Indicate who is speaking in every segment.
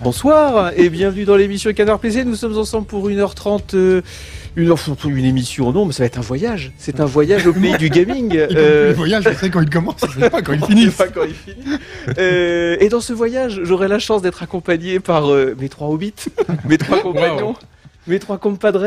Speaker 1: Bonsoir et bienvenue dans l'émission Canard PC. Nous sommes ensemble pour 1h30. euh, une, enfin, pour une émission, non, mais ça va être un voyage. C'est un voyage au pays du gaming.
Speaker 2: Il
Speaker 1: Euh,
Speaker 2: Le voyage, on sait quand il commence, on sait pas quand il
Speaker 1: on
Speaker 2: finit.
Speaker 1: sait pas quand il finit. Euh, et dans ce voyage, j'aurai la chance d'être accompagné par euh, mes trois hobbits, mes trois compagnons. Mes trois compadres,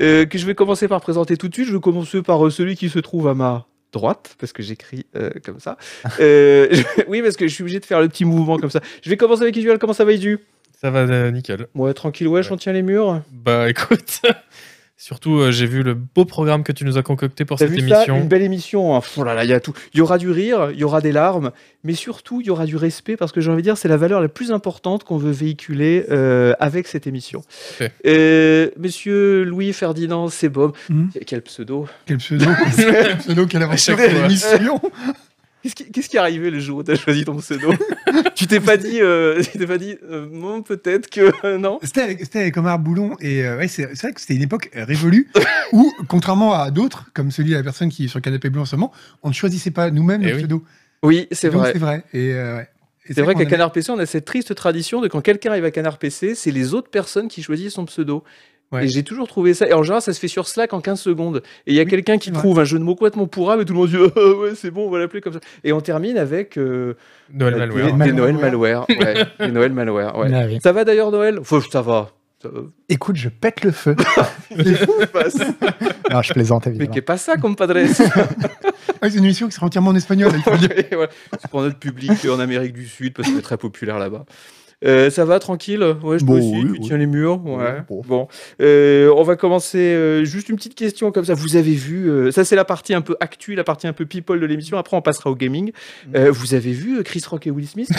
Speaker 1: euh, que je vais commencer par présenter tout de suite. Je vais commencer par euh, celui qui se trouve à ma droite, parce que j'écris euh, comme ça. Euh, je- oui, parce que je suis obligé de faire le petit mouvement comme ça. Je vais commencer avec Isuel. Comment ça va, Isu
Speaker 3: Ça va, euh, nickel.
Speaker 1: Ouais, tranquille, wesh, on tient les murs.
Speaker 3: Bah écoute, surtout euh, j'ai vu le beau programme que tu nous as concocté pour
Speaker 1: T'as
Speaker 3: cette
Speaker 1: vu ça Une
Speaker 3: émission.
Speaker 1: belle émission. hein. Pff, oh là là, il y a tout. Il y aura du rire, il y aura des larmes, mais surtout il y aura du respect parce que j'ai envie de dire c'est la valeur la plus importante qu'on veut véhiculer euh, avec cette émission.
Speaker 3: Tout à fait.
Speaker 1: Euh, monsieur Louis Ferdinand Sebom,
Speaker 2: Mhm.
Speaker 1: quel pseudo
Speaker 2: Quel pseudo, quel pseudo, quelle aventure,
Speaker 3: chaque
Speaker 2: quelle
Speaker 3: fois.
Speaker 2: émission.
Speaker 1: Qu'est-ce qui, qu'est-ce qui est arrivé le jour où t'as choisi ton pseudo Tu t'es pas dit, euh, tu t'es pas dit, euh, non, peut-être que euh, non.
Speaker 2: C'était avec, c'était avec Omar Boulon et euh, ouais, c'est c'est vrai que c'était une époque euh, révolue où, contrairement à d'autres, comme celui de la personne qui est sur le canapé bleu en ce moment, on ne choisissait pas nous-mêmes
Speaker 3: Eh
Speaker 2: le
Speaker 3: oui.
Speaker 2: pseudo.
Speaker 1: Oui, c'est
Speaker 2: Donc,
Speaker 1: vrai.
Speaker 2: C'est vrai. Et, euh, ouais. Et
Speaker 1: C'est vrai
Speaker 2: qu'on
Speaker 1: qu'à
Speaker 2: aime-
Speaker 1: Canard PC, on a cette triste tradition de quand quelqu'un arrive à Canard PC, c'est les autres personnes qui choisissent son pseudo.
Speaker 2: Ouais.
Speaker 1: Et j'ai toujours trouvé ça. Et en général, ça se fait sur Slack en 15 secondes. Et il y a
Speaker 2: Oui,
Speaker 1: quelqu'un qui
Speaker 2: c'est vrai.
Speaker 1: trouve un jeu de mots complètement pourrave et tout le monde dit Ah ouais, c'est bon, on va l'appeler comme ça. Et on termine avec euh,
Speaker 3: Noël hein.
Speaker 1: des-
Speaker 3: Malware.
Speaker 1: des
Speaker 2: Malware.
Speaker 1: Noël Malware. Ouais, des Noël Malware. ouais.
Speaker 4: Ah oui.
Speaker 1: Ça va d'ailleurs, Noël Faut ça va. Ça va.
Speaker 2: Écoute, je pète le feu.
Speaker 1: Passe.
Speaker 4: Non, Ah, je plaisante
Speaker 1: Mais
Speaker 4: évidemment.
Speaker 1: qu'est pas ça, compadre
Speaker 2: Ouais, c'est une émission qui sera entièrement en espagnol. il faut le dire.
Speaker 1: Et voilà. C'est pour notre public en Amérique du Sud parce que c'est très populaire là-bas. Euh, ça va tranquille Ouais, je
Speaker 4: Bon,
Speaker 1: peux aussi.
Speaker 4: oui,
Speaker 1: tu
Speaker 4: oui.
Speaker 1: tiens les murs. Ouais.
Speaker 4: Ouais,
Speaker 1: bon.
Speaker 4: bon.
Speaker 1: Euh, on va commencer. euh, juste une petite question comme ça. Vous avez vu euh, Ça, c'est la partie un peu actu, la partie un peu people de l'émission. Après, on passera au gaming.
Speaker 4: Mm.
Speaker 1: Euh, vous avez vu euh, Chris Rock et Will Smith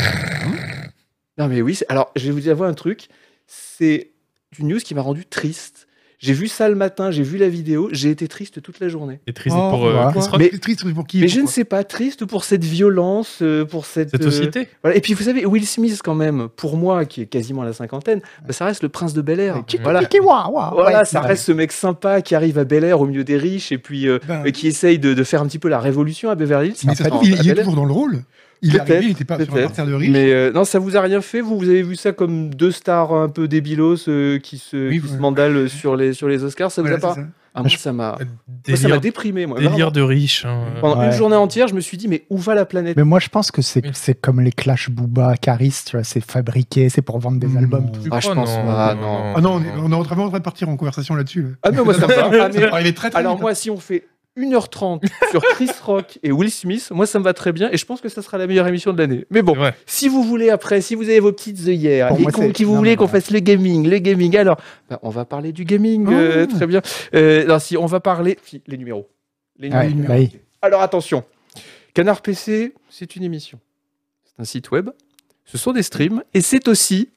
Speaker 1: Non, mais oui. c'est- Alors, je vais vous dire un truc. C'est une news qui m'a rendu triste. J'ai vu ça le matin, j'ai vu la vidéo, j'ai été triste toute la journée.
Speaker 3: Et triste
Speaker 2: Oh,
Speaker 3: pour euh,
Speaker 4: voilà.
Speaker 3: Chris Rock,
Speaker 1: Mais-
Speaker 2: C'est triste pour qui
Speaker 1: Mais je ne
Speaker 2: pourquoi
Speaker 1: sais pas, triste pour cette violence, euh, pour cette.
Speaker 3: cette
Speaker 1: euh,
Speaker 3: société.
Speaker 1: voilà. Et puis vous savez, Will Smith quand même, pour moi qui est quasiment à la cinquantaine, bah, ça reste le prince de Bel Air.
Speaker 3: Ouais.
Speaker 1: Voilà,
Speaker 4: Kiki, ouah,
Speaker 2: Ah
Speaker 4: ouah,
Speaker 1: voilà
Speaker 4: ouais,
Speaker 1: ça
Speaker 4: ouais.
Speaker 1: reste ce mec sympa qui arrive à Bel Air au milieu des riches et puis euh,
Speaker 2: Ben,
Speaker 1: euh, qui essaye de, de faire un petit peu la révolution à Beverly Hills.
Speaker 2: Mais ça se
Speaker 1: Enfin,
Speaker 2: trouve, il,
Speaker 1: à
Speaker 2: il est
Speaker 1: Bel Air.
Speaker 2: toujours dans le rôle. Il est
Speaker 1: Peut-être,
Speaker 2: arrivé, il n'était pas sur un
Speaker 1: peut-être.
Speaker 2: parterre de riz.
Speaker 1: Mais euh, non, ça vous a rien fait Vous, vous avez vu ça comme deux stars un peu débilos euh, qui se,
Speaker 2: Oui,
Speaker 1: qui se
Speaker 2: voilà.
Speaker 1: mandalent sur les, sur les Oscars Ça vous
Speaker 2: Voilà,
Speaker 1: a pas
Speaker 2: c'est ça.
Speaker 1: Ah, moi, ça m'a
Speaker 3: euh,
Speaker 1: moi, ça m'a
Speaker 3: Délire,
Speaker 1: déprimé. Moi.
Speaker 3: délire
Speaker 1: Vraiment.
Speaker 3: de riche. hein.
Speaker 1: Pendant une
Speaker 4: Ouais.
Speaker 1: journée entière, je me suis dit mais où va la planète
Speaker 4: Mais moi, je pense que c'est
Speaker 3: Oui.
Speaker 4: c'est comme les Clash Booba, Caris, tu vois, c'est fabriqué, c'est pour vendre des
Speaker 2: Mmh.
Speaker 4: albums.
Speaker 3: Tu
Speaker 1: Ah, je
Speaker 3: crois,
Speaker 1: pense pas, non.
Speaker 2: Ah non, on est, on est vraiment en train de partir en conversation là-dessus. là.
Speaker 1: Ah non, moi ça me va. Ah, mais-
Speaker 2: Alors, il est très très
Speaker 1: Alors
Speaker 2: vite.
Speaker 1: moi, si on fait 1h30 sur Chris Rock et Will Smith, moi ça me va très bien et je pense que ça sera la meilleure émission de l'année. Mais bon,
Speaker 3: C'est vrai.
Speaker 1: si vous voulez après, si vous avez vos petites œillères
Speaker 4: Pour
Speaker 1: et
Speaker 4: moi,
Speaker 1: qu'on-
Speaker 4: c'est-
Speaker 1: que vous
Speaker 4: non,
Speaker 1: voulez
Speaker 4: mais
Speaker 1: qu'on
Speaker 4: ouais.
Speaker 1: fasse le gaming, le gaming, alors bah, on va parler du gaming, euh,
Speaker 2: Mmh.
Speaker 1: très bien. Euh, non, si on va parler si, les numéros. Les
Speaker 4: Ouais,
Speaker 1: numéros.
Speaker 4: bah oui.
Speaker 1: Alors attention, Canard PC, c'est une émission, c'est un site web, ce sont des streams et c'est aussi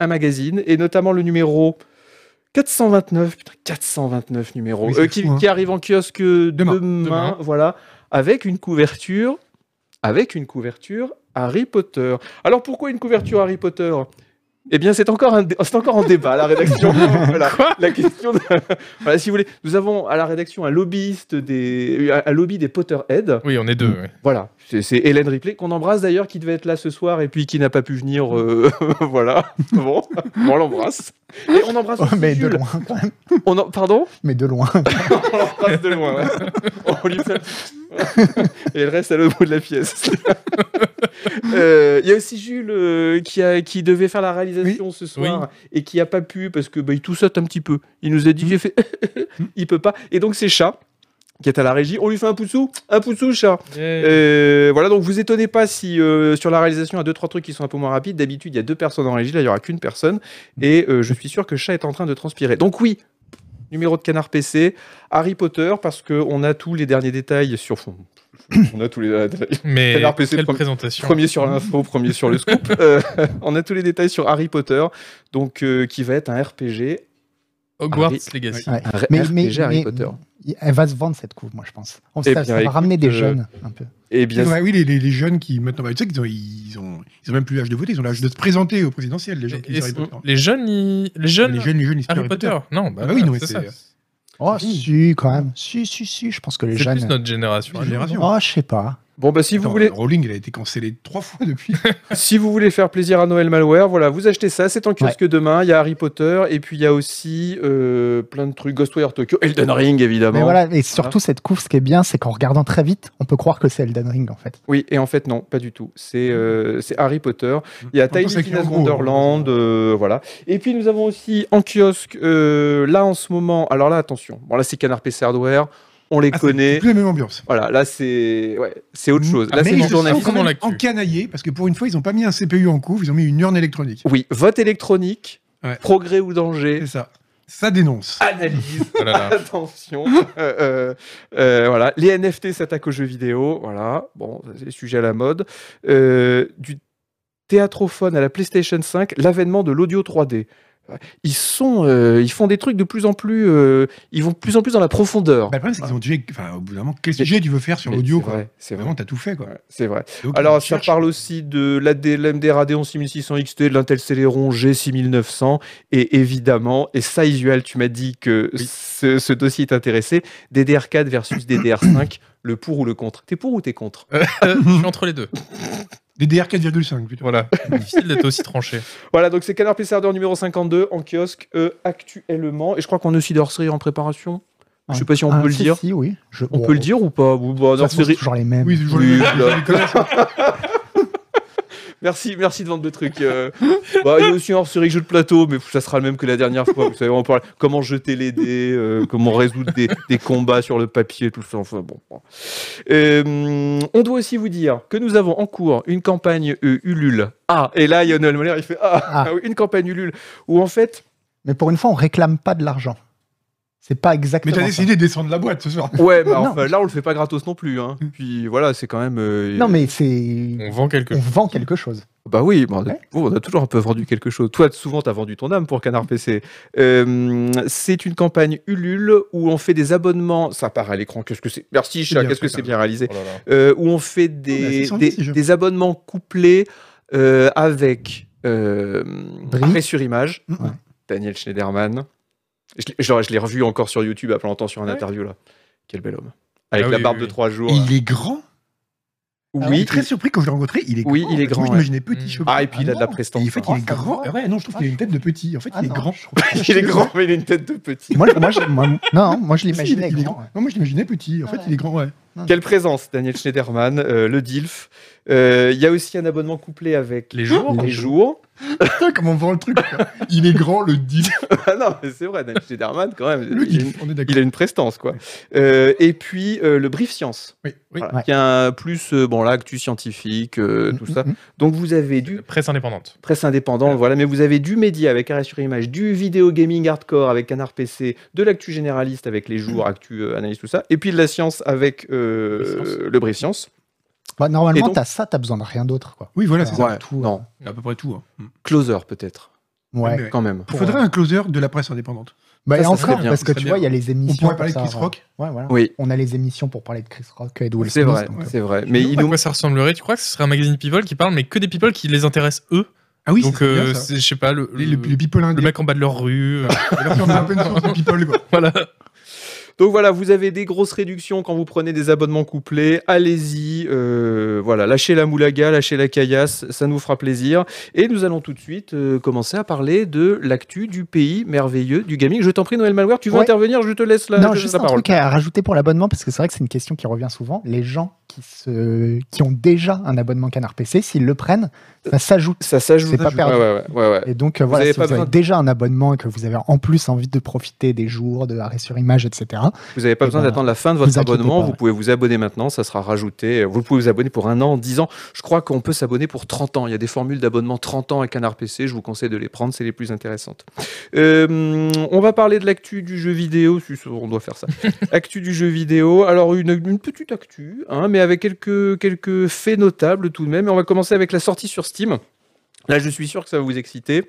Speaker 1: un magazine et notamment le numéro 429, putain 429 numéros,
Speaker 2: Oui, c'est
Speaker 1: euh, qui,
Speaker 2: fou, hein.
Speaker 1: qui arrive en kiosque demain,
Speaker 2: Demain.
Speaker 3: Demain.
Speaker 1: voilà, avec une couverture, avec une couverture Harry Potter. Alors pourquoi une couverture Harry Potter eh bien, c'est encore, un dé- c'est encore en débat, la rédaction. Voilà. la question de- voilà, si vous voulez, nous avons à la rédaction un lobbyiste des, un- un lobby des Potterhead.
Speaker 3: Oui, on est deux. ouais.
Speaker 1: Voilà, c'est c'est Hélène Ripley qu'on embrasse d'ailleurs, qui devait être là ce soir et puis qui n'a pas pu venir. euh, voilà, bon, Bon, on l'embrasse. Et on embrasse
Speaker 4: Oh,
Speaker 1: aussi
Speaker 4: mais de
Speaker 1: Jules.
Speaker 4: loin, quand même.
Speaker 1: On en- Pardon
Speaker 4: Mais de loin.
Speaker 1: On l'embrasse de loin. ouais. On lui fait- Et elle reste à l'autre bout de la pièce. Euh, Il y a aussi Jules euh, qui, a, qui devait faire la réalisation ce soir et qui n'a pas pu parce que bah, il tout saute un petit peu. Il nous a dit j'ai fait, il peut pas. Et donc c'est chat qui est à la régie. On lui fait un poussou, un poussou chat. Euh, voilà, donc vous étonnez pas si euh, sur la réalisation il y a deux trois trucs qui sont un peu moins rapides. D'habitude, il y a deux personnes en régie, là il y aura qu'une personne et euh, je suis sûr que chat est en train de transpirer. Donc oui, numéro de canard PC, Harry Potter parce que on a tous les derniers détails sur fond. on a tous les derniers détails.
Speaker 3: Mais
Speaker 1: Canard PC,
Speaker 3: quelle
Speaker 1: premier-
Speaker 3: présentation.
Speaker 1: Premier sur l'info, premier sur le scoop. Euh, on a tous les détails sur Harry Potter, donc euh, qui va être un RPG,
Speaker 3: Hogwarts
Speaker 1: Harry-
Speaker 3: Legacy.
Speaker 4: Ouais.
Speaker 1: un RPG Harry Potter.
Speaker 4: mais elle va se vendre cette couve, moi, je pense. On
Speaker 1: Eh
Speaker 4: ça,
Speaker 1: bien,
Speaker 4: ça va
Speaker 1: écoute,
Speaker 4: ramener des
Speaker 1: euh,
Speaker 4: jeunes, un peu.
Speaker 1: Et bien,
Speaker 2: hein. Ouais, oui, les, les- les jeunes qui maintenant, bah, tu sais qu'ils ont, ils ont, ils ont même plus l'âge de voter, ils ont l'âge de se présenter au présidentiel, les gens qui
Speaker 3: Et-
Speaker 2: lisent
Speaker 3: et-
Speaker 2: Harry Potter.
Speaker 3: Les jeunes, ils- les jeunes,
Speaker 2: Les jeunes, les jeunes, ils lisent
Speaker 3: Harry Potter. Non,
Speaker 2: Ah
Speaker 3: bah,
Speaker 2: bah oui,
Speaker 3: voilà,
Speaker 2: non, mais
Speaker 3: c'est
Speaker 2: c'est
Speaker 3: ça.
Speaker 4: Oh,
Speaker 2: oui.
Speaker 4: si, quand même. Si, si, si, je pense que les
Speaker 3: C'est
Speaker 4: jeunes.
Speaker 3: plus notre génération. hein.
Speaker 2: Une génération.
Speaker 4: Oh, je sais pas.
Speaker 1: Bon, bah, si vous
Speaker 2: Attends,
Speaker 1: voulez,
Speaker 2: Rowling, elle a été cancellée trois fois depuis. Ah,
Speaker 1: si vous voulez faire plaisir à Noël Malware, voilà, vous achetez ça. C'est en kiosque demain. Il y a Harry Potter et puis il y a aussi euh, plein de trucs Ghostwire Tokyo, Elden Ring évidemment.
Speaker 4: Mais voilà, et surtout
Speaker 1: Ah.
Speaker 4: cette course, ce qui est bien, c'est qu'en regardant très vite, on peut croire que c'est Elden Ring en fait.
Speaker 1: Oui, et en fait, non, pas du tout. C'est euh, c'est Harry Potter. Il y a
Speaker 2: En hein. plus,
Speaker 1: Tiny
Speaker 2: avec
Speaker 1: Tina's
Speaker 2: Hugo.
Speaker 1: Wonderland, euh, voilà. Et puis, nous avons aussi en kiosque, euh, là en ce moment, alors là, attention, bon, là, c'est Canard PC Hardware, on les
Speaker 2: Ah, c'est
Speaker 1: connaît.
Speaker 2: plus la même ambiance.
Speaker 1: Voilà, là, c'est ouais, c'est autre chose. Là,
Speaker 3: Ah,
Speaker 1: c'est
Speaker 2: mais
Speaker 1: du
Speaker 2: ils se sont
Speaker 1: journalisme.
Speaker 3: journaliste.
Speaker 2: quand
Speaker 3: Dans
Speaker 2: même
Speaker 3: l'actu.
Speaker 2: encanaillés parce que pour une fois, ils n'ont pas mis un CPU en couve, ils ont mis une urne électronique.
Speaker 1: Oui, vote électronique,
Speaker 2: Ouais.
Speaker 1: progrès ou danger,
Speaker 2: C'est ça. Ça dénonce.
Speaker 1: Ah. analyse,
Speaker 3: Oh là là.
Speaker 1: attention. Euh, euh, euh, voilà, les NFT s'attaquent aux jeux vidéo, voilà. Bon, ça, c'est le sujet à la mode. Euh, du théâtrophone à la PlayStation 5, l'avènement de l'audio 3D. Ils sont, euh, ils font des trucs de plus en plus, euh, ils vont de plus en plus dans la profondeur.
Speaker 2: Bah, le problème, c'est qu'ils ont déjà. Enfin, au bout d'un moment, quel
Speaker 1: Ah. Mais-
Speaker 2: sujet tu veux faire sur
Speaker 1: Mais
Speaker 2: l'audio
Speaker 1: c'est
Speaker 2: quoi
Speaker 1: vrai, C'est vrai.
Speaker 2: Vraiment, t'as tout fait quoi.
Speaker 1: Ouais, c'est vrai.
Speaker 2: Donc,
Speaker 1: Alors,
Speaker 2: ils
Speaker 1: Ah, ça
Speaker 2: cherchent.
Speaker 1: parle aussi de l'AMD en 6600 XT, de l'Intel Celeron G6900, et évidemment, et ça, Isual, tu m'as dit que ce, ce dossier t'intéressait, DDR4 versus DDR5, le pour ou le contre. T'es pour ou t'es contre
Speaker 3: Je suis entre les deux.
Speaker 2: DDR 4,5 plutôt.
Speaker 3: Voilà. Difficile d'être aussi tranché.
Speaker 1: Voilà, donc c'est Canard PC Ardeur numéro 52 en kiosque euh, actuellement, et je crois qu'on a aussi d'Orserie en préparation. Je sais pas si on
Speaker 4: Ah,
Speaker 1: peut le
Speaker 4: si,
Speaker 1: dire.
Speaker 4: si, oui. Je-
Speaker 1: On
Speaker 4: bon,
Speaker 1: peut le dire ou pas Ou bah,
Speaker 4: de toute façon,
Speaker 1: Dorserie-
Speaker 4: c'est toujours les mêmes.
Speaker 2: Oui, c'est toujours
Speaker 1: Oui,
Speaker 2: les mêmes.
Speaker 1: là.
Speaker 2: les connards.
Speaker 1: Merci, merci de vendre des trucs. euh. Bah, il y a aussi un hors-série jeu de plateau, mais ça sera le même que la dernière fois. Vous savez, on parle comment jeter les dés, euh, comment résoudre des, des combats sur le papier, tout ça. Enfin bon. Euh, on doit aussi vous dire que nous avons en cours une campagne euh, Ulule. Ah, et là, Lionel Moller, il fait ah,
Speaker 4: Ah.
Speaker 1: Ah oui, une campagne Ulule où en fait,
Speaker 4: Mais pour une fois, on réclame pas de l'argent. C'est pas
Speaker 2: Mais
Speaker 4: exactement.
Speaker 2: t'as
Speaker 4: ça.
Speaker 2: décidé de descendre la boîte ce soir.
Speaker 1: ouais, bah,
Speaker 4: Non. Mm.
Speaker 1: enfin, là, on le fait pas gratos non plus. hein. Puis voilà, c'est quand même. euh,
Speaker 4: Non, mais c'est.
Speaker 3: On vend quelque
Speaker 4: On
Speaker 3: chose.
Speaker 4: vend quelque chose.
Speaker 1: Bah oui, bah on, a,
Speaker 4: Ouais.
Speaker 1: bon, on a toujours un peu vendu quelque chose. Toi, souvent, t'as vendu ton âme pour Canard PC. Euh, c'est une campagne Ulule où on fait des abonnements. Ça part à l'écran. Qu'est-ce que c'est Merci, chat.
Speaker 2: bien
Speaker 1: Qu'est-ce que
Speaker 2: fait,
Speaker 1: c'est bien réalisé
Speaker 3: Oh là là.
Speaker 1: Euh, Où on fait
Speaker 2: mais elles
Speaker 1: des,
Speaker 2: sont
Speaker 1: des,
Speaker 2: bien, ces jeux.
Speaker 1: des abonnements couplés euh, avec euh, Arrêt sur image.
Speaker 2: Mhm.
Speaker 4: Ouais.
Speaker 1: Daniel Schneiderman. Je l'ai- genre, je l'ai revu encore sur YouTube à plein longtemps sur un
Speaker 2: Ouais.
Speaker 1: interview là. Quel bel homme. Avec
Speaker 3: Ah
Speaker 1: la
Speaker 3: oui,
Speaker 1: barbe
Speaker 3: oui,
Speaker 1: de
Speaker 3: oui.
Speaker 1: trois jours.
Speaker 2: Il est grand.
Speaker 1: Oui,
Speaker 2: Je suis très
Speaker 1: il-
Speaker 2: surpris quand je l'ai rencontré. Il est
Speaker 1: Oui,
Speaker 2: grand.
Speaker 1: il est
Speaker 2: en fait.
Speaker 1: grand,
Speaker 2: Moi,
Speaker 1: ouais.
Speaker 2: j'imaginais petit.
Speaker 3: Mm.
Speaker 2: chevelu.
Speaker 1: Ah, et puis il a de la
Speaker 4: non.
Speaker 1: prestance.
Speaker 2: Et en fait, il
Speaker 4: Ah,
Speaker 2: est
Speaker 4: ça
Speaker 2: grand.
Speaker 4: va.
Speaker 2: Ouais, non, je trouve qu'il a une tête de petit. En fait,
Speaker 4: Ah
Speaker 2: il est
Speaker 4: non,
Speaker 2: grand.
Speaker 4: je
Speaker 1: Il est grand, mais il a une tête de petit.
Speaker 4: Moi, moi, je, moi, non, moi je
Speaker 2: Si, il est-
Speaker 4: l'imaginais
Speaker 2: il est
Speaker 4: grand.
Speaker 2: grand. Non, moi, je l'imaginais petit. En
Speaker 4: Ah
Speaker 2: fait,
Speaker 4: ouais.
Speaker 2: il est grand, ouais.
Speaker 1: Quelle présence, Daniel Schneiderman, euh, le DILF. Euh, Il y a aussi un abonnement couplé avec
Speaker 3: Ah, Les jours
Speaker 1: les jours.
Speaker 2: Putain, comment on vend le truc. quoi. Il est grand, le deal.
Speaker 1: ah non, mais c'est vrai, Daniel Schneiderman, quand même,
Speaker 2: Le
Speaker 1: il a une,
Speaker 2: deal. On est
Speaker 1: il a
Speaker 2: d'accord.
Speaker 1: une prestance, quoi. Euh, et puis, euh, le brief science,
Speaker 2: Oui, oui.
Speaker 1: voilà,
Speaker 4: Ouais.
Speaker 1: qui a un plus, euh, bon, là, actu scientifique, euh, tout ça.
Speaker 4: Mm, mm,
Speaker 1: Donc, vous avez du
Speaker 3: Presse indépendante.
Speaker 1: presse indépendante, voilà, mais vous avez du média avec Arrêt sur Image, du vidéo gaming hardcore avec Canard PC, de l'actu généraliste avec les jours, actu, euh, analyse, tout ça, et puis de la science avec euh,
Speaker 3: Le brief science.
Speaker 1: le brief science.
Speaker 4: mm. Bah,
Speaker 1: Et
Speaker 4: normalement,
Speaker 1: donc-
Speaker 4: t'as ça, t'as besoin de rien d'autre. Quoi.
Speaker 2: Oui, voilà, c'est ça.
Speaker 1: Ouais,
Speaker 4: tout,
Speaker 1: non,
Speaker 2: À peu près tout. hein. Mm.
Speaker 1: closer peut-être,
Speaker 4: Ouais.
Speaker 2: Mais-
Speaker 1: quand même.
Speaker 2: Il faudrait un closer de la presse indépendante.
Speaker 4: Bah,
Speaker 1: Ah, Ça,
Speaker 4: et
Speaker 1: ça serait
Speaker 4: encore,
Speaker 1: bien,
Speaker 4: parce
Speaker 2: ça
Speaker 4: que
Speaker 2: serait
Speaker 4: tu vois, il y a les émissions.
Speaker 2: On pourrait
Speaker 4: pour
Speaker 2: parler de
Speaker 4: ça,
Speaker 2: Chris
Speaker 4: ouais.
Speaker 2: Rock.
Speaker 4: Ouais, voilà.
Speaker 1: Oui,
Speaker 4: On a les émissions pour parler de Chris Rock et de Will
Speaker 1: C'est
Speaker 4: Smith.
Speaker 1: vrai,
Speaker 4: donc, euh.
Speaker 1: c'est vrai.
Speaker 3: Mais
Speaker 1: Mais il
Speaker 3: à
Speaker 1: nous...
Speaker 3: quoi ça ressemblerait Tu crois que ce serait un magazine People qui parle, mais que des people qui les intéressent eux
Speaker 2: Ah oui,
Speaker 3: Donc,
Speaker 2: c'est bien,
Speaker 3: euh,
Speaker 2: ça.
Speaker 3: c'est- je sais pas, le,
Speaker 2: Les,
Speaker 3: le-
Speaker 2: les people
Speaker 3: le
Speaker 2: indés.
Speaker 3: mec en bas de leur rue. euh,
Speaker 2: Alors qu'on a un peu une source de people, quoi.
Speaker 3: voilà.
Speaker 1: Donc voilà, vous avez des grosses réductions quand vous prenez des abonnements couplés. Allez-y, euh, voilà, lâchez la moulaga, lâchez la caillasse, ça nous fera plaisir. Et nous allons tout de suite euh, commencer à parler de l'actu du pays merveilleux du gaming. Je t'en prie, Noël Malware, tu veux
Speaker 4: Ouais.
Speaker 1: intervenir Je te laisse la, je
Speaker 4: Non,
Speaker 1: te laisse
Speaker 4: juste
Speaker 1: la
Speaker 4: un
Speaker 1: parole.
Speaker 4: truc à rajouter pour l'abonnement, parce que c'est vrai que c'est une question qui revient souvent. Les gens qui, se... qui ont déjà un abonnement Canard PC, s'ils le prennent, ça s'ajoute.
Speaker 1: Ça s'ajoute.
Speaker 4: C'est pas
Speaker 1: Ouais,
Speaker 4: perdu.
Speaker 1: ouais, ouais, ouais, ouais.
Speaker 4: Et donc, euh,
Speaker 1: Vous
Speaker 4: voilà,
Speaker 1: avez
Speaker 4: si
Speaker 1: pas
Speaker 4: vous avez
Speaker 1: besoin de-
Speaker 4: déjà un abonnement et que vous avez en plus envie de profiter des jours, de arrêt sur image, etc.,
Speaker 1: Vous n'avez pas
Speaker 4: Eh
Speaker 1: besoin
Speaker 4: ben,
Speaker 1: d'attendre la fin de
Speaker 4: vous
Speaker 1: votre
Speaker 4: inquiétez
Speaker 1: abonnement.
Speaker 4: pas,
Speaker 1: vous
Speaker 4: ouais.
Speaker 1: pouvez vous abonner maintenant. Ça sera rajouté. Vous pouvez vous abonner pour un an, dix ans. Je crois qu'on peut s'abonner pour 30 ans. Il y a des formules d'abonnement 30 ans à Canard PC. Je vous conseille de les prendre. C'est les plus intéressantes. Euh, on va parler de l'actu du jeu vidéo. si On doit faire ça. actu du jeu vidéo. Alors, une, une petite actu, hein, mais avec quelques, quelques faits notables tout de même. Et on va commencer avec la sortie sur Steam. Là, je suis sûr que ça va vous exciter.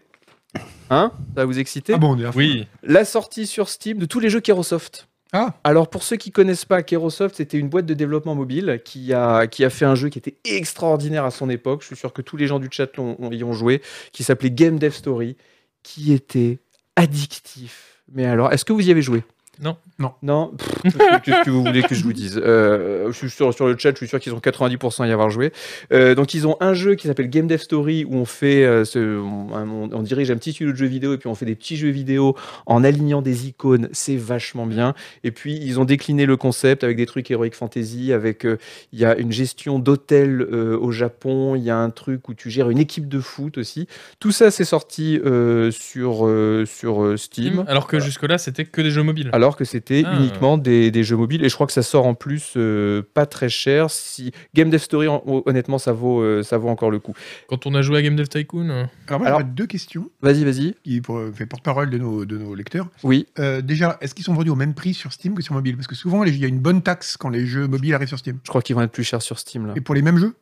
Speaker 1: Hein Ça va vous exciter
Speaker 2: Ah bon, on est à fond.
Speaker 3: Oui.
Speaker 1: La sortie sur Steam de tous les jeux Kerosoft.
Speaker 2: Ah.
Speaker 1: Alors pour ceux qui connaissent pas Kerosoft, c'était une boîte de développement mobile qui a, qui a fait un jeu qui était extraordinaire à son époque. Je suis sûr que tous les gens du chat l'ont- ont- y ont joué, qui s'appelait Game Dev Story, qui était addictif. Mais alors, est-ce que vous y avez joué
Speaker 3: Non.
Speaker 1: Non. Non. Pff, Qu'est-ce que vous voulez que je vous dise Euh, Je suis sûr sur le chat, je suis sûr qu'ils ont 90% à y avoir joué. Euh, donc ils ont un jeu qui s'appelle Game Dev Story où on fait, euh, ce- on, on- on dirige un petit studio de jeux vidéo et puis on fait des petits jeux vidéo en alignant des icônes. C'est vachement bien. Et puis ils ont décliné le concept avec des trucs Heroic Fantasy, avec euh, il y a une gestion d'hôtel euh, au Japon, il y a un truc où tu gères une équipe de foot aussi. Tout ça c'est sorti euh, sur euh, sur euh, Steam.
Speaker 3: Alors que jusque-là, c'était que des jeux mobiles.
Speaker 1: Alors que c'était
Speaker 3: Ah.
Speaker 1: uniquement des, des jeux mobiles. Et je crois que ça sort en plus euh, pas très cher. Si Game Dev Story, hon- honnêtement, ça vaut, euh, ça vaut encore le coup.
Speaker 3: Quand on a joué à Game Dev Tycoon, euh,
Speaker 2: Alors, moi,
Speaker 1: Alors-
Speaker 2: j'aurais deux questions
Speaker 1: Vas-y, vas-y.
Speaker 2: qui pour- fait porte-parole de nos, de nos lecteurs.
Speaker 1: Oui.
Speaker 2: Euh, déjà, est-ce qu'ils sont vendus au même prix sur Steam que sur mobile Parce que souvent, les- il y a une bonne taxe quand les jeux mobiles arrivent sur Steam.
Speaker 1: Je crois qu'ils vont être plus chers sur Steam là.
Speaker 2: Et pour les mêmes jeux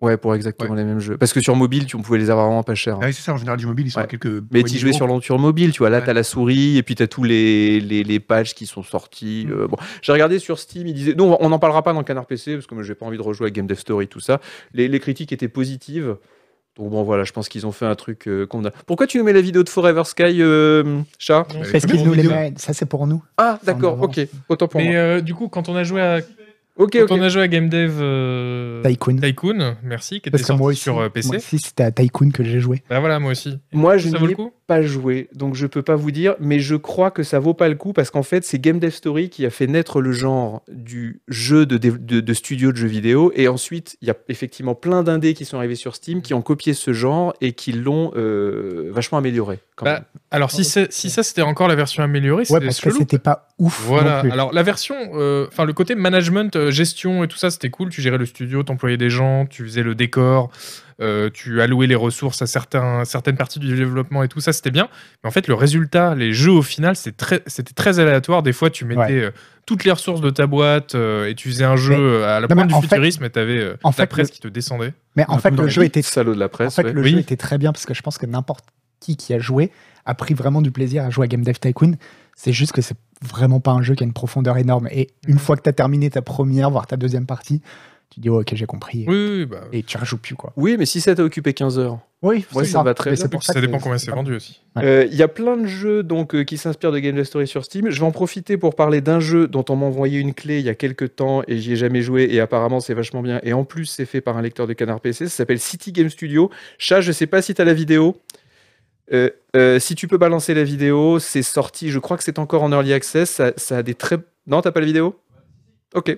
Speaker 1: Ouais, pour exactement les mêmes jeux. Parce que sur mobile, tu on pouvait les avoir vraiment pas chers. hein.
Speaker 2: Ah oui, c'est ça, en général, les jeux mobiles, ils sont
Speaker 1: Ouais.
Speaker 2: à quelques.
Speaker 1: Mais
Speaker 2: poignées
Speaker 1: tu jouais sur
Speaker 2: d'euros.
Speaker 1: l'enture mobile, tu vois. Là,
Speaker 2: Ouais.
Speaker 1: t'as la souris et puis t'as tous les, les, les patchs qui sont sortis.
Speaker 2: Mm.
Speaker 1: euh, bon, j'ai regardé sur Steam, ils disaient. Non, on n'en parlera pas dans Canard PC parce que moi, j'ai pas envie de rejouer à Game Dev Story, tout ça. Les, les critiques étaient positives. Donc bon, voilà, je pense qu'ils ont fait un truc euh, qu'on a. Pourquoi tu nous mets la vidéo de Forever Sky, euh, chat
Speaker 3: non,
Speaker 2: Parce
Speaker 3: c'est
Speaker 4: Parce
Speaker 3: pas
Speaker 4: qu'ils
Speaker 3: bon
Speaker 4: nous
Speaker 3: vidéo.
Speaker 4: les mettent. Ça, c'est pour nous.
Speaker 1: Ah,
Speaker 4: Ça, on
Speaker 1: d'accord,
Speaker 4: avance.
Speaker 1: ok. Autant pour
Speaker 3: Mais
Speaker 1: moi.
Speaker 3: euh, du coup, quand on a joué à,
Speaker 1: Ok,
Speaker 3: quand
Speaker 1: ok.
Speaker 3: on a joué à Game Dev euh,
Speaker 4: Tycoon.
Speaker 3: Tycoon, merci, qui était
Speaker 4: Parce que
Speaker 3: sorti
Speaker 4: moi aussi,
Speaker 3: sur euh, PC.
Speaker 4: moi aussi, c'était à Tycoon que j'ai joué.
Speaker 3: Bah voilà, moi aussi.
Speaker 1: Moi, je
Speaker 3: Ça vaut
Speaker 1: n'y
Speaker 3: le
Speaker 1: ai
Speaker 3: coup
Speaker 1: pas joué, donc je peux pas vous dire, mais je crois que ça vaut pas le coup parce qu'en fait, c'est Game Dev Story qui a fait naître le genre du jeu de, dé- de, de studio de jeux vidéo. Et ensuite, il y a effectivement plein d'indés qui sont arrivés sur Steam qui ont copié ce genre et qui l'ont euh, vachement amélioré. quand
Speaker 3: Bah,
Speaker 1: même.
Speaker 3: Alors si, c'est- si ça c'était encore la version améliorée,
Speaker 4: Ouais,
Speaker 3: c'était
Speaker 4: parce que
Speaker 3: chelou.
Speaker 4: c'était pas ouf.
Speaker 3: Voilà.
Speaker 4: non plus.
Speaker 3: Alors la version, euh, enfin le côté management, euh, gestion et tout ça, c'était cool. Tu gérais le studio, t'employais des gens, tu faisais le décor, euh, tu allouais les ressources à certains, certaines parties du développement et tout ça, c'était bien. Mais en fait, le résultat, les jeux au final, c'était très, c'était très aléatoire. Des fois, tu mettais
Speaker 4: Ouais.
Speaker 3: euh, toutes les ressources de ta boîte euh, et tu faisais un jeu
Speaker 4: Mais-
Speaker 3: euh, à la
Speaker 4: Non, mais
Speaker 3: pointe du
Speaker 4: en fait-
Speaker 3: futurisme et t'avais euh,
Speaker 4: en
Speaker 3: la
Speaker 4: fait,
Speaker 3: presse
Speaker 4: le-
Speaker 3: qui te descendait.
Speaker 4: Mais en
Speaker 2: Un
Speaker 4: fait,
Speaker 2: peu
Speaker 4: le
Speaker 2: dans
Speaker 4: jeu
Speaker 2: les
Speaker 4: était
Speaker 1: Salaud de la
Speaker 4: En
Speaker 1: presse.
Speaker 4: fait,
Speaker 1: ouais.
Speaker 4: le
Speaker 3: Oui.
Speaker 4: jeu était très bien parce que je pense que n'importe qui qui a joué a pris vraiment du plaisir à jouer à Game Dev Tycoon. C'est juste que c'est vraiment pas un jeu qui a une profondeur énorme. Et une
Speaker 3: Mhm.
Speaker 4: fois que tu as terminé ta première, voire ta deuxième partie, tu dis, oh, ok, j'ai compris.
Speaker 3: Oui, oui, oui, bah.
Speaker 4: Et tu rejoues plus, quoi.
Speaker 1: Oui, mais si ça t'a occupé 15 heures.
Speaker 4: Oui,
Speaker 1: Ouais,
Speaker 4: c'est
Speaker 1: ça va très
Speaker 4: Mais
Speaker 1: bien.
Speaker 4: c'est
Speaker 3: Et
Speaker 4: pour
Speaker 3: puis,
Speaker 4: ça,
Speaker 3: ça
Speaker 4: que
Speaker 3: dépend combien c'est
Speaker 4: pas-
Speaker 3: vendu aussi.
Speaker 1: Euh, Il y a plein de jeux donc, euh, qui s'inspirent de Game Dev Story sur Steam. Je vais en profiter pour parler d'un jeu dont on m'a envoyé une clé il y a quelques temps et j'y ai jamais joué et apparemment c'est vachement bien. Et en plus c'est fait par un lecteur de Canard PC, ça s'appelle City Game Studio. Chat, je sais pas si tu as la vidéo. Euh, euh, si tu peux balancer la vidéo, c'est sorti, je crois que c'est encore en early access, ça, ça a des très... Non, t'as pas la vidéo Ok.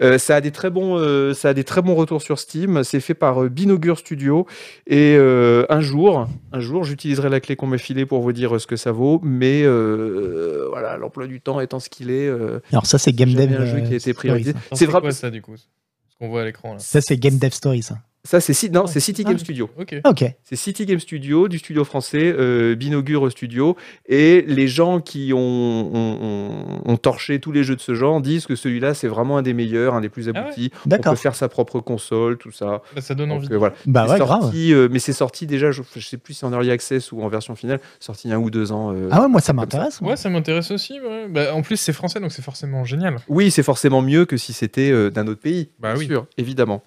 Speaker 1: Euh, ça, a des très bons, euh, ça a des très bons retours sur Steam, c'est fait par euh, Binogur Studio et euh, un jour, un jour, j'utiliserai la clé qu'on m'a filée pour vous dire euh, ce que ça vaut, mais euh, voilà, l'emploi du temps étant ce qu'il est, euh,
Speaker 4: Alors, ça, c'est Game
Speaker 1: j'avais
Speaker 4: Dev.
Speaker 1: un jeu qui a
Speaker 4: euh,
Speaker 1: été
Speaker 4: Story,
Speaker 1: priorisé.
Speaker 4: ça.
Speaker 3: Attends,
Speaker 1: C'est
Speaker 3: C'est
Speaker 1: vrai.
Speaker 3: quoi ça du coup Ce qu'on voit à l'écran là.
Speaker 4: Ça, c'est Game Dev Story, ça.
Speaker 1: Ça, c'est Ci- non, c'est City
Speaker 3: Ah,
Speaker 1: Game
Speaker 3: oui.
Speaker 1: Studio.
Speaker 3: Ok.
Speaker 4: Ok.
Speaker 1: C'est City Game Studio, du studio français, euh, Binogure Studio. Et les gens qui ont, ont- ont- ont torché tous les jeux de ce genre disent que celui-là, c'est vraiment un des meilleurs, un des plus
Speaker 3: Ah ouais.
Speaker 1: aboutis. On peut
Speaker 4: D'accord.
Speaker 1: faire sa propre console, tout ça.
Speaker 3: Bah, ça donne
Speaker 1: Donc,
Speaker 3: envie.
Speaker 1: euh, voilà.
Speaker 4: Bah
Speaker 1: C'est
Speaker 4: ouais, grave.
Speaker 1: sorti, euh, mais c'est sorti déjà, je, je sais plus si en early access ou en version finale, sorti il y a un ou deux ans. euh,
Speaker 4: Ah ouais, moi, ça m'intéresse. moi.
Speaker 3: Ouais, ça m'intéresse aussi. ouais. Bah, en plus, c'est français, donc c'est forcément génial.
Speaker 1: Oui, c'est forcément mieux que si c'était euh, d'un autre pays.
Speaker 3: Bah
Speaker 1: bien
Speaker 3: oui.
Speaker 1: sûr, évidemment.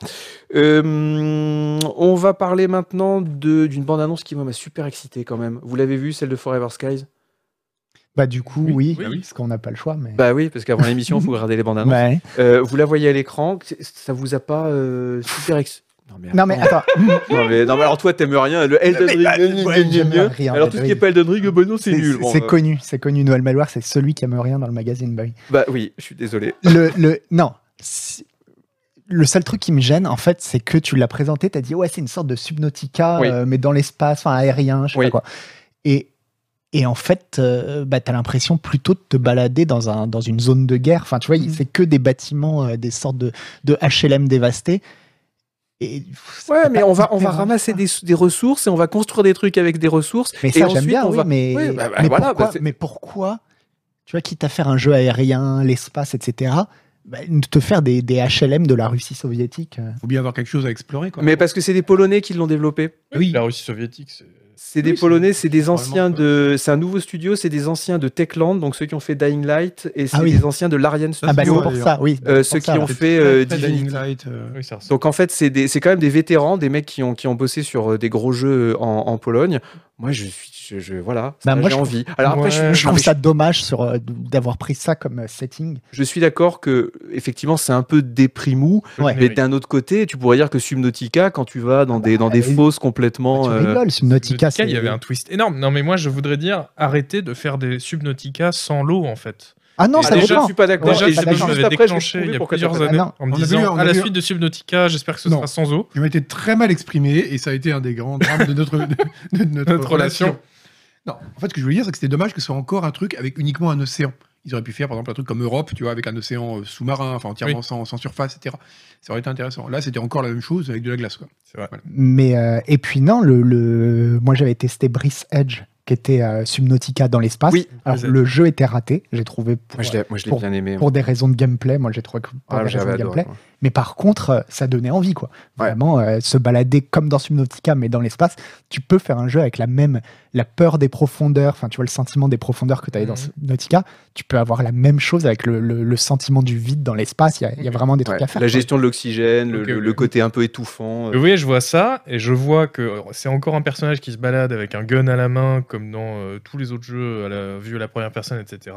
Speaker 1: Euh, on va parler maintenant de- d'une bande-annonce qui moi, m'a super excité quand même. Vous l'avez vu, celle de Forever Skies
Speaker 4: Bah, du coup,
Speaker 3: Oui,
Speaker 4: oui,
Speaker 3: oui, oui.
Speaker 4: parce qu'on n'a pas le choix. Mais...
Speaker 1: Bah oui, parce qu'avant l'émission, il faut regarder les bandes-annonces.
Speaker 4: Ouais.
Speaker 1: Euh, vous la voyez à l'écran, c'est- ça vous a pas euh, super ex... Non mais,
Speaker 4: Non, mais
Speaker 1: attends.
Speaker 4: attends.
Speaker 1: non, mais, non mais alors toi t'aimes rien, le Elden
Speaker 4: Mais,
Speaker 1: Ring,
Speaker 4: bah,
Speaker 1: gna, gna,
Speaker 4: ouais,
Speaker 1: gna,
Speaker 4: j'aime
Speaker 1: gna.
Speaker 4: rien,
Speaker 1: alors
Speaker 4: Elden
Speaker 1: tout ce qui est
Speaker 4: Ring.
Speaker 1: pas Elden Ring, bon non c'est
Speaker 4: C'est
Speaker 1: nul. Bon,
Speaker 4: c'est
Speaker 1: euh,
Speaker 4: connu, c'est connu. Noël Malware, c'est celui qui aime rien dans le magazine, bah oui.
Speaker 1: Bah oui, je suis désolé.
Speaker 4: le, le- non. Si- Le seul truc qui me gêne, en fait, c'est que tu l'as présenté, t'as dit ouais, c'est une sorte de Subnautica,
Speaker 1: Oui.
Speaker 4: euh, mais dans l'espace, enfin aérien, je sais
Speaker 1: Oui.
Speaker 4: pas quoi. Et et en fait, euh, bah, t'as l'impression plutôt de te balader dans un dans une zone de guerre. Enfin, tu vois, il-
Speaker 1: Mm.
Speaker 2: Mhm.
Speaker 4: c'est que des bâtiments, euh, des sortes de de HLM dévastés. Et pff,
Speaker 1: Ouais
Speaker 4: c'est
Speaker 1: mais
Speaker 4: pas
Speaker 1: on va, on va
Speaker 4: hyper
Speaker 1: ramasser des, des ressources et on va construire des trucs avec des ressources.
Speaker 4: mais
Speaker 1: Et
Speaker 4: ça, j'aime
Speaker 1: ensuite,
Speaker 4: bien,
Speaker 1: on
Speaker 4: oui,
Speaker 1: va-
Speaker 4: mais,
Speaker 1: Oui, bah, bah,
Speaker 4: mais,
Speaker 1: voilà,
Speaker 4: pourquoi,
Speaker 1: bah, c'est-
Speaker 4: mais pourquoi, tu vois, quitte à faire un jeu aérien, l'espace, etc., bah, te faire des, des HLM de la Russie soviétique euh,
Speaker 2: Faut bien avoir quelque chose à explorer, quoi.
Speaker 1: Mais parce que c'est des Polonais qui l'ont développé.
Speaker 2: Oui.
Speaker 3: La Russie soviétique, c'est. euh,
Speaker 1: C'est des
Speaker 2: Oui, c'est-
Speaker 1: Polonais, c'est des
Speaker 2: c'est
Speaker 1: anciens
Speaker 2: vraiment,
Speaker 1: de. C'est un nouveau studio, c'est des anciens de Techland, donc ceux qui ont fait Dying Light, et c'est
Speaker 4: Ah oui.
Speaker 1: des anciens de Larian Studio,
Speaker 4: Ah bah c'est
Speaker 2: Studio,
Speaker 4: pour
Speaker 2: d'ailleurs.
Speaker 4: ça, oui.
Speaker 1: euh,
Speaker 4: c'est
Speaker 1: ceux
Speaker 4: pour
Speaker 1: qui
Speaker 4: ça,
Speaker 1: ont
Speaker 4: là.
Speaker 1: fait euh, Divinity.
Speaker 2: Light. euh,
Speaker 3: Oui, ça ressemble.
Speaker 1: Donc euh, en fait, c'est des- c'est quand même des vétérans, des mecs qui ont, qui ont bossé sur euh, des gros jeux en, en Pologne. moi je suis je, je- voilà
Speaker 4: Bah,
Speaker 1: ça,
Speaker 4: moi,
Speaker 1: j'ai
Speaker 4: je-
Speaker 1: envie alors après
Speaker 3: Ouais.
Speaker 1: je,
Speaker 4: Je
Speaker 1: je-
Speaker 4: trouve
Speaker 1: je-
Speaker 4: ça dommage sur, euh, d'avoir pris ça comme euh, setting.
Speaker 1: je suis d'accord que effectivement c'est un peu déprimou
Speaker 4: Ouais. Ah
Speaker 1: mais d'un autre côté tu pourrais dire que Subnautica quand tu vas dans des dans des
Speaker 4: bah, oui. Bah,
Speaker 1: fosses complètement
Speaker 4: Ah, tu
Speaker 1: euh,
Speaker 4: rigoles, Subnautica.
Speaker 3: Subnautica, il y
Speaker 4: c'est-
Speaker 3: avait un twist énorme. Non, mais moi, je voudrais dire, arrêtez de faire des Subnautica sans l'eau, en fait.
Speaker 4: Ah non,
Speaker 1: et
Speaker 4: ça
Speaker 1: déjà,
Speaker 4: dépend.
Speaker 1: je suis pas d'accord
Speaker 4: Ouais,
Speaker 3: Déjà,
Speaker 1: et
Speaker 4: je suis
Speaker 3: c'est
Speaker 4: pas
Speaker 3: parce
Speaker 1: juste
Speaker 3: que
Speaker 4: d'accord.
Speaker 3: je
Speaker 1: après,
Speaker 3: l'avais
Speaker 1: je vais
Speaker 3: déclenché
Speaker 1: prouver
Speaker 3: il y a
Speaker 1: pourquoi t'as
Speaker 3: plusieurs
Speaker 1: pas-
Speaker 4: Ah
Speaker 3: années
Speaker 4: non,
Speaker 3: en me
Speaker 2: on a vu,
Speaker 3: disant,
Speaker 2: on
Speaker 3: à
Speaker 2: a
Speaker 3: la
Speaker 2: vu.
Speaker 3: suite de Subnautica, j'espère que ce
Speaker 2: Non.
Speaker 3: sera sans eau.
Speaker 2: Ils ont été très mal exprimés et ça a été un des grands drames de notre, de, de notre,
Speaker 3: Notre relation.
Speaker 2: Non, en fait, ce que je voulais dire, c'est que c'était dommage que ce soit encore un truc avec uniquement un océan. Ils auraient pu faire, par exemple, un truc comme Europe, tu vois, avec un océan euh, sous-marin, enfin entièrement sans, sans surface, etc. Ça aurait été intéressant. Là, c'était encore la même chose avec de la glace, quoi.
Speaker 3: C'est vrai.
Speaker 4: Mais euh, et puis non, le, le- moi j'avais testé Breath Edge qui était euh, Subnautica dans l'espace.
Speaker 1: Oui,
Speaker 4: Alors
Speaker 3: Breath Edge.
Speaker 4: le jeu était raté, j'ai trouvé pour,
Speaker 1: moi je l'ai moi, je l'ai
Speaker 4: Pour-
Speaker 1: bien aimé
Speaker 4: pour des raisons de gameplay. Moi j'ai trouvé que pour
Speaker 1: Ah,
Speaker 4: des raisons
Speaker 1: j'avais
Speaker 4: de
Speaker 1: adoré
Speaker 4: gameplay. Mais par contre, euh, ça donnait envie quoi.
Speaker 1: Ouais.
Speaker 4: Vraiment euh, se balader comme dans Subnautica mais dans l'espace, tu peux faire un jeu avec la même la peur des profondeurs, enfin tu vois le sentiment des profondeurs que tu avais dans
Speaker 3: Mhm.
Speaker 4: Subnautica, tu peux avoir la même chose avec le, le- le sentiment du vide dans l'espace, il y a- il y, a
Speaker 3: Ok.
Speaker 4: vraiment des trucs
Speaker 1: Ouais,
Speaker 4: à faire.
Speaker 1: la
Speaker 4: quoi.
Speaker 1: gestion de l'oxygène le,
Speaker 3: Ok,
Speaker 1: le-
Speaker 3: ok.
Speaker 1: le côté un peu étouffant euh.
Speaker 3: Euh, Vous voyez, je vois ça et je vois que euh, c'est encore un personnage qui se balade avec un gun à la main, comme dans euh, tous les autres jeux à la vue à la première personne, etc.,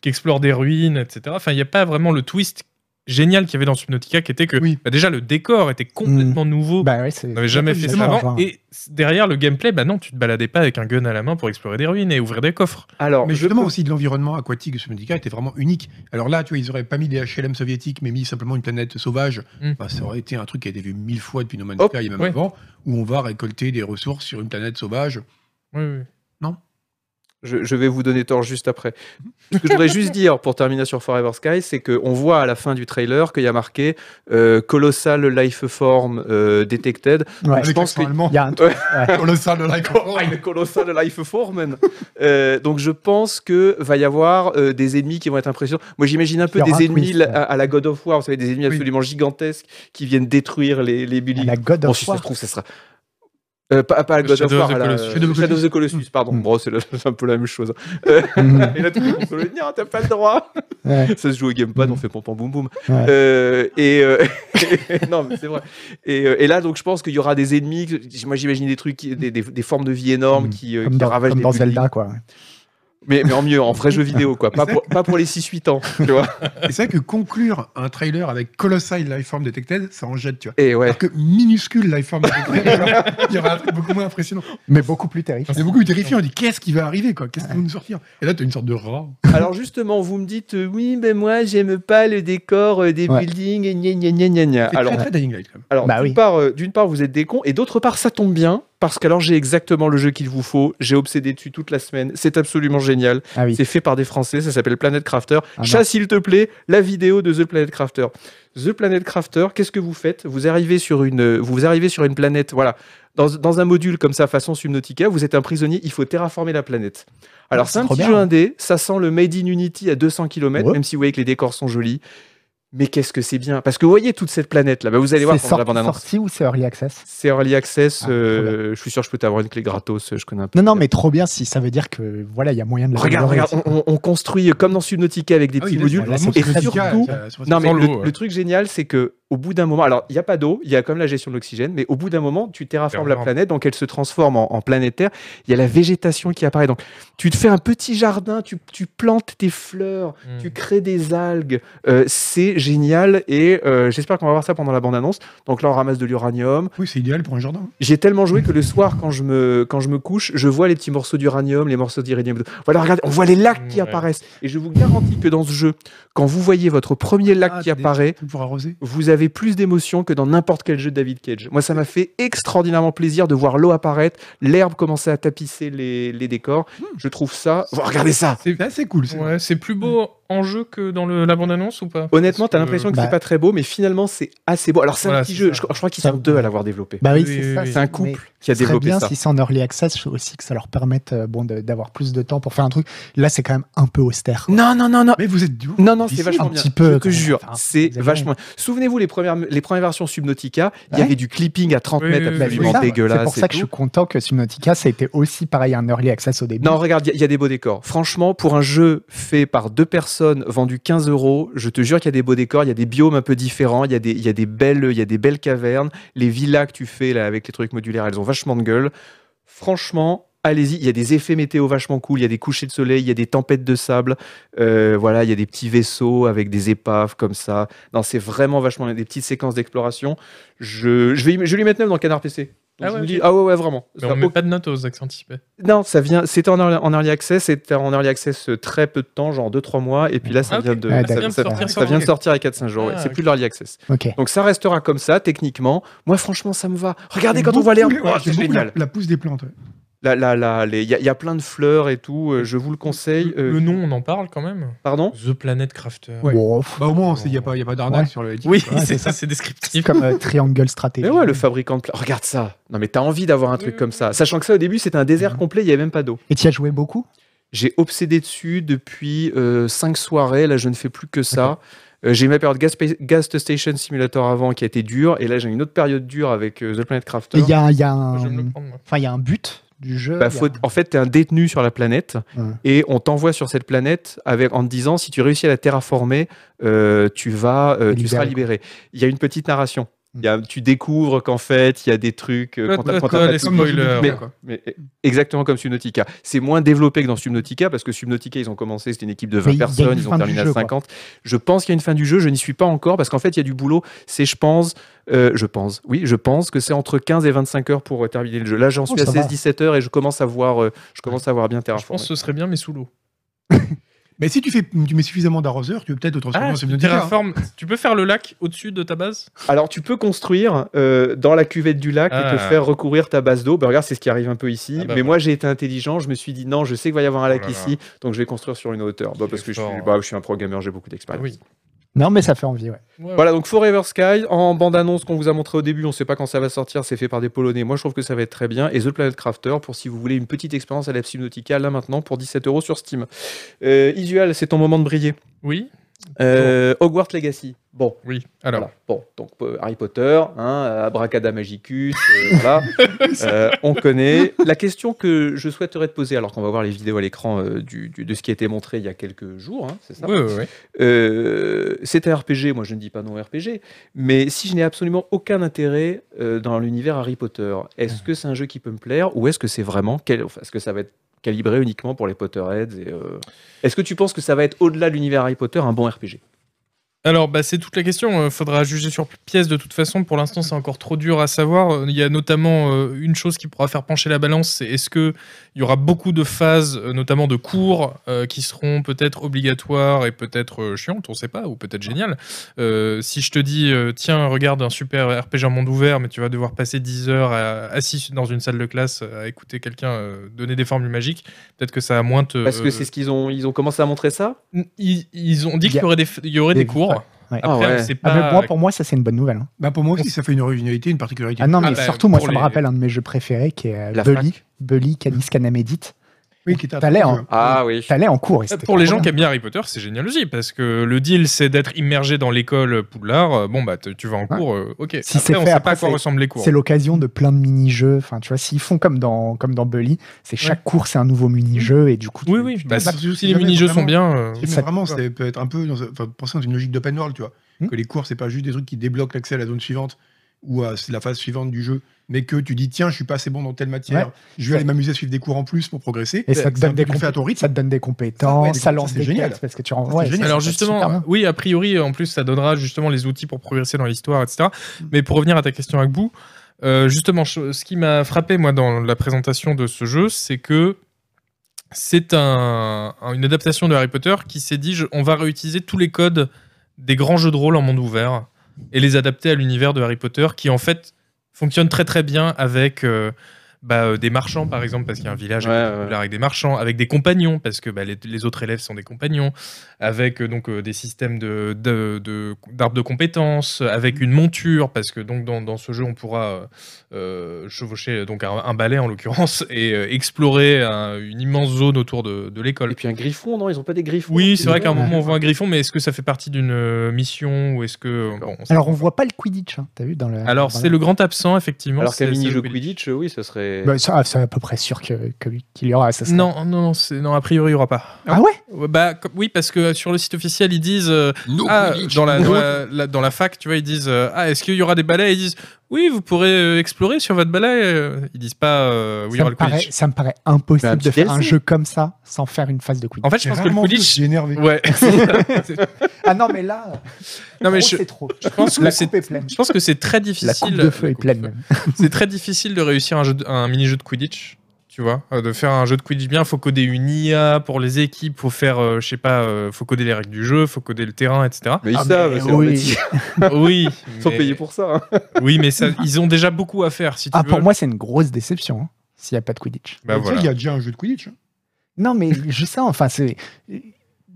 Speaker 3: qui explore des ruines, etc. Enfin, il n'y a pas vraiment le twist génial qu'il y avait dans Subnautica, qui était que
Speaker 2: Oui. Mm.
Speaker 3: bah, déjà le décor était complètement nouveau.
Speaker 4: Bah ouais, c'est-
Speaker 3: on n'avait jamais fait ça
Speaker 4: Exactement,
Speaker 3: avant.
Speaker 4: genre.
Speaker 3: Et c- derrière le gameplay, bah non, tu te baladais pas avec un gun à la main pour explorer des ruines et ouvrir des coffres.
Speaker 1: alors
Speaker 2: Mais
Speaker 1: je
Speaker 2: justement
Speaker 1: peux-
Speaker 2: aussi de l'environnement aquatique de Subnautica était vraiment unique. Alors là, tu vois, ils auraient pas mis des HLM soviétiques, mais mis simplement une planète sauvage.
Speaker 3: Mm.
Speaker 2: Bah, ça aurait été un truc qui a été vu mille fois depuis No Man's
Speaker 1: Hop,
Speaker 2: Sky et même
Speaker 3: ouais.
Speaker 2: avant, où on va récolter des ressources sur une planète sauvage.
Speaker 3: Oui, oui.
Speaker 1: Je, je vais vous donner tort juste après. Ce que je voudrais juste dire pour terminer sur Forever Sky, c'est qu'on voit à la fin du trailer qu'il y a marqué euh, Colossal Life Form euh, Detected.
Speaker 4: Ouais.
Speaker 1: Je pense que-
Speaker 4: Il y a un
Speaker 2: Colossal de la Corée.
Speaker 1: Ein Colossal Life Form Euh, Donc je pense que va y avoir euh, des ennemis qui vont être impressionnants. Moi j'imagine un peu
Speaker 4: Il y aura
Speaker 1: des
Speaker 4: un
Speaker 1: ennemis
Speaker 4: twist,
Speaker 1: la-
Speaker 4: ouais.
Speaker 1: à, à la God of War, vous savez, des ennemis
Speaker 2: Oui.
Speaker 1: absolument gigantesques qui viennent détruire les, les buildings.
Speaker 4: la God
Speaker 1: Bon,
Speaker 4: of
Speaker 1: si ça
Speaker 4: War.
Speaker 1: se trouve, ça sera. Euh, pas, pas à la
Speaker 3: Le
Speaker 1: God of
Speaker 3: Shadow of
Speaker 1: War,
Speaker 3: the
Speaker 1: à la-
Speaker 3: Colossus.
Speaker 1: Shadow of the Colossus, pardon.
Speaker 4: Mm.
Speaker 1: Bon, c'est le- c'est un peu la même chose.
Speaker 4: Mhm.
Speaker 1: Et là, tout le monde se dit, non, t'as pas le droit.
Speaker 4: Ouais.
Speaker 1: ça se joue au gamepad,
Speaker 4: Mhm.
Speaker 1: on fait pom pom boum boum.
Speaker 4: Ouais.
Speaker 1: Euh, et euh, non, mais c'est vrai. Et, euh, et là, donc, je pense qu'il y aura des ennemis. que- Moi, j'imagine des trucs, qui- des, des, des formes de vie énormes
Speaker 4: Mhm.
Speaker 1: qui, euh,
Speaker 4: Comme
Speaker 1: qui
Speaker 4: dans,
Speaker 1: ravagent
Speaker 4: comme
Speaker 1: des
Speaker 4: dans
Speaker 1: buildings.
Speaker 4: Zelda, quoi.
Speaker 1: Mais, mais en mieux, en vrai jeu vidéo, quoi. Pas pour, pas pour les 6-8 ans, tu vois.
Speaker 2: Et c'est vrai que conclure un trailer avec Colossal Lifeform Detected, ça en jette, tu vois.
Speaker 1: Et ouais.
Speaker 2: Alors que minuscule Lifeform Detected, genre, il y aura un truc beaucoup moins impressionnant.
Speaker 4: Mais beaucoup plus terrifiant.
Speaker 2: C'est beaucoup plus terrifiant. On dit qu'est-ce qui va arriver, quoi Qu'est-ce qui va nous sortir Et là, t'as une sorte de rat.
Speaker 1: Alors, justement, vous me dites, euh, oui, mais moi, j'aime pas le décor euh, des
Speaker 4: Ouais.
Speaker 1: buildings, et gna gna gna gna gna.
Speaker 2: C'est
Speaker 1: Alors,
Speaker 2: très, très Dying Light, quand même.
Speaker 1: Alors,
Speaker 4: Bah
Speaker 1: d'une
Speaker 4: oui.
Speaker 1: part, euh, d'une part, vous êtes des cons, et d'autre part, ça tombe bien, parce qu'alors j'ai exactement le jeu qu'il vous faut, j'ai obsédé dessus toute la semaine, c'est absolument génial,
Speaker 4: Ah oui. Ah
Speaker 1: c'est fait par des Français, ça s'appelle Planet Crafter.
Speaker 4: non.
Speaker 1: Chasse, s'il te plaît, la vidéo de The Planet Crafter. The Planet Crafter, qu'est-ce que vous faites Vous arrivez sur une, vous arrivez sur une planète, voilà, dans, dans un module comme ça, façon Subnautica, vous êtes un prisonnier, il faut terraformer la planète. Alors,
Speaker 4: Ah,
Speaker 1: c'est un
Speaker 4: c'est trop
Speaker 1: petit
Speaker 4: bien.
Speaker 1: jeu indé, ça sent le Made in Unity à 200 km,
Speaker 4: Ouais.
Speaker 1: même si vous voyez que les décors sont jolis. Mais qu'est-ce que c'est bien Parce que vous voyez toute cette planète là, bah, vous allez voir
Speaker 4: C'est
Speaker 1: pendant la
Speaker 4: sorti,
Speaker 1: bande-annonce.
Speaker 4: sorti ou c'est Early Access
Speaker 1: C'est Early Access.
Speaker 4: Ah, trop
Speaker 1: euh, je suis sûr que je peux t'avoir une clé gratos. Je connais un peu.
Speaker 4: Non, non, mais trop bien si ça veut dire que voilà, il y a moyen de la
Speaker 1: Regarde,
Speaker 4: améliorer.
Speaker 1: regarde, on, on- on construit euh, comme dans Subnautica avec des
Speaker 2: Ah
Speaker 1: petits
Speaker 2: oui, là,
Speaker 1: modules.
Speaker 4: là,
Speaker 2: c'est
Speaker 4: c'est
Speaker 2: vraiment
Speaker 4: et
Speaker 1: surtout-
Speaker 2: sur-
Speaker 1: Non, mais
Speaker 3: Sans
Speaker 1: le,
Speaker 3: l'eau, ouais.
Speaker 1: le truc génial, c'est que au bout d'un moment, alors il n'y a pas d'eau, il y a quand même la gestion de l'oxygène, mais au bout d'un moment, tu terraformes la
Speaker 3: Terraforme.
Speaker 1: planète, donc elle se transforme en, en planète Terre. Il y a la végétation qui apparaît. Donc tu te fais un petit jardin, tu, tu plantes tes fleurs,
Speaker 3: Hmm.
Speaker 2: Mm.
Speaker 1: tu crées des algues. Euh, c'est génial et euh, j'espère qu'on va voir ça pendant la bande-annonce. Donc là, on ramasse de l'uranium,
Speaker 2: Oui, c'est idéal pour un jardin.
Speaker 1: j'ai tellement joué que le soir, quand je me, quand je me couche, je vois les petits morceaux d'uranium, les morceaux d'iridium. Voilà, regardez, on voit les lacs qui
Speaker 3: Ouais.
Speaker 1: apparaissent. Et je vous garantis que dans ce jeu, quand vous voyez votre premier lac
Speaker 2: Ah,
Speaker 1: qui
Speaker 2: t'as des-
Speaker 1: apparaît,
Speaker 2: Pour arroser.
Speaker 1: vous avez plus d'émotion que dans n'importe quel jeu de David Cage. Moi, ça m'a fait extraordinairement plaisir de voir l'eau apparaître, l'herbe commencer à tapisser les, les décors.
Speaker 4: Hmm.
Speaker 1: Je trouve ça. Oh, regardez ça
Speaker 2: C'est assez cool. c'est-
Speaker 3: Ouais, c'est plus beau en jeu que dans le- la bande-annonce ou pas
Speaker 1: Honnêtement,
Speaker 3: Parce
Speaker 1: t'as
Speaker 3: que-
Speaker 1: l'impression que
Speaker 4: Bah.
Speaker 1: c'est pas très beau, mais finalement, c'est assez beau. Alors, c'est un
Speaker 3: Voilà,
Speaker 1: petit
Speaker 3: c'est
Speaker 1: jeu.
Speaker 3: ça.
Speaker 1: Je, je crois qu'ils
Speaker 4: Ça-
Speaker 1: sont deux à l'avoir développé.
Speaker 4: Bah oui,
Speaker 3: Oui,
Speaker 4: c'est
Speaker 3: oui,
Speaker 4: ça.
Speaker 3: oui.
Speaker 1: c'est un
Speaker 4: mais
Speaker 1: couple qui a
Speaker 4: Ce serait
Speaker 1: développé
Speaker 4: bien
Speaker 1: ça.
Speaker 4: si c'est en early access je- aussi que ça leur permette euh, bon, de- d'avoir plus de temps pour faire un truc. Là, c'est quand même un peu austère. quoi.
Speaker 1: Non, non, non, non.
Speaker 2: Mais vous êtes dur.
Speaker 1: Non, non, c'est
Speaker 2: Ici,
Speaker 1: vachement
Speaker 4: un
Speaker 1: bien.
Speaker 4: petit peu,
Speaker 1: je te
Speaker 4: quand même.
Speaker 1: jure,
Speaker 4: Enfin,
Speaker 1: c'est
Speaker 4: exagéré.
Speaker 1: vachement. Souvenez-vous les premières, les premières versions Subnautica, il y
Speaker 4: Ouais.
Speaker 1: avait du clipping à 30
Speaker 3: Oui,
Speaker 1: mètres
Speaker 3: oui, oui,
Speaker 4: Bah, c'est
Speaker 1: absolument
Speaker 4: ça.
Speaker 1: dégueulasse.
Speaker 4: C'est pour ça
Speaker 1: et
Speaker 4: que je suis
Speaker 1: tout.
Speaker 4: content que Subnautica, ça a été aussi pareil un early access au début.
Speaker 1: Non, regarde, il y a- il y, a des beaux décors. Franchement, pour un jeu fait par deux personnes, vendu 15 euros, je te jure qu'il y a des beaux décors. Il y a des biomes un peu différents. Il y a des, il y a des belles, il y a des belles cavernes. Les villas que tu fais là avec les trucs modulaires, elles ont vachement de gueule. Franchement, allez-y. Il y a des effets météo vachement cool. Il y a des couchers de soleil, il y a des tempêtes de sable. Euh, voilà, il y a des petits vaisseaux avec des épaves comme ça. Non, c'est vraiment vachement bien. Des petites séquences d'exploration. Je, je vais, y- je vais lui mettre 9 dans Canard PC. Donc,
Speaker 3: Ah
Speaker 1: je
Speaker 3: ouais,
Speaker 1: me
Speaker 3: ok.
Speaker 1: dis, ah ouais, ouais, vraiment.
Speaker 3: Mais
Speaker 1: Ça-
Speaker 3: bah, on met pas de notes aux accents typés.
Speaker 1: non, ça vient. C'était en, early- en early access. C'était en early access euh, très peu de temps, genre 2-3 mois. Et puis là, ça
Speaker 3: Ah, ok.
Speaker 1: vient de,
Speaker 4: Ah,
Speaker 1: ça, ça-
Speaker 4: d'accord. Ça vient de sortir
Speaker 1: ça vient de
Speaker 3: sur-
Speaker 1: sortir à 4-5 jours. ouais.
Speaker 3: Ah,
Speaker 1: C'est
Speaker 3: ok.
Speaker 1: plus de l'early access.
Speaker 4: Ok.
Speaker 1: Donc ça restera comme ça techniquement. Moi, franchement, ça me va. Regardez
Speaker 2: J'aime
Speaker 1: quand on voit les.
Speaker 2: beaucoup,
Speaker 1: Oh,
Speaker 2: ouais,
Speaker 1: c'est
Speaker 2: j'aime beaucoup
Speaker 1: génial.
Speaker 2: La, la pousse des plantes. ouais.
Speaker 1: Là, là, là, les- il y, a- il y a plein de fleurs et tout. euh, Je vous le conseille.
Speaker 3: Le
Speaker 1: euh,
Speaker 3: nom, on en parle quand même.
Speaker 1: Pardon.
Speaker 3: The Planet Crafter.
Speaker 2: Ouais.
Speaker 4: Wow, pff,
Speaker 2: Bah, au moins, il n'y a pas, y a pas d'arnaque
Speaker 4: Ouais.
Speaker 2: sur le.
Speaker 3: Oui,
Speaker 4: Ouais,
Speaker 3: c'est
Speaker 4: c'est
Speaker 3: ça, c'est descriptif.
Speaker 4: Comme euh, Triangle Stratégie.
Speaker 1: Mais ouais, le fabricant de. pla- Regarde ça. Non, mais t'as envie d'avoir un truc
Speaker 3: Oui,
Speaker 1: comme
Speaker 3: oui,
Speaker 1: ça. Sachant que ça, au début, c'était un désert
Speaker 2: Mhm.
Speaker 1: complet. Il y avait même pas d'eau.
Speaker 4: Et tu y as joué beaucoup
Speaker 1: J'ai obsédé dessus depuis 5 soirées. Là, je ne fais plus que ça. Euh, j'ai eu ma période gas, Gas Station Simulator avant qui a été dure. Et là, j'ai une autre période dure avec euh, The Planet Crafter.
Speaker 4: Mais il y a, il y a
Speaker 3: Je vais me le
Speaker 4: un...
Speaker 3: prendre, moi.
Speaker 4: Enfin, il y a un but du jeu.
Speaker 1: Bah,
Speaker 4: il y a-
Speaker 1: faut- En fait, tu es un détenu sur la planète
Speaker 4: Ouais.
Speaker 1: et on t'envoie sur cette planète avec, en te disant si tu réussis à la terraformer, euh, tu, vas, euh, tu
Speaker 4: Et libérer,
Speaker 1: seras
Speaker 4: quoi.
Speaker 1: libéré. Il y a une petite narration.
Speaker 4: Mm.
Speaker 1: Il y a- tu découvres qu'en fait, il y a des trucs. euh, quand t'as- quand t'as
Speaker 3: Ouais,
Speaker 1: pas
Speaker 3: les
Speaker 1: tout-
Speaker 3: spoilers.
Speaker 1: mais-
Speaker 2: quoi.
Speaker 1: mais,
Speaker 4: Mm.
Speaker 1: euh, exactement comme Subnautica. C'est moins développé que dans Subnautica parce que Subnautica, ils ont commencé, c'était une équipe de 20
Speaker 4: Mais il y a une
Speaker 1: personnes, ils
Speaker 4: fin
Speaker 1: ont
Speaker 4: du
Speaker 1: terminé
Speaker 4: jeu,
Speaker 1: à
Speaker 4: quoi.
Speaker 1: 50. Je pense qu'il y a une fin du jeu, je n'y suis pas encore parce qu'en fait, il y a du boulot. C'est, je pense, euh, je pense, oui, je pense que c'est entre 15 et 25 heures pour euh, terminer le jeu. Là, j'en
Speaker 4: Oh,
Speaker 1: suis à
Speaker 4: ça va.
Speaker 1: 16-17 heures et je commence à voir, euh, je commence à voir bien
Speaker 3: Je pense
Speaker 1: Terraform.
Speaker 3: que ce serait bien, mais sous l'eau.
Speaker 2: Mais si tu, fais, tu mets suffisamment d'arroseurs, tu peux peut-être le transformer
Speaker 3: Ah,
Speaker 2: en
Speaker 3: tu
Speaker 2: Subnautica. hein.
Speaker 3: terraformes. Tu peux faire le lac au-dessus de ta base
Speaker 1: Alors, tu peux construire euh, dans la cuvette du lac et te
Speaker 3: Ah.
Speaker 1: faire recourir ta base d'eau. Bah, regarde, c'est ce qui arrive un peu ici.
Speaker 3: Ah bah
Speaker 1: Mais
Speaker 3: voilà.
Speaker 1: moi, j'ai été intelligent. Je me suis dit, non, je sais qu'il va y avoir un lac
Speaker 3: Oh là là.
Speaker 1: ici, donc je vais construire sur une hauteur. Bah, parce que je
Speaker 3: fort,
Speaker 1: suis,
Speaker 3: hein.
Speaker 1: bah, je suis un pro gamer, j'ai beaucoup d'expérience.
Speaker 3: Oui.
Speaker 4: Non, mais ça fait envie, ouais.
Speaker 3: Ouais,
Speaker 1: Voilà, donc Forever Sky, en bande-annonce qu'on vous a montré au début, on ne sait pas quand ça va sortir, c'est fait par des Polonais. Moi, je trouve que ça va être très bien. Et The Planet Crafter, pour si vous voulez une petite expérience à la Psymnotica, là maintenant, pour 17 euros sur Steam. Euh, Isual, c'est ton moment de briller.
Speaker 3: Oui.
Speaker 1: Euh, Hogwarts Legacy. Bon,
Speaker 3: Oui. Alors,
Speaker 1: voilà. Bon, donc euh, Harry Potter, hein, Abracada Magicus, euh, voilà, Euh, on connaît. La question que je souhaiterais te poser, alors qu'on va voir les vidéos à l'écran euh, du- du- de ce qui a été montré il y a quelques jours, hein, c'est ça
Speaker 3: ouais, ouais, ouais.
Speaker 1: euh, c'est un RPG, moi je ne dis pas non RPG, mais si je n'ai absolument aucun intérêt euh, dans l'univers Harry Potter,
Speaker 3: Mhm.
Speaker 1: est-ce que c'est un jeu qui peut me plaire ou est-ce que c'est vraiment quel... enfin, est-ce que ça va être calibré uniquement pour les Potterheads et, euh, Est-ce que tu penses que ça va être au-delà de l'univers Harry Potter un bon RPG
Speaker 3: Euh, Alors, bah, c'est toute la question. euh, Faudra juger sur pièce de toute façon. Pour l'instant, c'est encore trop dur à savoir. Euh, Il y a notamment euh, une chose qui pourra faire pencher la balance, c'est est-ce que il y aura beaucoup de phases, euh, notamment de cours, euh, qui seront peut-être obligatoires et peut-être euh, chiantes, on sait pas, ou peut-être géniales. Euh, si je te dis, euh, tiens, regarde un super RPG en monde ouvert, mais tu vas devoir passer 10 heures à- assis dans une salle de classe à écouter quelqu'un euh, donner des formules magiques, peut-être que ça a moins te...
Speaker 1: Parce que c'est ce qu'ils ont, ils ont commencé à montrer ça.
Speaker 3: ils, ils ont dit qu'il y aurait des, f- il y aurait
Speaker 4: Des-
Speaker 3: des cours.
Speaker 4: ouais.
Speaker 1: Ah
Speaker 3: Après,
Speaker 1: ouais.
Speaker 3: c'est
Speaker 4: Ah, mais
Speaker 3: pas...
Speaker 4: moi, pour moi, ça, c'est une bonne nouvelle. hein.
Speaker 2: Bah, pour moi aussi, ça fait une originalité, une particularité.
Speaker 4: Ah non,
Speaker 3: Ah
Speaker 4: mais
Speaker 3: bah,
Speaker 4: surtout, moi,
Speaker 3: pour
Speaker 4: ça me
Speaker 3: les-
Speaker 4: rappelle un de mes jeux préférés qui est euh,
Speaker 1: La
Speaker 4: Bully, Bully Canis Canamédite.
Speaker 2: oui, qui est un
Speaker 4: T'as l'air, hein.
Speaker 1: Ah oui.
Speaker 4: T'allais en cours et c'était
Speaker 3: Euh, Pour les gens
Speaker 4: trop
Speaker 3: qui
Speaker 4: bien.
Speaker 3: aiment bien Harry Potter, c'est génial aussi, parce que le deal, c'est d'être immergé dans l'école Poudlard. euh, Bon, bah, t- tu vas en cours, euh, ok.
Speaker 4: Si c'est
Speaker 3: après, on
Speaker 4: fait,
Speaker 3: sait
Speaker 4: après,
Speaker 3: pas à quoi
Speaker 4: c'est-
Speaker 3: ressemblent les cours.
Speaker 4: C'est l'occasion de plein de mini-jeux. Enfin, tu vois, s'ils font comme dans, comme dans Bully, c'est chaque cours, c'est un nouveau mini-jeu et du coup, tu-
Speaker 3: Oui, oui. bah,
Speaker 2: bah,
Speaker 3: si-
Speaker 2: surtout
Speaker 3: si
Speaker 2: si
Speaker 3: les
Speaker 2: jamais
Speaker 3: mini-jeux sont
Speaker 2: vraiment-
Speaker 3: bien... euh,
Speaker 2: Mais
Speaker 4: Ça-
Speaker 2: vraiment, ça peut être un peu dans, enfin, penser dans une logique d'open world, tu vois.
Speaker 4: Hmm.
Speaker 2: Que les cours, c'est pas juste des trucs qui débloquent l'accès à la zone suivante ou à la phase suivante du jeu, mais que tu dis tiens, je suis pas assez bon dans telle matière, je vais aller m'amuser à suivre des cours en plus pour progresser.
Speaker 4: et ça te,
Speaker 2: C'est un
Speaker 4: donne
Speaker 2: peu
Speaker 4: des
Speaker 2: qu'on fait à ton
Speaker 4: compé-
Speaker 2: rythme.
Speaker 4: ça te donne des compétences,
Speaker 2: Ça, ouais,
Speaker 4: ça
Speaker 2: des-
Speaker 4: lance
Speaker 2: ça, c'est
Speaker 4: des
Speaker 2: génial.
Speaker 4: quêtes parce que tu renvoies.
Speaker 2: c'est génial.
Speaker 3: Alors
Speaker 4: ça, c'est super
Speaker 3: justement,
Speaker 4: bien.
Speaker 3: oui, a priori, en plus, ça donnera justement les outils pour progresser dans l'histoire, etc. Mais pour revenir à ta question, Agbou, euh, justement, je- ce qui m'a frappé, moi, dans la présentation de ce jeu, c'est que c'est un- un- une adaptation de Harry Potter qui s'est dit, je- on va réutiliser tous les codes des grands jeux de rôle en monde ouvert et les adapter à l'univers de Harry Potter qui, en fait, fonctionne très très bien avec... euh, bah, euh, des marchands par exemple parce qu'il y a un village
Speaker 1: Ouais,
Speaker 3: avec,
Speaker 1: ouais.
Speaker 3: avec des marchands avec des compagnons parce que bah, les- les autres élèves sont des compagnons avec euh, donc euh, des systèmes de de- de- d'arbres de, compétences, avec une monture parce que donc dans, dans ce jeu on pourra euh, euh, chevaucher euh, donc un, un balai en l'occurrence et euh, explorer un- une immense zone autour de, de
Speaker 1: Et
Speaker 3: l'école.
Speaker 1: puis un griffon, non Ils ont pas des griffons
Speaker 3: Oui, c'est vrai qu'à un
Speaker 4: euh, Ouais.
Speaker 3: moment on voit un griffon, mais est-ce que ça fait partie d'une euh, mission ou est-ce que euh, bon, on sait
Speaker 4: Alors,
Speaker 3: pas.
Speaker 4: on voit pas le Quidditch, hein, t'as vu dans le.
Speaker 3: alors
Speaker 4: dans
Speaker 3: c'est le grand absent effectivement.
Speaker 1: Alors qu'un
Speaker 3: c'est- c'est
Speaker 1: mini-jeu
Speaker 3: le-
Speaker 1: Quidditch, oui, ça serait.
Speaker 4: Bah, ça, ah, c'est à peu près sûr que que- qu'il y aura. ça serait-
Speaker 3: Non, non, non, c'est- non, a priori il n'y aura pas.
Speaker 4: Ah ouais
Speaker 3: Ouais, Bah, com- oui, parce que euh, sur le site officiel, ils Ah, disent euh, Ah, dans la, dans, la, la- dans la fac, tu vois, ils disent euh, Ah, est-ce qu'il y aura des balais Ils disent Oui, vous pourrez euh, explorer sur votre balai. euh, Ils disent pas euh, We
Speaker 4: ça,
Speaker 3: are
Speaker 4: me
Speaker 3: all
Speaker 4: paraît,
Speaker 3: Quidditch.
Speaker 4: ça me paraît
Speaker 1: Bah, un
Speaker 4: impossible
Speaker 1: petit
Speaker 4: de faire un
Speaker 1: DLC.
Speaker 4: jeu comme ça sans faire une phase de Quidditch.
Speaker 3: En fait, je pense que le Quidditch.
Speaker 2: J'ai énervé.
Speaker 3: Ouais. C'est-
Speaker 4: Ah non, mais là,
Speaker 3: non mais
Speaker 4: gros,
Speaker 3: je,
Speaker 4: c'est trop.
Speaker 3: je pense que
Speaker 4: La
Speaker 3: c'est.
Speaker 4: coupe est pleine.
Speaker 3: Je pense que c'est très difficile.
Speaker 4: La coupe de feu
Speaker 3: la
Speaker 4: est
Speaker 3: coupe
Speaker 4: pleine.
Speaker 3: de feu.
Speaker 4: même.
Speaker 3: C'est très difficile de réussir un, jeu de- un mini-jeu de Quidditch, tu vois. euh, De faire un jeu de Quidditch bien, faut coder une IA pour les équipes, faut faire, euh, je sais pas, euh, faut coder les règles du jeu, faut coder le terrain, etc.
Speaker 1: Mais ils
Speaker 4: Ah,
Speaker 1: savent,
Speaker 4: mais
Speaker 1: c'est leur
Speaker 4: oui.
Speaker 1: métier.
Speaker 3: Oui.
Speaker 1: Ils sont
Speaker 3: mais-
Speaker 1: payés pour ça. hein.
Speaker 3: Oui, mais ça, ils ont déjà beaucoup à faire, si tu
Speaker 4: Ah,
Speaker 3: veux.
Speaker 4: pour moi, c'est une grosse déception hein, s'il n'y a pas de Quidditch.
Speaker 3: Bah
Speaker 2: Tu sais,
Speaker 3: voilà.
Speaker 2: Il y a déjà un jeu de Quidditch. hein.
Speaker 4: Non, mais je sais, enfin, c'est.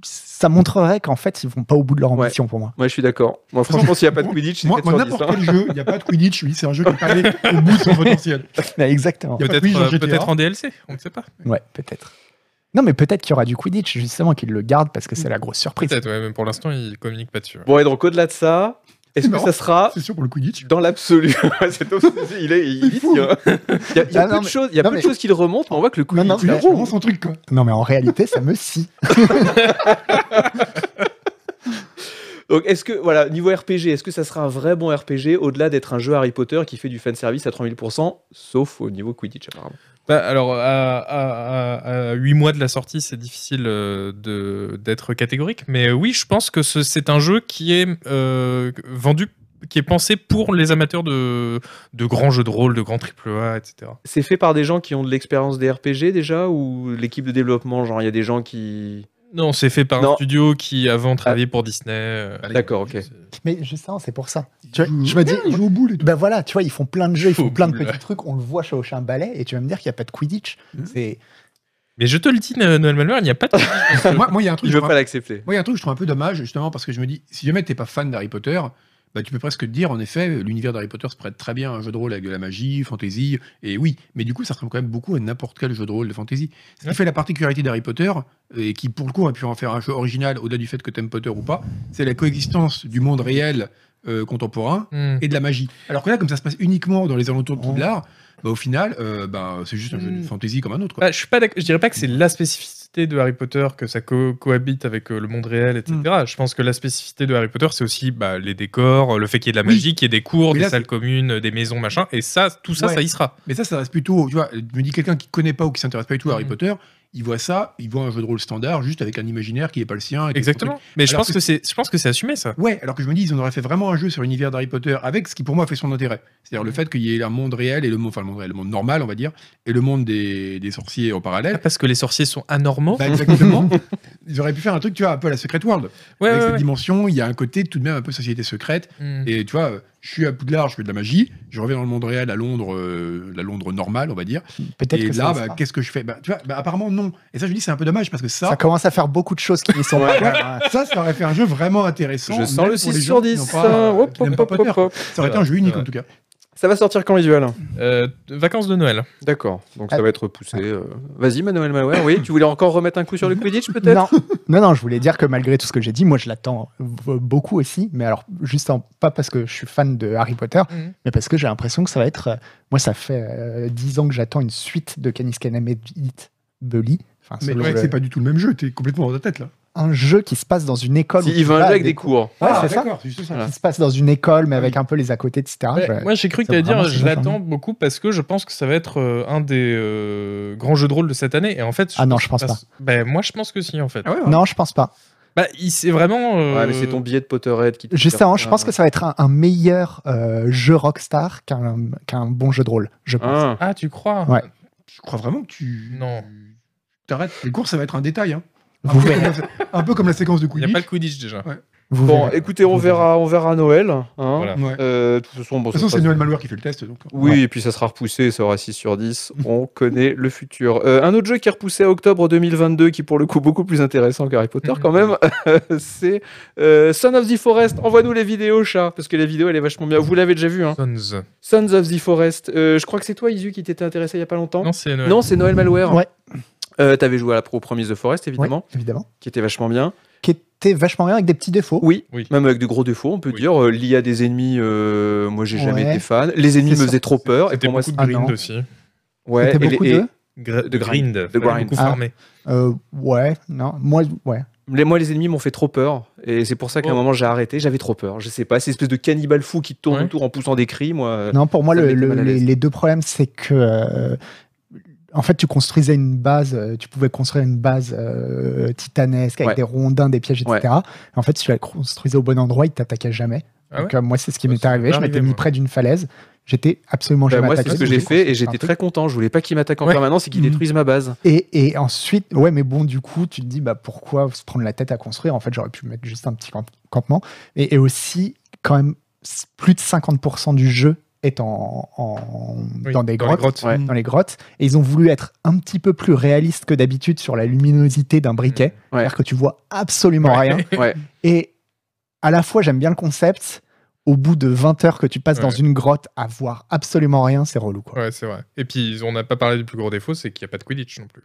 Speaker 4: Ça montrerait qu'en fait, ils vont pas au bout de leur
Speaker 1: Ouais.
Speaker 4: ambition pour moi.
Speaker 1: Moi, je suis d'accord. Moi, franchement, s'il n'y a pas de Quidditch, c'est
Speaker 2: Moi, moi,
Speaker 1: 90.
Speaker 2: n'importe
Speaker 1: hein.
Speaker 2: quel jeu, il n'y a pas de Quidditch. Oui, c'est un jeu qui est allé au bout de son potentiel.
Speaker 4: exactement.
Speaker 2: Il y a hein. pas de
Speaker 3: Peut-être
Speaker 2: Quidditch dans
Speaker 3: euh,
Speaker 2: GTA.
Speaker 3: peut-être en DLC, on ne sait pas.
Speaker 4: Ouais, peut-être. Non, mais peut-être qu'il y aura du Quidditch, justement, qu'ils le gardent parce que c'est la grosse surprise.
Speaker 3: Peut-être, ouais, mais pour l'instant, ils communiquent pas dessus. hein.
Speaker 1: Bon, et donc, au-delà de ça, est-ce
Speaker 2: C'est
Speaker 1: que
Speaker 2: marrant.
Speaker 1: ça sera
Speaker 2: C'est sûr pour le Quidditch.
Speaker 1: dans l'absolu Cet homme, Il est il est fou, hein. Il y a, il y a
Speaker 4: Ah,
Speaker 1: peu
Speaker 4: non,
Speaker 1: de
Speaker 4: mais-
Speaker 1: choses- il y a
Speaker 4: non,
Speaker 1: peu de
Speaker 4: mais-
Speaker 1: choses qui le remontent, Ah, mais on voit que le
Speaker 4: Non,
Speaker 1: Quidditch,
Speaker 4: non,
Speaker 1: il
Speaker 2: Quidditch,
Speaker 1: est
Speaker 2: c'est
Speaker 1: rond.
Speaker 2: vraiment son truc, quoi.
Speaker 4: Non, mais en réalité, ça me scie.
Speaker 1: Donc, est-ce que, voilà, niveau RPG, est-ce que ça sera un vrai bon RPG au-delà d'être un jeu Harry Potter qui fait du fanservice à 3000%, sauf au niveau Quidditch, apparemment
Speaker 3: Bah, alors, à, à, 8 mois de la sortie, c'est difficile euh, de- d'être catégorique. Mais euh, oui, je pense que ce- c'est un jeu qui est euh, vendu, qui est pensé pour les amateurs de, de grands jeux de rôle, de grands AAA, etc.
Speaker 1: C'est fait par des gens qui ont de l'expérience des RPG déjà ou l'équipe de développement Genre, il y a des gens qui.
Speaker 3: Non, c'est fait par
Speaker 1: Non.
Speaker 3: un studio qui avant travaillait pour Disney. euh, à
Speaker 1: D'accord,
Speaker 3: l'époque.
Speaker 4: Mais je sais, c'est pour ça.
Speaker 2: Il
Speaker 4: Tu vois,
Speaker 2: joue-
Speaker 4: je me dis-
Speaker 2: il joue au boule et tout.
Speaker 4: Ben voilà, tu vois, ils font plein de jeux, ils
Speaker 3: Faut
Speaker 4: font plein de
Speaker 3: boule.
Speaker 4: petits trucs, on le voit chez Auchan Ballet, et tu vas me dire qu'il n'y a pas de Quidditch.
Speaker 2: Mhm.
Speaker 4: C'est
Speaker 3: Mais je te le dis, No- Noël Malmer, il n'y a pas de.
Speaker 2: Moi, moi, il y a un truc.
Speaker 1: Il
Speaker 2: je
Speaker 1: veut
Speaker 2: crois-
Speaker 1: pas l'accepter.
Speaker 2: Moi, il y a un truc que je trouve un peu dommage, justement, parce que je me dis, si jamais t'es pas fan d'Harry Potter, bah, tu peux presque te dire, en effet, l'univers d'Harry Potter se prête très bien à un jeu de rôle avec de la magie, fantasy, et oui, mais du coup, ça ressemble quand même beaucoup à n'importe quel jeu de rôle de fantasy. Ce qui
Speaker 3: Ouais.
Speaker 2: fait la particularité d'Harry Potter, et qui, pour le coup, a pu en faire un jeu original, au-delà du fait que t'aimes Potter ou pas, c'est la coexistence du monde réel euh, contemporain
Speaker 3: Hmm.
Speaker 2: et de la magie. Alors que là, comme ça se passe uniquement dans les alentours de
Speaker 4: Oh.
Speaker 2: Poudlard, bah, au final, euh, bah, c'est juste un jeu de fantasy comme un autre. Quoi.
Speaker 3: Bah, je suis pas d'accord- je dirais pas que c'est la spécificité de Harry Potter que ça co- cohabite avec euh, le monde réel, etc. Je pense que la spécificité de Harry Potter, c'est aussi bah, les décors, le fait qu'il y ait de la
Speaker 2: Oui.
Speaker 3: magie, qu'il y ait des cours,
Speaker 2: Mais
Speaker 3: des
Speaker 2: là,
Speaker 3: salles communes, euh, des maisons, machin. Et ça, tout ça,
Speaker 2: Ouais.
Speaker 3: ça y sera.
Speaker 2: Mais ça, ça reste plutôt, tu vois, je me dis quelqu'un qui connaît pas ou qui s'intéresse pas du tout à Harry
Speaker 3: Mhm.
Speaker 2: Potter, il voit ça, il voit un jeu de rôle standard juste avec un imaginaire qui n'est pas le sien. et qui est son
Speaker 3: Exactement. Mais je
Speaker 2: Alors
Speaker 3: pense
Speaker 2: que-
Speaker 3: que c'est, je pense que c'est assumé ça.
Speaker 2: truc. Ouais, alors que je me dis, ils en auraient fait vraiment un jeu sur l'univers d'Harry Potter avec ce qui pour moi fait son intérêt. C'est-à-dire le
Speaker 3: Mhm.
Speaker 2: fait qu'il y ait un monde réel et le monde, enfin le monde réel, le monde normal, on va dire, et le monde des, des sorciers en parallèle.
Speaker 3: Parce que les sorciers sont anormaux.
Speaker 2: Bah, exactement. ils auraient pu faire un truc, tu vois, un peu à la Secret World.
Speaker 3: ouais,
Speaker 2: avec
Speaker 3: ouais,
Speaker 2: cette
Speaker 3: ouais.
Speaker 2: dimension, il y a un côté tout de même un peu société secrète.
Speaker 3: Hmm.
Speaker 2: Et tu vois, euh, je suis à Poudlard, je fais de la magie, je reviens dans le monde réel à Londres, euh, la Londres normale, on va dire.
Speaker 4: peut-être
Speaker 2: Et
Speaker 4: que ça
Speaker 2: là,
Speaker 4: le
Speaker 2: bah,
Speaker 4: sera.
Speaker 2: qu'est-ce que je fais bah, Tu vois, bah, apparemment non. Et ça, je me dis, c'est un peu dommage parce que ça,
Speaker 4: ça commence à faire beaucoup de choses qui ne sont pas. hein.
Speaker 2: ça, ça aurait fait un jeu vraiment intéressant.
Speaker 1: Je sens
Speaker 2: même
Speaker 1: le
Speaker 2: pour les
Speaker 1: 6
Speaker 2: gens
Speaker 1: sur
Speaker 2: qui
Speaker 1: 10.
Speaker 2: n'ont pas- euh,
Speaker 1: hein. Hop,
Speaker 2: qui n'aiment
Speaker 1: hop,
Speaker 2: pas
Speaker 1: hop,
Speaker 2: Potter.
Speaker 1: hop, hop.
Speaker 2: Ça aurait été un jeu unique en tout cas.
Speaker 1: Ça va sortir quand visuel
Speaker 3: Euh, vacances de Noël.
Speaker 1: D'accord, donc
Speaker 4: Ah.
Speaker 1: ça va être poussé. euh. Vas-y, Manuel Mauer, oui, tu voulais encore remettre un coup sur le Quidditch peut-être
Speaker 4: Non, non, non, je voulais dire que malgré tout ce que j'ai dit, moi je l'attends v- beaucoup aussi, mais alors juste en- pas parce que je suis fan de Harry Potter,
Speaker 3: Mhm.
Speaker 4: mais parce que j'ai l'impression que ça va être. euh, moi, ça fait euh, 10 ans que j'attends une suite de Canis Kaname Hit Bully. Enfin,
Speaker 2: Mais
Speaker 4: selon
Speaker 2: ouais,
Speaker 4: le-
Speaker 2: c'est pas du tout le même jeu, t'es complètement dans ta tête là.
Speaker 4: un jeu qui se passe dans une école.
Speaker 1: Si,
Speaker 4: où tu
Speaker 1: Il va un
Speaker 4: vas
Speaker 1: jeu
Speaker 4: à
Speaker 1: avec
Speaker 4: des
Speaker 1: des cours.
Speaker 4: Ouais,
Speaker 2: Ah,
Speaker 4: c'est ça.
Speaker 2: d'accord, c'est juste ça.
Speaker 1: Voilà.
Speaker 4: qui se passe dans une école, mais avec un peu les à côté, etc.
Speaker 3: Ouais,
Speaker 4: Je-
Speaker 3: moi, j'ai cru que
Speaker 4: ça
Speaker 3: tu dire,
Speaker 4: vraiment, Ah, bah, c'est
Speaker 3: je
Speaker 4: vachement
Speaker 3: l'attends beaucoup parce que je pense que ça va être euh, un des euh, grands jeux de rôle de cette année. Et en fait, je
Speaker 4: Ah non, je pense pas.
Speaker 3: pense- ben, moi, je pense que si, en fait.
Speaker 2: Ah ouais, ouais.
Speaker 4: Non, je pense pas.
Speaker 3: Bah, il c'est vraiment. euh,
Speaker 1: Ouais, mais c'est ton billet de Potterhead qui te Ah.
Speaker 4: Justement,
Speaker 1: fait
Speaker 4: hein, je
Speaker 1: ça.
Speaker 4: pense que ça va être un, un meilleur euh, jeu Rockstar qu'un qu'un bon jeu de rôle, je pense.
Speaker 1: Hein.
Speaker 3: Ah, tu crois
Speaker 4: Ouais.
Speaker 2: Je crois vraiment que tu.
Speaker 3: Non.
Speaker 2: T'arrêtes. Les cours, ça va être un détail. hein. Un,
Speaker 4: Vous
Speaker 2: peu
Speaker 4: verrez.
Speaker 2: comme la- un peu comme la séquence de
Speaker 3: Il n'y a
Speaker 2: Quidditch.
Speaker 3: pas le Quidditch déjà.
Speaker 4: Vous
Speaker 1: Bon,
Speaker 4: verrez.
Speaker 1: écoutez, on
Speaker 4: Vous verrez.
Speaker 1: verra, on verra à Noël. hein.
Speaker 3: Voilà.
Speaker 2: Ouais. De
Speaker 1: Euh, de toute façon, bon,
Speaker 2: toute façon,
Speaker 1: ça
Speaker 2: c'est
Speaker 1: sera-
Speaker 2: Noël Malware qui fait le test. Donc. euh,
Speaker 1: Oui,
Speaker 4: Ouais.
Speaker 1: et puis ça sera repoussé, ça aura 6 sur 10. On connaît le futur. Euh, un autre jeu qui est repoussé à octobre 2022, qui est pour le coup beaucoup plus intéressant qu'Harry Potter quand même, c'est euh, Son of the Forest. Envoie-nous les vidéos, chat, parce que la vidéo, elle est vachement bien. Vous l'avez déjà vu, hein.
Speaker 3: Sons.
Speaker 1: Sons of the Forest. Euh, je crois que c'est toi, Isu, qui t'étais intéressé il y a pas longtemps.
Speaker 3: Non, c'est Noël.
Speaker 1: Non, c'est Noël Malware.
Speaker 4: Ouais.
Speaker 1: Euh, T'avais joué à la Pro Promise the Forest,
Speaker 4: Ouais,
Speaker 1: évidemment,
Speaker 4: évidemment.
Speaker 1: qui était vachement bien.
Speaker 4: Qui était vachement bien avec des petits défauts.
Speaker 1: Oui,
Speaker 3: Oui.
Speaker 1: même avec de gros défauts, on peut
Speaker 3: Oui.
Speaker 1: dire. Euh, L'IA des ennemis, euh, moi, j'ai jamais
Speaker 4: Ouais.
Speaker 1: été fan. Les ennemis
Speaker 4: C'est
Speaker 1: me
Speaker 4: ça.
Speaker 1: faisaient trop peur. Et
Speaker 3: C'était
Speaker 1: pour moi,
Speaker 3: beaucoup de
Speaker 4: Ah non.
Speaker 3: grind aussi.
Speaker 1: c'est- ouais,
Speaker 4: C'était
Speaker 1: et les-
Speaker 4: beaucoup
Speaker 1: et-
Speaker 4: de.
Speaker 3: Gr-
Speaker 1: De grind.
Speaker 3: Fallait
Speaker 1: grind.
Speaker 3: Beaucoup
Speaker 4: Ah.
Speaker 3: farmé.
Speaker 4: Euh, ouais, non. Moi, ouais.
Speaker 1: les, moi, les ennemis m'ont fait trop peur. Et c'est pour ça qu'à un
Speaker 3: Oh.
Speaker 1: moment, j'ai arrêté. J'avais trop peur. Je sais pas. C'est une espèce de cannibale fou qui tourne
Speaker 3: Ouais.
Speaker 1: autour en poussant des cris. Moi,
Speaker 4: Non, pour moi,
Speaker 1: Euh, ça me
Speaker 4: le-
Speaker 1: mettait
Speaker 4: le-
Speaker 1: mal à
Speaker 4: les,
Speaker 1: l'aise.
Speaker 4: les deux problèmes, c'est que. euh, en fait, tu construisais une base, euh, tu pouvais construire une base euh, titanesque avec
Speaker 1: Ouais.
Speaker 4: des rondins, des pièges, etc. En fait, si tu la construisais au bon endroit, il t'attaquait jamais.
Speaker 3: Ah
Speaker 4: Donc, euh, moi, c'est ce qui
Speaker 3: Bah,
Speaker 4: m'est
Speaker 3: ça m'est
Speaker 4: arrivé. Je
Speaker 3: arrivé,
Speaker 4: m'étais mis
Speaker 3: moi.
Speaker 4: près d'une falaise. J'étais absolument
Speaker 1: bah,
Speaker 4: jamais
Speaker 1: moi, c'est
Speaker 4: attaqué.
Speaker 1: ce que
Speaker 4: parce
Speaker 1: j'ai
Speaker 4: j'ai
Speaker 1: fait et
Speaker 4: construit
Speaker 1: j'étais
Speaker 4: un
Speaker 1: très content. Je voulais pas qu'ils m'attaquent en
Speaker 3: Ouais.
Speaker 1: permanence et qu'ils
Speaker 4: Mhm.
Speaker 1: détruisent ma base.
Speaker 4: Et, et ensuite, ouais, mais bon, du coup, tu te dis, bah, pourquoi se prendre la tête à construire En fait, j'aurais pu mettre juste un petit camp- campement. Et, et aussi, quand même, s- plus de 50% du jeu est en, en-
Speaker 3: Oui,
Speaker 4: dans des
Speaker 3: les
Speaker 4: grottes.
Speaker 3: grottes.
Speaker 1: Ouais.
Speaker 4: Dans les grottes. Et ils ont voulu être un petit peu plus réalistes que d'habitude sur la luminosité d'un briquet.
Speaker 1: Ouais.
Speaker 4: C'est-à-dire que tu vois absolument
Speaker 3: Mm. Ouais.
Speaker 4: rien.
Speaker 1: Ouais.
Speaker 4: Et à la fois, j'aime bien le concept. Au bout de 20 heures que tu passes dans
Speaker 3: Ouais.
Speaker 4: une grotte à voir absolument rien, c'est relou, quoi.
Speaker 3: Ouais, c'est vrai. Et puis, on n'a pas parlé du plus gros défaut, c'est qu'il n'y a pas de Quidditch non plus.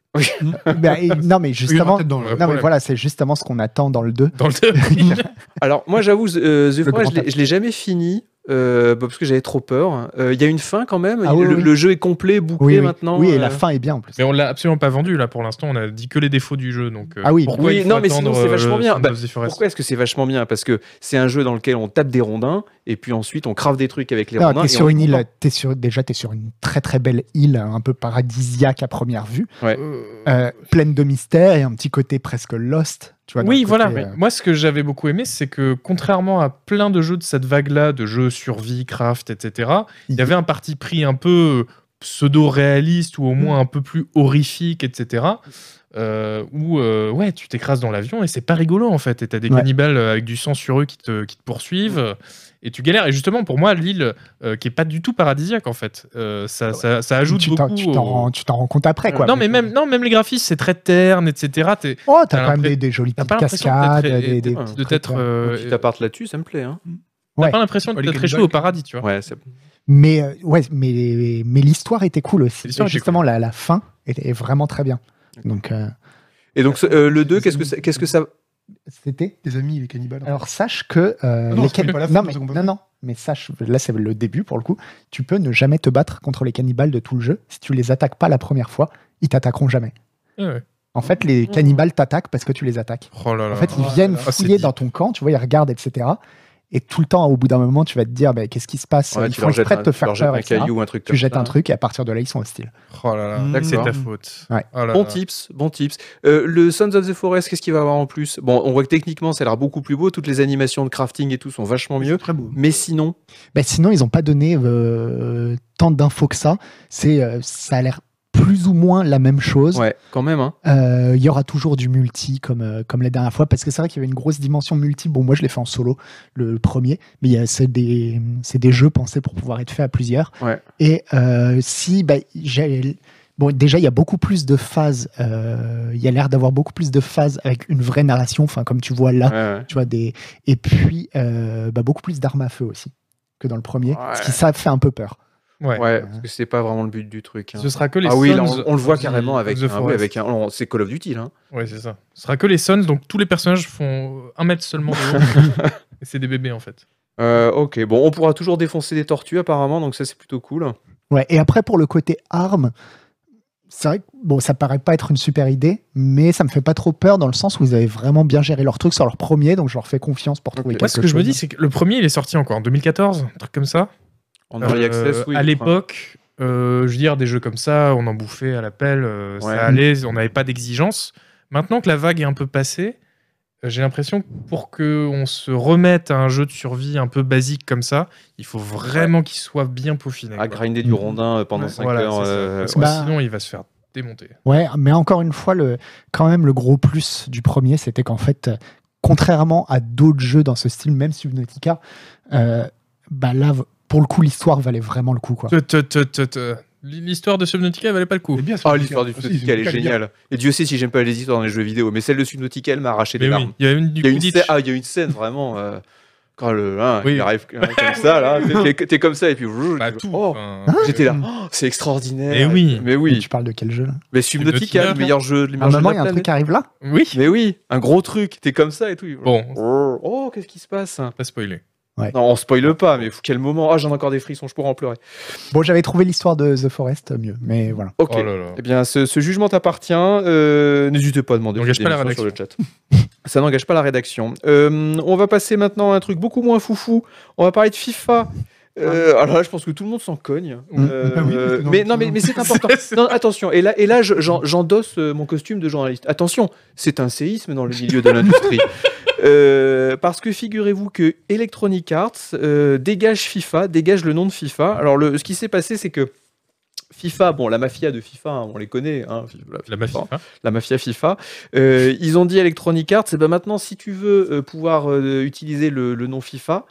Speaker 4: Ben, et- non, mais justement,
Speaker 2: peut-être dans
Speaker 3: Ouais.
Speaker 2: le-
Speaker 3: Pas de
Speaker 4: non, mais
Speaker 3: problème.
Speaker 4: voilà, c'est justement ce qu'on attend dans le 2.
Speaker 3: Dans le derby.
Speaker 1: Alors, moi, j'avoue, euh, The
Speaker 4: Le
Speaker 1: Forest,
Speaker 4: grand
Speaker 1: je l'ai- je l'ai jamais fini. euh, bah, parce que j'avais trop peur. Euh, Il y a une fin quand même.
Speaker 4: Ah
Speaker 1: Il-
Speaker 4: oui,
Speaker 1: le,
Speaker 4: oui.
Speaker 1: le jeu est complet, bouclé
Speaker 4: Oui, oui.
Speaker 1: maintenant.
Speaker 4: oui, et la
Speaker 1: euh.
Speaker 4: fin est bien en plus.
Speaker 3: Mais on l'a absolument pas vendu là pour l'instant. On a dit que les défauts du jeu. Donc euh,
Speaker 4: Ah oui.
Speaker 3: Pourquoi
Speaker 1: Oui,
Speaker 3: il faut
Speaker 1: non, mais sinon,
Speaker 3: attendre,
Speaker 1: c'est
Speaker 3: euh,
Speaker 1: vachement bien.
Speaker 3: Sons
Speaker 1: Bah,
Speaker 3: of the Forest
Speaker 1: Pourquoi est-ce que c'est vachement bien Parce que c'est un jeu dans lequel on tape des rondins et puis ensuite on crave des trucs avec les
Speaker 4: Non,
Speaker 1: rondins.
Speaker 4: t'es
Speaker 1: et
Speaker 4: sur
Speaker 1: on-
Speaker 4: une île, t'es sur, déjà t'es sur une très très belle île, un peu paradisiaque à première vue,
Speaker 3: Euh,
Speaker 4: euh, pleine de mystères et un petit côté presque lost. Tu vois, dans
Speaker 3: Oui,
Speaker 4: le
Speaker 3: voilà.
Speaker 4: côté,
Speaker 3: Mais
Speaker 4: euh,
Speaker 3: Moi, ce que j'avais beaucoup aimé, c'est que contrairement à plein de jeux de cette vague-là, de jeux survie, craft, etc., il y avait un parti pris un peu pseudo-réaliste ou au moins un peu plus horrifique, etc. euh, où euh, ouais, tu t'écrases dans l'avion et c'est pas rigolo en fait. Et t'as des
Speaker 4: Ouais. Mm.
Speaker 3: cannibales euh, avec du sang sur eux qui te, qui te poursuivent euh, et tu galères. Et justement, pour moi, l'île euh, qui est pas du tout paradisiaque en fait, euh, ça, ça, ça ajoute
Speaker 4: Ah tu t'en,
Speaker 3: beaucoup.
Speaker 4: tu t'en
Speaker 3: au-
Speaker 4: rends, tu t'en rends compte après quoi.
Speaker 3: non, mais même, non, même les graphismes, c'est très terne, etc. T'es-
Speaker 4: Oh,
Speaker 3: t'as
Speaker 4: t'as quand même
Speaker 3: l'impression-
Speaker 4: des, des jolies
Speaker 3: T'as
Speaker 4: petites
Speaker 3: pas l'impression
Speaker 4: cascades,
Speaker 3: d'être-
Speaker 4: des, des
Speaker 3: de
Speaker 4: petits
Speaker 3: de
Speaker 4: trucs,
Speaker 3: t'être,
Speaker 4: ouais.
Speaker 3: euh,
Speaker 1: Petit appart là-dessus, ça me plaît. hein.
Speaker 3: T'as
Speaker 4: Ouais.
Speaker 3: pas l'impression de
Speaker 2: Ouais, les
Speaker 3: t'être échoué
Speaker 2: Green
Speaker 3: au paradis, tu vois.
Speaker 1: Ouais, c'est-
Speaker 4: Mais euh, ouais, mais mais l'histoire était cool aussi.
Speaker 3: hein. L'histoire
Speaker 4: Et
Speaker 3: était
Speaker 4: justement, la, la fin était est vraiment très bien. Donc euh,
Speaker 1: Et donc ce- euh, le 2, qu'est-ce que ça, qu'est-ce que ça...
Speaker 4: c'était
Speaker 2: Tes amis, les cannibales.
Speaker 4: Alors sache que euh,
Speaker 2: Ah non,
Speaker 4: les
Speaker 2: c'est
Speaker 4: can-
Speaker 2: pas la fin,
Speaker 4: non,
Speaker 2: c'est
Speaker 4: mais,
Speaker 2: ça qu'on peut
Speaker 4: non
Speaker 2: faire.
Speaker 4: non mais sache là c'est le début pour le coup tu peux ne jamais te battre contre les cannibales de tout le jeu si tu les attaques pas la première fois ils t'attaqueront jamais
Speaker 3: Ouais, Eh ouais.
Speaker 4: en fait les cannibales t'attaquent parce que tu les attaques
Speaker 3: Oh là là.
Speaker 4: en fait
Speaker 2: Oh
Speaker 4: ils
Speaker 2: là
Speaker 4: viennent
Speaker 2: là.
Speaker 3: Ah, c'est
Speaker 4: fouiller
Speaker 3: deep.
Speaker 4: dans ton camp tu vois ils regardent etc et tout le temps au bout d'un moment tu vas te dire bah, qu'est-ce qui se passe
Speaker 1: Ouais,
Speaker 4: ils
Speaker 1: tu
Speaker 4: font
Speaker 1: leur jettes
Speaker 4: exprès
Speaker 1: un-
Speaker 4: de te
Speaker 1: tu
Speaker 4: faire
Speaker 1: leur jettes
Speaker 4: peur
Speaker 1: un
Speaker 4: etc.
Speaker 1: caillou ou un truc
Speaker 4: tu
Speaker 1: comme
Speaker 4: jettes
Speaker 1: ça.
Speaker 4: un truc et à partir de là ils sont hostiles
Speaker 3: oh là là.
Speaker 2: D'accord.
Speaker 3: C'est ta
Speaker 1: Mm.
Speaker 3: faute.
Speaker 4: Ouais.
Speaker 3: Oh là
Speaker 1: Bon
Speaker 3: là.
Speaker 1: tips, bon tips. Euh, le Sons of the Forest, qu'est-ce qu'il va avoir en plus Bon, on voit que techniquement, ça a l'air beaucoup plus beau. Toutes les animations de crafting et tout sont vachement mieux.
Speaker 2: Très beau.
Speaker 1: Mais sinon,
Speaker 4: Bah, sinon, ils n'ont pas donné euh, tant d'infos que ça. C'est, euh, ça a l'air plus ou moins la même chose.
Speaker 1: ouais, quand même. hein.
Speaker 4: Euh, Il y aura toujours du multi comme, euh, comme la dernière fois, parce que c'est vrai qu'il y avait une grosse dimension multi. Bon, moi, je l'ai fait en solo, le, le premier, mais il y a- c'est des, c'est des jeux pensés pour pouvoir être faits à plusieurs.
Speaker 1: Ouais.
Speaker 4: Et euh, si, bah, j'ai- Bon, déjà, il y a beaucoup plus de phases. euh, Il y a l'air d'avoir beaucoup plus de phases avec une vraie narration, enfin, comme tu vois là,
Speaker 1: Ouais, ouais.
Speaker 4: tu vois des et puis euh, bah, beaucoup plus d'armes à feu aussi que dans le premier ce qui ça fait un peu peur
Speaker 3: Ouais.
Speaker 1: Ouais, parce que c'est pas vraiment le but du truc. hein.
Speaker 3: Ce sera que les
Speaker 1: Ah oui, là,
Speaker 3: Sons
Speaker 1: on, on le voit
Speaker 3: of the-
Speaker 1: carrément avec,
Speaker 3: of the
Speaker 1: un, oui,
Speaker 3: Forest.
Speaker 1: avec un- on- C'est Call of Duty, là. hein.
Speaker 3: Ouais, c'est ça. Ce sera que les Sons, donc tous les personnages font un mètre seulement de haut. Et c'est des bébés en fait.
Speaker 1: Euh, ok, bon, on pourra toujours défoncer des tortues apparemment, donc ça c'est plutôt cool.
Speaker 4: ouais et après pour le côté armes c'est vrai que bon ça paraît pas être une super idée mais ça me fait pas trop peur dans le sens où ils avaient vraiment bien géré leur truc sur leur premier donc je leur fais confiance pour trouver
Speaker 1: Ok.
Speaker 3: Moi,
Speaker 4: quelque
Speaker 3: ce que je me
Speaker 4: chose.
Speaker 3: dis, c'est que le premier, il est sorti encore en 2014, un truc comme ça.
Speaker 1: En
Speaker 3: Euh,
Speaker 1: early access, oui.
Speaker 3: à
Speaker 1: je crois.
Speaker 3: l'époque, euh, je veux dire, des jeux comme ça, on en bouffait à l'appel, euh,
Speaker 1: Ouais.
Speaker 3: ça allait, on n'avait pas d'exigence. Maintenant que la vague est un peu passée, euh, j'ai l'impression que pour qu'on se remette à un jeu de survie un peu basique comme ça, il faut vraiment qu'il soit bien peaufiné.
Speaker 1: À
Speaker 3: quoi.
Speaker 1: grinder du rondin euh, pendant
Speaker 3: Ouais,
Speaker 1: 5
Speaker 3: voilà,
Speaker 1: heures.
Speaker 3: c'est ça.
Speaker 1: euh,
Speaker 3: Parce que
Speaker 1: ouais.
Speaker 4: Bah-
Speaker 3: sinon, il va se faire démonter.
Speaker 4: ouais mais encore une fois le quand même le gros plus du premier c'était qu'en fait euh, contrairement à d'autres jeux dans ce style même Subnautica euh, bah là v- pour le coup l'histoire valait vraiment le coup quoi
Speaker 3: Te- te- te- te- te. L'histoire de Subnautica, elle valait pas le coup.
Speaker 2: C'est bien,
Speaker 1: Ah, l'histoire du
Speaker 2: Aussi,
Speaker 1: Subnautica, elle
Speaker 2: c'est
Speaker 1: est géniale. Et Dieu sait si j'aime pas les histoires dans les jeux vidéo, mais celle de Subnautica, elle m'a arraché des
Speaker 3: Mais oui,
Speaker 1: larmes.
Speaker 3: il y a même du
Speaker 1: Il y, a une
Speaker 3: Quidditch.
Speaker 1: scène, ah, il y a une scène vraiment. euh, quand le, hein,
Speaker 3: Oui.
Speaker 1: il arrive hein, comme ça, là, t'es- t'es t'es comme ça, et puis. vroom,
Speaker 3: Bah,
Speaker 1: tu-
Speaker 3: tout.
Speaker 1: oh,
Speaker 3: enfin,
Speaker 1: J'étais là, Oh, c'est extraordinaire.
Speaker 3: Mais oui.
Speaker 1: Mais
Speaker 4: Et
Speaker 1: oui. Ah,
Speaker 4: tu parles de quel jeu là
Speaker 1: Mais Subnautica,
Speaker 3: Subnautica.
Speaker 1: le meilleur jeu, le
Speaker 4: À un
Speaker 1: meilleur jeu de
Speaker 4: moment,
Speaker 1: la
Speaker 4: il y a un
Speaker 1: planète.
Speaker 4: truc qui arrive là
Speaker 3: Oui.
Speaker 1: Mais oui, un gros truc, t'es comme ça et tout.
Speaker 3: Bon,
Speaker 1: Oh, oh, qu'est-ce qui se passe
Speaker 3: pas spoiler.
Speaker 1: Non, on spoile pas, mais quel moment Ah, j'en ai encore des frissons, je pourrais en pleurer.
Speaker 4: Bon, j'avais trouvé l'histoire de The Forest mieux, mais voilà.
Speaker 1: Ok.
Speaker 3: Oh là là.
Speaker 1: Eh bien, ce, ce jugement t'appartient. Euh, N'hésitez pas à demander
Speaker 3: N'engage
Speaker 1: des
Speaker 3: pas la
Speaker 1: émissions sur le chat. Ça n'engage pas la rédaction. Euh, on va passer maintenant à un truc beaucoup moins foufou. On va parler de FIFA. Euh, alors là, je pense que tout le monde s'en cogne.
Speaker 4: Mm.
Speaker 1: Euh,
Speaker 2: Ah oui, parce que non,
Speaker 1: mais
Speaker 2: tout
Speaker 1: non,
Speaker 2: le
Speaker 1: mais,
Speaker 2: monde-
Speaker 1: mais c'est important. Non, attention. Et là, et là, je- j'en- j'endosse euh, mon costume de journaliste. Attention, c'est un séisme dans le milieu de l'industrie. Euh, parce que figurez-vous que Electronic Arts euh, dégage FIFA, dégage le nom de FIFA. Alors, le, ce qui s'est passé, c'est que FIFA, bon, la mafia de FIFA, hein, on les connaît, hein,
Speaker 3: La mafia. hein.
Speaker 1: la mafia FIFA. Euh, ils ont dit à Electronic Arts, eh ben maintenant, si tu veux euh, pouvoir euh, utiliser le, le nom FIFA,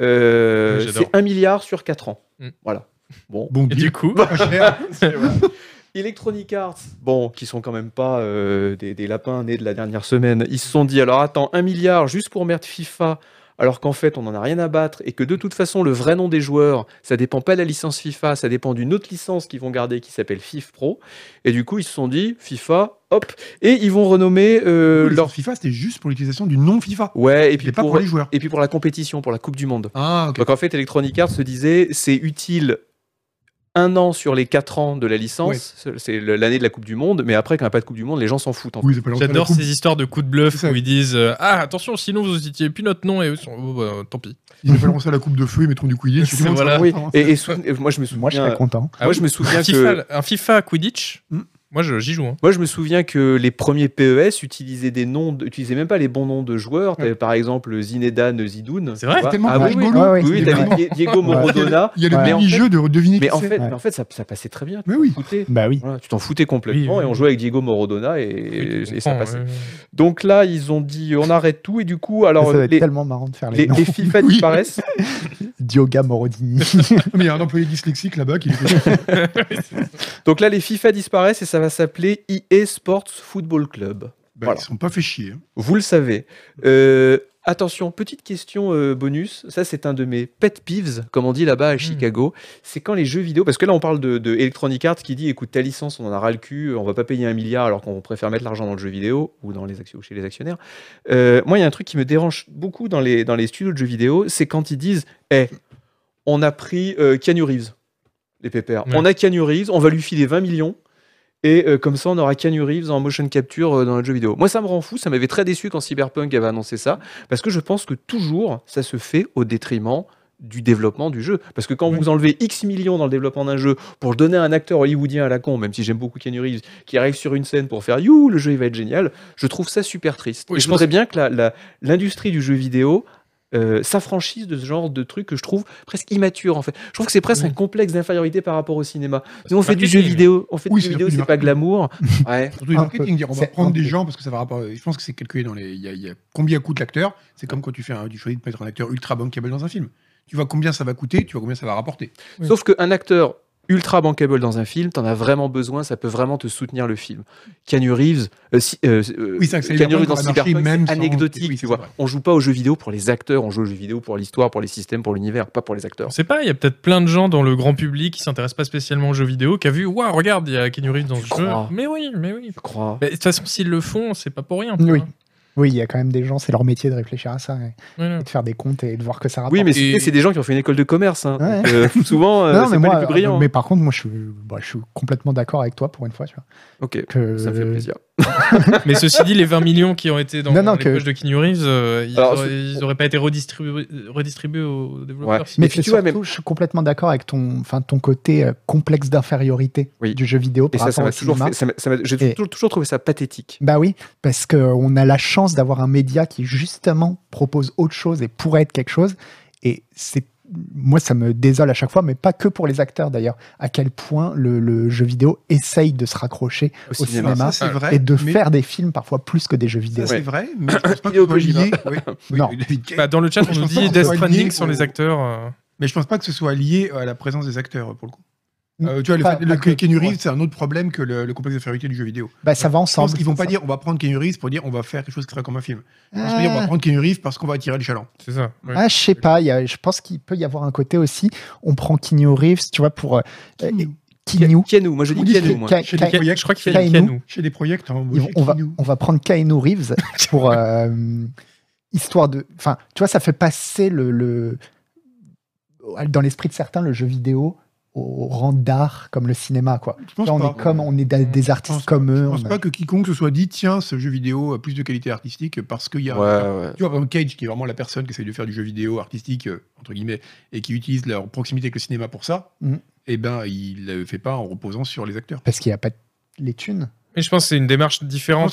Speaker 1: euh,
Speaker 3: Oui, j'adore.
Speaker 1: c'est 1 milliard sur 4 ans.
Speaker 3: Mm.
Speaker 1: Voilà. Bon.
Speaker 2: Bon,
Speaker 3: Et du coup,
Speaker 1: bah, Electronic Arts, bon, qui sont quand même pas euh, des, des lapins nés de la dernière semaine, ils se sont dit, alors attends, 1 milliard juste pour merde FIFA, alors qu'en fait, on n'en a rien à battre, et que de toute façon, le vrai nom des joueurs, ça dépend pas de la licence FIFA, ça dépend d'une autre licence qu'ils vont garder qui s'appelle FIF Pro. Et du coup, ils se sont dit, FIFA, hop, et ils vont renommer euh,
Speaker 2: leur
Speaker 1: leur.
Speaker 2: FIFA, c'était juste pour l'utilisation du nom FIFA.
Speaker 1: Ouais, et
Speaker 2: Il n'est
Speaker 1: puis,
Speaker 2: pas
Speaker 1: pour,
Speaker 2: pour les joueurs.
Speaker 1: et puis pour la compétition, pour la Coupe du Monde.
Speaker 2: Ah, ok.
Speaker 1: Donc en fait, Electronic Arts se disait, c'est utile un an sur les quatre ans de la licence, c'est le- l'année de la Coupe du Monde, mais après, quand il n'y a pas de Coupe du Monde, les gens s'en foutent. En fait.
Speaker 2: Oui, c'est pas l'entrée de la
Speaker 3: j'adore
Speaker 2: coupe.
Speaker 3: ces histoires de coups de bluff
Speaker 2: C'est ça.
Speaker 3: où ils disent euh, Ah, attention, sinon vous n'utilisez plus notre nom et eux sont. oh, bah, tant pis.
Speaker 2: Ils appelleront ça la coupe de feu, ils mettront du couillier.
Speaker 3: C'est voilà.
Speaker 1: Oui, et, et sou- et moi, je me souviens,
Speaker 4: Moi, je serais content.
Speaker 1: moi, je me
Speaker 3: Ah
Speaker 1: souviens que,
Speaker 3: FIFA, Un FIFA Quidditch,
Speaker 2: Hmm.
Speaker 3: moi je- j'y joue. hein.
Speaker 1: moi, je me souviens que les premiers PES utilisaient des noms, de- utilisaient même pas les bons noms de joueurs. T'avais par exemple Zinedine Zidoun.
Speaker 3: C'est vrai
Speaker 1: tu vois.
Speaker 2: Tellement
Speaker 1: Ah
Speaker 2: pas
Speaker 1: oui, oui,
Speaker 2: rigolo.
Speaker 4: Ouais, ouais,
Speaker 1: oui,
Speaker 4: c'est
Speaker 1: t'avais
Speaker 4: vraiment-
Speaker 1: Die- Diego Maradona.
Speaker 2: Il y a
Speaker 4: Ouais.
Speaker 2: le mini-jeu de deviner
Speaker 1: Mais
Speaker 2: qui
Speaker 1: en
Speaker 2: c'est.
Speaker 1: fait,
Speaker 4: Ouais.
Speaker 1: mais en fait, ça, ça passait très bien.
Speaker 2: Mais oui.
Speaker 1: Écoutez,
Speaker 4: Bah oui.
Speaker 1: voilà, tu t'en foutais complètement
Speaker 3: Oui, oui.
Speaker 1: et on jouait avec Diego Maradona et,
Speaker 3: Oui,
Speaker 1: et
Speaker 3: tu
Speaker 1: ça
Speaker 3: comprends,
Speaker 1: passait.
Speaker 3: ouais, ouais.
Speaker 1: Donc là, ils ont dit on arrête tout et du coup, alors
Speaker 4: ça va être
Speaker 1: les,
Speaker 4: tellement marrant de faire les,
Speaker 1: les,
Speaker 4: noms.
Speaker 1: les FIFA
Speaker 2: Oui.
Speaker 1: disparaissent.
Speaker 4: Dioga Morodini.
Speaker 2: Mais il y a un employé dyslexique là-bas qui fait
Speaker 1: Donc là, les FIFA disparaissent et ça va s'appeler EA Sports Football Club.
Speaker 2: Bah,
Speaker 1: Voilà.
Speaker 2: Ils sont pas fait chier. hein.
Speaker 1: Vous le savez. Euh, attention, petite question euh, bonus. Ça, c'est un de mes pet peeves, comme on dit là-bas à Chicago. C'est quand les jeux vidéo. Parce que là, on parle de, de Electronic Arts qui dit écoute, ta licence, on en a ras le cul, euh, on va pas payer un milliard alors qu'on préfère mettre l'argent dans le jeu vidéo ou, dans les actions, ou chez les actionnaires. Euh, moi, il y a un truc qui me dérange beaucoup dans les, dans les studios de jeux vidéo c'est quand ils disent hé, on a pris euh, Keanu Reeves, les pépères.
Speaker 3: Ouais.
Speaker 1: On a Keanu Reeves, on va lui filer 20 millions. Et euh, comme ça, on aura Keanu Reeves en motion capture euh, dans le jeu vidéo. Moi, ça me rend fou. Ça m'avait très déçu quand Cyberpunk avait annoncé ça. Parce que je pense que toujours, ça se fait au détriment du développement du jeu. Parce que quand
Speaker 3: Oui.
Speaker 1: vous enlevez X millions dans le développement d'un jeu pour donner à un acteur hollywoodien à la con, même si j'aime beaucoup Keanu Reeves, qui arrive sur une scène pour faire You, le jeu il va être génial, je trouve ça super triste.
Speaker 3: Oui,
Speaker 1: Et
Speaker 3: je
Speaker 1: je voudrais bien que la- la- l'industrie du jeu vidéo euh, s'affranchisse de ce genre de truc que je trouve presque immature en fait. Je trouve que c'est presque
Speaker 3: Oui.
Speaker 1: un complexe d'infériorité par rapport au cinéma. Nous on fait du jeu
Speaker 3: marketing.
Speaker 1: vidéo, on fait
Speaker 2: Oui,
Speaker 1: du
Speaker 2: c'est
Speaker 1: jeu vidéo,
Speaker 2: surtout du
Speaker 1: c'est pas glamour. Ouais.
Speaker 2: Surtout les
Speaker 4: Un
Speaker 2: marketing,
Speaker 4: peu.
Speaker 2: dire on va
Speaker 4: Ah, C'est un
Speaker 2: prendre des
Speaker 4: peu.
Speaker 2: gens parce que ça va rapport. Je pense que c'est calculé dans les. Il y a, il y a combien coûte l'acteur. C'est comme quand tu fais un, tu choisis de mettre un acteur ultra bankable dans un film. Tu vois combien ça va coûter, tu vois combien ça va rapporter.
Speaker 3: Oui.
Speaker 1: Sauf qu'un acteur ultra bankable dans un film, t'en as vraiment besoin, ça peut vraiment te soutenir le film. Keanu Reeves, euh, si- euh, euh,
Speaker 2: Oui, c'est vrai que
Speaker 1: Keanu Reeves
Speaker 2: Cyberpunk
Speaker 1: dans
Speaker 2: aurait marché
Speaker 1: Cyberpunk,
Speaker 2: même
Speaker 1: c'est
Speaker 2: sans-
Speaker 1: anecdotique,
Speaker 2: oui,
Speaker 1: tu
Speaker 2: c'est
Speaker 1: vois.
Speaker 2: vrai.
Speaker 1: On joue pas aux jeux vidéo pour les acteurs, on joue aux jeux vidéo pour l'histoire, pour les systèmes, pour l'univers, pas pour les acteurs.
Speaker 3: On sait pas, il y a peut-être plein de gens dans le grand public qui s'intéressent pas spécialement aux jeux vidéo qui a vu Waouh, regarde, il y a Keanu Reeves dans ce jeu.
Speaker 1: crois
Speaker 3: Mais oui, mais oui.
Speaker 1: Je crois.
Speaker 3: Mais Bah, De toute façon, s'ils le font, c'est pas pour rien. tu
Speaker 4: oui.
Speaker 3: vois.
Speaker 4: Oui, il y a quand même des gens, c'est leur métier de réfléchir à ça, et
Speaker 3: Voilà.
Speaker 4: de faire des comptes et de voir que ça rapporte.
Speaker 1: Oui, mais
Speaker 3: Et-
Speaker 1: c'est c'est des gens qui ont fait une école de commerce. hein.
Speaker 4: Ouais.
Speaker 1: Donc, euh, souvent, euh,
Speaker 4: Non,
Speaker 1: c'est pas
Speaker 4: mais moi,
Speaker 1: les plus brillants.
Speaker 4: mais par contre, moi, je suis, bah, je suis complètement d'accord avec toi pour une fois. Tu vois,
Speaker 1: Ok,
Speaker 4: que...
Speaker 1: ça me fait plaisir.
Speaker 3: Mais ceci dit, les 20 millions qui ont été dans
Speaker 4: Non, non,
Speaker 3: les
Speaker 4: que-
Speaker 3: poches de Keanu Reeves, euh, ils,
Speaker 1: Alors,
Speaker 3: auraient,
Speaker 1: c'est-
Speaker 3: ils auraient pas été redistribués, redistribués aux développeurs.
Speaker 1: Ouais.
Speaker 3: si-
Speaker 4: Mais
Speaker 1: puis
Speaker 4: c'est
Speaker 1: tu vois,
Speaker 4: surtout, je suis complètement d'accord avec ton, enfin, ton côté euh, complexe d'infériorité
Speaker 1: Oui.
Speaker 4: du jeu vidéo
Speaker 1: Et
Speaker 4: par
Speaker 1: ça, ça
Speaker 4: rapport
Speaker 1: m'a
Speaker 4: au
Speaker 1: toujours
Speaker 4: cinéma.
Speaker 1: fait- ça m'a- ça m'a- J'ai
Speaker 4: Et-
Speaker 1: toujours, toujours trouvé ça pathétique.
Speaker 4: Bah oui, parce qu'on a la chance d'avoir un média qui justement propose autre chose et pourrait être quelque chose. Et c'est moi, ça me désole à chaque fois, mais pas que pour les acteurs d'ailleurs, à quel point le, le jeu vidéo essaye de se raccrocher
Speaker 1: Au
Speaker 4: au
Speaker 1: cinéma.
Speaker 4: cinéma,
Speaker 2: Ça, c'est vrai.
Speaker 4: et de
Speaker 2: mais-
Speaker 4: faire des films parfois plus que des jeux vidéo.
Speaker 2: Ça, c'est
Speaker 1: Ouais.
Speaker 2: vrai, mais je pense pas que
Speaker 1: Hideo
Speaker 2: ce soit
Speaker 1: Kojima.
Speaker 2: lié. oui. Oui,
Speaker 4: Non.
Speaker 2: David Cage.
Speaker 3: Bah, dans le chat, on
Speaker 2: Je
Speaker 3: nous
Speaker 2: pense pas
Speaker 3: dit
Speaker 2: qu'on
Speaker 3: Death
Speaker 2: soit
Speaker 3: Stranding
Speaker 2: lié
Speaker 3: sans
Speaker 2: au-
Speaker 3: les acteurs. euh.
Speaker 2: Mais je pense pas que ce soit lié à la présence des acteurs pour le coup.
Speaker 4: Mm.
Speaker 2: Euh, tu vois, le,
Speaker 4: Pas-
Speaker 2: fait- le
Speaker 4: pas que-
Speaker 2: Keanu Reeves,
Speaker 4: ouais.
Speaker 2: c'est un autre problème que le, le complexe d'infériorité du jeu vidéo.
Speaker 4: Bah, ça va
Speaker 2: Je pense
Speaker 4: ensemble.
Speaker 2: qu'ils vont pas
Speaker 4: ça.
Speaker 2: dire on va prendre Keanu Reeves pour dire on va faire quelque chose qui sera comme un film. Je pense qu'ils vont dire, on va
Speaker 4: Ah,
Speaker 2: prendre Keanu Reeves parce qu'on va attirer les chalands.
Speaker 3: C'est ça. ouais.
Speaker 4: ah, je sais pas, il y a- je pense qu'il peut y avoir un côté aussi. On prend Keanu Reeves, tu vois, pour. euh, euh, Keanu.
Speaker 1: Keanu, moi je dis
Speaker 2: On dit
Speaker 1: Keanu.
Speaker 2: Keanu,
Speaker 1: moi.
Speaker 4: Ka-
Speaker 2: Chez
Speaker 4: Ka-
Speaker 2: les projets-
Speaker 3: Je crois qu'il fait
Speaker 4: Kainou.
Speaker 3: les Keanu.
Speaker 2: Chez des projets, hein,
Speaker 4: Ils vont- on, va,
Speaker 2: Keanu.
Speaker 4: on va prendre Keanu Reeves pour euh, histoire de. Enfin, tu vois, ça fait passer le, le- dans l'esprit de certains le jeu vidéo au rang d'art comme le cinéma, quoi.
Speaker 2: Je pense
Speaker 4: Là, on
Speaker 2: pas.
Speaker 4: est comme, on est da- des
Speaker 2: Je pense
Speaker 4: artistes
Speaker 2: pas-
Speaker 4: comme
Speaker 2: Je
Speaker 4: eux.
Speaker 2: pense
Speaker 4: on a-
Speaker 2: pas que quiconque se soit dit tiens, ce jeu vidéo a plus de qualité artistique parce qu'il y a.
Speaker 1: ouais.
Speaker 2: Tu vois, par exemple, Cage, qui est vraiment la personne qui essaye de faire du jeu vidéo artistique, euh, entre guillemets, et qui utilise leur proximité avec le cinéma pour ça,
Speaker 4: Mhm.
Speaker 2: eh ben, il le fait pas en reposant sur les acteurs.
Speaker 4: Parce qu'il n'y a pas de- les thunes.
Speaker 3: Mais je pense que c'est une démarche différente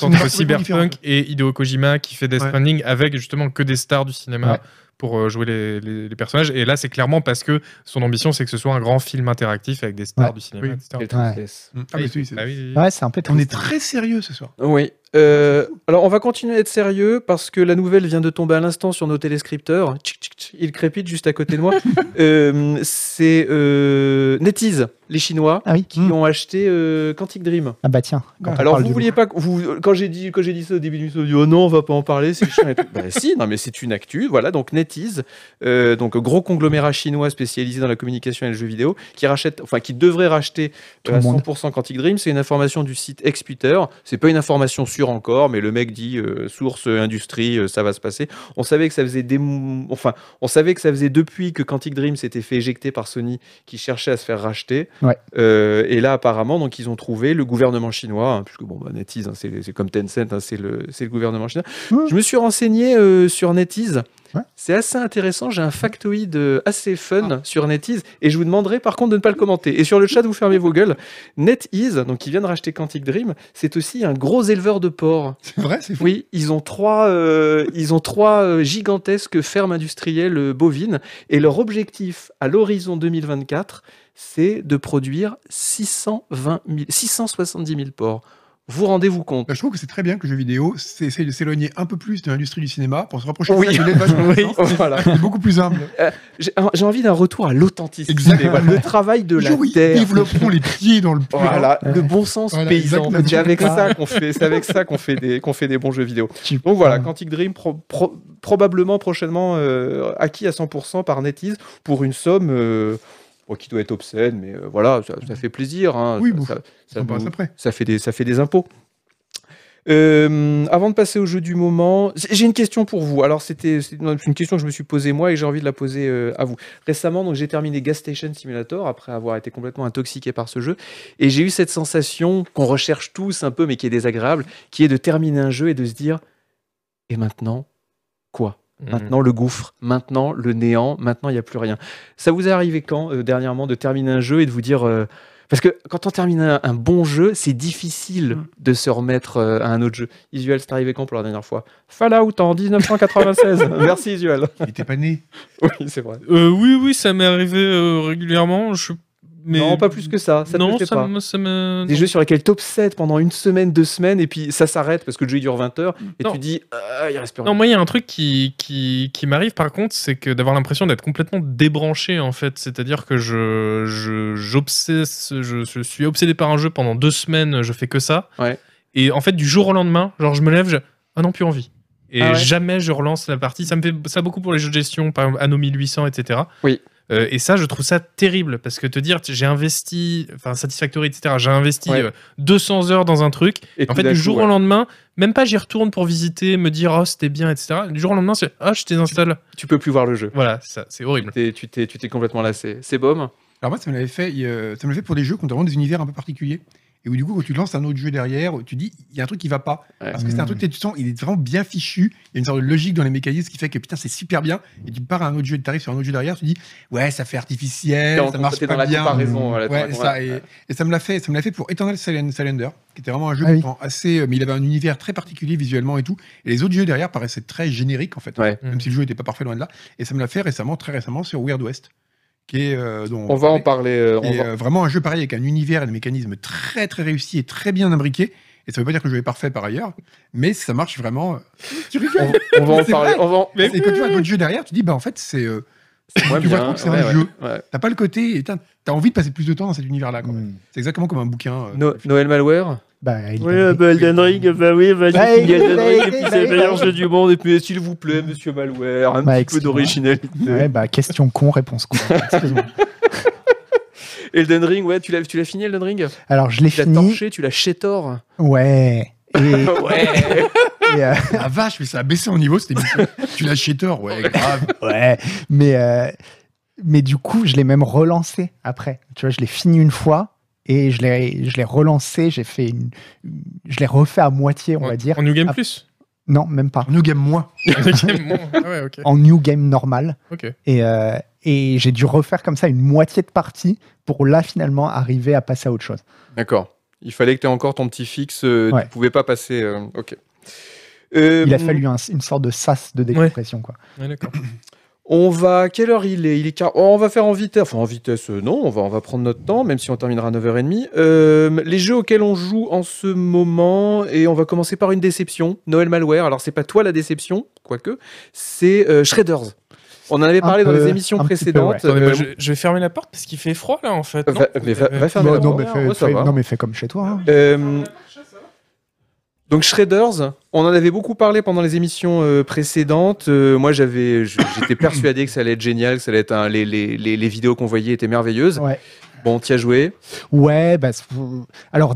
Speaker 2: Je pense que
Speaker 3: entre
Speaker 2: c'est une démarche
Speaker 3: Cyberpunk et Hideo Kojima qui fait Death
Speaker 2: Ouais.
Speaker 3: Stranding avec justement que des stars du cinéma
Speaker 4: Ouais.
Speaker 3: pour euh, jouer les, les- les personnages. Et là, c'est clairement parce que son ambition, c'est que ce soit un grand film interactif avec des stars
Speaker 4: Ouais.
Speaker 3: du cinéma,
Speaker 2: Oui.
Speaker 3: etc.
Speaker 1: Quelle tristesse.
Speaker 2: Ah, mais oui, c'est-
Speaker 3: Bah oui.
Speaker 4: Ouais, c'est un peu
Speaker 2: On
Speaker 4: triste.
Speaker 2: est très sérieux ce soir.
Speaker 1: Oui. Euh, alors, on va continuer à être sérieux parce que la nouvelle vient de tomber à l'instant sur nos téléscripteurs. Tchic, tchic, tchic, il crépite juste à côté de moi. Euh, c'est euh, NetEase, les Chinois,
Speaker 4: Ah oui.
Speaker 1: qui ont acheté euh, Quantic Dream.
Speaker 4: Ah bah tiens. quand on
Speaker 1: Alors,
Speaker 4: parle
Speaker 1: vous
Speaker 4: de-
Speaker 1: vouliez pas. que- Vous, quand j'ai dit, quand j'ai dit ça au début du show, oh non, on va pas en parler, c'est chiant et tout. Bah, si, non, mais c'est une actu. Voilà, donc NetEase, euh, donc gros conglomérat chinois spécialisé dans la communication et le jeu vidéo, qui rachète, enfin, qui devrait racheter
Speaker 4: Tout
Speaker 1: euh, à
Speaker 4: le monde.
Speaker 1: 100% Quantic Dream. C'est une information du site Exputer. C'est pas une information sûre encore, mais le mec dit euh, source euh, industrie, euh, ça va se passer. On savait que ça faisait des, mou- enfin, on savait que ça faisait depuis que Quantic Dream s'était fait éjecter par Sony, qui cherchait à se faire racheter. Euh, et là, apparemment, donc, ils ont trouvé le gouvernement chinois, hein, puisque bon, bah, NetEase, hein, c'est c'est comme Tencent, hein, c'est le, c'est le gouvernement chinois.
Speaker 4: Ouais.
Speaker 1: Je me suis renseigné euh, sur NetEase.
Speaker 4: Ouais.
Speaker 1: C'est assez intéressant. J'ai un factoïde euh, assez fun sur NetEase, et je vous demanderai par contre de ne pas le commenter. Et sur le chat, vous fermez vos gueules. NetEase, donc, qui vient de racheter Quantic Dream, c'est aussi un gros éleveur de porcs.
Speaker 2: C'est vrai, c'est fou.
Speaker 1: Oui, ils ont trois, euh, ils ont trois euh, gigantesques fermes industrielles euh, bovines et leur objectif à l'horizon 2024, c'est de produire 620 000, 670 000 porcs. Vous rendez-vous compte
Speaker 2: Bah, je trouve que c'est très bien que le jeu vidéo c'est- essaye de s'éloigner un peu plus de l'industrie du cinéma pour se rapprocher
Speaker 1: Oui.
Speaker 2: de l'élevage. maintenant.
Speaker 1: Voilà.
Speaker 2: C'est beaucoup plus humble.
Speaker 1: J'ai ah, j'ai envie d'un retour à l'authenticité,
Speaker 2: Exactement.
Speaker 1: voilà, le travail de la
Speaker 2: Oui, oui,
Speaker 1: terre.
Speaker 2: développons les pieds dans le plat.
Speaker 1: Voilà,
Speaker 4: Ouais.
Speaker 1: le bon sens
Speaker 2: Voilà,
Speaker 1: paysan.
Speaker 2: exactement.
Speaker 1: C'est avec ça qu'on fait, c'est avec ça qu'on fait des, qu'on fait des bons jeux vidéo.
Speaker 4: Tu-
Speaker 1: Donc voilà,
Speaker 4: Ah.
Speaker 1: Quantic Dream pro- pro- probablement prochainement euh, acquis à 100% par NetEase pour une somme euh, bon, qui doit être obscène, mais euh, voilà, ça, ça fait plaisir. hein.
Speaker 2: Oui,
Speaker 1: ça,
Speaker 2: bon,
Speaker 1: ça- ça
Speaker 2: On passe
Speaker 1: nous-
Speaker 2: après.
Speaker 1: ça fait des, ça fait des impôts. Euh, avant de passer au jeu du moment, j'ai j'ai une question pour vous. Alors c'était c'est non, c'est une question que je me suis posée moi et j'ai envie de la poser euh, à vous. Récemment, donc j'ai terminé Gas Station Simulator après avoir été complètement intoxiqué par ce jeu et j'ai eu cette sensation qu'on recherche tous un peu mais qui est désagréable, qui est de terminer un jeu et de se dire et maintenant quoi
Speaker 3: Mhm.
Speaker 1: Maintenant le gouffre, maintenant le néant, maintenant il n'y a plus rien. Ça vous est arrivé quand, euh, dernièrement, de terminer un jeu et de vous dire... euh, Parce que quand on termine un, un bon jeu, c'est difficile
Speaker 2: Mm.
Speaker 1: de se remettre euh, à un autre jeu. Isuel, c'est arrivé quand pour la dernière fois Fallout en 1996. Merci Isuel.
Speaker 2: Il était pas né.
Speaker 1: Oui, c'est vrai.
Speaker 3: Euh, oui, oui, ça m'est arrivé euh, régulièrement. Je... Mais...
Speaker 1: Non, pas plus que ça. Ça ne
Speaker 3: non,
Speaker 1: te fait
Speaker 3: ça
Speaker 1: pas.
Speaker 3: me- ça me-
Speaker 1: Des jeux sur lesquels t'obsèdes pendant une semaine, deux semaines, et puis ça s'arrête parce que le jeu il dure 20 heures, et
Speaker 3: Non.
Speaker 1: tu dis, Ah, il reste plus
Speaker 3: Non,
Speaker 1: rien.
Speaker 3: moi, il y a un truc qui, qui, qui m'arrive par contre, c'est que d'avoir l'impression d'être complètement débranché en fait. C'est-à-dire que je, je, j'obsesse- je, je suis obsédé par un jeu pendant deux semaines, je fais que ça.
Speaker 1: Ouais.
Speaker 3: Et en fait, du jour au lendemain, genre, je me lève, je. Ah non, plus envie. Et
Speaker 1: Ah ouais.
Speaker 3: jamais je relance la partie. Ça me fait ça beaucoup pour les jeux de gestion, par exemple Anno 1800, etc.
Speaker 1: Oui.
Speaker 3: Euh, et ça, je trouve ça terrible parce que te dire, j'ai investi, enfin Satisfactory, etc., j'ai investi
Speaker 1: Ouais.
Speaker 3: euh, 200 heures dans un truc
Speaker 1: Et
Speaker 3: en
Speaker 1: tout
Speaker 3: fait,
Speaker 1: d'un
Speaker 3: du
Speaker 1: coup,
Speaker 3: jour
Speaker 1: ouais.
Speaker 3: au lendemain, même pas j'y retourne pour visiter, me dire oh c'était bien, etc. Du jour au lendemain, c'est ah je désinstalle.
Speaker 1: tu peux plus voir le jeu.
Speaker 3: Voilà, ça c'est horrible.
Speaker 1: T'es- Tu t'es tu t'es complètement lassé. C'est baume
Speaker 2: Alors moi, ça me l'avait fait, euh, ça me l'avait fait pour des jeux qui ont vraiment des univers un peu particuliers. Et où du coup, quand tu lances un autre jeu derrière, tu dis, il y a un truc qui va pas.
Speaker 1: Ouais.
Speaker 2: Parce que c'est un
Speaker 4: Mm.
Speaker 2: truc que tu sens, il est vraiment bien fichu. Il y a une sorte de logique dans les mécanismes qui fait que putain, c'est super bien. Et tu pars à un autre jeu, tu arrives sur un autre jeu derrière, tu dis, ouais, ça fait artificiel,
Speaker 1: T'es
Speaker 2: ça marche
Speaker 1: t'es dans
Speaker 2: pas
Speaker 1: la
Speaker 2: bien.
Speaker 1: comparaison. voilà, t'es dans
Speaker 2: Ouais,
Speaker 1: la
Speaker 2: ça,
Speaker 1: comparaison.
Speaker 2: et, et ça me l'a fait, ça me l'a fait pour Eternal Silen- Cylinder, qui était vraiment un jeu
Speaker 4: Ah oui.
Speaker 2: pourtant assez, euh, mais il avait un univers très particulier visuellement et tout. Et les autres jeux derrière paraissaient très génériques en fait,
Speaker 1: Ouais.
Speaker 4: Mm.
Speaker 2: même si le jeu n'était pas parfait loin de là. Et ça me l'a fait récemment, très récemment sur Weird West, qui est euh, dont
Speaker 1: On va en parler.
Speaker 2: parlait,
Speaker 1: euh, on
Speaker 2: qui est,
Speaker 1: va-
Speaker 2: euh, vraiment un jeu pareil avec un univers et des mécanismes très très réussis et très bien imbriqués. Et ça veut pas dire que le jeu est parfait par ailleurs, mais ça marche vraiment. euh, Tu rigoles.
Speaker 1: on va en
Speaker 2: c'est
Speaker 1: parler.
Speaker 2: vrai.
Speaker 1: On va en-
Speaker 2: Et quand tu vois un autre jeu derrière, tu dis bah en fait c'est euh,
Speaker 1: Ouais,
Speaker 2: tu
Speaker 1: bien,
Speaker 2: vois trop que c'est
Speaker 1: ouais,
Speaker 2: un
Speaker 1: ouais,
Speaker 2: jeu.
Speaker 1: ouais.
Speaker 2: T'as pas le côté et t'as t'as envie de passer plus de temps dans cet univers là.
Speaker 4: Mm.
Speaker 2: C'est exactement comme un bouquin. euh,
Speaker 1: No- Noël Malware
Speaker 4: Bah, il-
Speaker 1: Elden Ring, euh, bah oui, vas-y,
Speaker 4: Bah, Elden Elden Ring, Ring, et puis c'est le bah, meilleur bah, jeu
Speaker 1: du monde, et puis s'il vous plaît, monsieur Malware, un
Speaker 4: Bah, petit peu excuse-moi. Ouais, bah, question con, réponse con. Excuse-moi.
Speaker 1: Elden Ring, ouais, tu l'as tu l'as fini Elden Ring
Speaker 4: Alors, je l'ai
Speaker 1: Tu l'as
Speaker 4: fini.
Speaker 1: torché, tu l'as chétor
Speaker 4: Ouais. Et,
Speaker 1: Ouais
Speaker 4: et, euh,
Speaker 2: La vache, mais ça a baissé en niveau cette émission. tu l'as chez tort, ouais, grave.
Speaker 4: ouais. Mais euh, mais du coup, je l'ai même relancé après. Tu vois, je l'ai fini une fois et je l'ai, je l'ai relancé. J'ai fait une, je l'ai refait à moitié, on
Speaker 3: En-
Speaker 4: va dire.
Speaker 3: En New Game
Speaker 4: Ah.
Speaker 3: Plus
Speaker 4: Non, même pas.
Speaker 2: New Game Moi.
Speaker 3: New Game, bon, ah ouais, ok.
Speaker 4: En new game normal.
Speaker 3: Ok.
Speaker 4: Et, euh, et j'ai dû refaire comme ça une moitié de partie pour là finalement arriver à passer à autre chose.
Speaker 1: D'accord. Il fallait que tu aies encore ton petit fixe, euh,
Speaker 4: Ouais.
Speaker 1: tu pouvais pas passer. euh, ok. Euh,
Speaker 4: Il a fallu un- une sorte de sas de décompression. Quoi.
Speaker 3: Ouais, d'accord.
Speaker 1: On va. Quelle heure il est Il est quar- oh, on va faire en vitesse. Enfin, en vitesse, euh, non. On va, on va prendre notre temps, même si on terminera à 9h30. Euh, les jeux auxquels on joue en ce moment, et on va commencer par une déception Noël Malware. Alors, c'est pas toi la déception, quoique, c'est euh, Shredders. On en avait
Speaker 4: Un
Speaker 1: parlé dans
Speaker 4: peu,
Speaker 1: les émissions
Speaker 4: un petit peu, ouais.
Speaker 1: précédentes.
Speaker 3: Attendez, bah,
Speaker 1: Euh,
Speaker 3: je, je vais fermer la porte parce qu'il fait froid là en fait.
Speaker 1: va-
Speaker 3: non
Speaker 1: mais va, va faire des
Speaker 4: Bon,
Speaker 1: rapports.
Speaker 4: non, mais fais,
Speaker 1: Ouais, ça
Speaker 4: fais-
Speaker 1: va.
Speaker 4: non, mais fais comme chez toi. hein.
Speaker 1: Euh, donc Shredders, on en avait beaucoup parlé pendant les émissions euh, précédentes. Euh, moi, j'avais, je- j'étais persuadé que ça allait être génial, que ça allait être un- les, les, les, les vidéos qu'on voyait étaient merveilleuses.
Speaker 4: Ouais.
Speaker 1: Bon, t'y as joué.
Speaker 4: Ouais, bah, c'est- alors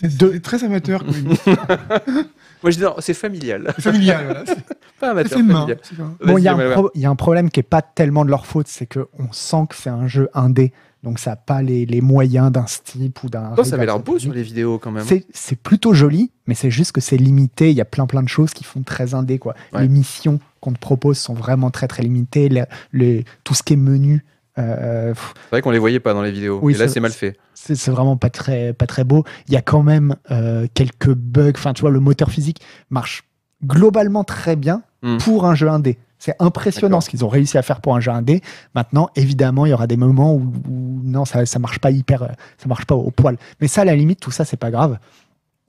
Speaker 2: C'est
Speaker 4: Deux.
Speaker 2: c'est très amateur. quoi.
Speaker 1: Moi, je dis non, c'est familial,
Speaker 2: C'est familial. Voilà. C'est-
Speaker 1: pas
Speaker 2: C'est
Speaker 1: amateur.
Speaker 2: fait main.
Speaker 1: familial.
Speaker 2: c'est ça.
Speaker 4: Bon,
Speaker 1: Vas-y,
Speaker 4: il y, a
Speaker 1: Amal,
Speaker 4: un pro- il y a un problème qui n'est pas tellement de leur faute, c'est qu'on sent que c'est un jeu indé, donc ça n'a pas les, les moyens d'un type ou d'un.
Speaker 1: Attends, ça avait l'air beau
Speaker 4: réalisateur.
Speaker 1: sur les vidéos quand même.
Speaker 4: C'est- C'est plutôt joli, mais c'est juste que c'est limité. Il y a plein plein de choses qui font très indé. Quoi.
Speaker 1: Ouais.
Speaker 4: Les missions qu'on te propose sont vraiment très très limitées. Le- le- tout ce qui est menu, euh, pff,
Speaker 1: C'est vrai qu'on les voyait pas dans les vidéos.
Speaker 4: Oui,
Speaker 1: et là,
Speaker 4: c'est-
Speaker 1: c'est mal fait.
Speaker 4: c'est c'est vraiment pas très, pas très beau. Il y a quand même euh, quelques bugs. Enfin, tu vois, le moteur physique marche globalement très bien
Speaker 1: Hmm.
Speaker 4: pour un jeu indé. C'est impressionnant
Speaker 1: D'accord.
Speaker 4: ce qu'ils ont réussi à faire pour un jeu indé. Maintenant, évidemment, il y aura des moments où, où non, ça, ça marche pas hyper, euh, ça marche pas au poil. Mais ça, à la limite, tout ça, c'est pas grave.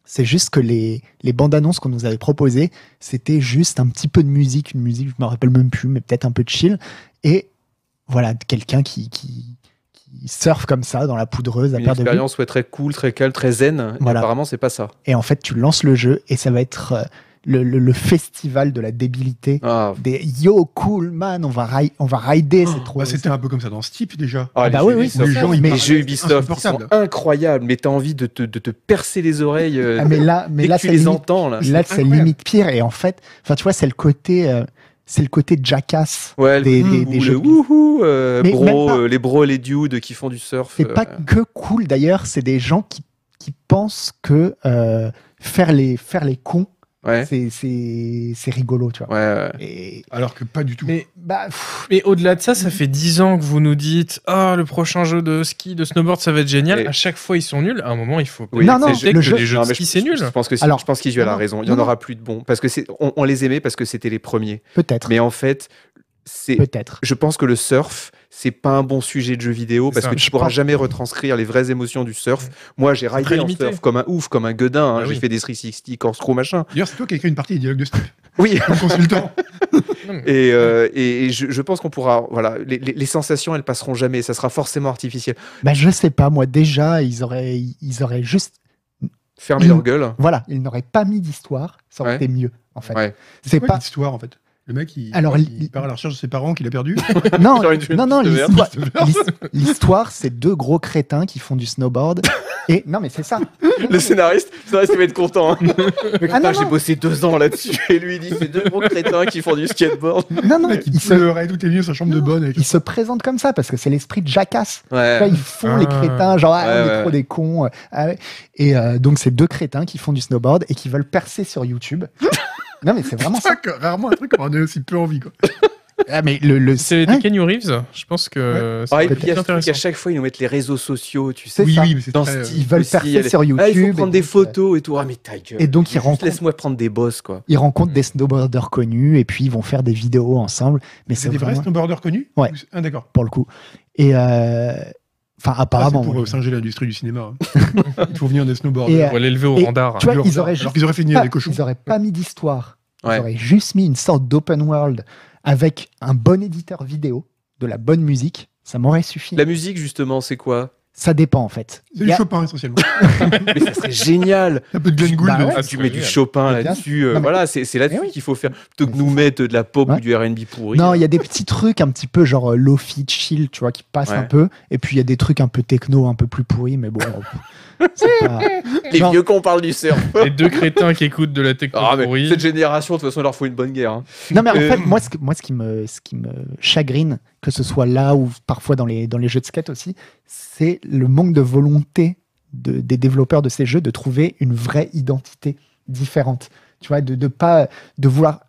Speaker 4: C'est juste que les, les bandes annonces qu'on nous avait proposées, c'était juste un petit peu de musique, une musique, je me rappelle même plus, mais peut-être un peu de chill. Et voilà, quelqu'un qui, qui, qui surfe comme ça dans la poudreuse à
Speaker 1: Une
Speaker 4: perdre de vue.
Speaker 1: expérience ouais, très cool, très calme, très zen. Et
Speaker 4: Voilà.
Speaker 1: apparemment, c'est pas ça.
Speaker 4: Et en fait, tu lances le jeu et ça va être euh, le, le- le festival de la débilité.
Speaker 1: Ah,
Speaker 4: Des yo, cool man, on va, ri- on va rider, c'est trop.
Speaker 2: Bah, C'était un peu comme ça dans ce type déjà.
Speaker 1: Ah,
Speaker 4: Ah
Speaker 1: les
Speaker 4: bah
Speaker 1: jeux
Speaker 4: oui, oui,
Speaker 1: Ubisoft,
Speaker 4: les gens, ils
Speaker 1: les
Speaker 4: parlent-
Speaker 1: jeux Ubisoft ils sont
Speaker 2: insupportables.
Speaker 1: incroyables, mais t'as envie de te, de te percer les oreilles euh,
Speaker 4: Ah, mais là,
Speaker 1: dès
Speaker 4: mais là
Speaker 1: que tu
Speaker 4: c'est
Speaker 1: les
Speaker 4: limite,
Speaker 1: entends. Là.
Speaker 4: là,
Speaker 2: C'est
Speaker 4: c'est
Speaker 2: incroyable.
Speaker 4: limite pire. Et en fait, enfin, tu vois, c'est le côté, euh, c'est le côté jackass
Speaker 1: Ouais, le-
Speaker 4: des,
Speaker 2: Mmh,
Speaker 4: des-
Speaker 1: ou
Speaker 4: des
Speaker 1: le
Speaker 4: jeux. de-
Speaker 1: wouhou, euh,
Speaker 4: Mais
Speaker 1: bro,
Speaker 4: même pas.
Speaker 1: euh, les bros et les dudes qui font du surf.
Speaker 4: C'est
Speaker 1: euh,
Speaker 4: pas que cool d'ailleurs, c'est des gens qui, qui pensent que euh, faire les faire les cons,
Speaker 1: euh, ouais,
Speaker 4: c'est- c'est c'est rigolo, tu vois.
Speaker 1: ouais, ouais.
Speaker 4: Et
Speaker 2: Alors que pas du tout.
Speaker 3: Mais,
Speaker 4: bah pff,
Speaker 3: mais au-delà de ça, ça fait 10 ans que vous nous dites Ah, le prochain jeu de ski, de snowboard, ça va être génial.
Speaker 1: Et-
Speaker 3: À chaque fois, ils sont nuls. À un moment, il faut
Speaker 1: Oui,
Speaker 4: Non, non,
Speaker 3: accepter
Speaker 4: le
Speaker 3: que
Speaker 4: jeu-
Speaker 3: les jeux
Speaker 1: Non,
Speaker 3: de
Speaker 1: mais
Speaker 3: ski,
Speaker 1: je-
Speaker 3: c'est
Speaker 1: Je
Speaker 3: nul.
Speaker 1: pense que si-
Speaker 4: Alors-
Speaker 1: je pense qu'Isu elle a
Speaker 4: Non,
Speaker 1: raison. Il y
Speaker 4: non,
Speaker 1: en
Speaker 4: non.
Speaker 1: aura plus de bons parce que c'est on, on les aimait parce que c'était les premiers.
Speaker 4: peut-être,
Speaker 1: Mais en fait, c'est
Speaker 4: peut-être.
Speaker 1: je pense que le surf c'est pas un bon sujet de jeu vidéo
Speaker 3: C'est
Speaker 1: parce
Speaker 3: ça.
Speaker 1: que tu
Speaker 4: Je
Speaker 1: pourras
Speaker 4: pense-
Speaker 1: jamais retranscrire les vraies émotions du surf. Moi, j'ai
Speaker 3: très
Speaker 1: ridé en
Speaker 3: limité.
Speaker 1: surf comme un ouf, comme un gueudin. hein.
Speaker 3: Ah
Speaker 1: j'ai
Speaker 3: oui.
Speaker 1: fait des 360 corkscrew machin.
Speaker 2: D'ailleurs, c'est toi qui as écrit une partie des dialogues de ce type,
Speaker 1: Oui.
Speaker 2: comme consultant.
Speaker 3: Non, mais-
Speaker 1: Et, euh, et- et je, je pense qu'on pourra. Voilà, les, les- les sensations, elles passeront jamais. Ça sera forcément artificiel.
Speaker 4: Bah je sais pas, moi déjà ils auraient ils auraient juste
Speaker 1: Fermez
Speaker 4: Mmh.
Speaker 1: leur gueule.
Speaker 4: voilà, ils n'auraient pas mis d'histoire, ça aurait
Speaker 1: Ouais.
Speaker 4: été mieux en fait.
Speaker 1: Ouais.
Speaker 4: C'est
Speaker 2: Quoi
Speaker 4: pas
Speaker 2: l'histoire en fait Le mec, il,
Speaker 4: Alors,
Speaker 2: il,
Speaker 4: il-
Speaker 2: part à la recherche de ses parents qu'il a perdus.
Speaker 4: non
Speaker 1: J'aurais dû une
Speaker 4: non non
Speaker 1: piste verte.
Speaker 4: l'histoire
Speaker 2: Christopher.
Speaker 4: l'his- l'histoire c'est deux gros crétins qui font du snowboard et non mais c'est ça.
Speaker 1: Le scénariste, le scénariste, il va être content. hein.
Speaker 4: Ah, non,
Speaker 1: Putain, j'ai
Speaker 4: non.
Speaker 1: bossé deux ans là-dessus. Et lui, il dit c'est deux gros crétins qui font du skateboard.
Speaker 4: Non non,
Speaker 2: Le mec, il
Speaker 4: ils se
Speaker 2: pleurait toutes les nuits dans sa chambre de
Speaker 4: Non.
Speaker 2: bonne. Avec...
Speaker 4: ils se présentent comme ça parce que c'est l'esprit de jackass. Tu vois,
Speaker 1: Ouais.
Speaker 4: ils font les
Speaker 3: Ah.
Speaker 4: crétins, genre
Speaker 1: Euh.
Speaker 4: ah,
Speaker 1: Ouais,
Speaker 4: on est
Speaker 1: ouais,
Speaker 4: trop
Speaker 1: ouais.
Speaker 4: des cons. euh, ah ouais. Et euh, donc c'est deux crétins qui font du snowboard et qui veulent percer sur YouTube. non mais c'est vraiment ça.
Speaker 2: Putain, que rarement un truc on en a aussi peu envie. Quoi.
Speaker 4: Ah, mais le, le-
Speaker 3: C'est
Speaker 4: hein,
Speaker 3: les Kenny Reeves. Je pense que
Speaker 1: Ah,
Speaker 3: va
Speaker 1: et
Speaker 3: être
Speaker 1: puis, il y a ce truc, à
Speaker 3: intéressant.
Speaker 1: chaque fois, ils nous mettent les réseaux sociaux, tu sais.
Speaker 4: C'est
Speaker 2: Oui,
Speaker 4: ça.
Speaker 2: oui, mais c'est
Speaker 1: Dans
Speaker 2: très,
Speaker 1: ce
Speaker 2: euh,
Speaker 1: style.
Speaker 4: ils veulent
Speaker 1: aussi,
Speaker 4: percer
Speaker 1: il y a les-
Speaker 4: sur YouTube.
Speaker 1: Ah, il faut prendre
Speaker 4: et
Speaker 1: des
Speaker 4: donc,
Speaker 1: photos et tout. Ah, mais ta gueule.
Speaker 4: euh, Et donc ils
Speaker 1: Juste
Speaker 4: rencontrent,
Speaker 1: Laisse-moi prendre des bosses, quoi.
Speaker 4: ils
Speaker 2: Mm.
Speaker 4: rencontrent des snowboarders connus et puis ils vont faire des vidéos ensemble. Mais
Speaker 2: C'est
Speaker 4: c'est
Speaker 2: des vrais
Speaker 4: vraiment
Speaker 2: snowboarders connus
Speaker 4: Ouais.
Speaker 2: Ou c'est- Ah, d'accord.
Speaker 4: pour le coup. Et euh, enfin
Speaker 2: Ah, c'est
Speaker 4: apparemment.
Speaker 2: pour
Speaker 4: ouais.
Speaker 2: euh, singer l'industrie du cinéma. hein. Il faut venir des snowboarders.
Speaker 4: Et, euh,
Speaker 3: On va l'élever au
Speaker 4: Et
Speaker 3: rendard.
Speaker 4: tu vois, ils auraient
Speaker 2: Alors
Speaker 4: juste
Speaker 2: qu'ils auraient fait venir
Speaker 4: pas,
Speaker 2: des cochons.
Speaker 4: ils auraient pas mis d'histoire.
Speaker 1: Ouais.
Speaker 4: Ils auraient juste mis une sorte d'open world avec un bon éditeur vidéo, de la bonne musique. Ça m'aurait suffi.
Speaker 1: La musique, justement, c'est quoi
Speaker 4: Ça dépend en fait.
Speaker 2: C'est
Speaker 4: Il y
Speaker 2: du
Speaker 4: a-
Speaker 2: Chopin essentiellement.
Speaker 1: Mais ça serait génial.
Speaker 2: Un peu de Glenn Gould.
Speaker 4: Bah ouais.
Speaker 3: Ah,
Speaker 1: tu
Speaker 3: c'est
Speaker 1: mets du
Speaker 3: génial.
Speaker 1: Chopin
Speaker 4: Mais bien
Speaker 1: là-dessus. euh,
Speaker 4: Non, mais-
Speaker 1: Voilà, c'est c'est là-dessus
Speaker 4: Mais oui.
Speaker 1: qu'il faut faire. Plutôt que
Speaker 4: Mais
Speaker 1: nous
Speaker 4: c'est
Speaker 1: mettre de la pop ou
Speaker 4: Ouais.
Speaker 1: du RB pourri.
Speaker 4: Non, il y a des petits trucs un petit peu genre euh, lofi chill, tu vois, qui passent
Speaker 1: Ouais.
Speaker 4: un peu. Et puis il y a des trucs un peu techno, un peu plus pourris, mais bon. euh, c'est pas-
Speaker 1: Les
Speaker 4: Non.
Speaker 1: vieux cons parlent du surf.
Speaker 3: Les deux crétins qui écoutent de la techno
Speaker 1: Ah, mais
Speaker 3: pourrie.
Speaker 1: cette génération, de toute façon, il leur faut une bonne guerre. hein.
Speaker 4: Non, mais en
Speaker 1: Euh,
Speaker 4: fait, moi, ce, que- moi, ce qui me, ce qui me chagrine, que ce soit là ou parfois dans les, dans les jeux de skate aussi, c'est le manque de volonté de- des développeurs de ces jeux de trouver une vraie identité différente. Tu vois, de, de pas de vouloir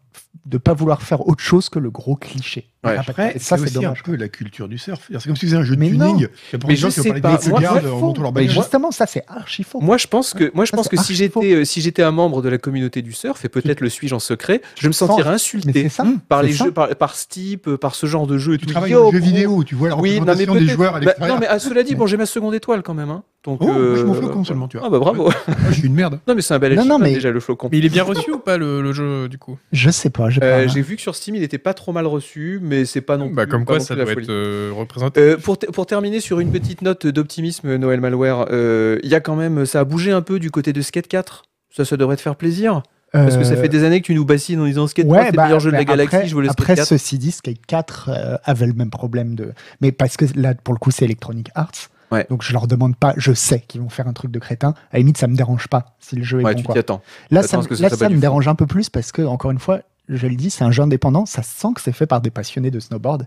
Speaker 4: de pas vouloir faire autre chose que le gros cliché.
Speaker 1: Ouais,
Speaker 4: Ah,
Speaker 2: Après,
Speaker 4: et
Speaker 2: ça,
Speaker 4: ça
Speaker 2: c'est
Speaker 4: c'est
Speaker 2: aussi un
Speaker 4: dommage.
Speaker 2: peu la culture du surf. C'est-à-dire, C'est comme si c'était un jeu de
Speaker 4: Mais non.
Speaker 2: tuning. Il y a pas
Speaker 1: Mais
Speaker 2: de gens
Speaker 1: je
Speaker 2: qui vont
Speaker 1: sais
Speaker 2: parler de
Speaker 1: pas.
Speaker 2: Vince
Speaker 1: Moi,
Speaker 2: Guard
Speaker 4: Ouais,
Speaker 2: en
Speaker 4: faux.
Speaker 2: montant leur
Speaker 4: Mais
Speaker 2: bagage.
Speaker 4: justement, ça c'est archi faux.
Speaker 1: Moi, je pense que, moi, je
Speaker 4: Ça,
Speaker 1: pense que
Speaker 4: c'est
Speaker 1: si
Speaker 4: archi
Speaker 2: ah,
Speaker 4: faux.
Speaker 1: j'étais, euh, si j'étais un membre de la communauté du surf, et peut-être le suis-je en secret, je me
Speaker 4: sens-
Speaker 1: sentirais
Speaker 4: Mais
Speaker 1: insulté
Speaker 4: c'est ça.
Speaker 1: par
Speaker 4: c'est
Speaker 1: les
Speaker 4: ça.
Speaker 1: jeux, par, par ce type, euh, par ce genre de jeu et
Speaker 2: Tu
Speaker 1: tout.
Speaker 2: travailles
Speaker 1: Yo,
Speaker 2: dans le jeu
Speaker 1: gros.
Speaker 2: vidéo, tu vois la
Speaker 1: Oui, non mais
Speaker 2: représentation des
Speaker 1: peut-être.
Speaker 2: joueurs à
Speaker 1: Bah,
Speaker 2: l'extérieur.
Speaker 1: non mais à cela dit, bon, j'ai ma seconde étoile quand même, hein. Donc.
Speaker 2: Oh, moi, je m'en
Speaker 1: euh,
Speaker 2: flocon seulement, tu vois.
Speaker 1: Ah bah bravo.
Speaker 2: Ah, Je suis une merde.
Speaker 1: Non mais c'est un bel
Speaker 4: Non, non,
Speaker 1: achievement,
Speaker 4: mais-
Speaker 1: déjà le flocon.
Speaker 3: Mais il est bien reçu ou pas le, le jeu du coup
Speaker 4: Je sais pas. j'ai
Speaker 1: Euh,
Speaker 4: pas-
Speaker 1: J'ai vu que sur Steam il était pas trop mal reçu, mais c'est pas non plus.
Speaker 3: bah, Comme
Speaker 1: pas
Speaker 3: quoi
Speaker 1: non
Speaker 3: ça
Speaker 1: plus la
Speaker 3: doit
Speaker 1: folie.
Speaker 3: être euh, représenté.
Speaker 1: Euh, pour, te- pour terminer sur une petite note d'optimisme, Noël Malware, euh, il y a quand même, ça a bougé un peu du côté de Skate 4. Ça, ça devrait te faire plaisir. Parce que ça
Speaker 4: Euh,
Speaker 1: fait des années que tu nous bassines en disant Skate 4,
Speaker 4: Ouais,
Speaker 1: c'est
Speaker 4: bah,
Speaker 1: le meilleur jeu de la
Speaker 4: bah,
Speaker 1: galaxie,
Speaker 4: après,
Speaker 1: je veux le Skate
Speaker 4: après,
Speaker 1: 4.
Speaker 4: ceci dit, Skate 4 euh, avait le même problème de. Mais parce que là, pour le coup, c'est Electronic Arts.
Speaker 1: Ouais.
Speaker 4: Donc je leur demande pas, je sais qu'ils vont faire un truc de crétin. À la limite, ça me dérange pas si le jeu est
Speaker 1: Ouais,
Speaker 4: bon.
Speaker 1: tu
Speaker 4: quoi.
Speaker 1: t'y attends.
Speaker 4: Là,
Speaker 1: t'attends
Speaker 4: ça,
Speaker 1: à
Speaker 4: me-
Speaker 1: ce que ça
Speaker 4: là,
Speaker 1: soit
Speaker 4: ça
Speaker 1: pas
Speaker 4: me
Speaker 1: du
Speaker 4: dérange un peu plus parce que, encore une fois, je le dis, c'est un jeu indépendant. Ça se sent que c'est fait par des passionnés de snowboard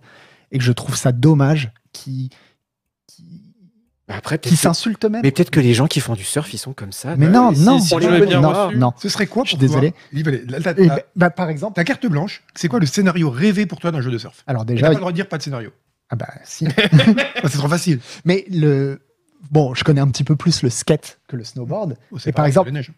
Speaker 4: et que je trouve ça dommage qu'ils qui,
Speaker 1: Bah, Après, peut-être que-
Speaker 4: s'insultent eux-mêmes.
Speaker 1: mais peut-être que les gens qui font du surf, ils sont comme ça.
Speaker 4: Mais
Speaker 1: bah,
Speaker 4: non,
Speaker 1: si-
Speaker 4: non,
Speaker 1: si
Speaker 3: on
Speaker 1: les
Speaker 3: les
Speaker 1: connaît
Speaker 3: bien
Speaker 1: pas,
Speaker 4: non,
Speaker 3: reçus.
Speaker 4: non.
Speaker 2: Ce serait quoi
Speaker 4: Je
Speaker 2: pour
Speaker 4: suis
Speaker 2: toi
Speaker 4: désolé.
Speaker 2: Yves, allez, la- la-
Speaker 4: Et
Speaker 2: la-
Speaker 4: bah, bah, par exemple,
Speaker 2: Ta carte blanche, c'est quoi le scénario rêvé pour toi d'un jeu de surf
Speaker 4: alors
Speaker 2: T'as
Speaker 4: déjà,
Speaker 2: pas le droit de dire pas de scénario.
Speaker 4: ah bah, si.
Speaker 2: Ah, c'est trop facile.
Speaker 4: Mais le. Bon, je connais un petit peu plus le skate que le snowboard.
Speaker 2: Oh, c'est
Speaker 4: Et par
Speaker 2: pareil,
Speaker 4: exemple-
Speaker 2: la neige.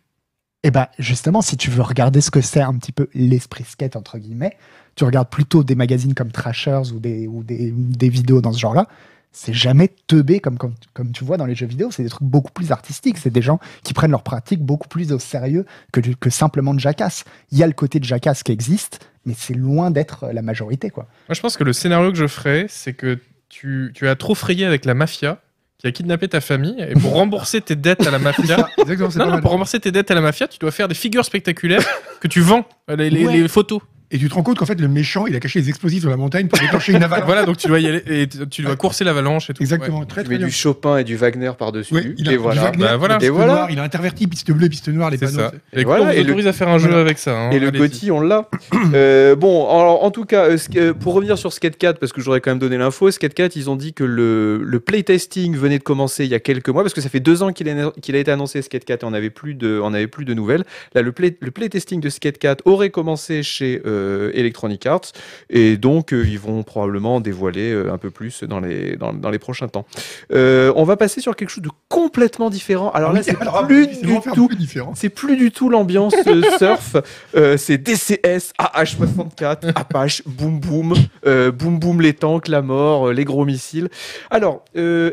Speaker 4: Et ben justement, si tu veux regarder ce que c'est un petit peu l'esprit skate, entre guillemets, tu regardes plutôt des magazines comme Trashers ou des, ou des, des vidéos dans ce genre-là. C'est jamais teubé comme, comme, comme tu vois dans les jeux vidéo. C'est des trucs beaucoup plus artistiques. C'est des gens qui prennent leur pratique beaucoup plus au sérieux que, du- que simplement de jacasse. Il y a le côté de jacasse qui existe, mais c'est loin d'être la majorité, quoi.
Speaker 3: Moi, je pense que le scénario que je ferais, c'est que tu, tu as trop frayé avec la mafia qui a kidnappé ta famille et pour rembourser tes dettes à la mafia.
Speaker 2: Exactement, c'est pas
Speaker 3: Non, non,
Speaker 2: mal.
Speaker 3: pour rembourser tes dettes à la mafia, tu dois faire des figures spectaculaires que tu vends, euh, les, les-
Speaker 4: Ouais.
Speaker 3: les photos.
Speaker 2: Et tu te rends compte qu'en fait, le méchant, il a caché les explosifs dans la montagne pour déclencher une avalanche.
Speaker 3: Voilà, donc tu dois y aller et tu tu dois courser l'avalanche et tout.
Speaker 2: Exactement,
Speaker 1: Tu
Speaker 2: très
Speaker 1: mets
Speaker 2: très bien.
Speaker 1: du Chopin et du Wagner par-dessus.
Speaker 2: Ouais, il a
Speaker 1: et
Speaker 2: du
Speaker 1: voilà.
Speaker 2: Wagner,
Speaker 3: Bah, voilà.
Speaker 2: piste
Speaker 1: Et voilà.
Speaker 2: noire, il a interverti piste bleue, piste noire, les
Speaker 3: C'est
Speaker 2: panneaux.
Speaker 3: ça.
Speaker 2: Bah, c'est-
Speaker 3: Et,
Speaker 1: voilà,
Speaker 3: on vous
Speaker 1: et le-
Speaker 3: autorise à faire un jeu
Speaker 2: voilà.
Speaker 3: avec ça. hein.
Speaker 1: Et le
Speaker 3: Allez-y.
Speaker 1: Gotti, on l'a. Euh, bon, alors, en tout cas, euh, Sk- euh, pour revenir sur Skate 4, parce que j'aurais quand même donné l'info, Skate 4, ils ont dit que le, le playtesting venait de commencer il y a quelques mois, parce que ça fait deux ans qu'il a, qu'il a été annoncé Skate 4 et on n'avait plus, de- on avait plus de nouvelles. Là, le, play, le playtesting de Skate 4 aurait commencé chez euh, Electronic Arts, et donc euh, ils vont probablement dévoiler euh, un peu plus dans les, dans, dans les prochains temps. Euh, on va passer sur quelque chose de complètement différent. Alors là,
Speaker 2: Ah Oui,
Speaker 1: c'est
Speaker 2: alors,
Speaker 1: plus
Speaker 2: ils vont
Speaker 1: du
Speaker 2: faire
Speaker 1: tout
Speaker 2: plus différent.
Speaker 1: c'est plus du tout l'ambiance euh, surf. Euh, c'est DCS, AH64, Apache, Boom Boom, euh, Boom Boom les tanks, la mort, euh, les gros missiles. Alors, euh,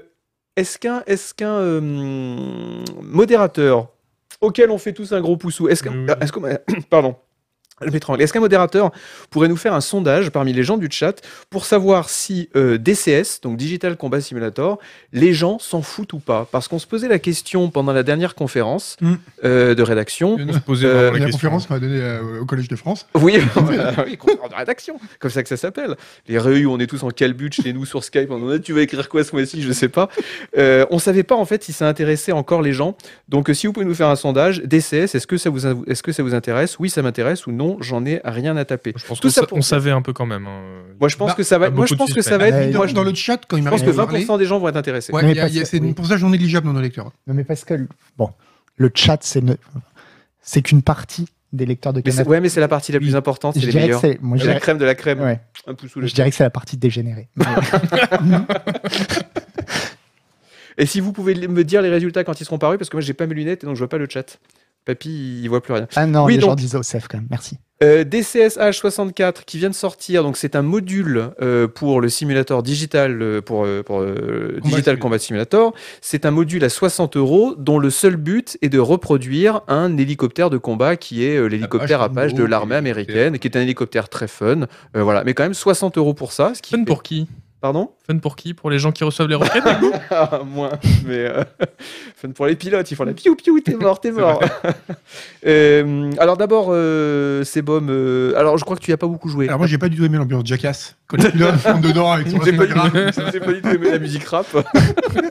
Speaker 1: est-ce qu'un est modérateur auquel on fait tous un gros poussou, est-ce
Speaker 3: Oui,
Speaker 1: qu'un euh,
Speaker 3: oui, oui.
Speaker 1: est-ce qu'on- pardon, je m'étrangle. est-ce qu'un modérateur pourrait nous faire un sondage parmi les gens du chat pour savoir si euh, DCS, donc Digital Combat Simulator, les gens s'en foutent ou pas Parce qu'on se posait la question pendant la dernière conférence
Speaker 2: Mm.
Speaker 1: euh, de rédaction.
Speaker 2: Il y en
Speaker 3: On
Speaker 2: a-
Speaker 3: se posait
Speaker 1: Euh,
Speaker 2: il y a
Speaker 3: vraiment la
Speaker 2: la
Speaker 3: question.
Speaker 2: conférence qu'on a donnée euh, au Collège de France.
Speaker 1: Oui, voilà, oui, conférence de rédaction, comme ça que ça s'appelle. Les réunions, on est tous en calbut chez nous sur Skype, on en a, tu vas écrire quoi ce mois-ci, je sais pas. Euh, on savait pas en fait si ça intéressait encore les gens. Donc euh, si vous pouvez nous faire un sondage, DCS, est-ce que ça vous, est-ce que ça vous intéresse Oui, ça m'intéresse ou non, j'en ai rien à taper.
Speaker 3: Je pense
Speaker 1: Tout
Speaker 3: que
Speaker 1: ça
Speaker 3: ça-
Speaker 1: pour-
Speaker 3: on savait un peu quand même. hein.
Speaker 1: Moi je pense
Speaker 2: Bah,
Speaker 1: que ça va, moi je
Speaker 3: beaucoup de
Speaker 1: pense que ça va
Speaker 4: suspense.
Speaker 1: être,
Speaker 4: Euh,
Speaker 1: moi
Speaker 2: Dans,
Speaker 1: je,
Speaker 2: dans le chat, quand il
Speaker 1: je
Speaker 2: m'a
Speaker 1: pense que 20% des gens vont être intéressés.
Speaker 2: Ouais,
Speaker 4: Mais
Speaker 2: il y a-
Speaker 4: parce
Speaker 2: il y a-
Speaker 4: que-
Speaker 2: c'est une
Speaker 4: oui.
Speaker 2: pourcentage non négligeable dans nos lecteurs.
Speaker 4: Non, mais parce que. le- Bon, le chat, c'est ne- c'est qu'une partie des lecteurs de
Speaker 1: Mais c'est,
Speaker 4: canapé.
Speaker 1: ouais, mais c'est la partie la plus importante, c'est
Speaker 4: je
Speaker 1: les
Speaker 4: dirais que
Speaker 1: meilleurs.
Speaker 4: c'est. Moi, je
Speaker 1: C'est la
Speaker 4: dirais-
Speaker 1: crème de la crème,
Speaker 4: ouais.
Speaker 1: un pouce sous le
Speaker 4: Je dirais que c'est la partie dégénérée. Mais-
Speaker 1: Et si vous pouvez les- me dire les résultats quand ils seront parus, parce que moi j'ai pas mes lunettes et donc je vois pas le chat. Papy, il voit plus rien.
Speaker 4: ah non,
Speaker 1: Oui,
Speaker 4: les gens
Speaker 1: donc-
Speaker 4: disent OCF quand même, merci.
Speaker 1: Euh, DCSH64 qui vient de sortir, donc c'est un module euh, pour le simulateur digital euh, pour, euh, pour, euh,
Speaker 2: Combat
Speaker 1: Digital
Speaker 2: Simulator.
Speaker 1: Combat Simulator. C'est un module à 60 euros dont le seul but est de reproduire un hélicoptère de combat qui est euh, l'hélicoptère
Speaker 2: Apache
Speaker 1: Apache de
Speaker 2: Combo,
Speaker 1: l'armée
Speaker 2: hélicoptère.
Speaker 1: américaine, qui est un hélicoptère très fun. Euh, voilà, mais quand même 60 euros pour ça, ce qui
Speaker 3: Fun
Speaker 1: fait-
Speaker 3: pour qui
Speaker 1: pardon.
Speaker 3: Fun pour qui Pour les gens qui reçoivent les requêtes
Speaker 1: Ah, moins, mais euh, fun pour les pilotes, ils font la piou piou, t'es mort, t'es mort. Euh, alors d'abord, euh, Sebom, euh, alors je crois que tu n'y as pas beaucoup joué.
Speaker 2: Alors moi, j'ai pas du tout aimé l'ambiance Jackass. Quand les pilotes font dedans avec son
Speaker 1: J'ai pas,
Speaker 2: grave.
Speaker 1: du- j'ai pas du tout aimé la musique rap.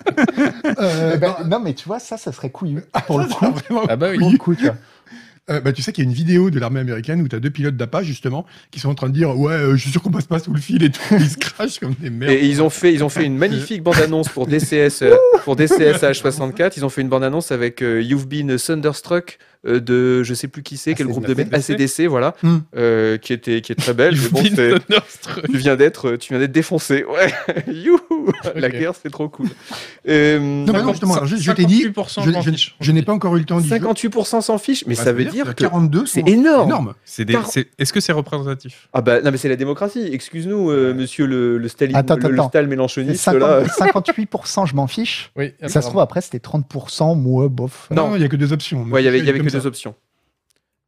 Speaker 4: Eh ben, non, mais tu vois, Euh, ça, ça serait couillu. Pour le coup,
Speaker 2: Vraiment.
Speaker 3: Ah bah
Speaker 4: pour le coup, tu vois.
Speaker 2: Euh, bah, tu sais qu'il y a une vidéo de l'armée américaine où tu as deux pilotes d'APA, justement, qui sont en train de dire Ouais, euh, je suis sûr qu'on passe pas sous le fil et tout. Ils se crachent comme des merdes.
Speaker 1: Et ils ont fait, ils ont fait une magnifique bande-annonce pour DCS, euh, pour DCS H64. Ils ont fait une bande-annonce avec euh, You've Been Thunderstruck euh, de je sais plus qui c'est, quel groupe de mecs,
Speaker 3: ACDC.
Speaker 1: ACDC, voilà,
Speaker 2: Hmm.
Speaker 1: euh, qui était, qui est très belle. mais
Speaker 3: You've
Speaker 1: bon,
Speaker 3: been
Speaker 1: c'est-
Speaker 3: thunderstruck.
Speaker 1: tu viens d'être, tu viens d'être défoncé. Ouais, youhou, la
Speaker 3: Ok.
Speaker 1: guerre, c'est trop cool. Euh,
Speaker 2: Non, mais non, justement, alors, je, je t'ai dit,
Speaker 3: 58%
Speaker 2: je,
Speaker 3: je m'en
Speaker 2: je-
Speaker 3: fiche.
Speaker 2: je n'ai pas encore eu le temps d'y
Speaker 1: 58% s'en fichent, mais
Speaker 2: Bah,
Speaker 1: ça veut dire,
Speaker 2: que
Speaker 1: que
Speaker 2: 42
Speaker 1: c'est
Speaker 2: sont-
Speaker 1: énorme.
Speaker 2: énorme.
Speaker 3: C'est des-
Speaker 1: Par-
Speaker 3: c'est- Est-ce que c'est représentatif
Speaker 1: Ah bah non, mais c'est la démocratie. Excuse-nous, euh, monsieur le, le Staline,
Speaker 4: Attends,
Speaker 1: le, le
Speaker 4: attends.
Speaker 1: Stal
Speaker 4: C'est
Speaker 1: mélenchoniste là.
Speaker 4: 50 58%, je m'en fiche.
Speaker 3: Oui.
Speaker 4: Ça se trouve, après, c'était 30%, moi, bof.
Speaker 1: Non.
Speaker 2: Non, il y a que deux options.
Speaker 1: Ouais, il y avait, il y avait
Speaker 2: Comme
Speaker 1: que
Speaker 2: ça.
Speaker 1: deux options.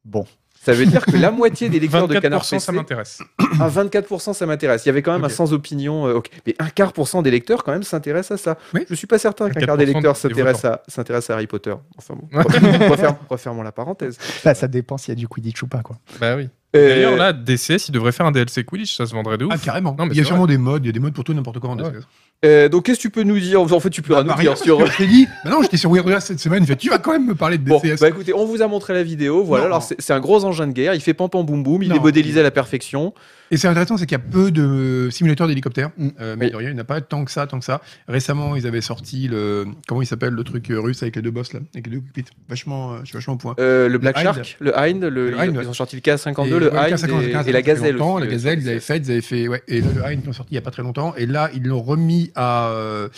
Speaker 4: Bon.
Speaker 1: Ça veut dire que la moitié des lecteurs de Canard
Speaker 3: 24%
Speaker 1: PC,
Speaker 3: ça m'intéresse.
Speaker 1: à 24% ça m'intéresse. Il y avait quand même
Speaker 3: Ok.
Speaker 1: un sans opinion. euh, ok. Mais un quart pour cent des lecteurs quand même s'intéressent à ça.
Speaker 2: Oui.
Speaker 1: Je suis pas certain qu'un quart des
Speaker 3: 4%
Speaker 1: lecteurs
Speaker 3: des
Speaker 1: s'intéresse à, s'intéresse à Harry Potter. Enfin bon, refer- referme- refermons la parenthèse.
Speaker 4: Là, ça dépend s'il y a du Quidditch ou pas, quoi.
Speaker 3: Bah oui.
Speaker 1: Euh,
Speaker 3: D'ailleurs, là, DCS, il devrait faire un DLC Quidditch, ça se vendrait de ouf.
Speaker 2: Ah, carrément.
Speaker 3: Non, mais
Speaker 2: il y a
Speaker 3: c'est
Speaker 2: sûrement des modes, il y a des modes pour tout n'importe quoi en
Speaker 3: Ouais.
Speaker 2: DCS.
Speaker 1: euh, donc qu'est-ce que tu peux nous dire En fait, tu peux
Speaker 3: Ah,
Speaker 1: rien nous
Speaker 2: Mario,
Speaker 1: dire sur. euh,
Speaker 2: je t'ai dit, bah non, j'étais sur Weird Al cette semaine, il fait, tu vas quand même me parler de
Speaker 1: Bon,
Speaker 2: DCS.
Speaker 1: bah écoutez, on vous a montré la vidéo. Voilà,
Speaker 2: Non.
Speaker 1: alors c'est c'est un gros engin de guerre. Il fait pam pam boum boum. Il
Speaker 2: Non.
Speaker 1: est modélisé à la perfection.
Speaker 2: Et c'est intéressant, c'est qu'il y a peu de simulateurs d'hélicoptères.
Speaker 4: Mm.
Speaker 2: Euh, mais
Speaker 1: Oui.
Speaker 2: de rien, il n'y en a pas tant que ça, tant que ça. Récemment, ils avaient sorti le. Comment il s'appelle le truc euh, russe avec les deux boss là Avec les deux cockpits. Vachement, euh, je suis vachement au point.
Speaker 1: Euh, le Black
Speaker 2: Hind.
Speaker 1: Shark, le Hind, le,
Speaker 2: Le
Speaker 1: ils-
Speaker 2: Hind,
Speaker 1: ils,
Speaker 2: ouais.
Speaker 1: ont sorti le K52,
Speaker 2: Et-
Speaker 1: le
Speaker 2: ouais,
Speaker 1: Hind
Speaker 2: 15, 50,
Speaker 1: et,
Speaker 2: 15,
Speaker 1: et la
Speaker 2: 50, ça fait
Speaker 1: Gazelle.
Speaker 2: longtemps.
Speaker 1: aussi, euh,
Speaker 2: la
Speaker 1: le-
Speaker 2: Gazelle, ils avaient fait, ils avaient fait. Ouais, et là, le Hind, ils l'ont sorti il n'y a pas très longtemps. Et là, ils l'ont remis à. euh,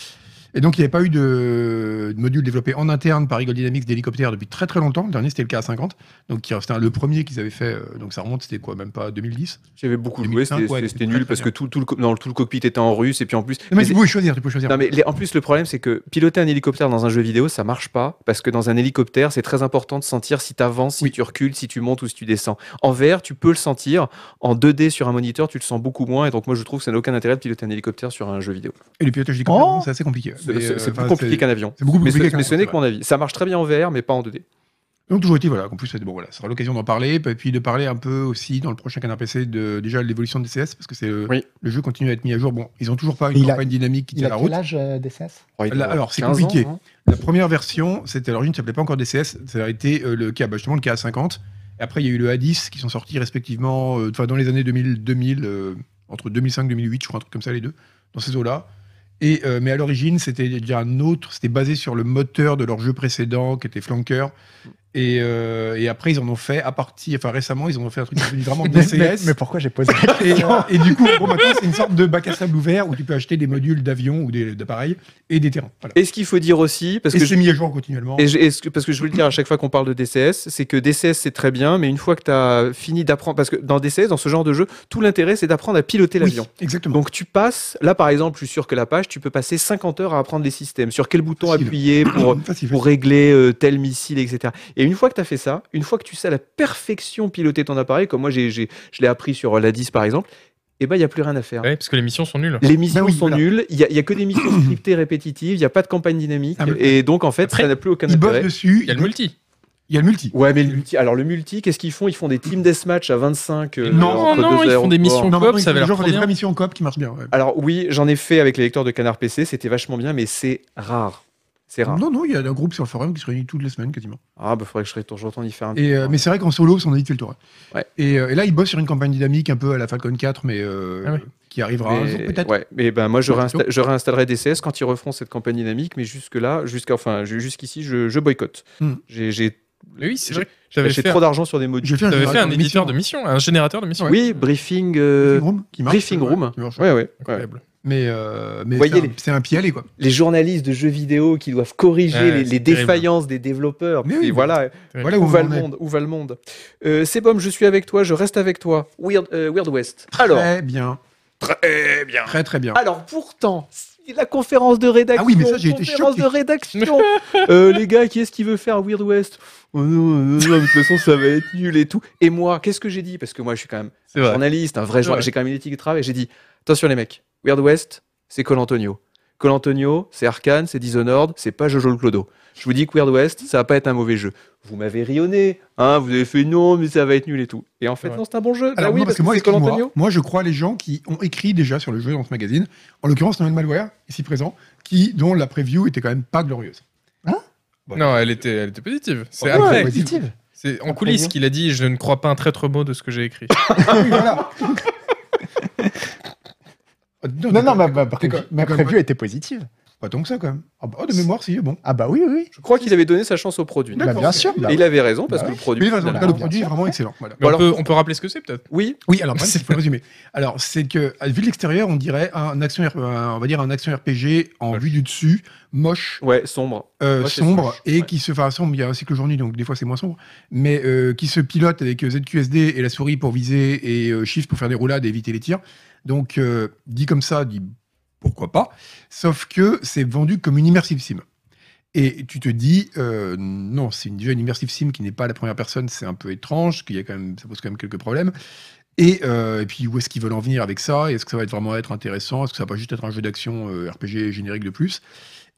Speaker 2: Et donc, il n'y avait pas eu de, de module développé en interne par Eagle Dynamics d'hélicoptère depuis très très longtemps. Le dernier, c'était le K50. Donc, qui- c'était le premier qu'ils avaient fait. euh, Donc, ça remonte, c'était quoi Même pas 2010
Speaker 1: J'avais beaucoup joué,
Speaker 2: 2005,
Speaker 1: c'était
Speaker 2: ouais,
Speaker 1: c'était-
Speaker 2: c'était
Speaker 1: c'était
Speaker 2: très,
Speaker 1: nul
Speaker 2: très
Speaker 1: parce que
Speaker 2: bien.
Speaker 1: tout, tout, le, co- non, tout le cockpit était en russe et puis en plus.
Speaker 2: Non, mais
Speaker 1: mais
Speaker 2: tu pouvais choisir, tu pouvais choisir.
Speaker 1: Non, mais les- en plus, le problème, c'est que piloter un hélicoptère dans un jeu vidéo, ça marche pas. Parce que dans un hélicoptère, c'est très important de sentir si tu avances, si
Speaker 2: Oui.
Speaker 1: tu recules, si tu montes ou si tu descends. En VR, tu peux le sentir. En 2D sur un moniteur, tu le sens beaucoup moins. Et donc, moi, je trouve que ça n'a aucun intérêt de piloter un hélicoptère sur un jeu vidéo.
Speaker 2: Et le pilotage d'hélicoptère,
Speaker 4: Oh
Speaker 2: bon, c'est assez compliqué.
Speaker 1: C'est
Speaker 2: Mais,
Speaker 1: c'est-
Speaker 2: euh,
Speaker 1: c'est plus
Speaker 2: enfin,
Speaker 1: compliqué
Speaker 2: c'est-
Speaker 1: qu'un avion.
Speaker 2: C'est beaucoup plus
Speaker 1: Mais ce,
Speaker 2: compliqué qu'un
Speaker 1: mais ce n'est
Speaker 2: contrôleur.
Speaker 1: que mon avis. Ça marche très bien en VR, mais pas en 2D.
Speaker 2: Donc toujours été, voilà, qu'en plus, bon, voilà, ça sera l'occasion d'en parler, et puis de parler un peu aussi dans le prochain canard PC de déjà de l'évolution de DCS, parce que c'est euh,
Speaker 1: Oui.
Speaker 2: le jeu continue à être mis à jour. Bon, ils ont toujours pas une
Speaker 4: Et il a-
Speaker 2: campagne dynamique qui
Speaker 4: Il
Speaker 2: tient
Speaker 4: a
Speaker 2: la
Speaker 4: quel
Speaker 2: route.
Speaker 4: âge, euh, DCS
Speaker 1: Oh, il
Speaker 2: Là,
Speaker 1: doit
Speaker 2: alors, c'est
Speaker 1: 15 ans,
Speaker 2: compliqué.
Speaker 1: non
Speaker 2: La première version, c'était à l'origine, ça s'appelait pas encore DCS, ça a été euh, le cas, bah, justement le cas 50. Et après, il y a eu le A10 qui sont sortis respectivement, euh, enfin dans les années 2000, 2000 euh, entre 2005 et 2008, je crois un truc comme ça les deux, dans ces eaux-là. Et euh, mais à l'origine, c'était déjà un autre, c'était basé sur le moteur de leur jeu précédent qui était Flanker. Et, euh, et après, ils en ont fait à partir, enfin récemment, ils en ont fait un truc qui est devenu vraiment
Speaker 4: mais, mais-
Speaker 2: DCS.
Speaker 4: mais pourquoi j'ai posé la
Speaker 2: Et,
Speaker 4: question
Speaker 2: et du coup, en gros, maintenant, c'est une sorte de bac à sable ouvert où tu peux acheter des modules d'avions ou des- d'appareils et des terrains. Voilà.
Speaker 1: Et ce qu'il faut dire aussi, parce
Speaker 2: Et
Speaker 1: que
Speaker 2: c'est mis à jour continuellement.
Speaker 1: Et je- et ce que- parce que je veux le dire à chaque fois qu'on parle de DCS, c'est que DCS c'est très bien, mais une fois que tu as fini d'apprendre, parce que dans DCS, dans ce genre de jeu, tout l'intérêt c'est d'apprendre à piloter
Speaker 2: Oui,
Speaker 1: l'avion.
Speaker 2: exactement.
Speaker 1: Donc tu passes, là par exemple, je suis sûr que la page, tu peux passer 50 heures à apprendre les systèmes, sur quel bouton
Speaker 2: Facile.
Speaker 1: appuyer pour,
Speaker 2: Facile,
Speaker 1: pour régler euh, tel missile, etc. Et une fois que tu as fait ça, une fois que tu sais à la perfection piloter ton appareil, comme moi j'ai, j'ai- je l'ai appris sur euh, la 10 par exemple, et ben il n'y a plus rien à faire.
Speaker 3: Ouais, parce que les missions sont nulles.
Speaker 1: Les missions
Speaker 2: Ben oui,
Speaker 1: sont
Speaker 2: voilà.
Speaker 1: nulles, il n'y a, il y a que des missions scriptées répétitives, il n'y a pas de campagne dynamique,
Speaker 2: Ah, mais-
Speaker 1: et donc en fait
Speaker 3: Après,
Speaker 1: ça n'a plus aucun
Speaker 2: Ils bossent
Speaker 1: intérêt.
Speaker 2: dessus.
Speaker 3: Il y a le multi.
Speaker 2: Il y a le multi.
Speaker 1: Ouais, mais le multi. Alors, le multi, qu'est-ce qu'ils font Ils font des team deathmatch à 25. euh,
Speaker 2: Non,
Speaker 1: entre
Speaker 3: non,
Speaker 1: deux
Speaker 3: ils
Speaker 1: heures
Speaker 3: font des
Speaker 1: au
Speaker 3: missions.
Speaker 1: port.
Speaker 3: En coop,
Speaker 2: ils
Speaker 3: ça
Speaker 2: font
Speaker 3: va leur
Speaker 2: toujours
Speaker 3: trop
Speaker 2: des
Speaker 3: bien.
Speaker 2: vraies missions en coop qui marchent bien. ouais.
Speaker 1: Alors, oui, j'en ai fait avec les lecteurs de Canard PC, c'était vachement bien, mais c'est rare. C'est rare.
Speaker 2: Non, non, il y a un groupe sur le forum qui se réunit toutes les semaines quasiment.
Speaker 1: Ah, bah, faudrait que je retourne j'entends y faire un
Speaker 2: Mm. Et, euh,
Speaker 1: tour.
Speaker 2: mais c'est vrai qu'en solo, ça, on a dit que tu fais le tour.
Speaker 1: Ouais.
Speaker 2: Et, euh, et là, ils bossent sur une campagne dynamique un peu à la Falcon 4, mais euh,
Speaker 3: Ah ouais.
Speaker 2: qui arrivera un jour
Speaker 1: Mais-
Speaker 2: peut-être.
Speaker 1: ouais, mais ben moi je,
Speaker 2: Ouais,
Speaker 1: réinsta-
Speaker 2: plutôt.
Speaker 1: je réinstallerai DCS quand ils referont cette campagne dynamique, mais jusque-là, jusqu'à enfin, ju- jusqu'ici, je, je boycotte.
Speaker 2: Hmm.
Speaker 1: J'ai J'ai
Speaker 3: Mais oui, c'est
Speaker 1: J'ai-
Speaker 3: vrai. J'avais
Speaker 1: acheté
Speaker 3: fait,
Speaker 1: trop d'argent sur des modules.
Speaker 2: J'ai fait un,
Speaker 3: t'avais fait
Speaker 2: générateur
Speaker 3: un éditeur de
Speaker 2: missions.
Speaker 3: missions, un générateur de missions.
Speaker 1: Oui, briefing. euh,
Speaker 2: Briefing room qui marche.
Speaker 1: briefing
Speaker 2: ouais,
Speaker 1: room.
Speaker 2: qui marche.
Speaker 1: Ouais, ouais. ouais.
Speaker 3: Incroyable.
Speaker 2: Mais, euh, mais
Speaker 1: Voyez
Speaker 2: c'est
Speaker 1: les-
Speaker 2: un- c'est un, pied aller quoi.
Speaker 1: Les journalistes de jeux vidéo qui doivent corriger les,
Speaker 3: Ouais,
Speaker 1: les
Speaker 3: c'est terrible.
Speaker 1: défaillances des développeurs.
Speaker 2: Mais
Speaker 1: Et
Speaker 2: oui,
Speaker 1: voilà,
Speaker 2: Voilà où
Speaker 1: Où
Speaker 2: on
Speaker 1: va le
Speaker 2: en est.
Speaker 1: monde Où va le monde euh, C'est Pomme, je suis avec toi, je reste avec toi. Weird, euh, Weird West. Alors,
Speaker 2: Très bien,
Speaker 1: très bien.
Speaker 2: très très bien.
Speaker 1: Alors pourtant, si la conférence de rédaction.
Speaker 2: Ah oui, mais ça, j'ai été
Speaker 1: conférence
Speaker 2: choqué.
Speaker 1: de rédaction. Euh, les gars, qui est-ce qui veut faire Weird West Oh non, non, non, de toute façon, ça va être nul et tout. Et moi, qu'est-ce que j'ai dit Parce que moi, je suis quand même
Speaker 3: C'est vrai.
Speaker 1: journaliste, un vrai journaliste.
Speaker 3: Ouais.
Speaker 1: J'ai quand même une éthique de travail. J'ai dit attention les mecs, Weird West, c'est Col Antonio. Col Antonio, c'est Arkane, c'est Dishonored, c'est pas Jojo le Clodo. Je vous dis que Weird West, ça va pas être un mauvais jeu. Vous m'avez rionné, hein, vous avez fait non, mais ça va être nul et tout. Et en fait,
Speaker 3: Ouais.
Speaker 1: non, c'est un bon jeu. Bah
Speaker 2: Alors,
Speaker 1: oui,
Speaker 2: non,
Speaker 1: parce que, c'est Col
Speaker 2: excuse-moi,
Speaker 1: Antonio.
Speaker 2: moi, je crois les gens qui ont écrit déjà sur le jeu dans ce magazine, en l'occurrence Noël Malware, ici présent, qui, dont la preview était quand même pas glorieuse.
Speaker 3: Non, elle était, elle était positive. C'est
Speaker 2: Ah Ouais,
Speaker 4: Ah,
Speaker 2: Ah,
Speaker 3: après.
Speaker 2: ouais.
Speaker 4: positive
Speaker 3: C'est en coulisses qu'il a dit Je ne crois pas un traître mot de ce que j'ai
Speaker 2: Bah
Speaker 3: écrit.
Speaker 4: Voilà.
Speaker 2: Ah,
Speaker 4: Non,
Speaker 2: mais
Speaker 4: non, ma, ma- ma
Speaker 2: t'es quoi-
Speaker 4: prévue, ma
Speaker 2: t'es quoi-
Speaker 4: prévue était positive.
Speaker 2: pas tant que ça quand même. Ah bah, oh, de mémoire, si, bon.
Speaker 4: Ah bah oui, oui.
Speaker 1: Je crois qu'il avait donné sa chance au produit.
Speaker 4: Bah,
Speaker 2: D'accord,
Speaker 4: bien
Speaker 2: ok.
Speaker 4: sûr. bah
Speaker 1: Et il avait raison parce
Speaker 4: Bah
Speaker 1: que le produit.
Speaker 2: Mais en tout
Speaker 1: finalement-
Speaker 2: cas, le
Speaker 4: bien
Speaker 2: produit est
Speaker 4: sûr.
Speaker 2: vraiment excellent. Voilà.
Speaker 3: Mais
Speaker 1: Voilà.
Speaker 3: on, peut, on peut rappeler ce que c'est peut-être
Speaker 1: Oui,
Speaker 2: Oui, alors il faut résumer. Alors, c'est que à vue de l'extérieur, on dirait un action, R- un- on va dire un action RPG en
Speaker 3: Moche.
Speaker 2: vue du dessus, moche,
Speaker 1: ouais, sombre.
Speaker 2: euh,
Speaker 1: Moche et
Speaker 2: sombre
Speaker 1: moche,
Speaker 2: et
Speaker 1: ouais.
Speaker 2: qui se, enfin sombre, il y a un cycle jour-nuit, donc des fois c'est moins sombre, mais euh, qui se pilote avec euh, ZQSD et la souris pour viser et euh, shift pour faire des roulades et éviter les tirs. Donc euh, dit comme ça, dit pourquoi pas. Sauf que c'est vendu comme une immersive sim. Et tu te dis, euh, non, c'est une, déjà une immersive sim qui n'est pas à la première personne, c'est un peu étrange, qu'il y a quand même, ça pose quand même quelques problèmes. Et, euh, et puis, où est-ce qu'ils veulent en venir avec ça Est-ce que ça va être vraiment être intéressant Est-ce que ça va pas juste être un jeu d'action euh, RPG générique de plus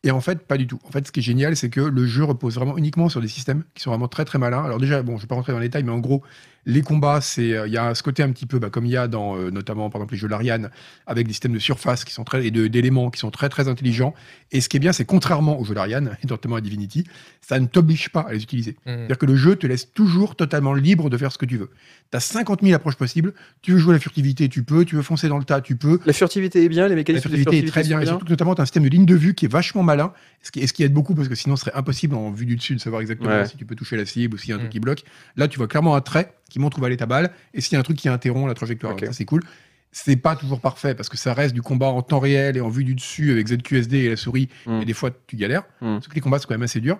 Speaker 2: Et en fait, pas du tout. En fait, ce qui est génial, c'est que le jeu repose vraiment uniquement sur des systèmes qui sont vraiment très très malins. Alors déjà, bon, je vais pas rentrer dans les détails, mais en gros, les combats, c'est euh, il y a ce côté un petit peu, bah, comme il y a dans euh, notamment par exemple les jeux Larian, avec des systèmes de surface qui sont très et de- d'éléments qui sont très très intelligents. Et ce qui est bien, c'est contrairement aux jeux Larian et notamment à Divinity, ça ne t'oblige pas à les utiliser.
Speaker 3: Mm. Hmm.
Speaker 2: C'est-à-dire que le jeu te laisse toujours totalement libre de faire ce que tu veux. Tu as 50 000 approches possibles. Tu veux jouer à la furtivité, tu peux. Tu veux foncer dans le tas, tu peux.
Speaker 1: La furtivité est bien, les
Speaker 2: La
Speaker 1: mécanismes de
Speaker 2: furtivité est très bien. Et
Speaker 1: sont
Speaker 2: surtout, que notamment, tu as un système de ligne de vue qui est vachement malin. Ce qui, et ce qui aide beaucoup parce que sinon, ce serait impossible en vue du dessus de savoir exactement
Speaker 1: Ouais.
Speaker 2: si tu peux toucher la cible ou s'il y a un truc
Speaker 3: Mm.
Speaker 2: qui bloque. Là, tu vois clairement un trait qui montre où va aller ta balle et s'il y a un truc qui interrompt la trajectoire.
Speaker 1: Ok.
Speaker 2: Donc Ça, c'est cool. C'est pas toujours parfait parce que ça reste du combat en temps réel et en vue du dessus avec ZQSD et la souris.
Speaker 1: Mm.
Speaker 2: Et des fois, tu galères.
Speaker 1: Mm.
Speaker 2: Parce que les combats sont quand même assez durs.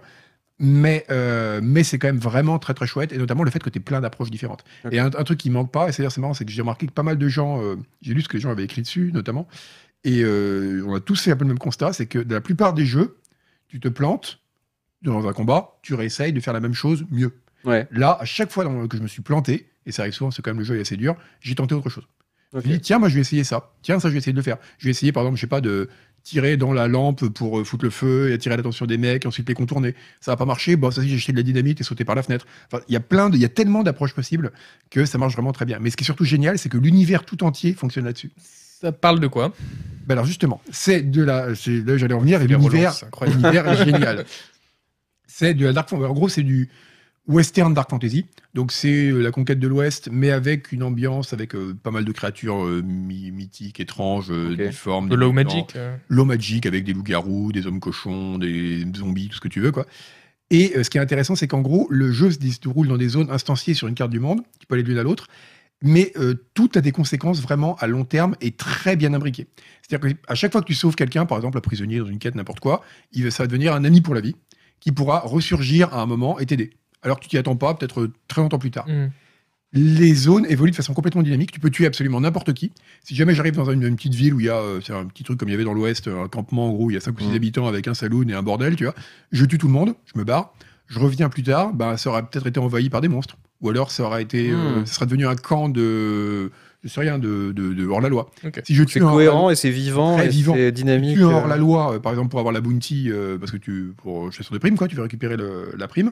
Speaker 2: Mais, euh, mais c'est quand même vraiment très très chouette, et notamment le fait que tu plein d'approches différentes.
Speaker 1: Ok.
Speaker 2: Et un, un truc qui manque pas, et c'est-à-dire c'est marrant, c'est que j'ai remarqué que pas mal de gens, euh, j'ai lu ce que les gens avaient écrit dessus notamment, et euh, on a tous fait un peu le même constat, c'est que dans la plupart des jeux, tu te plantes dans un combat, tu réessayes de faire la même chose mieux.
Speaker 1: Ouais.
Speaker 2: Là, à chaque fois dans- que je me suis planté, et ça arrive souvent, c'est quand même le jeu est assez dur, j'ai tenté autre chose.
Speaker 1: Ok.
Speaker 2: Je me dis, tiens, moi je vais essayer ça. Tiens, ça je vais essayer de le faire. Je vais essayer, par exemple, je sais pas, de tirer dans la lampe pour euh, foutre le feu et attirer l'attention des mecs, et ensuite les contourner. Ça va pas marcher. Bon, ça si j'ai acheté de la dynamite et sauté par la fenêtre. Enfin, il y a plein de, il y a tellement d'approches possibles que ça marche vraiment très bien. Mais ce qui est surtout génial, c'est que l'univers tout entier fonctionne là-dessus.
Speaker 3: Ça parle de quoi
Speaker 2: Ben alors justement, c'est de la, c'est là où j'allais en venir, et
Speaker 3: Les relances,
Speaker 2: l'univers
Speaker 3: c'est incroyable.
Speaker 2: l'univers est génial. C'est de la Dark Fantasy. En gros, c'est du western Dark Fantasy. Donc, c'est euh, la conquête de l'Ouest, mais avec une ambiance, avec euh, pas mal de créatures euh, mi- mythiques, étranges, euh,
Speaker 1: Ok.
Speaker 2: difformes.
Speaker 3: De Low
Speaker 2: dégoûtantes.
Speaker 3: Magic euh,
Speaker 2: L'eau magique avec des loups-garous, des hommes cochons, des zombies, tout ce que tu veux, quoi. Et euh, ce qui est intéressant, c'est qu'en gros, le jeu se déroule dans des zones instanciées sur une carte du monde, tu peux aller de l'une à l'autre, mais euh, tout a des conséquences vraiment à long terme et très bien imbriquées. C'est-à-dire qu'à chaque fois que tu sauves quelqu'un, par exemple un prisonnier dans une quête, n'importe quoi, il va- ça va devenir un ami pour la vie, qui pourra ressurgir à un moment et t'aider. Alors que tu t'y attends pas, peut-être euh, très longtemps plus tard
Speaker 3: hmm.
Speaker 2: les zones évoluent de façon complètement dynamique. Tu peux tuer absolument n'importe qui. Si jamais j'arrive dans une, une petite ville où il y a euh, c'est un petit truc comme il y avait dans l'Ouest, euh, un campement en gros, où il y a 5 ou 6
Speaker 1: Mhm.
Speaker 2: habitants avec un saloon et un bordel, tu vois, je tue tout le monde, je me barre, je reviens plus tard, bah, ça aurait peut-être été envahi par des monstres. Ou alors ça aurait été, euh,
Speaker 1: Mhm.
Speaker 2: ça serait devenu un camp de, je sais rien, de, de, de hors-la-loi.
Speaker 3: Ok.
Speaker 2: Si je
Speaker 1: C'est
Speaker 2: tue un hors-la-loi-
Speaker 1: cohérent et c'est vivant
Speaker 2: Très
Speaker 1: et
Speaker 2: vivant.
Speaker 1: c'est dynamique.
Speaker 2: tu es
Speaker 1: euh,
Speaker 2: hors la loi, euh, par exemple, pour avoir la bounty, euh, parce que tu, pour chasseur de primes, quoi, tu veux récupérer le- la prime,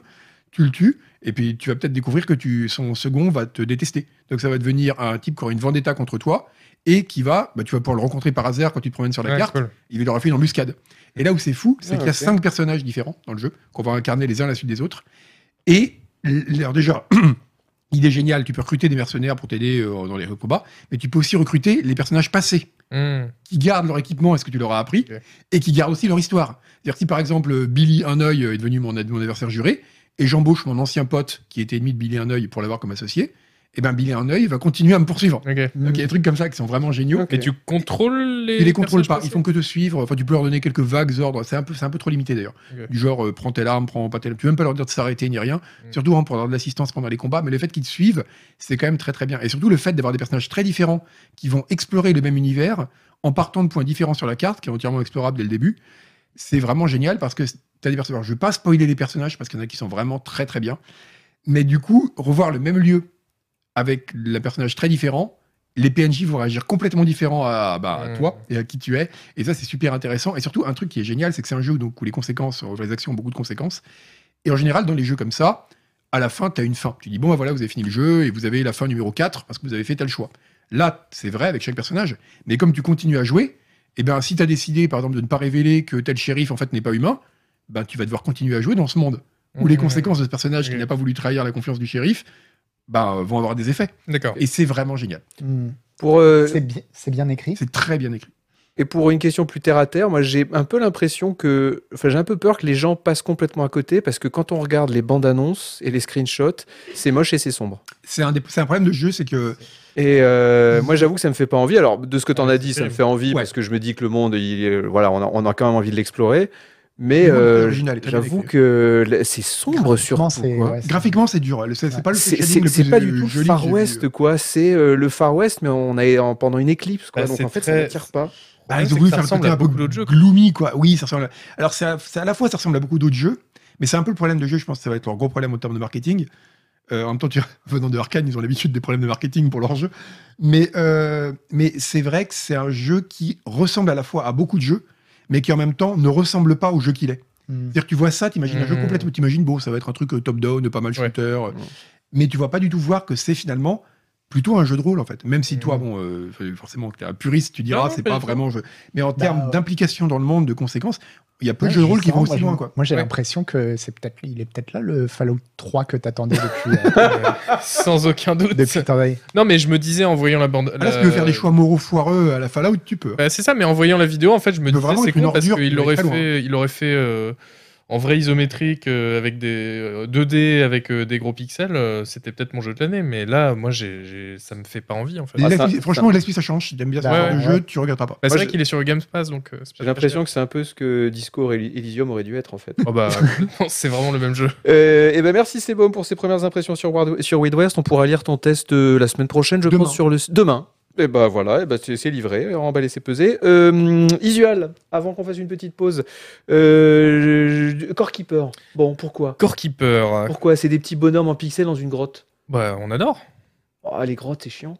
Speaker 2: tu le tues, et puis tu vas peut-être découvrir que tu, son second va te détester. Donc ça va devenir un type qui aura une vendetta contre toi, et qui va, bah, tu vas pouvoir le rencontrer par hasard quand tu te promènes sur la
Speaker 3: Ouais,
Speaker 2: carte,
Speaker 3: cool.
Speaker 2: il va leur fait une embuscade. Et là où c'est fou, c'est
Speaker 1: Ah,
Speaker 2: qu'il y a
Speaker 1: ok.
Speaker 2: cinq personnages différents dans le jeu, qu'on va incarner les uns à la suite des autres. Et, l- alors déjà, idée géniale, tu peux recruter des mercenaires pour t'aider euh, dans les combats, mais tu peux aussi recruter les personnages passés
Speaker 3: Hmm.
Speaker 2: qui gardent leur équipement est ce que tu leur as appris
Speaker 3: Ok.
Speaker 2: et qui gardent aussi leur histoire. C'est-à-dire que si par exemple euh, Billy Un œil est devenu mon, ad- mon adversaire juré et j'embauche mon ancien pote qui était ennemi de Billy Un œil pour l'avoir comme associé, et ben Billy Un œil va continuer à me poursuivre.
Speaker 3: Ok.
Speaker 2: Donc il y a des trucs comme ça qui sont vraiment géniaux.
Speaker 1: Ok.
Speaker 3: Et tu contrôles les.
Speaker 2: Ils les contrôlent
Speaker 3: personnages
Speaker 2: pas, ils font que te suivre. Enfin, tu peux leur donner quelques vagues ordres. C'est un peu, c'est un peu trop limité d'ailleurs.
Speaker 3: Ok.
Speaker 2: Du genre, euh, prends telle arme, prends pas telle. Tu peux même pas leur dire de s'arrêter ni rien.
Speaker 3: Mm.
Speaker 2: Surtout hein, pour avoir de l'assistance pendant les combats. Mais le fait qu'ils te suivent, c'est quand même très très bien. Et surtout le fait d'avoir des personnages très différents qui vont explorer le même univers en partant de points différents sur la carte, qui est entièrement explorable dès le début. C'est vraiment génial parce que t'as des personnages. Je vais pas spoiler les personnages parce qu'il y en a qui sont vraiment très très bien. Mais du coup, revoir le même lieu avec un personnage très différent, les PNJ vont réagir complètement différent à, bah, à
Speaker 3: Mm.
Speaker 2: toi et à qui tu es. Et ça, c'est super intéressant. Et surtout, un truc qui est génial, c'est que c'est un jeu où, donc, où les conséquences, euh, les actions ont beaucoup de conséquences. Et en général, dans les jeux comme ça, à la fin, tu as une fin. Tu dis, bon, bah voilà, vous avez fini le jeu et vous avez la fin numéro 4 parce que vous avez fait tel choix. Là, c'est vrai avec chaque personnage, mais comme tu continues à jouer, et ben, si tu as décidé, par exemple, de ne pas révéler que tel shérif, en fait, n'est pas humain, ben, tu vas devoir continuer à jouer dans ce monde. ou
Speaker 1: Mmh.
Speaker 3: Mmh.
Speaker 2: les conséquences de ce personnage qui n'a pas voulu trahir la confiance du shérif, bah, euh, vont avoir des effets.
Speaker 3: D'accord.
Speaker 2: Et c'est vraiment génial.
Speaker 4: Hmm.
Speaker 1: Pour, euh,
Speaker 4: C'est bi- c'est bien écrit.
Speaker 2: C'est très bien écrit.
Speaker 1: et pour une question plus terre à terre, moi j'ai un peu l'impression que. Enfin, j'ai un peu peur que les gens passent complètement à côté parce que quand on regarde les bandes annonces et les screenshots, c'est moche et c'est sombre.
Speaker 2: C'est un, des- c'est un problème de jeu, c'est que
Speaker 1: Et euh, moi j'avoue que ça me fait pas envie. Alors, de ce que tu en
Speaker 3: Ouais,
Speaker 1: as
Speaker 3: c'est
Speaker 1: dit, ça me
Speaker 3: terrible.
Speaker 1: fait envie
Speaker 2: Ouais.
Speaker 1: parce que je me dis que le monde, il, est- voilà, on a, on a quand même envie de l'explorer. Mais
Speaker 2: Le monde est
Speaker 1: euh,
Speaker 2: original et très bien
Speaker 1: j'avoue
Speaker 2: écrit.
Speaker 1: que la- c'est sombre surtout.
Speaker 4: Graphiquement, c'est-
Speaker 1: quoi.
Speaker 4: ouais, c'est-
Speaker 2: graphiquement, c'est dur. Le- C'est c'est pas le
Speaker 1: C'est
Speaker 2: shading
Speaker 1: c'est-
Speaker 2: le
Speaker 1: c'est
Speaker 2: plus,
Speaker 1: pas
Speaker 2: euh,
Speaker 1: du tout le
Speaker 2: joli que
Speaker 1: Far
Speaker 2: j'ai vu.
Speaker 1: West, quoi. C'est euh, le Far West, mais on est en- pendant une éclipse, quoi.
Speaker 3: Bah,
Speaker 1: Donc
Speaker 3: c'est
Speaker 1: en fait, ça
Speaker 3: très-
Speaker 1: m'attire pas.
Speaker 2: Bah,
Speaker 3: Ouais,
Speaker 2: ils
Speaker 3: c'est
Speaker 2: ont
Speaker 3: que
Speaker 2: voulu
Speaker 3: ça
Speaker 2: faire le
Speaker 3: ressemble
Speaker 2: côté
Speaker 3: à
Speaker 2: un peu
Speaker 3: beaucoup d'autres jeux, quoi.
Speaker 2: gloomy, quoi. Oui, ça ressemble. à- Alors, c'est à, c'est à la fois, ça ressemble à beaucoup d'autres jeux, mais c'est un peu le problème de jeu. Je pense que ça va être leur gros problème en termes de marketing. Euh, en même temps, tu... venant de Arkane, ils ont l'habitude des problèmes de marketing pour leurs jeux. Mais, euh, mais c'est vrai que c'est un jeu qui ressemble à la fois à beaucoup de jeux, mais qui en même temps ne ressemble pas au jeu qu'il est.
Speaker 4: Hmm.
Speaker 2: C'est-à-dire que tu vois ça, t'imagines un jeu
Speaker 3: Mhm.
Speaker 2: complètement, t'imagines, bon, ça va être un truc euh, top-down, pas mal
Speaker 3: Ouais.
Speaker 2: shooter, euh, mais tu vas pas du tout voir que c'est finalement plutôt un jeu de rôle en fait. Même si toi,
Speaker 3: Mhm.
Speaker 2: bon, euh, forcément, que t'es un puriste, tu
Speaker 3: Non,
Speaker 2: diras,
Speaker 3: non,
Speaker 2: c'est
Speaker 3: pas
Speaker 2: pas
Speaker 3: du tout.
Speaker 2: vraiment un jeu. Mais en termes
Speaker 4: ouais.
Speaker 2: d'implication dans le monde, de conséquences, il y a peu
Speaker 4: Ouais,
Speaker 2: de jeux de rôle qui
Speaker 4: justement,
Speaker 2: vont
Speaker 4: moi,
Speaker 2: aussi
Speaker 4: je-
Speaker 2: loin, quoi.
Speaker 4: Moi, j'ai
Speaker 3: Ouais.
Speaker 4: l'impression que c'est peut-être, il est peut-être là le Fallout 3 que t'attendais depuis, euh,
Speaker 2: Ah,
Speaker 3: Sans aucun doute.
Speaker 4: depuis tant d'années.
Speaker 3: Non, mais je me disais en voyant la bande.
Speaker 2: Ah, Là, si
Speaker 3: la-
Speaker 2: tu veux faire des choix moraux foireux à la Fallout, tu peux.
Speaker 3: Bah, c'est ça, mais en voyant la vidéo, en fait, je me
Speaker 2: Il peut
Speaker 3: disais
Speaker 2: vraiment
Speaker 3: c'est
Speaker 2: être une
Speaker 3: con parce
Speaker 2: ordure qui
Speaker 3: qu'il
Speaker 2: va
Speaker 3: l'aurait
Speaker 2: très loin.
Speaker 3: fait, il aurait fait euh, en vrai isométrique euh, avec des euh, 2D avec euh, des gros pixels. euh, C'était peut-être mon jeu de l'année, mais là, moi, j'ai, j'ai- Bah, ça me fait pas envie en fait.
Speaker 2: Les
Speaker 1: Ah,
Speaker 2: Last
Speaker 1: ça-
Speaker 2: Wish-
Speaker 1: ça-
Speaker 2: franchement, Last Wish, ça change. Si t'aimes bien ce
Speaker 4: Bah,
Speaker 2: genre de
Speaker 4: ouais.
Speaker 2: jeu, tu regarderas pas.
Speaker 3: Bah, c'est
Speaker 1: Moi,
Speaker 3: vrai
Speaker 1: j'ai-
Speaker 3: qu'il est sur le Game Pass, donc. euh, c'est
Speaker 1: J'ai
Speaker 3: peut-être
Speaker 1: l'impression
Speaker 3: pas
Speaker 1: que c'est un peu ce que Disco Elysium aurait dû être en fait.
Speaker 3: cher. Oh, bah, complètement, c'est vraiment le même jeu.
Speaker 1: Euh, et ben merci Sebum pour ces premières impressions sur, Ward- sur Wild West. On pourra lire ton test euh, la semaine prochaine, je
Speaker 2: Demain.
Speaker 1: pense, sur le demain. Et ben voilà, eh ben, c'est c'est livré, emballé, c'est pesé. Euh, Isual, avant qu'on fasse une petite pause, euh, je- Core Keeper. Bon, pourquoi
Speaker 3: Core Keeper.
Speaker 1: Pourquoi C'est des petits bonhommes en pixels dans une grotte.
Speaker 3: Bah, on adore.
Speaker 1: Ah, les grottes, c'est chiant.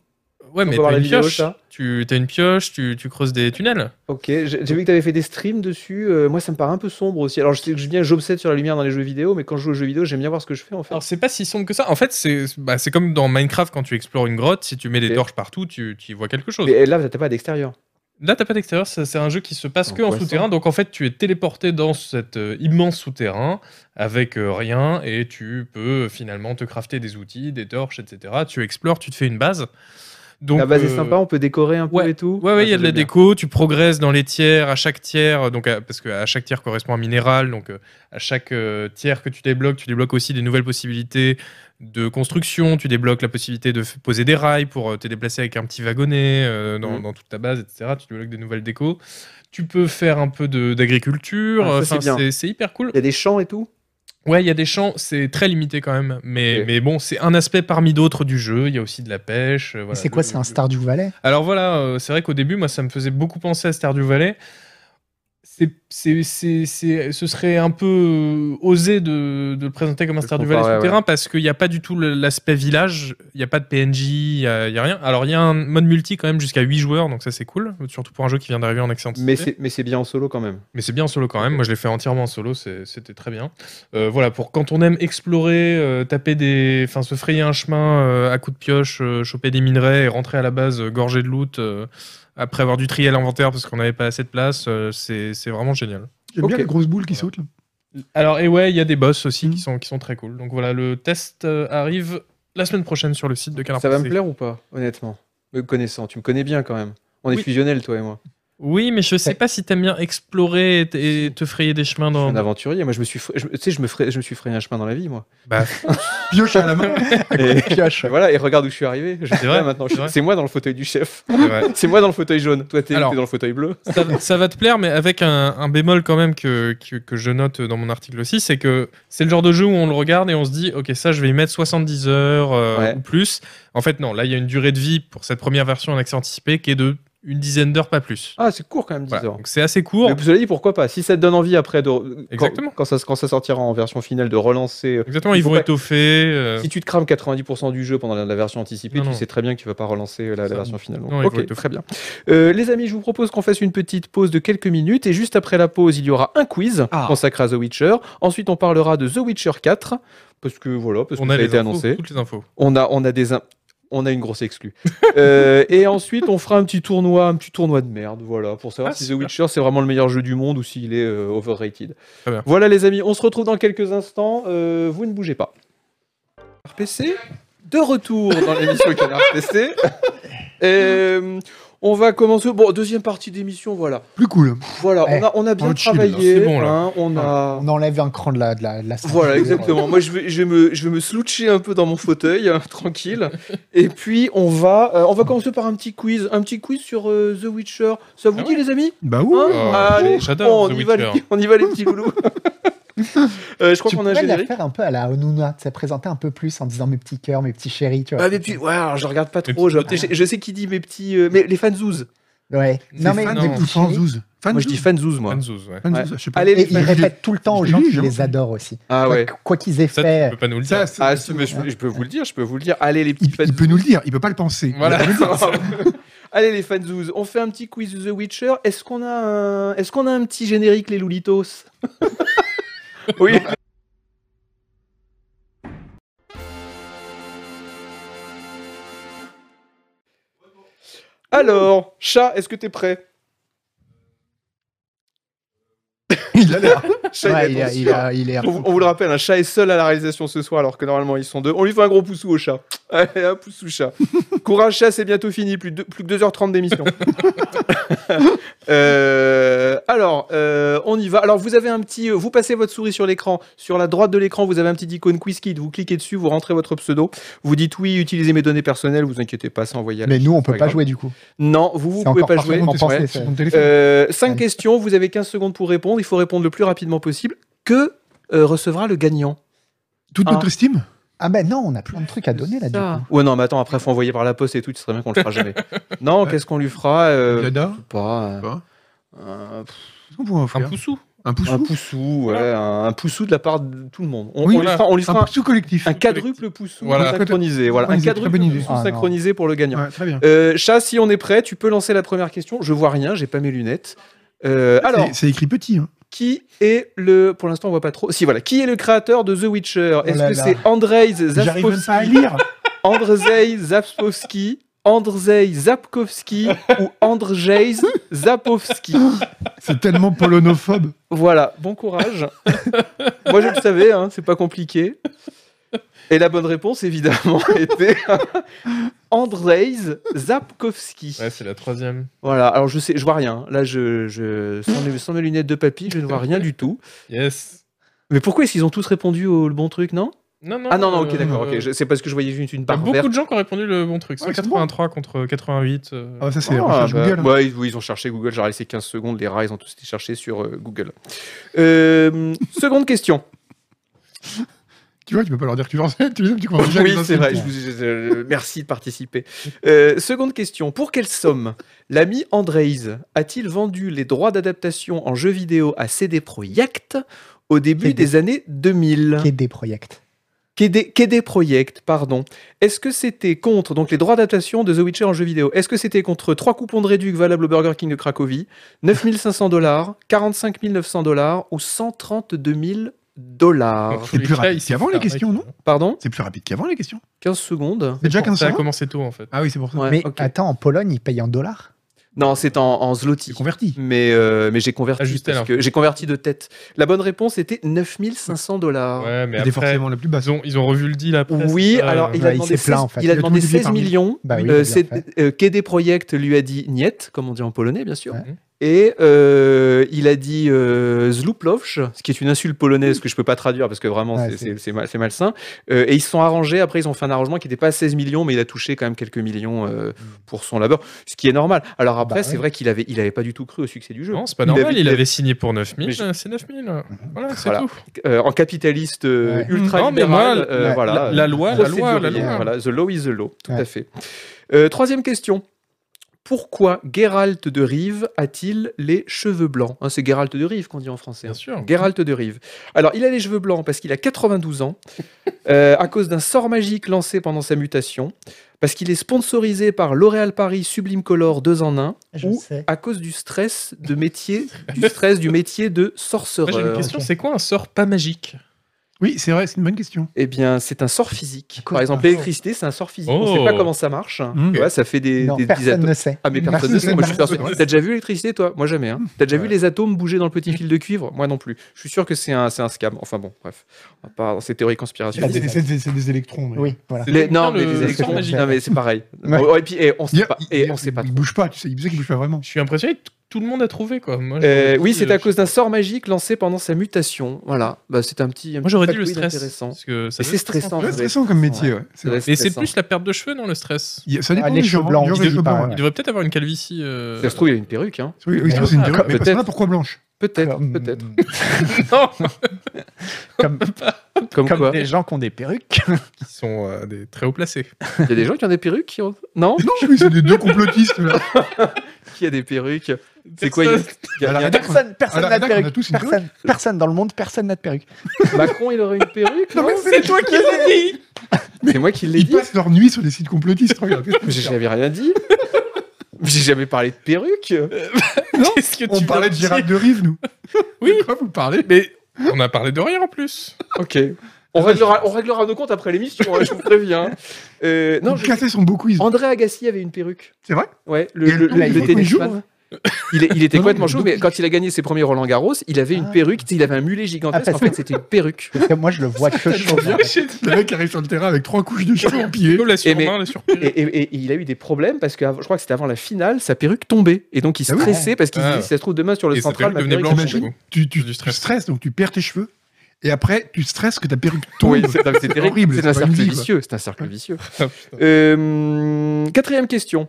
Speaker 3: Ouais, mais
Speaker 1: peut voir
Speaker 3: t'as
Speaker 1: la
Speaker 3: une,
Speaker 1: vidéo,
Speaker 3: pioche.
Speaker 1: ça
Speaker 3: Tu t'as une pioche, tu, tu creuses des tunnels.
Speaker 1: Ok, j'ai j'ai vu que tu avais fait des streams dessus. euh, moi, ça me paraît un peu sombre aussi. Alors, je sais que je- bien, j'obsède sur la lumière dans les jeux vidéo, mais quand je joue aux jeux vidéo, j'aime bien voir ce que je fais en fait.
Speaker 3: Alors, c'est pas si sombre que ça. En fait, c'est bah, c'est comme dans Minecraft quand tu explores une grotte, si tu mets des
Speaker 1: Ok.
Speaker 3: torches partout, tu, tu y vois quelque chose.
Speaker 1: Mais là, t'as pas d'extérieur.
Speaker 3: Là, t'as pas d'extérieur, ça- c'est un jeu qui se passe que en
Speaker 1: Angoissant.
Speaker 3: souterrain. Donc en fait, tu es téléporté dans cet euh, immense souterrain avec euh, rien et tu peux euh, finalement te crafter des outils, des torches, etc. Tu explores, tu te fais une base. Donc,
Speaker 1: La base est
Speaker 3: euh,
Speaker 1: sympa, on peut décorer un peu
Speaker 3: ouais.
Speaker 1: et tout.
Speaker 3: Ouais, ouais,
Speaker 1: Ah,
Speaker 3: il y a
Speaker 1: ça,
Speaker 3: de la
Speaker 1: j'aime bien.
Speaker 3: déco, tu progresses dans les tiers, à chaque tiers, euh, donc à- parce qu'à chaque tiers correspond un minéral, donc euh, à chaque euh, tiers que tu débloques, tu débloques aussi des nouvelles possibilités de construction, tu débloques la possibilité de f- poser des rails pour euh, te déplacer avec un petit wagonnet euh, dans,
Speaker 1: Mhm.
Speaker 3: dans toute ta base, etc. Tu débloques des nouvelles décos. Tu peux faire un peu de- d'agriculture,
Speaker 1: Ah, ça,
Speaker 3: euh,
Speaker 1: c'est
Speaker 3: enfin,
Speaker 1: bien.
Speaker 3: c'est c'est hyper cool.
Speaker 1: Il y a des champs et tout.
Speaker 3: Ouais, il y a des champs, c'est très limité quand même, mais,
Speaker 1: Ok.
Speaker 3: mais bon, c'est un aspect parmi d'autres du jeu, il y a aussi de la pêche. euh,
Speaker 4: Mais
Speaker 3: voilà,
Speaker 4: c'est quoi,
Speaker 3: le-
Speaker 4: c'est un
Speaker 3: le-
Speaker 4: Star du Valais
Speaker 3: alors voilà, euh, c'est vrai qu'au début, moi, ça me faisait beaucoup penser à Star du Valais. C'est, c'est, c'est, c'est- ce serait un peu euh, osé de, de le présenter comme un
Speaker 1: Je
Speaker 3: Star du
Speaker 1: comprends,
Speaker 3: Valais
Speaker 1: ouais,
Speaker 3: souterrain parce qu'il n'y a pas du tout le- l'aspect village, il n'y a pas de PNJ, il n'y a, il y a rien. Alors il y a un mode multi quand même jusqu'à 8 joueurs, donc ça c'est cool, surtout pour un jeu qui vient d'arriver en accès anticipé.
Speaker 1: Mais c'est mais c'est bien en solo quand même.
Speaker 3: Mais c'est bien en solo quand même. Moi, je l'ai fait entièrement en solo. c'est- C'était très bien. Euh, voilà, pour quand on aime explorer, euh, taper des, enfin, se frayer un chemin euh, à coups de pioche, euh, choper des minerais et rentrer à la base euh, gorgé de loot euh, après avoir dû trier à l'inventaire parce qu'on n'avait pas assez de place, euh, c'est c'est vraiment génial.
Speaker 2: J'aime bien
Speaker 1: Ok.
Speaker 2: les grosses boules qui
Speaker 3: Voilà.
Speaker 2: sautent. là.
Speaker 3: Alors, et ouais, il y a des boss aussi
Speaker 2: Mhm.
Speaker 3: qui sont qui sont très cool. Donc voilà, le test euh, arrive la semaine prochaine sur le site de Canard
Speaker 1: Ça va me
Speaker 3: PC.
Speaker 1: plaire ou pas, honnêtement Me connaissant, tu me connais bien quand même. On est
Speaker 3: Oui.
Speaker 1: fusionnels, toi et moi.
Speaker 3: Oui, mais je sais pas si t'aimes bien explorer et, t- et te frayer des chemins
Speaker 1: Je suis un
Speaker 3: dans.
Speaker 1: aventurier. Moi, je me suis, fra- je me- tu sais, je me, fra- je me suis frayé un chemin dans la vie, moi.
Speaker 3: Bah,
Speaker 2: Pioche à la main.
Speaker 1: Et
Speaker 4: Pioche.
Speaker 1: voilà. Et regarde où je suis arrivé. Je
Speaker 3: C'est vrai,
Speaker 1: là, maintenant. je-
Speaker 3: c'est vrai.
Speaker 1: C'est moi dans le fauteuil du chef.
Speaker 3: ouais.
Speaker 1: C'est moi dans le fauteuil jaune. Toi, t'es t'es
Speaker 3: Alors.
Speaker 1: dans le fauteuil bleu.
Speaker 3: ça, ça va te plaire, mais avec un, un bémol quand même que, que, que je note dans mon article aussi, c'est que c'est le genre de jeu où on le regarde et on se dit, ok, ça, je vais y mettre 70 heures euh,
Speaker 1: Ouais.
Speaker 3: ou plus. En fait, non, là, il y a une durée de vie pour cette première version en accès anticipé qui est de une dizaine d'heures, pas plus.
Speaker 1: Ah, c'est court quand même, 10
Speaker 3: Voilà.
Speaker 1: heures.
Speaker 3: Donc c'est assez court.
Speaker 1: Mais vous avez dit pourquoi pas Si ça te donne envie après de
Speaker 3: Exactement.
Speaker 1: quand, quand ça quand ça sortira en version finale de relancer.
Speaker 3: Exactement,
Speaker 1: il
Speaker 3: ils
Speaker 1: faut
Speaker 3: vont
Speaker 1: pas-
Speaker 3: étoffer. euh,
Speaker 1: Si tu te crames 90% du jeu pendant la, la version anticipée,
Speaker 3: Non,
Speaker 1: tu
Speaker 3: non.
Speaker 1: sais très bien que tu vas pas relancer euh, la, la
Speaker 3: Ça,
Speaker 1: version finale. Donc,
Speaker 3: non, il faut
Speaker 1: ok,
Speaker 3: être
Speaker 1: très bien. Euh, les amis, je vous propose qu'on fasse une petite pause de quelques minutes et juste après la pause, il y aura un quiz
Speaker 2: Ah.
Speaker 1: consacré à The Witcher. Ensuite, on parlera de The Witcher 4 parce que voilà, parce que
Speaker 3: on
Speaker 1: ça
Speaker 3: a
Speaker 1: a
Speaker 3: les
Speaker 1: été
Speaker 3: infos,
Speaker 1: annoncé.
Speaker 3: toutes les infos.
Speaker 1: On a on a des in- on a une grosse exclue. Euh, et ensuite, on fera un petit tournoi, un petit tournoi de merde, voilà, pour savoir
Speaker 3: Ah,
Speaker 1: si The
Speaker 3: super.
Speaker 1: Witcher c'est vraiment le meilleur jeu du monde ou s'il est euh, overrated.
Speaker 3: Très bien.
Speaker 1: Voilà, les amis, on se retrouve dans quelques instants. euh, vous ne bougez pas. RPC, de retour dans l'émission Canard PC. Et, euh, on va commencer. Bon, deuxième partie d'émission, voilà.
Speaker 2: Plus cool.
Speaker 1: Voilà,
Speaker 4: Eh,
Speaker 1: on, a, on a bien
Speaker 2: on chill, là,
Speaker 1: travaillé.
Speaker 3: c'est bon, là.
Speaker 1: hein, on a.
Speaker 4: On enlève un cran de la, de la, de la ceinture.
Speaker 1: Voilà, exactement. Moi, je vais, je, vais me, je vais me sloucher un peu dans mon fauteuil, hein, tranquille. Et puis, on va, euh, on va commencer par un petit quiz. Un petit quiz sur euh, The Witcher. Ça vous
Speaker 3: Ah
Speaker 1: dit, les amis
Speaker 2: Bah oui.
Speaker 1: Hein
Speaker 3: Oh,
Speaker 1: Allez,
Speaker 3: j'adore
Speaker 1: on,
Speaker 3: The
Speaker 1: y va, les,
Speaker 3: Witcher.
Speaker 1: on y va, les petits loulous. Euh, je crois
Speaker 4: Tu
Speaker 1: qu'on a un
Speaker 4: pourrais la
Speaker 1: générique.
Speaker 4: faire un peu à la Onuna, tu sais, présenter un peu plus en disant mes petits cœurs, mes petits chéris, tu vois.
Speaker 1: Ah, mais puis, ouais, alors, je regarde pas
Speaker 3: Les
Speaker 1: trop. Je,
Speaker 3: petits
Speaker 1: je- je sais qui dit mes petits. euh, mais les fanzouz.
Speaker 4: Ouais. Non, mais
Speaker 3: fan
Speaker 4: mes
Speaker 3: des
Speaker 4: petits
Speaker 2: Fan
Speaker 4: chéris.
Speaker 2: zouz. Fan
Speaker 1: Moi, je dis
Speaker 2: zouz.
Speaker 1: fanzouz, moi.
Speaker 3: Fanzouz, ouais.
Speaker 2: Fan
Speaker 1: Ouais.
Speaker 2: zouz, je sais pas.
Speaker 1: Allez, les
Speaker 4: Et ils
Speaker 1: fans-
Speaker 4: répètent tout le temps aux
Speaker 2: je
Speaker 4: gens
Speaker 2: l'ai,
Speaker 4: qui
Speaker 2: j'ai
Speaker 4: les
Speaker 2: entendu.
Speaker 4: adorent aussi.
Speaker 1: Ah, ouais.
Speaker 4: Quoi- Quoi qu'ils aient
Speaker 3: Ça, tu
Speaker 4: fait.
Speaker 3: peux pas nous le
Speaker 2: Ça,
Speaker 3: dire.
Speaker 2: c'est-
Speaker 1: Ah, si, mais je, peux- je peux vous le dire, je peux vous le dire. Allez, les petits
Speaker 2: il, il
Speaker 1: fanzouz.
Speaker 2: peut nous le dire, il peut pas le penser.
Speaker 3: Voilà.
Speaker 1: Allez les fanzouz, on fait un petit quiz de The Witcher. Est-ce qu'on a un, est-ce qu'on a un petit générique les Loulitos Oui. Alors, chat, est-ce que t'es prêt
Speaker 2: Il a l'air.
Speaker 1: Chat,
Speaker 4: Ouais,
Speaker 1: il
Speaker 4: il,
Speaker 1: est
Speaker 4: a- il a- il est-
Speaker 1: attention. on, on vous le rappelle, un chat est seul à la réalisation ce soir alors que normalement ils sont deux. On lui fait un gros poussou au chat. Allez, un poussou chat. Courage chat, c'est bientôt fini, plus, de, plus que 2h30 d'émission. Euh, alors, euh, on y va. Alors, vous avez un petit. euh, Vous passez votre souris sur l'écran. Sur la droite de l'écran, vous avez un petit icône QuizKid. Vous cliquez dessus, vous rentrez votre pseudo. Vous dites oui, utilisez mes données personnelles. Vous inquiétez pas, c'est envoyé à la-
Speaker 4: Mais nous, on peut
Speaker 1: Pas
Speaker 4: pas,
Speaker 1: grave.
Speaker 4: jouer du coup.
Speaker 1: Non, vous, vous
Speaker 4: C'est
Speaker 1: pouvez
Speaker 4: encore
Speaker 1: pas
Speaker 4: parfait,
Speaker 1: jouer.
Speaker 4: on
Speaker 2: Sur-
Speaker 4: pensait,
Speaker 2: sur
Speaker 4: ça.
Speaker 2: ton téléphone.
Speaker 1: 5
Speaker 4: Ouais.
Speaker 1: questions, vous avez 15 secondes pour répondre. Il faut répondre le plus rapidement possible. Que euh, recevra le gagnant
Speaker 2: Toute
Speaker 1: ah.
Speaker 2: notre estime
Speaker 4: Ah ben non, on a plein de trucs à donner là du coup.
Speaker 1: Ouais, non, mais attends, après, faut envoyer par la poste et tout, ce serait bien qu'on le fera jamais. non, qu'est-ce qu'on lui fera euh, je sais
Speaker 2: Dada
Speaker 1: pas. euh,
Speaker 2: Pas.
Speaker 1: euh, pff,
Speaker 2: Qu'est-ce qu'on pourrait
Speaker 3: Un
Speaker 2: offrir
Speaker 3: poussou.
Speaker 2: Un poussou
Speaker 1: un poussou, ouais, un, un poussou de la part de tout le monde. On,
Speaker 2: Oui,
Speaker 1: on lui
Speaker 3: voilà.
Speaker 1: fera, on lui
Speaker 2: Un
Speaker 1: fera un,
Speaker 2: poussou collectif.
Speaker 1: un quadruple poussou
Speaker 3: Voilà.
Speaker 1: synchronisé. Voilà, un
Speaker 2: Synchronisé, très
Speaker 1: quadruple
Speaker 2: bonne idée.
Speaker 1: poussou
Speaker 4: Ah, non.
Speaker 1: synchronisé pour le gagnant.
Speaker 2: Ouais, très bien.
Speaker 1: Euh, chat, si on est prêt, tu peux lancer la première question. Je vois rien, j'ai pas mes lunettes. Euh, alors,
Speaker 2: Ah, C'est- C'est écrit petit. hein.
Speaker 1: qui est le. Pour l'instant, on voit pas trop. Si, voilà. Qui est le créateur de The Witcher Est-ce
Speaker 4: là
Speaker 1: que
Speaker 4: là.
Speaker 1: c'est Andrzej
Speaker 2: Oh J'arrive même
Speaker 1: Zaspowski
Speaker 2: pas à lire.
Speaker 1: Andrzej Zapkowski, Andrzej Zapkowski ou Andrzej Zapowski.
Speaker 2: C'est tellement polonophobe.
Speaker 1: Voilà, bon courage. Moi, je le savais, hein, c'est pas compliqué. Et la bonne réponse, évidemment, était Andrzej Zapkowski.
Speaker 3: Ouais, c'est la troisième.
Speaker 1: Voilà, alors je sais, je vois rien. Là, je, je, sans, mes, sans mes lunettes de papy, je ne vois rien du tout.
Speaker 3: Yes.
Speaker 1: Mais pourquoi est-ce qu'ils ont tous répondu au le bon truc, non
Speaker 3: Non, non.
Speaker 1: Ah non, non, ok,
Speaker 3: euh,
Speaker 1: d'accord,
Speaker 3: euh,
Speaker 1: ok. je- C'est parce que je voyais juste une
Speaker 3: Il y a
Speaker 1: barre
Speaker 3: beaucoup
Speaker 1: verte.
Speaker 3: de gens qui ont répondu le bon truc.
Speaker 2: Ouais, c'est
Speaker 3: 183 contre 88. euh,
Speaker 2: Ah, ça, c'est
Speaker 1: Ah,
Speaker 2: recherche
Speaker 1: bah,
Speaker 2: Google. hein.
Speaker 1: ouais, ils, oui, ils ont cherché Google, j'ai laissé 15 secondes, les rats, ils ont tous été cherchés sur euh, Google. Euh, seconde question.
Speaker 2: Tu vois, tu peux pas leur dire que tu vas enseigner, tu les aimes, tu comprends déjà
Speaker 1: oui,
Speaker 2: les
Speaker 1: c'est
Speaker 2: insultes.
Speaker 1: vrai, je vous- je- je- merci de participer. Euh, seconde question. Pour quelle somme l'ami Andreïs a-t-il vendu les droits d'adaptation en jeux vidéo à CD Projekt au début
Speaker 4: CD.
Speaker 1: des années 2000
Speaker 4: Qui est des projects.
Speaker 1: KD, KD Project, pardon. Est-ce que c'était contre, donc les droits d'adaptation de The Witcher en jeu vidéo, est-ce que c'était contre 3 coupons de réduc valables au Burger King de Cracovie, 9500 dollars, 45 900 dollars ou 132 000
Speaker 3: dans
Speaker 1: dollars
Speaker 3: tous
Speaker 2: c'est
Speaker 3: les
Speaker 2: plus
Speaker 3: cas,
Speaker 2: rapide
Speaker 3: il s'est
Speaker 2: qu'avant,
Speaker 3: fait
Speaker 2: les
Speaker 3: arnaquer,
Speaker 2: questions, non
Speaker 3: hein.
Speaker 1: Pardon
Speaker 2: C'est plus rapide qu'avant les questions.
Speaker 1: 15 secondes
Speaker 2: C'est déjà comme
Speaker 3: Ça
Speaker 2: ça.
Speaker 3: a commencé tôt, en fait.
Speaker 2: Ah oui, c'est pour ça.
Speaker 1: Ouais,
Speaker 4: mais
Speaker 1: ok.
Speaker 4: attends, en Pologne, ils payent en dollars
Speaker 1: Non, c'est en, en zloty.
Speaker 2: C'est converti.
Speaker 1: Mais, euh, mais j'ai converti,
Speaker 3: Ajusté,
Speaker 1: parce
Speaker 3: là.
Speaker 1: que j'ai converti de tête. La bonne réponse était 9500 dollars.
Speaker 3: Ouais, mais
Speaker 2: C'était
Speaker 3: après,
Speaker 2: Ah. forcément la plus basse.
Speaker 3: ils ont, ils ont revu le deal après.
Speaker 1: Oui,
Speaker 3: c'est ça,
Speaker 1: alors
Speaker 3: euh,
Speaker 1: il a
Speaker 4: Ouais, bah, il
Speaker 1: demandé
Speaker 4: s'est plaint,
Speaker 1: 16,
Speaker 4: en
Speaker 1: il
Speaker 4: fait.
Speaker 1: a
Speaker 2: Il a tout
Speaker 1: demandé
Speaker 2: multiplié
Speaker 1: 16
Speaker 2: par mille.
Speaker 1: millions.
Speaker 4: Bah oui,
Speaker 1: Euh,
Speaker 4: t'as bien
Speaker 1: c'est- euh, KD Projekt lui a dit Niet, comme on dit en polonais, bien sûr.
Speaker 4: Ouais.
Speaker 1: Et euh, il a dit euh, Zluplovch, ce qui est une insulte polonaise que je peux pas traduire parce que vraiment
Speaker 4: Ouais,
Speaker 1: c'est-
Speaker 4: c'est-
Speaker 1: c'est c'est mal- c'est malsain. Euh, et ils se sont arrangés. Après, ils ont fait un arrangement qui n'était pas à 16 millions, mais il a touché quand même quelques millions euh, pour son labeur, ce qui est normal. Alors après,
Speaker 4: Mm. Bah
Speaker 1: c'est
Speaker 4: ouais.
Speaker 1: vrai qu'il avait, il avait pas du tout cru au succès du jeu.
Speaker 3: Non, c'est pas
Speaker 1: Il
Speaker 3: normal.
Speaker 1: avait-
Speaker 3: il avait signé pour 9000.
Speaker 1: Mais je- Mhm.
Speaker 3: euh, C'est 9000. euh, Voilà, c'est
Speaker 1: Voilà.
Speaker 3: tout.
Speaker 1: Euh, en capitaliste euh,
Speaker 4: Ouais.
Speaker 1: ultra euh,
Speaker 3: Hmm. Non, mais moi, la-
Speaker 4: la-
Speaker 1: voilà,
Speaker 3: la, la loi, la loi, la
Speaker 1: procédurier,
Speaker 3: loi.
Speaker 1: Voilà, the law is the law, tout
Speaker 4: Ouais.
Speaker 1: à fait. Euh, troisième question. Pourquoi Geralt de Rive a-t-il les cheveux blancs Hein, C'est Geralt de Rive qu'on dit en français.
Speaker 3: Bien
Speaker 1: hein.
Speaker 3: sûr.
Speaker 1: Geralt de Rive. Alors, il a les cheveux blancs parce qu'il a 92 ans, euh, à cause d'un sort magique lancé pendant sa mutation, parce qu'il est sponsorisé par L'Oréal Paris Sublime Color 2 en 1,
Speaker 4: Je
Speaker 1: ou
Speaker 4: sais.
Speaker 1: à cause du stress de métier, du stress du métier de
Speaker 3: Moi, j'ai une
Speaker 1: sorcereur.
Speaker 3: question.
Speaker 4: ok.
Speaker 3: C'est quoi un sort pas magique
Speaker 2: Oui, c'est vrai, c'est une bonne question.
Speaker 1: Eh bien, c'est un sort physique.
Speaker 4: Quoi
Speaker 1: Par exemple, l'électricité, c'est un sort physique. On ne
Speaker 3: Oh.
Speaker 1: sait pas comment ça marche.
Speaker 2: Mmh.
Speaker 1: Tu vois, ça fait des,
Speaker 4: Non,
Speaker 1: des- des
Speaker 4: personne
Speaker 1: atomes.
Speaker 4: ne sait.
Speaker 1: Ah, mais personne
Speaker 2: Personne
Speaker 1: ne sait.
Speaker 2: ne
Speaker 1: Moi, je
Speaker 2: sait.
Speaker 1: suis persuadé.
Speaker 2: Ouais.
Speaker 1: T'as déjà vu l'électricité, toi Moi, jamais. Hein. T'as déjà vu les atomes bouger dans le petit fil de cuivre Moi non plus. Je suis sûr que c'est un, c'est un scam. Enfin bon, bref. On va pas dans ces théories
Speaker 4: Pas
Speaker 2: Bah, C'est
Speaker 1: conspirationnistes.
Speaker 4: des-
Speaker 2: des, c'est des- c'est des électrons. mais-
Speaker 4: Oui, voilà.
Speaker 3: C'est
Speaker 1: Les-
Speaker 3: bien
Speaker 1: non, mais
Speaker 3: le
Speaker 1: les électrons,
Speaker 3: sort magique.
Speaker 1: non, mais c'est pareil.
Speaker 4: Ouais.
Speaker 1: Oh, et puis, eh, on sait
Speaker 2: Hier,
Speaker 1: pas.
Speaker 2: il-
Speaker 1: Et
Speaker 2: hier,
Speaker 1: on sait pas.
Speaker 2: Il bouge pas, tu sais, il sait qu'il bouge pas vraiment.
Speaker 3: Je suis impressionné que t- tout le monde a trouvé quoi. Moi,
Speaker 1: Euh,
Speaker 3: j'aurais
Speaker 1: oui,
Speaker 3: dit,
Speaker 1: c'est
Speaker 3: euh,
Speaker 1: à cause d'un sort magique lancé pendant sa mutation. Voilà, bah, c'est un petit. un
Speaker 3: Moi
Speaker 1: petit
Speaker 3: j'aurais dit le
Speaker 1: factoid
Speaker 3: stress.
Speaker 1: intéressant.
Speaker 3: Parce que ça
Speaker 1: Et
Speaker 3: doit
Speaker 1: c'est
Speaker 3: être-
Speaker 1: stressant.
Speaker 2: C'est
Speaker 1: ça doit être-
Speaker 2: stressant comme métier, ouais. c'est
Speaker 1: ça doit
Speaker 2: vrai.
Speaker 1: être
Speaker 3: Mais c'est
Speaker 1: stressant.
Speaker 3: plus la perte de cheveux non le stress.
Speaker 2: Il- Ça
Speaker 4: Ah,
Speaker 2: dépend des
Speaker 4: les cheveux
Speaker 2: gens. hein.
Speaker 4: blancs,
Speaker 2: les gens,
Speaker 4: je
Speaker 2: les
Speaker 4: dis
Speaker 2: cheveux
Speaker 4: pas,
Speaker 2: blancs,
Speaker 4: ouais.
Speaker 3: Il devrait peut-être avoir une calvitie. euh,
Speaker 1: Ça se trouve, il y a une perruque. Hein.
Speaker 2: ouais. Oui, oui,
Speaker 4: Ouais,
Speaker 2: c'est une
Speaker 3: ouais.
Speaker 2: perruque, mais
Speaker 1: Peut-être.
Speaker 2: personne n'a pourquoi blanche.
Speaker 1: Peut-être,
Speaker 4: Comme-
Speaker 1: peut-être.
Speaker 3: Non,
Speaker 4: Comme,
Speaker 1: Comme,
Speaker 4: comme
Speaker 1: quoi.
Speaker 4: des gens qui ont des perruques.
Speaker 3: Qui sont euh, des très haut placés.
Speaker 1: Il y a des gens qui ont des perruques qui ont- Non
Speaker 2: Non, oui, c'est des deux complotistes. là.
Speaker 1: Qui a des perruques C'est quoi il y a-
Speaker 3: Personne-
Speaker 1: il y a-
Speaker 2: À la
Speaker 1: il y a-
Speaker 2: rédac-
Speaker 4: Personne, personne
Speaker 2: la
Speaker 4: n'a de
Speaker 2: rédac, on a
Speaker 4: perruque.
Speaker 2: tous une perruque.
Speaker 4: Personne, personne dans le monde, personne n'a de perruque.
Speaker 1: Macron, il aurait une perruque non
Speaker 3: C'est toi qui l'as dit.
Speaker 1: C'est moi qui l'ai
Speaker 2: Ils
Speaker 1: dit.
Speaker 2: passent leur nuit sur des sites complotistes. regarde.
Speaker 1: Mais J'ai jamais rien dit. J'ai jamais parlé de perruque.
Speaker 3: Qu'est-ce que tu
Speaker 2: On
Speaker 3: viens
Speaker 2: parlait de
Speaker 3: dire
Speaker 2: Gérald de Rive, nous.
Speaker 3: Oui.
Speaker 2: De quoi vous parlez
Speaker 3: Mais on a parlé de rien en plus.
Speaker 1: Ok. On réglera, on réglera nos comptes après l'émission, hein, je vous préviens. Euh, non,
Speaker 2: Vous
Speaker 1: je-
Speaker 2: cassez son beau quiz.
Speaker 1: André Agassi avait une perruque.
Speaker 2: C'est vrai
Speaker 1: Ouais, le,
Speaker 2: Et elle
Speaker 1: le-
Speaker 2: tombe
Speaker 1: le
Speaker 2: tous les
Speaker 1: tennisman.
Speaker 2: jours,
Speaker 1: Il, est- il était
Speaker 2: Non, non,
Speaker 1: complètement
Speaker 2: mais
Speaker 1: chaud, hein. mais quand il a gagné ses premiers Roland Garros, il avait une
Speaker 4: Ah.
Speaker 1: perruque, il avait un mulet gigantesque.
Speaker 4: Ah, parce
Speaker 1: en fait, c'était une perruque.
Speaker 4: Parce que moi, je le vois que chauve.
Speaker 2: Le mec arrive sur le terrain avec trois couches de cheveux empilées.
Speaker 3: Yo, la surmain,
Speaker 1: mais-
Speaker 3: la surprise.
Speaker 1: Et, et- et- et il a eu des problèmes parce que av- je crois que c'était avant la finale, sa perruque tombait. Et donc il
Speaker 2: Ah oui.
Speaker 1: stressait parce qu'il se
Speaker 3: Ah.
Speaker 1: dit si ça se trouve demain sur le
Speaker 3: Et ça
Speaker 1: central, ma
Speaker 3: devenait
Speaker 1: perruque.
Speaker 3: blanche.
Speaker 1: elle
Speaker 2: Imagine,
Speaker 1: tombe.
Speaker 2: tu, tu,
Speaker 3: Du
Speaker 2: tu
Speaker 3: stress.
Speaker 2: stresses, donc tu perds tes cheveux. Et après, tu stresses que ta perruque tombe.
Speaker 1: Oui, c'est non, mais c'est terrible.
Speaker 2: horrible,
Speaker 1: C'est
Speaker 2: c'est
Speaker 1: un
Speaker 2: pas une
Speaker 1: cercle
Speaker 2: vie, quoi.
Speaker 1: vicieux. C'est un cercle vicieux.
Speaker 3: Ah,
Speaker 1: Euh, quatrième question.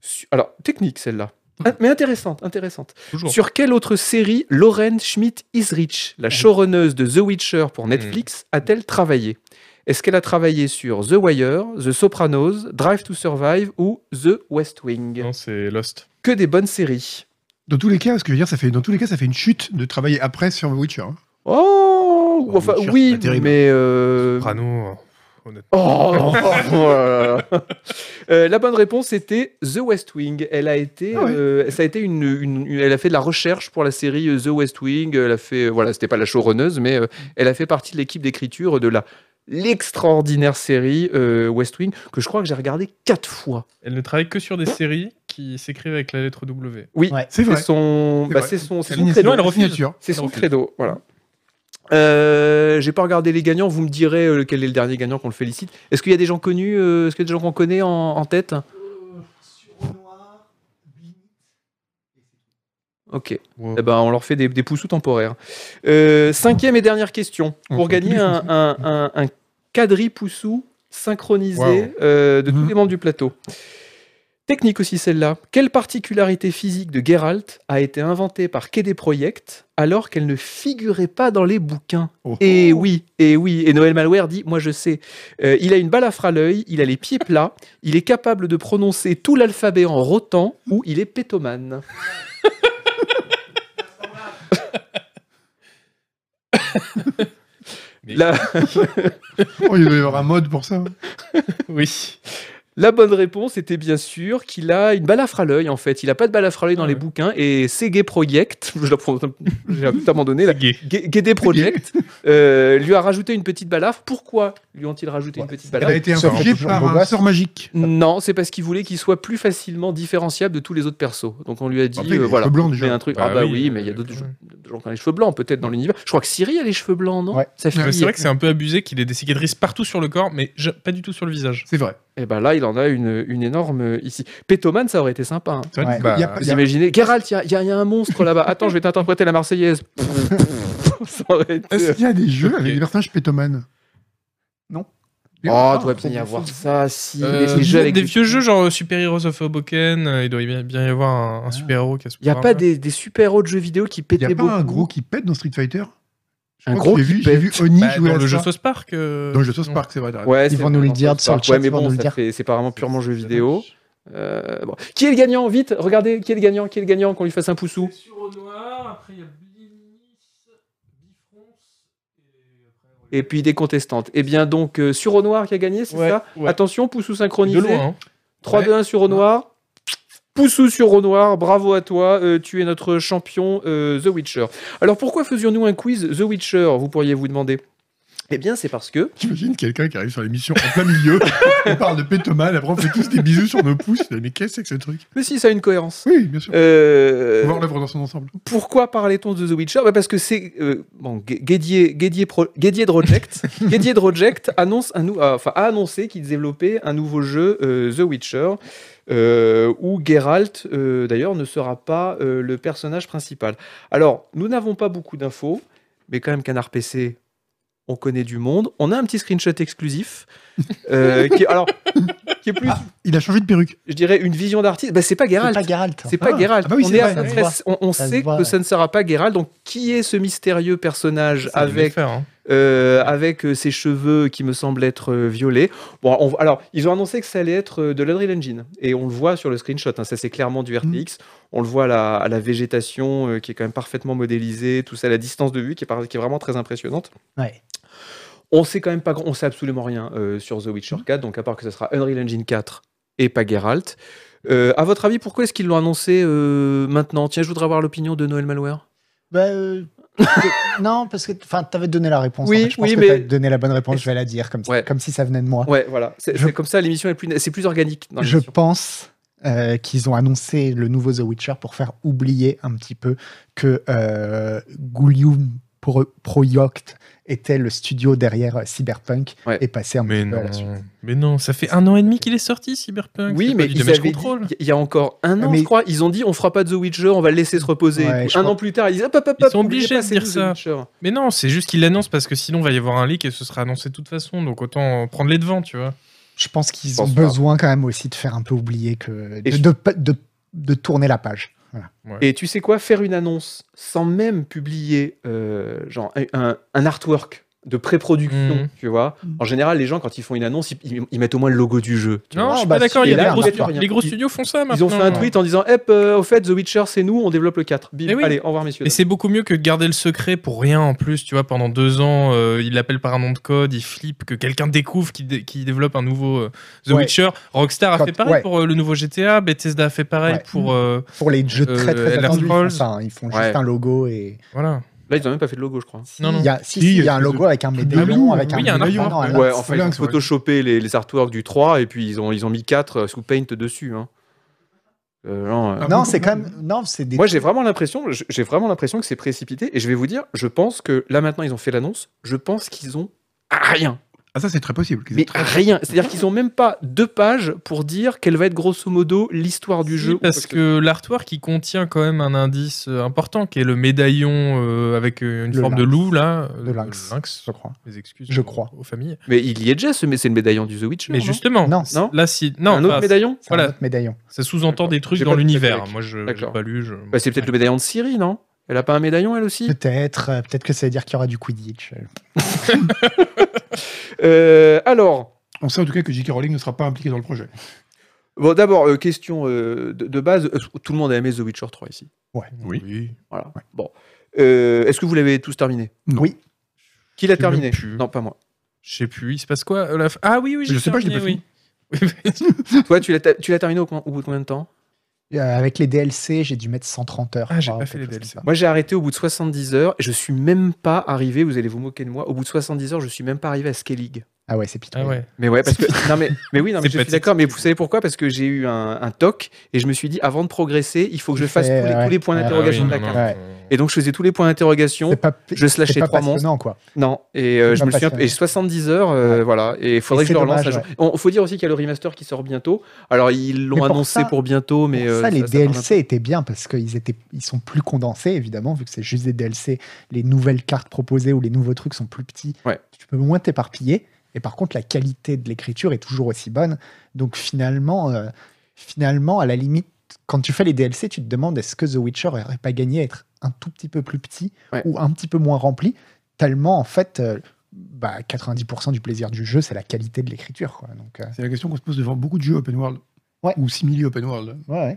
Speaker 1: Su- Alors, technique celle-là. Ah, Mais intéressante, intéressante.
Speaker 3: Toujours.
Speaker 1: Sur quelle autre série Lauren Schmidt Isrich, la showrunneuse de The Witcher pour
Speaker 3: Hmm.
Speaker 1: Netflix, a-t-elle travaillé Est-ce qu'elle a travaillé sur The Wire, The Sopranos, Drive to Survive ou The West Wing
Speaker 3: Non, hein, c'est Lost.
Speaker 1: Que des bonnes séries.
Speaker 2: Dans tous les cas, ce que je veux dire, ça fait, dans tous les cas, ça fait une chute de travailler après sur Witcher. hein.
Speaker 1: Oh,
Speaker 2: The
Speaker 1: enfin,
Speaker 2: Witcher, c'est
Speaker 1: oui,
Speaker 2: pas terrible.
Speaker 1: mais. euh,
Speaker 3: Soprano. euh, Honnêtement.
Speaker 1: Oh, oh, voilà. Euh, la bonne réponse était The West Wing. Elle a été,
Speaker 2: Ah ouais.
Speaker 1: euh, ça a été une, une- une- elle a fait de la recherche pour la série euh, The West Wing. Elle a fait, euh, voilà, c'était pas la showrunneuse, mais euh, elle a fait partie de l'équipe d'écriture de la l'extraordinaire série euh, West Wing que je crois que j'ai regardé quatre fois.
Speaker 3: Elle ne travaille que sur des séries qui s'écrivent avec la lettre W.
Speaker 1: Oui,
Speaker 4: Ouais.
Speaker 2: C'est
Speaker 1: c'est
Speaker 2: vrai.
Speaker 1: son,
Speaker 2: C'est
Speaker 1: bah,
Speaker 2: vrai.
Speaker 1: c'est son, c'est
Speaker 2: C'est
Speaker 1: son
Speaker 2: la
Speaker 1: credo.
Speaker 3: elle refuse.
Speaker 2: signature.
Speaker 1: Hein, C'est son
Speaker 3: Ok.
Speaker 1: credo, voilà. Euh, j'ai pas regardé les gagnants. Vous me direz euh, quel est le dernier gagnant qu'on le félicite. Est-ce qu'il y a des gens connus euh, Est-ce qu'il y a des gens qu'on connaît en, en tête Ok.
Speaker 3: Wow.
Speaker 1: Eh ben, on leur fait des, des poussous temporaires. Euh, cinquième et dernière question.
Speaker 2: On
Speaker 1: Pour
Speaker 2: fait tous
Speaker 1: gagner
Speaker 2: les
Speaker 1: un, un, un, un quadripoussou synchronisé
Speaker 3: Wow.
Speaker 1: euh, de tous
Speaker 2: Mhm.
Speaker 1: les membres du plateau. Technique aussi celle-là. Quelle particularité physique de Geralt a été inventée par KD Project alors qu'elle ne figurait pas dans les bouquins
Speaker 2: Oh.
Speaker 1: Et oui, et oui. Et Noël Malware dit, moi je sais. Euh, il a une balafre à l'œil, il a les pieds plats, il est capable de prononcer tout l'alphabet en rotant ou il est pétomane. La,
Speaker 2: Oh, il doit y avoir un mode pour ça. hein.
Speaker 1: Ah,
Speaker 3: Oui.
Speaker 1: la bonne réponse était bien sûr qu'il a une balafre à l'œil en fait. Il n'a pas de balafre à l'œil dans
Speaker 3: Ah
Speaker 1: les
Speaker 3: ouais.
Speaker 1: bouquins et Segue Project, je la prends- j'ai un peu abandonné là.
Speaker 3: Gay.
Speaker 1: Guédé Project euh, lui a rajouté une petite balafre. Pourquoi lui ont-ils rajouté une petite
Speaker 2: Elle
Speaker 1: balafre
Speaker 2: a été
Speaker 4: Ça fait
Speaker 2: infligée
Speaker 4: toujours
Speaker 2: par
Speaker 4: beau
Speaker 2: un
Speaker 4: gosse.
Speaker 2: sort magique.
Speaker 1: Non, c'est parce qu'il voulait qu'il soit plus facilement différenciable de tous les autres persos. Donc on lui a dit
Speaker 2: Après, il
Speaker 1: euh,
Speaker 2: a Ah, les
Speaker 1: voilà.
Speaker 2: cheveux blancs,
Speaker 1: Mais
Speaker 2: déjà.
Speaker 1: un truc.
Speaker 3: Bah
Speaker 1: ah bah oui,
Speaker 3: oui,
Speaker 1: mais il y a
Speaker 3: euh,
Speaker 1: d'autres
Speaker 3: quand même.
Speaker 1: gens qui ont les cheveux blancs peut-être dans l'univers. Je crois que Siri a les cheveux blancs, non
Speaker 4: Ouais.
Speaker 1: Sa
Speaker 3: Ouais,
Speaker 1: fille.
Speaker 3: C'est vrai que c'est un peu abusé qu'il ait des cicatrices partout sur le corps, mais ja- pas du tout sur le visage.
Speaker 2: C'est vrai.
Speaker 1: Et bah là, il en a une, une énorme euh, ici. Pétoman, ça aurait été sympa. hein.
Speaker 2: C'est vrai.
Speaker 4: Ouais.
Speaker 2: Il y a-
Speaker 3: Bah,
Speaker 1: Vous
Speaker 2: il Ah, y a-
Speaker 1: imaginez, Geralt, il y a- il y, a- il y a un monstre là-bas. Attends, je vais t'interpréter la Marseillaise. ça aurait été-
Speaker 2: Est-ce qu'il y a des jeux avec
Speaker 3: Ok.
Speaker 2: des personnages pétomanes
Speaker 4: Non.
Speaker 2: Ah,
Speaker 1: Oh, doit bien y avoir ça, si.
Speaker 3: Euh,
Speaker 1: les- les jeux
Speaker 3: des-
Speaker 1: avec
Speaker 3: des
Speaker 1: des-
Speaker 3: vieux jeux genre euh, Super Heroes of Hoboken, euh, il doit y bien, bien y avoir un, un
Speaker 2: Ah.
Speaker 3: super héros qui a ce
Speaker 1: Il n'y a
Speaker 3: pouvoir-là.
Speaker 1: pas des, des super-héros de jeux vidéo qui
Speaker 2: Il y
Speaker 1: pétaient
Speaker 2: a pas
Speaker 1: beaucoup.
Speaker 2: un gros qui pète dans Street Fighter Je
Speaker 1: Un
Speaker 2: crois
Speaker 1: gros
Speaker 2: que j'ai
Speaker 1: qui
Speaker 2: vu- J'ai vu
Speaker 1: pète.
Speaker 2: Oni
Speaker 3: Bah,
Speaker 2: jouer
Speaker 3: dans
Speaker 2: à
Speaker 3: le jeu
Speaker 2: ça.
Speaker 3: Sauce Park. euh,
Speaker 2: Dans le jeu South
Speaker 3: non.
Speaker 2: Park, c'est vrai. t'as raison.
Speaker 1: Ouais,
Speaker 4: Ils
Speaker 1: c'est
Speaker 4: vont nous le
Speaker 1: vraiment
Speaker 4: dire
Speaker 1: ça.
Speaker 4: sur le chat,
Speaker 1: Ouais, mais
Speaker 4: ils vont
Speaker 1: bon,
Speaker 4: nous le
Speaker 1: ça
Speaker 4: dire.
Speaker 1: fait- C'est apparemment purement jeu vidéo. Euh, bon. Qui est le gagnant Vite, regardez, qui est le gagnant Qui est le gagnant Qu'on lui fasse un poussou. Et puis des contestantes. Et bien donc, euh, sur au noir qui a gagné, c'est
Speaker 3: Ouais,
Speaker 1: ça
Speaker 3: ouais.
Speaker 1: Attention, poussou synchronisé.
Speaker 3: De loin. hein.
Speaker 1: 3,
Speaker 3: Ouais.
Speaker 1: 2, 1 sur Renoir. Poussou sur Renoir, bravo à toi, euh, tu es notre champion euh, The Witcher. Alors pourquoi faisions-nous un quiz The Witcher, vous pourriez vous demander Eh bien, c'est parce que.
Speaker 2: J'imagine quelqu'un qui arrive sur l'émission en plein milieu, on parle de pétomane, après on fait tous des bisous sur nos pouces. Mais qu'est-ce que c'est que ce truc
Speaker 1: Mais si, ça a une cohérence.
Speaker 2: Oui, bien sûr.
Speaker 1: Euh,
Speaker 2: On va voir l'œuvre dans son ensemble.
Speaker 1: pourquoi parlait-on de The Witcher Bah, Parce que c'est. euh, bon, Gu- Guédier, Guédier, Pro- Guédier de Reject, Guédier de Reject annonce un nou- euh, enfin, a annoncé qu'il développait un nouveau jeu, euh, The Witcher, euh, où Geralt, euh, d'ailleurs, ne sera pas euh, le personnage principal. Alors, nous n'avons pas beaucoup d'infos, mais quand même, Canard PC. On connaît du monde. On a un petit screenshot exclusif euh, qui, est- alors, qui est plus,
Speaker 2: Il a changé de perruque.
Speaker 1: je dirais, une vision d'artiste. Bah, c'est pas
Speaker 4: C'est
Speaker 1: Geralt.
Speaker 4: pas Geralt.
Speaker 1: C'est pas
Speaker 2: Ah,
Speaker 1: Geralt.
Speaker 2: ah bah oui,
Speaker 1: on,
Speaker 2: c'est
Speaker 1: est à
Speaker 4: vrai,
Speaker 1: peu
Speaker 4: ça se
Speaker 1: près-
Speaker 4: voit.
Speaker 1: on- on
Speaker 4: Ça se
Speaker 1: sait
Speaker 4: voit,
Speaker 1: que
Speaker 4: ouais.
Speaker 1: ça ne sera pas Geralt. Donc, qui est ce mystérieux personnage
Speaker 4: Ah,
Speaker 3: Ça, je vais le
Speaker 1: avec,
Speaker 3: faire, hein.
Speaker 1: euh, avec euh, ses cheveux qui me semblent être euh, violets Bon, on- alors, ils ont annoncé que ça allait être euh, de l'Unreal Engine. Et on le voit sur le screenshot. hein, ça, c'est clairement
Speaker 4: Mm.
Speaker 1: du RTX. On le voit à la, à la végétation euh, qui est quand même parfaitement modélisée. Tout ça, la distance de vue qui est, par- qui est vraiment très impressionnante.
Speaker 4: Ouais.
Speaker 1: On sait quand même pas, grand- on sait absolument rien euh, sur The Witcher 4, donc à part que ce sera Unreal Engine 4 et pas Geralt. Euh, à votre avis, pourquoi est-ce qu'ils l'ont annoncé euh, maintenant Tiens, je voudrais avoir l'opinion de Noël Malware.
Speaker 4: Bah, euh, c'est- non, parce que enfin, t'avais donné la réponse. en
Speaker 1: Oui,
Speaker 4: fait. Je pense
Speaker 1: oui,
Speaker 4: que
Speaker 1: mais-
Speaker 4: t'as donné la bonne réponse. Je vais la dire comme ça,
Speaker 1: Ouais.
Speaker 4: comme si ça venait de moi.
Speaker 1: Ouais, voilà. C'est
Speaker 4: Je-
Speaker 1: c'est comme ça, l'émission est plus, c'est plus organique. dans
Speaker 4: je
Speaker 1: l'émission.
Speaker 4: pense euh, qu'ils ont annoncé le nouveau The Witcher pour faire oublier un petit peu que euh, Goulium Pro- Project était le studio derrière euh, Cyberpunk
Speaker 1: Ouais.
Speaker 4: et passé un
Speaker 1: Bah,
Speaker 3: Mais
Speaker 4: petit peu à la suite.
Speaker 3: non. Mais non, ça fait un an et demi qu'il est sorti, Cyberpunk.
Speaker 1: Oui,
Speaker 3: c'est
Speaker 1: mais
Speaker 3: pas du
Speaker 1: ils
Speaker 3: damage
Speaker 1: avaient dit-
Speaker 3: control.
Speaker 1: il y a encore un an,
Speaker 4: Mais-
Speaker 1: je crois, ils ont dit on fera pas de The Witcher, on va le laisser se reposer.
Speaker 4: Ouais,
Speaker 1: Et
Speaker 4: je
Speaker 1: un
Speaker 4: crois-
Speaker 1: an plus tard, ils disent hop, hop, hop,
Speaker 3: Ils
Speaker 1: hop,
Speaker 3: sont
Speaker 1: oubliez
Speaker 3: obligés
Speaker 1: pas,
Speaker 3: de
Speaker 1: c'est
Speaker 3: dire
Speaker 1: nous, The
Speaker 3: ça.
Speaker 1: Witcher.
Speaker 3: Mais non, c'est juste qu'il l'annonce parce que sinon, va y avoir un leak et ce sera annoncé de toute façon. Donc autant prendre les devants, tu vois.
Speaker 4: Je pense qu'ils
Speaker 1: pense
Speaker 4: ont
Speaker 1: pas.
Speaker 4: besoin quand même aussi de faire un peu oublier que de,
Speaker 1: je-
Speaker 4: de pa- de- de tourner la page. Voilà.
Speaker 1: Et tu sais quoi, faire une annonce sans même publier euh, genre un- un, un artwork de pré-production,
Speaker 3: Mhm.
Speaker 1: tu vois.
Speaker 2: Mhm.
Speaker 1: En général, les gens quand ils font une annonce, ils, ils- ils mettent au moins le logo du jeu. tu
Speaker 3: Non,
Speaker 1: vois.
Speaker 3: je suis
Speaker 4: bah,
Speaker 3: pas d'accord. il
Speaker 4: si,
Speaker 3: y a
Speaker 4: et
Speaker 3: des
Speaker 4: là,
Speaker 3: gros
Speaker 4: on a
Speaker 3: studios-
Speaker 1: rien.
Speaker 3: Les gros
Speaker 1: Ils-
Speaker 3: studios font ça maintenant.
Speaker 1: Ils ont fait un tweet en disant "Hep, euh, au fait, The Witcher c'est nous, on développe le 4. Bim,
Speaker 3: Eh oui.
Speaker 1: allez, au revoir messieurs."
Speaker 3: Mais c'est beaucoup mieux que de garder le secret pour rien en plus, tu vois, pendant deux ans, euh, il l'appelle par un nom de code, il flippe, que quelqu'un découvre qu'il dé- qu'il développe un nouveau euh, The
Speaker 4: Ouais.
Speaker 3: Witcher. Rockstar a
Speaker 4: Quand-
Speaker 3: fait pareil
Speaker 4: ouais.
Speaker 3: pour euh, le nouveau GTA, Bethesda a fait pareil
Speaker 4: Ouais.
Speaker 3: pour... euh,
Speaker 4: Pour les jeux
Speaker 3: Euh,
Speaker 4: très très
Speaker 3: Elder
Speaker 4: attendus, ils font
Speaker 3: Scrolls.
Speaker 4: ça, hein. ils font
Speaker 1: Ouais.
Speaker 4: juste un logo et
Speaker 3: voilà.
Speaker 1: Là, ils ont même pas fait de logo, je crois.
Speaker 3: Non, non.
Speaker 4: Il y a, si,
Speaker 2: Si,
Speaker 4: si, il y
Speaker 2: il y
Speaker 4: a
Speaker 2: a
Speaker 4: un
Speaker 2: des-
Speaker 4: logo avec un
Speaker 2: des
Speaker 4: médaillon,
Speaker 2: loulous,
Speaker 4: avec
Speaker 3: oui,
Speaker 4: un
Speaker 3: il y a un
Speaker 4: lion,
Speaker 2: maillot.
Speaker 4: avec un-
Speaker 2: Ouais,
Speaker 1: Ouais,
Speaker 2: c'est
Speaker 1: enfin, ils
Speaker 2: dingue,
Speaker 1: ont
Speaker 2: ça, ouais.
Speaker 1: photoshopé les, les artworks du 3 et puis ils ont ils ont mis 4 euh, sous Paint dessus hein. Euh, non, euh,
Speaker 2: Ah,
Speaker 4: Non, c'est quand même. Non, c'est des.
Speaker 1: Moi, j'ai vraiment l'impression, j- j'ai vraiment l'impression que c'est précipité. Et je vais vous dire, je pense que là maintenant, ils ont fait l'annonce. Je pense qu'ils ont rien,
Speaker 2: Ah, ça, c'est très possible. qu'ils aient
Speaker 1: mais
Speaker 2: très-
Speaker 1: rien. C'est-à-dire qu'ils ont même pas deux pages pour dire quelle va être grosso modo l'histoire du
Speaker 3: Si,
Speaker 1: jeu. ou
Speaker 3: Parce
Speaker 1: quoi
Speaker 3: que l'artwork qui contient quand même un indice euh, important, qui est le médaillon euh, avec euh, une
Speaker 4: Le
Speaker 3: forme de
Speaker 4: lynx.
Speaker 3: loup, là. euh,
Speaker 4: Le lynx. je crois.
Speaker 3: Mes excuses.
Speaker 4: Je
Speaker 3: aux-
Speaker 4: crois.
Speaker 3: Aux familles.
Speaker 1: que- Mais il y est déjà, ce- mais c'est le médaillon du The Witcher.
Speaker 3: Mais
Speaker 1: non
Speaker 3: justement,
Speaker 4: Non,
Speaker 1: Non
Speaker 3: là, si... Non,
Speaker 1: un autre
Speaker 3: enfin,
Speaker 1: médaillon
Speaker 4: c'est
Speaker 3: Voilà.
Speaker 4: un autre médaillon.
Speaker 3: ça sous-entend des trucs
Speaker 1: J'ai
Speaker 3: dans
Speaker 1: pas tout à fait
Speaker 3: l'univers.
Speaker 1: avec.
Speaker 3: Moi, je j'ai
Speaker 1: D'accord.
Speaker 3: pas lu. je-
Speaker 1: Bah, c'est peut-être le médaillon de Siri, non Elle a pas un médaillon elle aussi
Speaker 4: Peut-être, euh, peut-être que ça veut dire qu'il y aura du Quidditch. euh.
Speaker 1: Euh, Alors.
Speaker 2: On sait en tout cas que J.K. Rowling ne sera pas impliquée dans le projet.
Speaker 1: Bon, d'abord, euh, question euh, de, de base. Euh, Tout le monde a aimé The Witcher 3 ici.
Speaker 2: Oui.
Speaker 1: Voilà. Bon. Euh, Est-ce que vous l'avez tous terminé
Speaker 2: Non.
Speaker 4: Oui.
Speaker 1: Qui l'a
Speaker 3: Je sais même
Speaker 1: terminé
Speaker 3: plus.
Speaker 1: Non, pas moi.
Speaker 3: Je sais plus, il se passe quoi euh, la f- Ah oui, oui,
Speaker 2: Je sais pas, je l'ai
Speaker 3: terminé, oui.
Speaker 1: Toi, tu l'as ta- tu l'as terminé au, au bout de combien de temps
Speaker 4: Euh, avec les DLC, j'ai dû mettre 130 heures.
Speaker 3: Ah, j'ai
Speaker 4: je crois,
Speaker 3: pas
Speaker 4: ou
Speaker 3: fait
Speaker 4: quelque
Speaker 3: les
Speaker 4: chose comme
Speaker 1: Moi, j'ai arrêté au bout de 70 heures et je suis même pas arrivé. Vous allez vous moquer de moi. Au bout de 70 heures, je suis même pas arrivé à Skate League.
Speaker 4: ça. Ah ouais, c'est pitoyable.
Speaker 3: Ah ouais.
Speaker 1: Mais ouais, parce que non, mais, mais oui, non, mais
Speaker 3: C'est
Speaker 1: je suis
Speaker 3: pathétique.
Speaker 1: d'accord. Mais vous savez pourquoi Parce que j'ai eu un, un toc et je me suis dit, avant de progresser, il faut que je fasse tous
Speaker 4: Fais-
Speaker 1: les,
Speaker 4: ouais.
Speaker 1: tous les points
Speaker 4: Ah
Speaker 1: d'interrogation
Speaker 3: oui,
Speaker 1: de la
Speaker 3: non,
Speaker 1: carte.
Speaker 3: non,
Speaker 4: Ouais.
Speaker 3: non.
Speaker 1: Et donc, je faisais tous les points
Speaker 4: C'est
Speaker 1: d'interrogation.
Speaker 4: pas,
Speaker 1: Je slashais
Speaker 4: c'est pas
Speaker 1: trois monstres.
Speaker 4: passionnant, quoi.
Speaker 1: Non, et euh,
Speaker 4: C'est
Speaker 1: je
Speaker 4: pas
Speaker 1: me suis un-
Speaker 4: passionnant.
Speaker 1: et 70 heures, euh, voilà. Et il faudrait
Speaker 4: Et
Speaker 1: que je le
Speaker 4: c'est
Speaker 1: relance.
Speaker 4: dommage,
Speaker 1: à jour. On- faut dire aussi qu'il y a le remaster qui sort bientôt. Alors, ils l'ont
Speaker 4: Mais pour
Speaker 1: annoncé
Speaker 4: ça-
Speaker 1: pour bientôt, mais
Speaker 4: Pour
Speaker 1: euh,
Speaker 4: ça, les
Speaker 1: tarde un peu.
Speaker 4: DLC étaient bien parce qu'ils étaient, ils sont plus condensés, évidemment, vu que c'est juste des DLC. Les nouvelles cartes proposées ou les nouveaux trucs sont plus petits.
Speaker 1: Ouais.
Speaker 4: Tu peux moins t'éparpiller. Et par contre, la qualité de l'écriture est toujours aussi bonne. Donc finalement, euh, finalement, à la limite, quand tu fais les DLC, tu te demandes est-ce que The Witcher aurait pas gagné à être un tout petit peu plus petit
Speaker 1: Ouais.
Speaker 4: ou un petit peu moins rempli, tellement en fait. euh, bah, 90% du plaisir du jeu, c'est la qualité de l'écriture. quoi. Donc, euh,
Speaker 2: C'est la question qu'on se pose devant beaucoup de jeux open world.
Speaker 4: Ouais.
Speaker 2: Ou simili open world.
Speaker 4: ouais, ouais.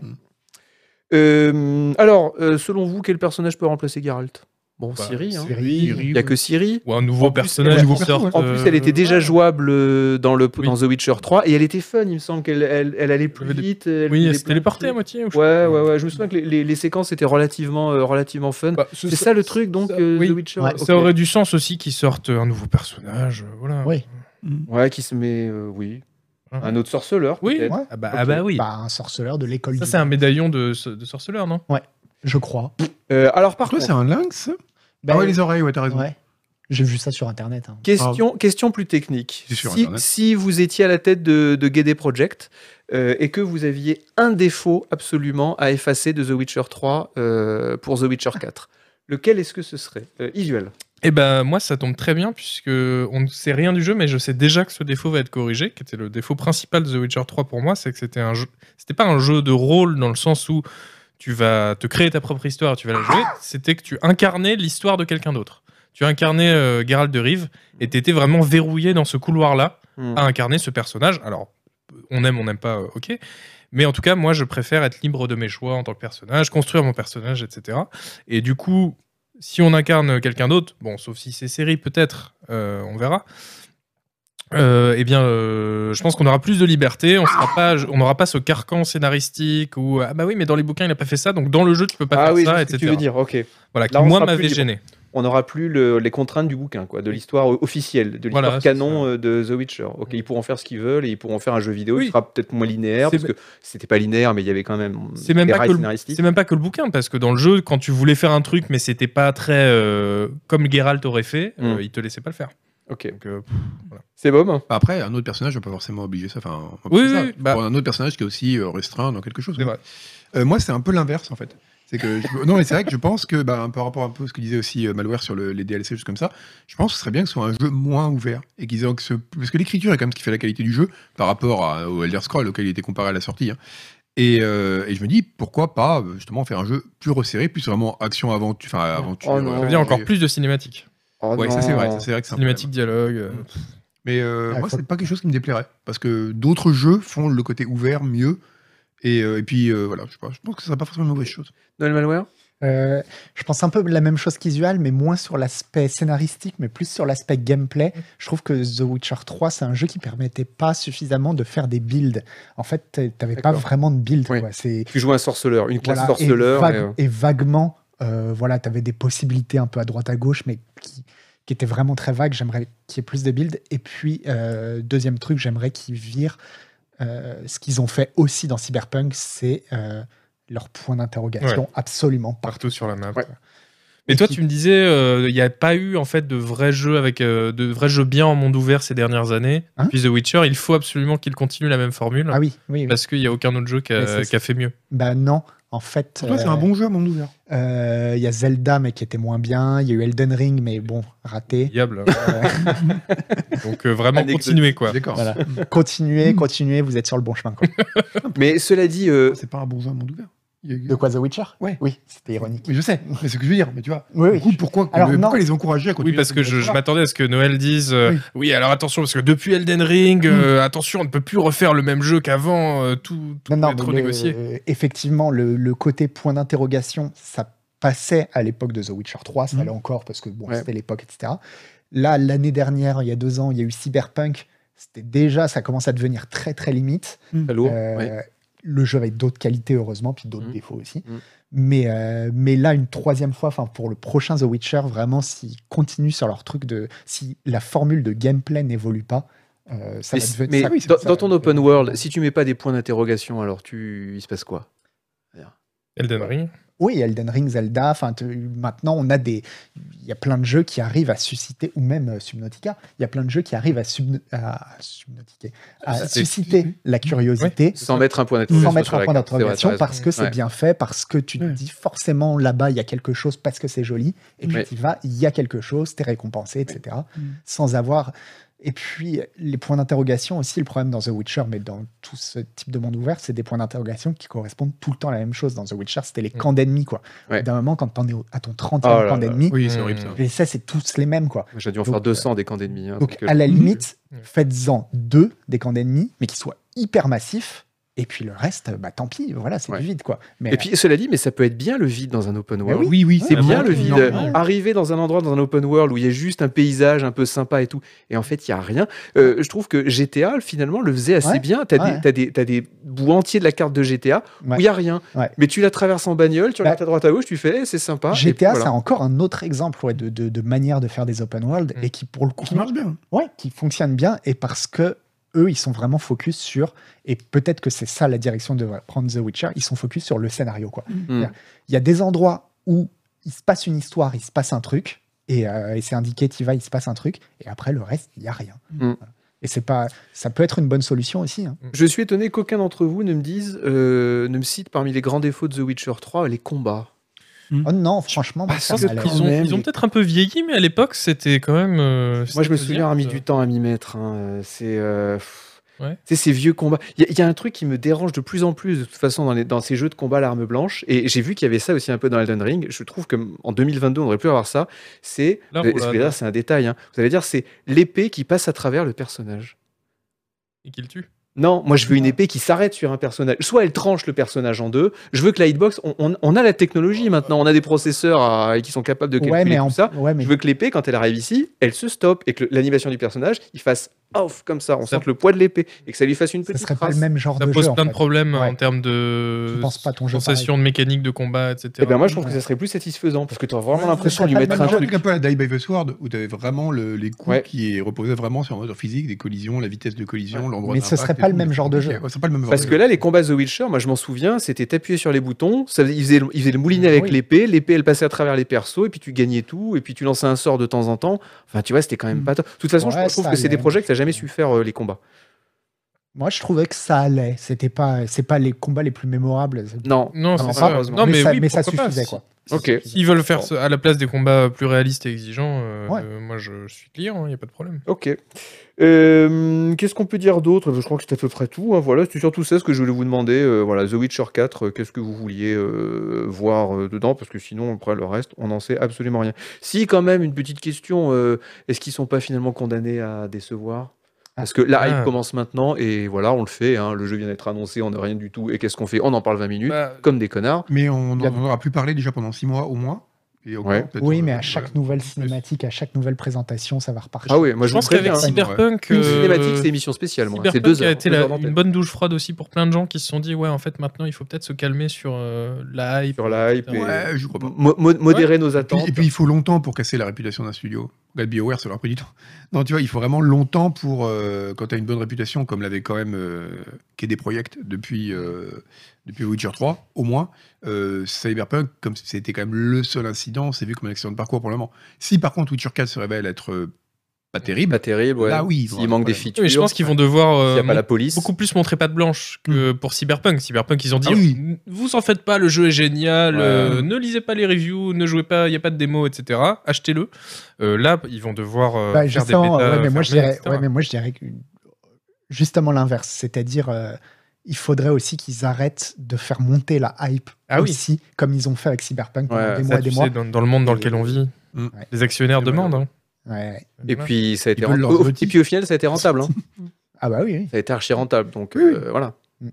Speaker 1: Euh, alors, euh, selon vous, quel personnage peut remplacer Geralt Bon,
Speaker 3: Bah,
Speaker 1: Siri, hein.
Speaker 2: Siri,
Speaker 1: il n'y a
Speaker 2: oui.
Speaker 1: que Siri.
Speaker 3: Ou un nouveau
Speaker 2: En plus,
Speaker 3: personnage
Speaker 2: elle-
Speaker 3: qui
Speaker 2: en
Speaker 3: sorte,
Speaker 1: En plus,
Speaker 3: euh,
Speaker 1: elle était déjà
Speaker 2: ouais.
Speaker 1: jouable euh, dans, le,
Speaker 3: Oui.
Speaker 1: dans The Witcher 3 et elle était fun, il me semble qu'elle elle, elle allait plus
Speaker 3: Elle avait des-
Speaker 1: vite. elle
Speaker 3: Oui,
Speaker 1: faisait
Speaker 3: elle se
Speaker 1: plein de
Speaker 3: téléportait à
Speaker 1: trucs.
Speaker 3: moitié. ou je-
Speaker 1: Ouais, ouais, ouais. Je me souviens que les, les- les séquences étaient relativement, euh, relativement fun.
Speaker 3: Bah, ce-
Speaker 1: c'est ça le truc, donc,
Speaker 3: ça-
Speaker 1: euh,
Speaker 3: oui.
Speaker 1: The Witcher
Speaker 4: Ouais,
Speaker 1: ok.
Speaker 3: Ça aurait du sens aussi qu'ils sortent un nouveau personnage. euh, Voilà.
Speaker 4: Oui.
Speaker 1: Ouais, qui se met, euh, oui.
Speaker 3: Ouais.
Speaker 1: Un autre sorceleur,
Speaker 3: Hein. Oui.
Speaker 1: peut-être.
Speaker 4: Ouais.
Speaker 3: Ah bah,
Speaker 1: Ok.
Speaker 3: ah bah oui.
Speaker 4: Bah, un sorceleur de l'école
Speaker 3: ça,
Speaker 4: du
Speaker 3: c'est un médaillon de, ce- de sorceleur, non
Speaker 4: je crois.
Speaker 1: Euh, alors, par
Speaker 2: Toi,
Speaker 1: contre,
Speaker 2: c'est un lynx
Speaker 4: Bah,
Speaker 3: Ben
Speaker 2: Ah ouais, les oreilles, ouais, t'as raison.
Speaker 4: ouais. J'ai vu ça sur internet. hein.
Speaker 1: question, question plus technique.
Speaker 2: C'est sur
Speaker 1: Si,
Speaker 2: Internet.
Speaker 1: si vous étiez à la tête de, de GD Project euh, et que vous aviez un défaut absolument à effacer de The Witcher 3 euh, pour The Witcher 4, lequel est-ce que ce serait euh, Isuel.
Speaker 3: Eh ben moi ça tombe très bien puisque on ne sait rien du jeu mais je sais déjà que ce défaut va être corrigé, qui était le défaut principal de The Witcher 3 pour moi, c'est que c'était un jeu c'était pas un jeu de rôle dans le sens où tu vas te créer ta propre histoire, et tu vas la jouer, c'était que tu incarnais l'histoire de quelqu'un d'autre. Tu incarnais euh, Geralt de Rive et t'étais vraiment verrouillé dans ce couloir là
Speaker 1: Hmm.
Speaker 3: à incarner ce personnage. Alors on aime, on n'aime pas, euh, ok. Mais en tout cas, moi, je préfère être libre de mes choix en tant que personnage, construire mon personnage, etc. Et du coup, si on incarne quelqu'un d'autre, bon, sauf si c'est série, peut-être, euh, on verra. Euh, eh bien, euh, je pense qu'on aura plus de liberté. On sera pas, on n'aura pas ce carcan scénaristique ou ah bah oui, mais dans les bouquins il a pas fait ça, donc dans le jeu tu peux pas
Speaker 1: Ah
Speaker 3: faire
Speaker 1: oui, je
Speaker 3: ça,
Speaker 1: sais ce
Speaker 3: etc.
Speaker 1: que tu veux dire, ok.
Speaker 3: Voilà, qui
Speaker 1: Là, on
Speaker 3: moi
Speaker 1: sera plus
Speaker 3: m'avait
Speaker 1: libre.
Speaker 3: gêné.
Speaker 1: on n'aura plus le- les contraintes du bouquin, quoi, de l'histoire o- officielle, de l'histoire
Speaker 3: Voilà, c'est
Speaker 1: canon euh, de The Witcher. Ok, ils pourront faire ce qu'ils veulent et ils pourront faire un jeu vidéo
Speaker 3: Oui.
Speaker 1: qui sera peut-être moins linéaire
Speaker 3: C'est
Speaker 1: parce que c'était pas linéaire, mais il y avait quand même
Speaker 3: C'est même,
Speaker 1: des
Speaker 3: pas
Speaker 1: rails
Speaker 3: que le,
Speaker 1: scénaristiques.
Speaker 3: c'est même pas que le bouquin, parce que dans le jeu, quand tu voulais faire un truc, mais c'était pas très euh, comme Geralt aurait fait, euh,
Speaker 1: Mm.
Speaker 3: il te laissait pas le faire.
Speaker 1: Ok,
Speaker 3: Donc, euh,
Speaker 1: c'est bon.
Speaker 2: Bah, Après, un autre personnage n'est pas forcément obligé ça. Enfin, on
Speaker 3: Oui,
Speaker 2: fait ça.
Speaker 3: oui, bah-
Speaker 2: Pour un autre personnage qui est aussi euh, restreint dans quelque chose.
Speaker 3: C'est vrai.
Speaker 2: Euh, moi, c'est un peu l'inverse en fait. C'est que je- non, mais c'est vrai que je pense que bah, par rapport un peu à ce que disait aussi euh, Malware sur le- les DLC, juste comme ça, je pense que ce serait bien que ce soit un jeu moins ouvert et qu'ils aient que ce- parce que l'écriture est quand même ce qui fait la qualité du jeu par rapport à- au Elder Scrolls auquel il était comparé à la sortie. hein. Et, euh, et je me dis pourquoi pas euh, justement faire un jeu plus resserré, plus vraiment action aventure, enfin aventure.
Speaker 1: Oh non.
Speaker 3: ça
Speaker 2: euh,
Speaker 3: veut dire
Speaker 1: Oh,
Speaker 3: encore
Speaker 2: et-
Speaker 3: plus de cinématiques.
Speaker 1: Oh
Speaker 2: Ouais, ça c'est
Speaker 1: non.
Speaker 2: vrai, ça, c'est vrai que c'est un problème.
Speaker 3: Cinématiques, dialogue. euh,
Speaker 2: Mais euh,
Speaker 4: Ah,
Speaker 2: moi,
Speaker 4: faut-
Speaker 2: c'est pas quelque chose qui me déplairait. Parce que d'autres jeux font le côté ouvert mieux. Et, euh, et puis, euh, voilà, je, sais pas, je pense que ce serait pas forcément une mauvaise chose.
Speaker 1: Noël Malware
Speaker 4: Euh, je pense un peu la même chose qu'Isual, mais moins sur l'aspect scénaristique, mais plus sur l'aspect gameplay.
Speaker 1: Mm.
Speaker 4: Je trouve que The Witcher 3, c'est un jeu qui permettait pas suffisamment de faire des builds. En fait, t'es- t'avais pas
Speaker 1: D'accord.
Speaker 4: vraiment de build.
Speaker 1: Oui.
Speaker 4: quoi. C'est
Speaker 1: Tu joues un sorceleur, une classe
Speaker 4: voilà,
Speaker 1: sorceleur.
Speaker 4: et, vague-
Speaker 1: et, euh,
Speaker 4: et vaguement, euh, voilà, t'avais des possibilités un peu à droite à gauche, mais qui, qui étaient vraiment très vagues. J'aimerais qu'il y ait plus de builds. Et puis, euh, deuxième truc, j'aimerais qu'ils virent euh, ce qu'ils ont fait aussi dans Cyberpunk, c'est euh, leur point d'interrogation absolument partout.
Speaker 3: partout sur la map.
Speaker 1: Ouais.
Speaker 3: Mais
Speaker 4: Et
Speaker 3: toi,
Speaker 4: qui-
Speaker 3: tu me disais, euh, il n'y a pas eu en fait de vrais jeux avec euh, de vrais jeux bien en monde ouvert ces dernières années.
Speaker 4: Hein
Speaker 3: Puis The Witcher, il faut absolument qu'il continue la même formule
Speaker 4: Ah oui, oui, oui.
Speaker 3: parce qu'il n'y a aucun autre jeu qui
Speaker 4: Mais
Speaker 3: a,
Speaker 4: c'est-
Speaker 3: qui a fait mieux.
Speaker 4: Bah non, en fait.
Speaker 2: Pour toi, c'est
Speaker 4: euh,
Speaker 2: un bon jeu à monde ouvert.
Speaker 4: euh, Il y a Zelda, mais qui était moins bien. Il y a eu Elden Ring, mais bon, raté.
Speaker 3: Diable.
Speaker 4: Euh,
Speaker 3: Donc euh, vraiment
Speaker 1: Anecdotique.
Speaker 3: continuer quoi.
Speaker 2: D'accord.
Speaker 4: voilà. Euh, Continuez, continuez, vous êtes sur le bon chemin. quoi.
Speaker 1: Mais cela dit, euh,
Speaker 2: C'est pas un bon jeu à monde ouvert. Il y a-
Speaker 4: De quoi The Witcher
Speaker 2: Ouais.
Speaker 4: Oui, c'était ironique.
Speaker 2: Mais je sais, mais c'est ce que je veux dire. Mais tu vois,
Speaker 4: Oui,
Speaker 2: du coup, pourquoi,
Speaker 4: Alors,
Speaker 2: mais
Speaker 4: non.
Speaker 2: pourquoi les encourager à
Speaker 3: Oui,
Speaker 2: continuer
Speaker 3: parce que je, je m'attendais à ce que Noël dise euh, oui.
Speaker 2: Oui.
Speaker 3: alors attention, parce que depuis Elden Ring, euh, attention, on ne peut plus refaire le même jeu qu'avant, euh, tout, tout
Speaker 4: Non, non,
Speaker 3: peut être
Speaker 4: mais le-
Speaker 3: négocié.
Speaker 4: effectivement, le, le côté point d'interrogation, ça passait à l'époque de The Witcher 3, ça
Speaker 2: Mhm.
Speaker 4: allait encore parce que bon,
Speaker 1: Ouais.
Speaker 4: c'était l'époque, etc. Là, l'année dernière, il y a deux ans, il y a eu Cyberpunk. C'était déjà, ça commence à devenir très très limite.
Speaker 1: très lourd,
Speaker 4: Euh,
Speaker 1: Oh, ouais.
Speaker 4: Le jeu avait d'autres qualités, heureusement, puis d'autres
Speaker 1: Mhm.
Speaker 4: défauts aussi.
Speaker 1: Mhm.
Speaker 4: Mais, euh, mais là, une troisième fois, enfin, pour le prochain The Witcher, vraiment, s'ils continuent sur leur truc de. Si la formule de gameplay n'évolue pas, euh, ça
Speaker 1: Mais,
Speaker 4: va devenir.
Speaker 1: mais
Speaker 4: ça-
Speaker 1: dans,
Speaker 4: ça
Speaker 1: dans
Speaker 4: va
Speaker 1: ton
Speaker 4: devenir-
Speaker 1: open world, si tu mets pas des points d'interrogation, alors tu, il se passe quoi
Speaker 3: Elden Ring.
Speaker 4: Oui, Elden Ring, Zelda, enfin, te- maintenant, on a des. Il y a plein de jeux qui arrivent à susciter, ou même euh, Subnautica, il y a plein de jeux qui arrivent à, sub- à, Subnautica- à
Speaker 1: Susciter.
Speaker 4: susciter la curiosité.
Speaker 1: Sans mettre un point d'interrogation.
Speaker 4: sans mettre
Speaker 1: sur
Speaker 4: un
Speaker 1: la
Speaker 4: point
Speaker 1: carte, c'est vrai,
Speaker 4: d'interrogation
Speaker 1: t'as
Speaker 4: parce que c'est
Speaker 1: Ouais.
Speaker 4: bien fait, parce que tu te
Speaker 2: Ouais.
Speaker 4: dis forcément là-bas il y a quelque chose parce que c'est joli, et puis
Speaker 1: Ouais.
Speaker 4: tu y vas, il y a quelque chose, t'es récompensé, etc.
Speaker 2: Mm.
Speaker 4: Sans avoir. Et puis les points d'interrogation aussi, le problème dans The Witcher, mais dans tout ce type de monde ouvert, c'est des points d'interrogation qui correspondent tout le temps à la même chose. Dans The Witcher, c'était les
Speaker 3: Mm.
Speaker 4: camps d'ennemis, quoi.
Speaker 1: Ouais.
Speaker 4: D'un moment, quand t'en es au- à ton 30e
Speaker 1: Oh là
Speaker 4: camp
Speaker 1: là.
Speaker 4: d'ennemis,
Speaker 2: Oui,
Speaker 3: Mmh.
Speaker 2: c'est horrible ça.
Speaker 4: les ça, c'est tous les mêmes, quoi.
Speaker 1: J'ai dû en
Speaker 4: Donc,
Speaker 1: faire 200 des camps d'ennemis. hein,
Speaker 4: Donc,
Speaker 1: donc, euh,
Speaker 4: à la limite,
Speaker 3: Mhm.
Speaker 4: faites-en deux des camps d'ennemis, mais qui soient hyper massifs, Et puis le reste, bah tant pis, voilà, c'est
Speaker 1: Ouais.
Speaker 4: du vide quoi. Mais
Speaker 1: Et puis cela dit, mais ça peut être bien le vide dans un open
Speaker 4: Ah
Speaker 1: world.
Speaker 4: oui, oui,
Speaker 1: C'est
Speaker 3: Ouais,
Speaker 1: bien
Speaker 3: bon,
Speaker 1: le
Speaker 3: c'est
Speaker 1: vide.
Speaker 3: normal.
Speaker 1: Arriver dans un endroit, dans un open world où il y a juste un paysage un peu sympa et tout, et en fait il n'y a rien. Euh, je trouve que GTA finalement le faisait assez
Speaker 4: Ouais,
Speaker 1: bien. T'as
Speaker 4: ouais.
Speaker 1: des, t'as des, t'as des bouts entiers de la carte de GTA où
Speaker 4: Ouais.
Speaker 1: il n'y a rien.
Speaker 4: Ouais.
Speaker 1: Mais tu la traverses en bagnole, tu
Speaker 4: Bah,
Speaker 1: regardes à droite à gauche, tu fais Eh, c'est sympa. et
Speaker 4: GTA,
Speaker 1: voilà.
Speaker 4: c'est encore un autre exemple ouais, de, de- de manière de faire des open world
Speaker 3: Mm.
Speaker 4: et qui pour le coup,
Speaker 2: Qui marche bien.
Speaker 4: ouais, qui fonctionne bien et parce que eux, ils sont vraiment focus sur et peut-être que c'est ça la direction de prendre The Witcher. Ils sont focus sur le scénario quoi.
Speaker 1: Hmm.
Speaker 4: Il y a des endroits où il se passe une histoire, il se passe un truc et, euh, et c'est indiqué tu vas, il se passe un truc et après le reste, il y a rien.
Speaker 1: Mm.
Speaker 4: Voilà. Et c'est pas, ça peut être une bonne solution aussi. hein.
Speaker 1: Je suis étonné qu'aucun d'entre vous ne me dise, euh, ne me cite parmi les grands défauts de The Witcher 3 les combats.
Speaker 4: Oh non, franchement, moi,
Speaker 1: Ah,
Speaker 4: ça
Speaker 1: ça,
Speaker 4: m'a l'air-
Speaker 1: quand
Speaker 3: Ils ont,
Speaker 1: même,
Speaker 3: ils ont
Speaker 1: les-
Speaker 3: peut-être un peu vieilli, mais à l'époque, c'était quand même. euh,
Speaker 1: Moi, je me
Speaker 3: c'était
Speaker 1: souviens, a mis
Speaker 3: euh,
Speaker 1: du temps à m'y mettre. hein. Euh, C'est. euh, pff.
Speaker 3: Ouais.
Speaker 1: Tu sais, ces vieux combats. Il y, a- il y a un truc qui me dérange de plus en plus, de toute façon, dans, les- dans ces jeux de combat à l'arme blanche. Et j'ai vu qu'il y avait ça aussi un peu dans Elden Ring. Je trouve qu'en 2022, on aurait pu avoir ça. C'est.
Speaker 3: La
Speaker 1: euh,
Speaker 3: roulade.
Speaker 1: excusez-moi, C'est un détail. hein. Vous allez dire, c'est l'épée qui passe à travers le personnage.
Speaker 3: euh, Et qu'il tue.
Speaker 1: Non, moi je veux une épée qui s'arrête sur un personnage. Soit elle tranche le personnage en deux. Je veux que la hitbox, on, on- on a la technologie maintenant, on a des processeurs à- qui sont capables de calculer
Speaker 4: Ouais, mais
Speaker 1: tout
Speaker 4: en-
Speaker 1: ça.
Speaker 4: ouais, mais
Speaker 1: Je veux que l'épée, quand elle arrive ici, elle se stoppe et que le- l'animation du personnage, il fasse off comme ça. On
Speaker 3: Ça-
Speaker 1: sente le poids de l'épée et que ça lui fasse une
Speaker 4: ce
Speaker 1: petite
Speaker 4: serait pas
Speaker 1: trace.
Speaker 4: le même genre
Speaker 3: Ça
Speaker 4: de
Speaker 3: pose
Speaker 4: jeu. en
Speaker 3: plein de
Speaker 4: fait.
Speaker 3: problèmes hein,
Speaker 4: Ouais.
Speaker 3: en termes de
Speaker 4: Je pense pas à
Speaker 1: euh,
Speaker 4: ton jeu
Speaker 3: sensation de mécanique de combat, etc.
Speaker 1: Et ben moi, je trouve que ça serait plus satisfaisant parce que tu as vraiment
Speaker 2: Ouais,
Speaker 1: l'impression de lui
Speaker 4: ça serait
Speaker 1: mettre
Speaker 4: pas
Speaker 1: un
Speaker 2: Même
Speaker 4: mal.
Speaker 1: truc.
Speaker 2: truc un peu à Die by the Sword, où tu avais vraiment le- les coups
Speaker 1: Ouais.
Speaker 2: qui reposaient vraiment sur un moteur physique, des collisions, la vitesse de collision, l'endroit
Speaker 4: Mais
Speaker 2: d'impact
Speaker 4: ce serait
Speaker 2: et
Speaker 4: pas le
Speaker 2: tout,
Speaker 4: même
Speaker 2: mais
Speaker 4: genre de jeu.
Speaker 2: compliqué. Ouais, c'est pas le même genre
Speaker 1: Parce
Speaker 2: de
Speaker 1: que
Speaker 2: jeu.
Speaker 1: là, les combats The Witcher, moi je m'en souviens, c'était t'appuyer sur les boutons, ça, faisait- il, faisait le, il faisait le moulinet avec
Speaker 4: Oui.
Speaker 1: l'épée, l'épée elle passait à travers les persos, et puis tu gagnais tout, et puis tu lançais un sort de temps en temps. Enfin, tu vois, c'était quand même
Speaker 2: Mm.
Speaker 1: pas. top. De toute façon, je-
Speaker 4: Ouais,
Speaker 1: je trouve
Speaker 4: ça,
Speaker 1: que
Speaker 4: il y
Speaker 1: c'est
Speaker 4: a
Speaker 1: des
Speaker 4: un
Speaker 1: projets que
Speaker 4: truc.
Speaker 1: t'as jamais su faire euh, les combats.
Speaker 4: Moi, je trouvais que ça allait. C'était pas, c'est pas les combats les plus mémorables.
Speaker 1: Non.
Speaker 3: Non,
Speaker 4: Vraiment
Speaker 3: c'est
Speaker 4: pas,
Speaker 3: ça.
Speaker 1: heureusement.
Speaker 3: Non, mais,
Speaker 4: Ah, ça,
Speaker 3: oui,
Speaker 4: ça
Speaker 3: pourquoi pas,
Speaker 4: suffisait
Speaker 3: si-
Speaker 4: quoi.
Speaker 1: Ok.
Speaker 3: S'ils veulent faire
Speaker 1: Bon.
Speaker 3: ce- à la place des combats plus réalistes et exigeants, euh,
Speaker 4: Ouais.
Speaker 3: euh, moi je, je suis client, il n'y a pas de problème.
Speaker 1: Ok. Euh, Qu'est-ce qu'on peut dire d'autre Je crois que c'est à peu près tout. hein. Voilà, c'est surtout ça ce que je voulais vous demander. Euh, voilà, The Witcher 4, euh, qu'est-ce que vous vouliez euh, voir euh, dedans Parce que sinon, après le reste, on n'en sait absolument rien. Si, quand même, une petite question euh, est-ce qu'ils sont pas finalement condamnés à décevoir parce que la hype
Speaker 3: Ah.
Speaker 1: commence maintenant et voilà, on le fait. hein, le jeu vient d'être annoncé, on n'a rien du tout. Et qu'est-ce qu'on fait On en parle 20 minutes,
Speaker 3: Bah,
Speaker 1: comme des connards.
Speaker 2: Mais on
Speaker 4: Il y a-
Speaker 2: n'en aura plus parlé déjà pendant 6 mois au moins. Et encore,
Speaker 1: Ouais.
Speaker 2: peut-être,
Speaker 4: Oui, mais
Speaker 2: euh,
Speaker 4: à chaque
Speaker 2: voilà.
Speaker 4: nouvelle cinématique, à chaque nouvelle présentation, ça va repartir.
Speaker 1: Ah oui, moi je,
Speaker 3: je
Speaker 1: vous
Speaker 3: pense qu'avec
Speaker 1: préviens, hein.
Speaker 3: Cyberpunk,
Speaker 1: Une
Speaker 3: euh,
Speaker 1: cinématique, c'est émission spéciale. moi, hein. C'est
Speaker 3: Cyberpunk
Speaker 1: deux
Speaker 3: a
Speaker 1: heures.
Speaker 3: été
Speaker 1: deux
Speaker 3: la-
Speaker 1: heures d'antenne.
Speaker 3: une bonne douche froide aussi pour plein de gens qui se sont dit ouais en fait maintenant il faut peut-être se calmer sur euh, la hype.
Speaker 1: Sur la hype
Speaker 3: etc.
Speaker 1: et-
Speaker 2: Ouais, je crois pas.
Speaker 1: Mo- mo- modérer nos
Speaker 2: Puis-
Speaker 1: attentes.
Speaker 2: et puis il faut longtemps pour casser la réputation d'un studio. Regarde BioWare, ça leur a pris du temps. Non, tu vois, il faut vraiment longtemps pour. euh, quand tu as une bonne réputation, comme l'avait quand même euh, KD Projekt depuis, euh, depuis Witcher 3, au moins, euh, Cyberpunk, comme c'était quand même le seul incident, c'est vu comme un accident de parcours pour le moment. Si par contre Witcher 4 se révèle être euh, pas terrible,
Speaker 1: Pas terrible, ouais.
Speaker 2: Là, oui, ils ont
Speaker 1: S'il
Speaker 2: un
Speaker 1: manque des
Speaker 2: problème.
Speaker 1: features.
Speaker 3: mais je pense qu'ils vont devoir
Speaker 1: S'il
Speaker 3: euh,
Speaker 1: n'y a pas la police. Hmm.
Speaker 3: beaucoup plus montrer patte blanche que pour Cyberpunk. Cyberpunk, ils ont dit
Speaker 2: Ah oui.
Speaker 3: vous en faites pas, le jeu est génial,
Speaker 1: Ouais.
Speaker 3: euh, ne lisez pas les reviews, ne jouez pas, il n'y a pas de démo, etc. Achetez-le. Euh, là, ils vont devoir euh,
Speaker 4: Bah,
Speaker 3: faire des
Speaker 4: justement,
Speaker 3: bêtas
Speaker 4: ouais, mais moi, je
Speaker 3: fermées,
Speaker 4: dirais,
Speaker 3: etc.
Speaker 4: ouais, mais moi, je dirais que- justement l'inverse, c'est-à-dire euh, il faudrait aussi qu'ils arrêtent de faire monter la hype
Speaker 3: Ah oui.
Speaker 4: aussi, comme ils ont fait avec Cyberpunk pendant
Speaker 1: Ouais,
Speaker 4: des
Speaker 3: Ça,
Speaker 4: mois,
Speaker 3: tu
Speaker 4: des
Speaker 3: sais,
Speaker 4: mois. Hmm.
Speaker 3: dans, dans le monde dans lequel on vit,
Speaker 2: Mm.
Speaker 3: les actionnaires
Speaker 2: C'est vrai.
Speaker 3: demandent. hein.
Speaker 4: Ouais.
Speaker 1: Et
Speaker 3: Voilà.
Speaker 1: puis, ça a été
Speaker 2: veulent leurs
Speaker 1: rentable.
Speaker 2: outils.
Speaker 1: Et puis, au final, ça a été rentable. hein.
Speaker 4: Ah bah oui, oui.
Speaker 1: Ça a été archi rentable. Donc,
Speaker 4: Oui, oui.
Speaker 1: euh, voilà.
Speaker 4: Mm.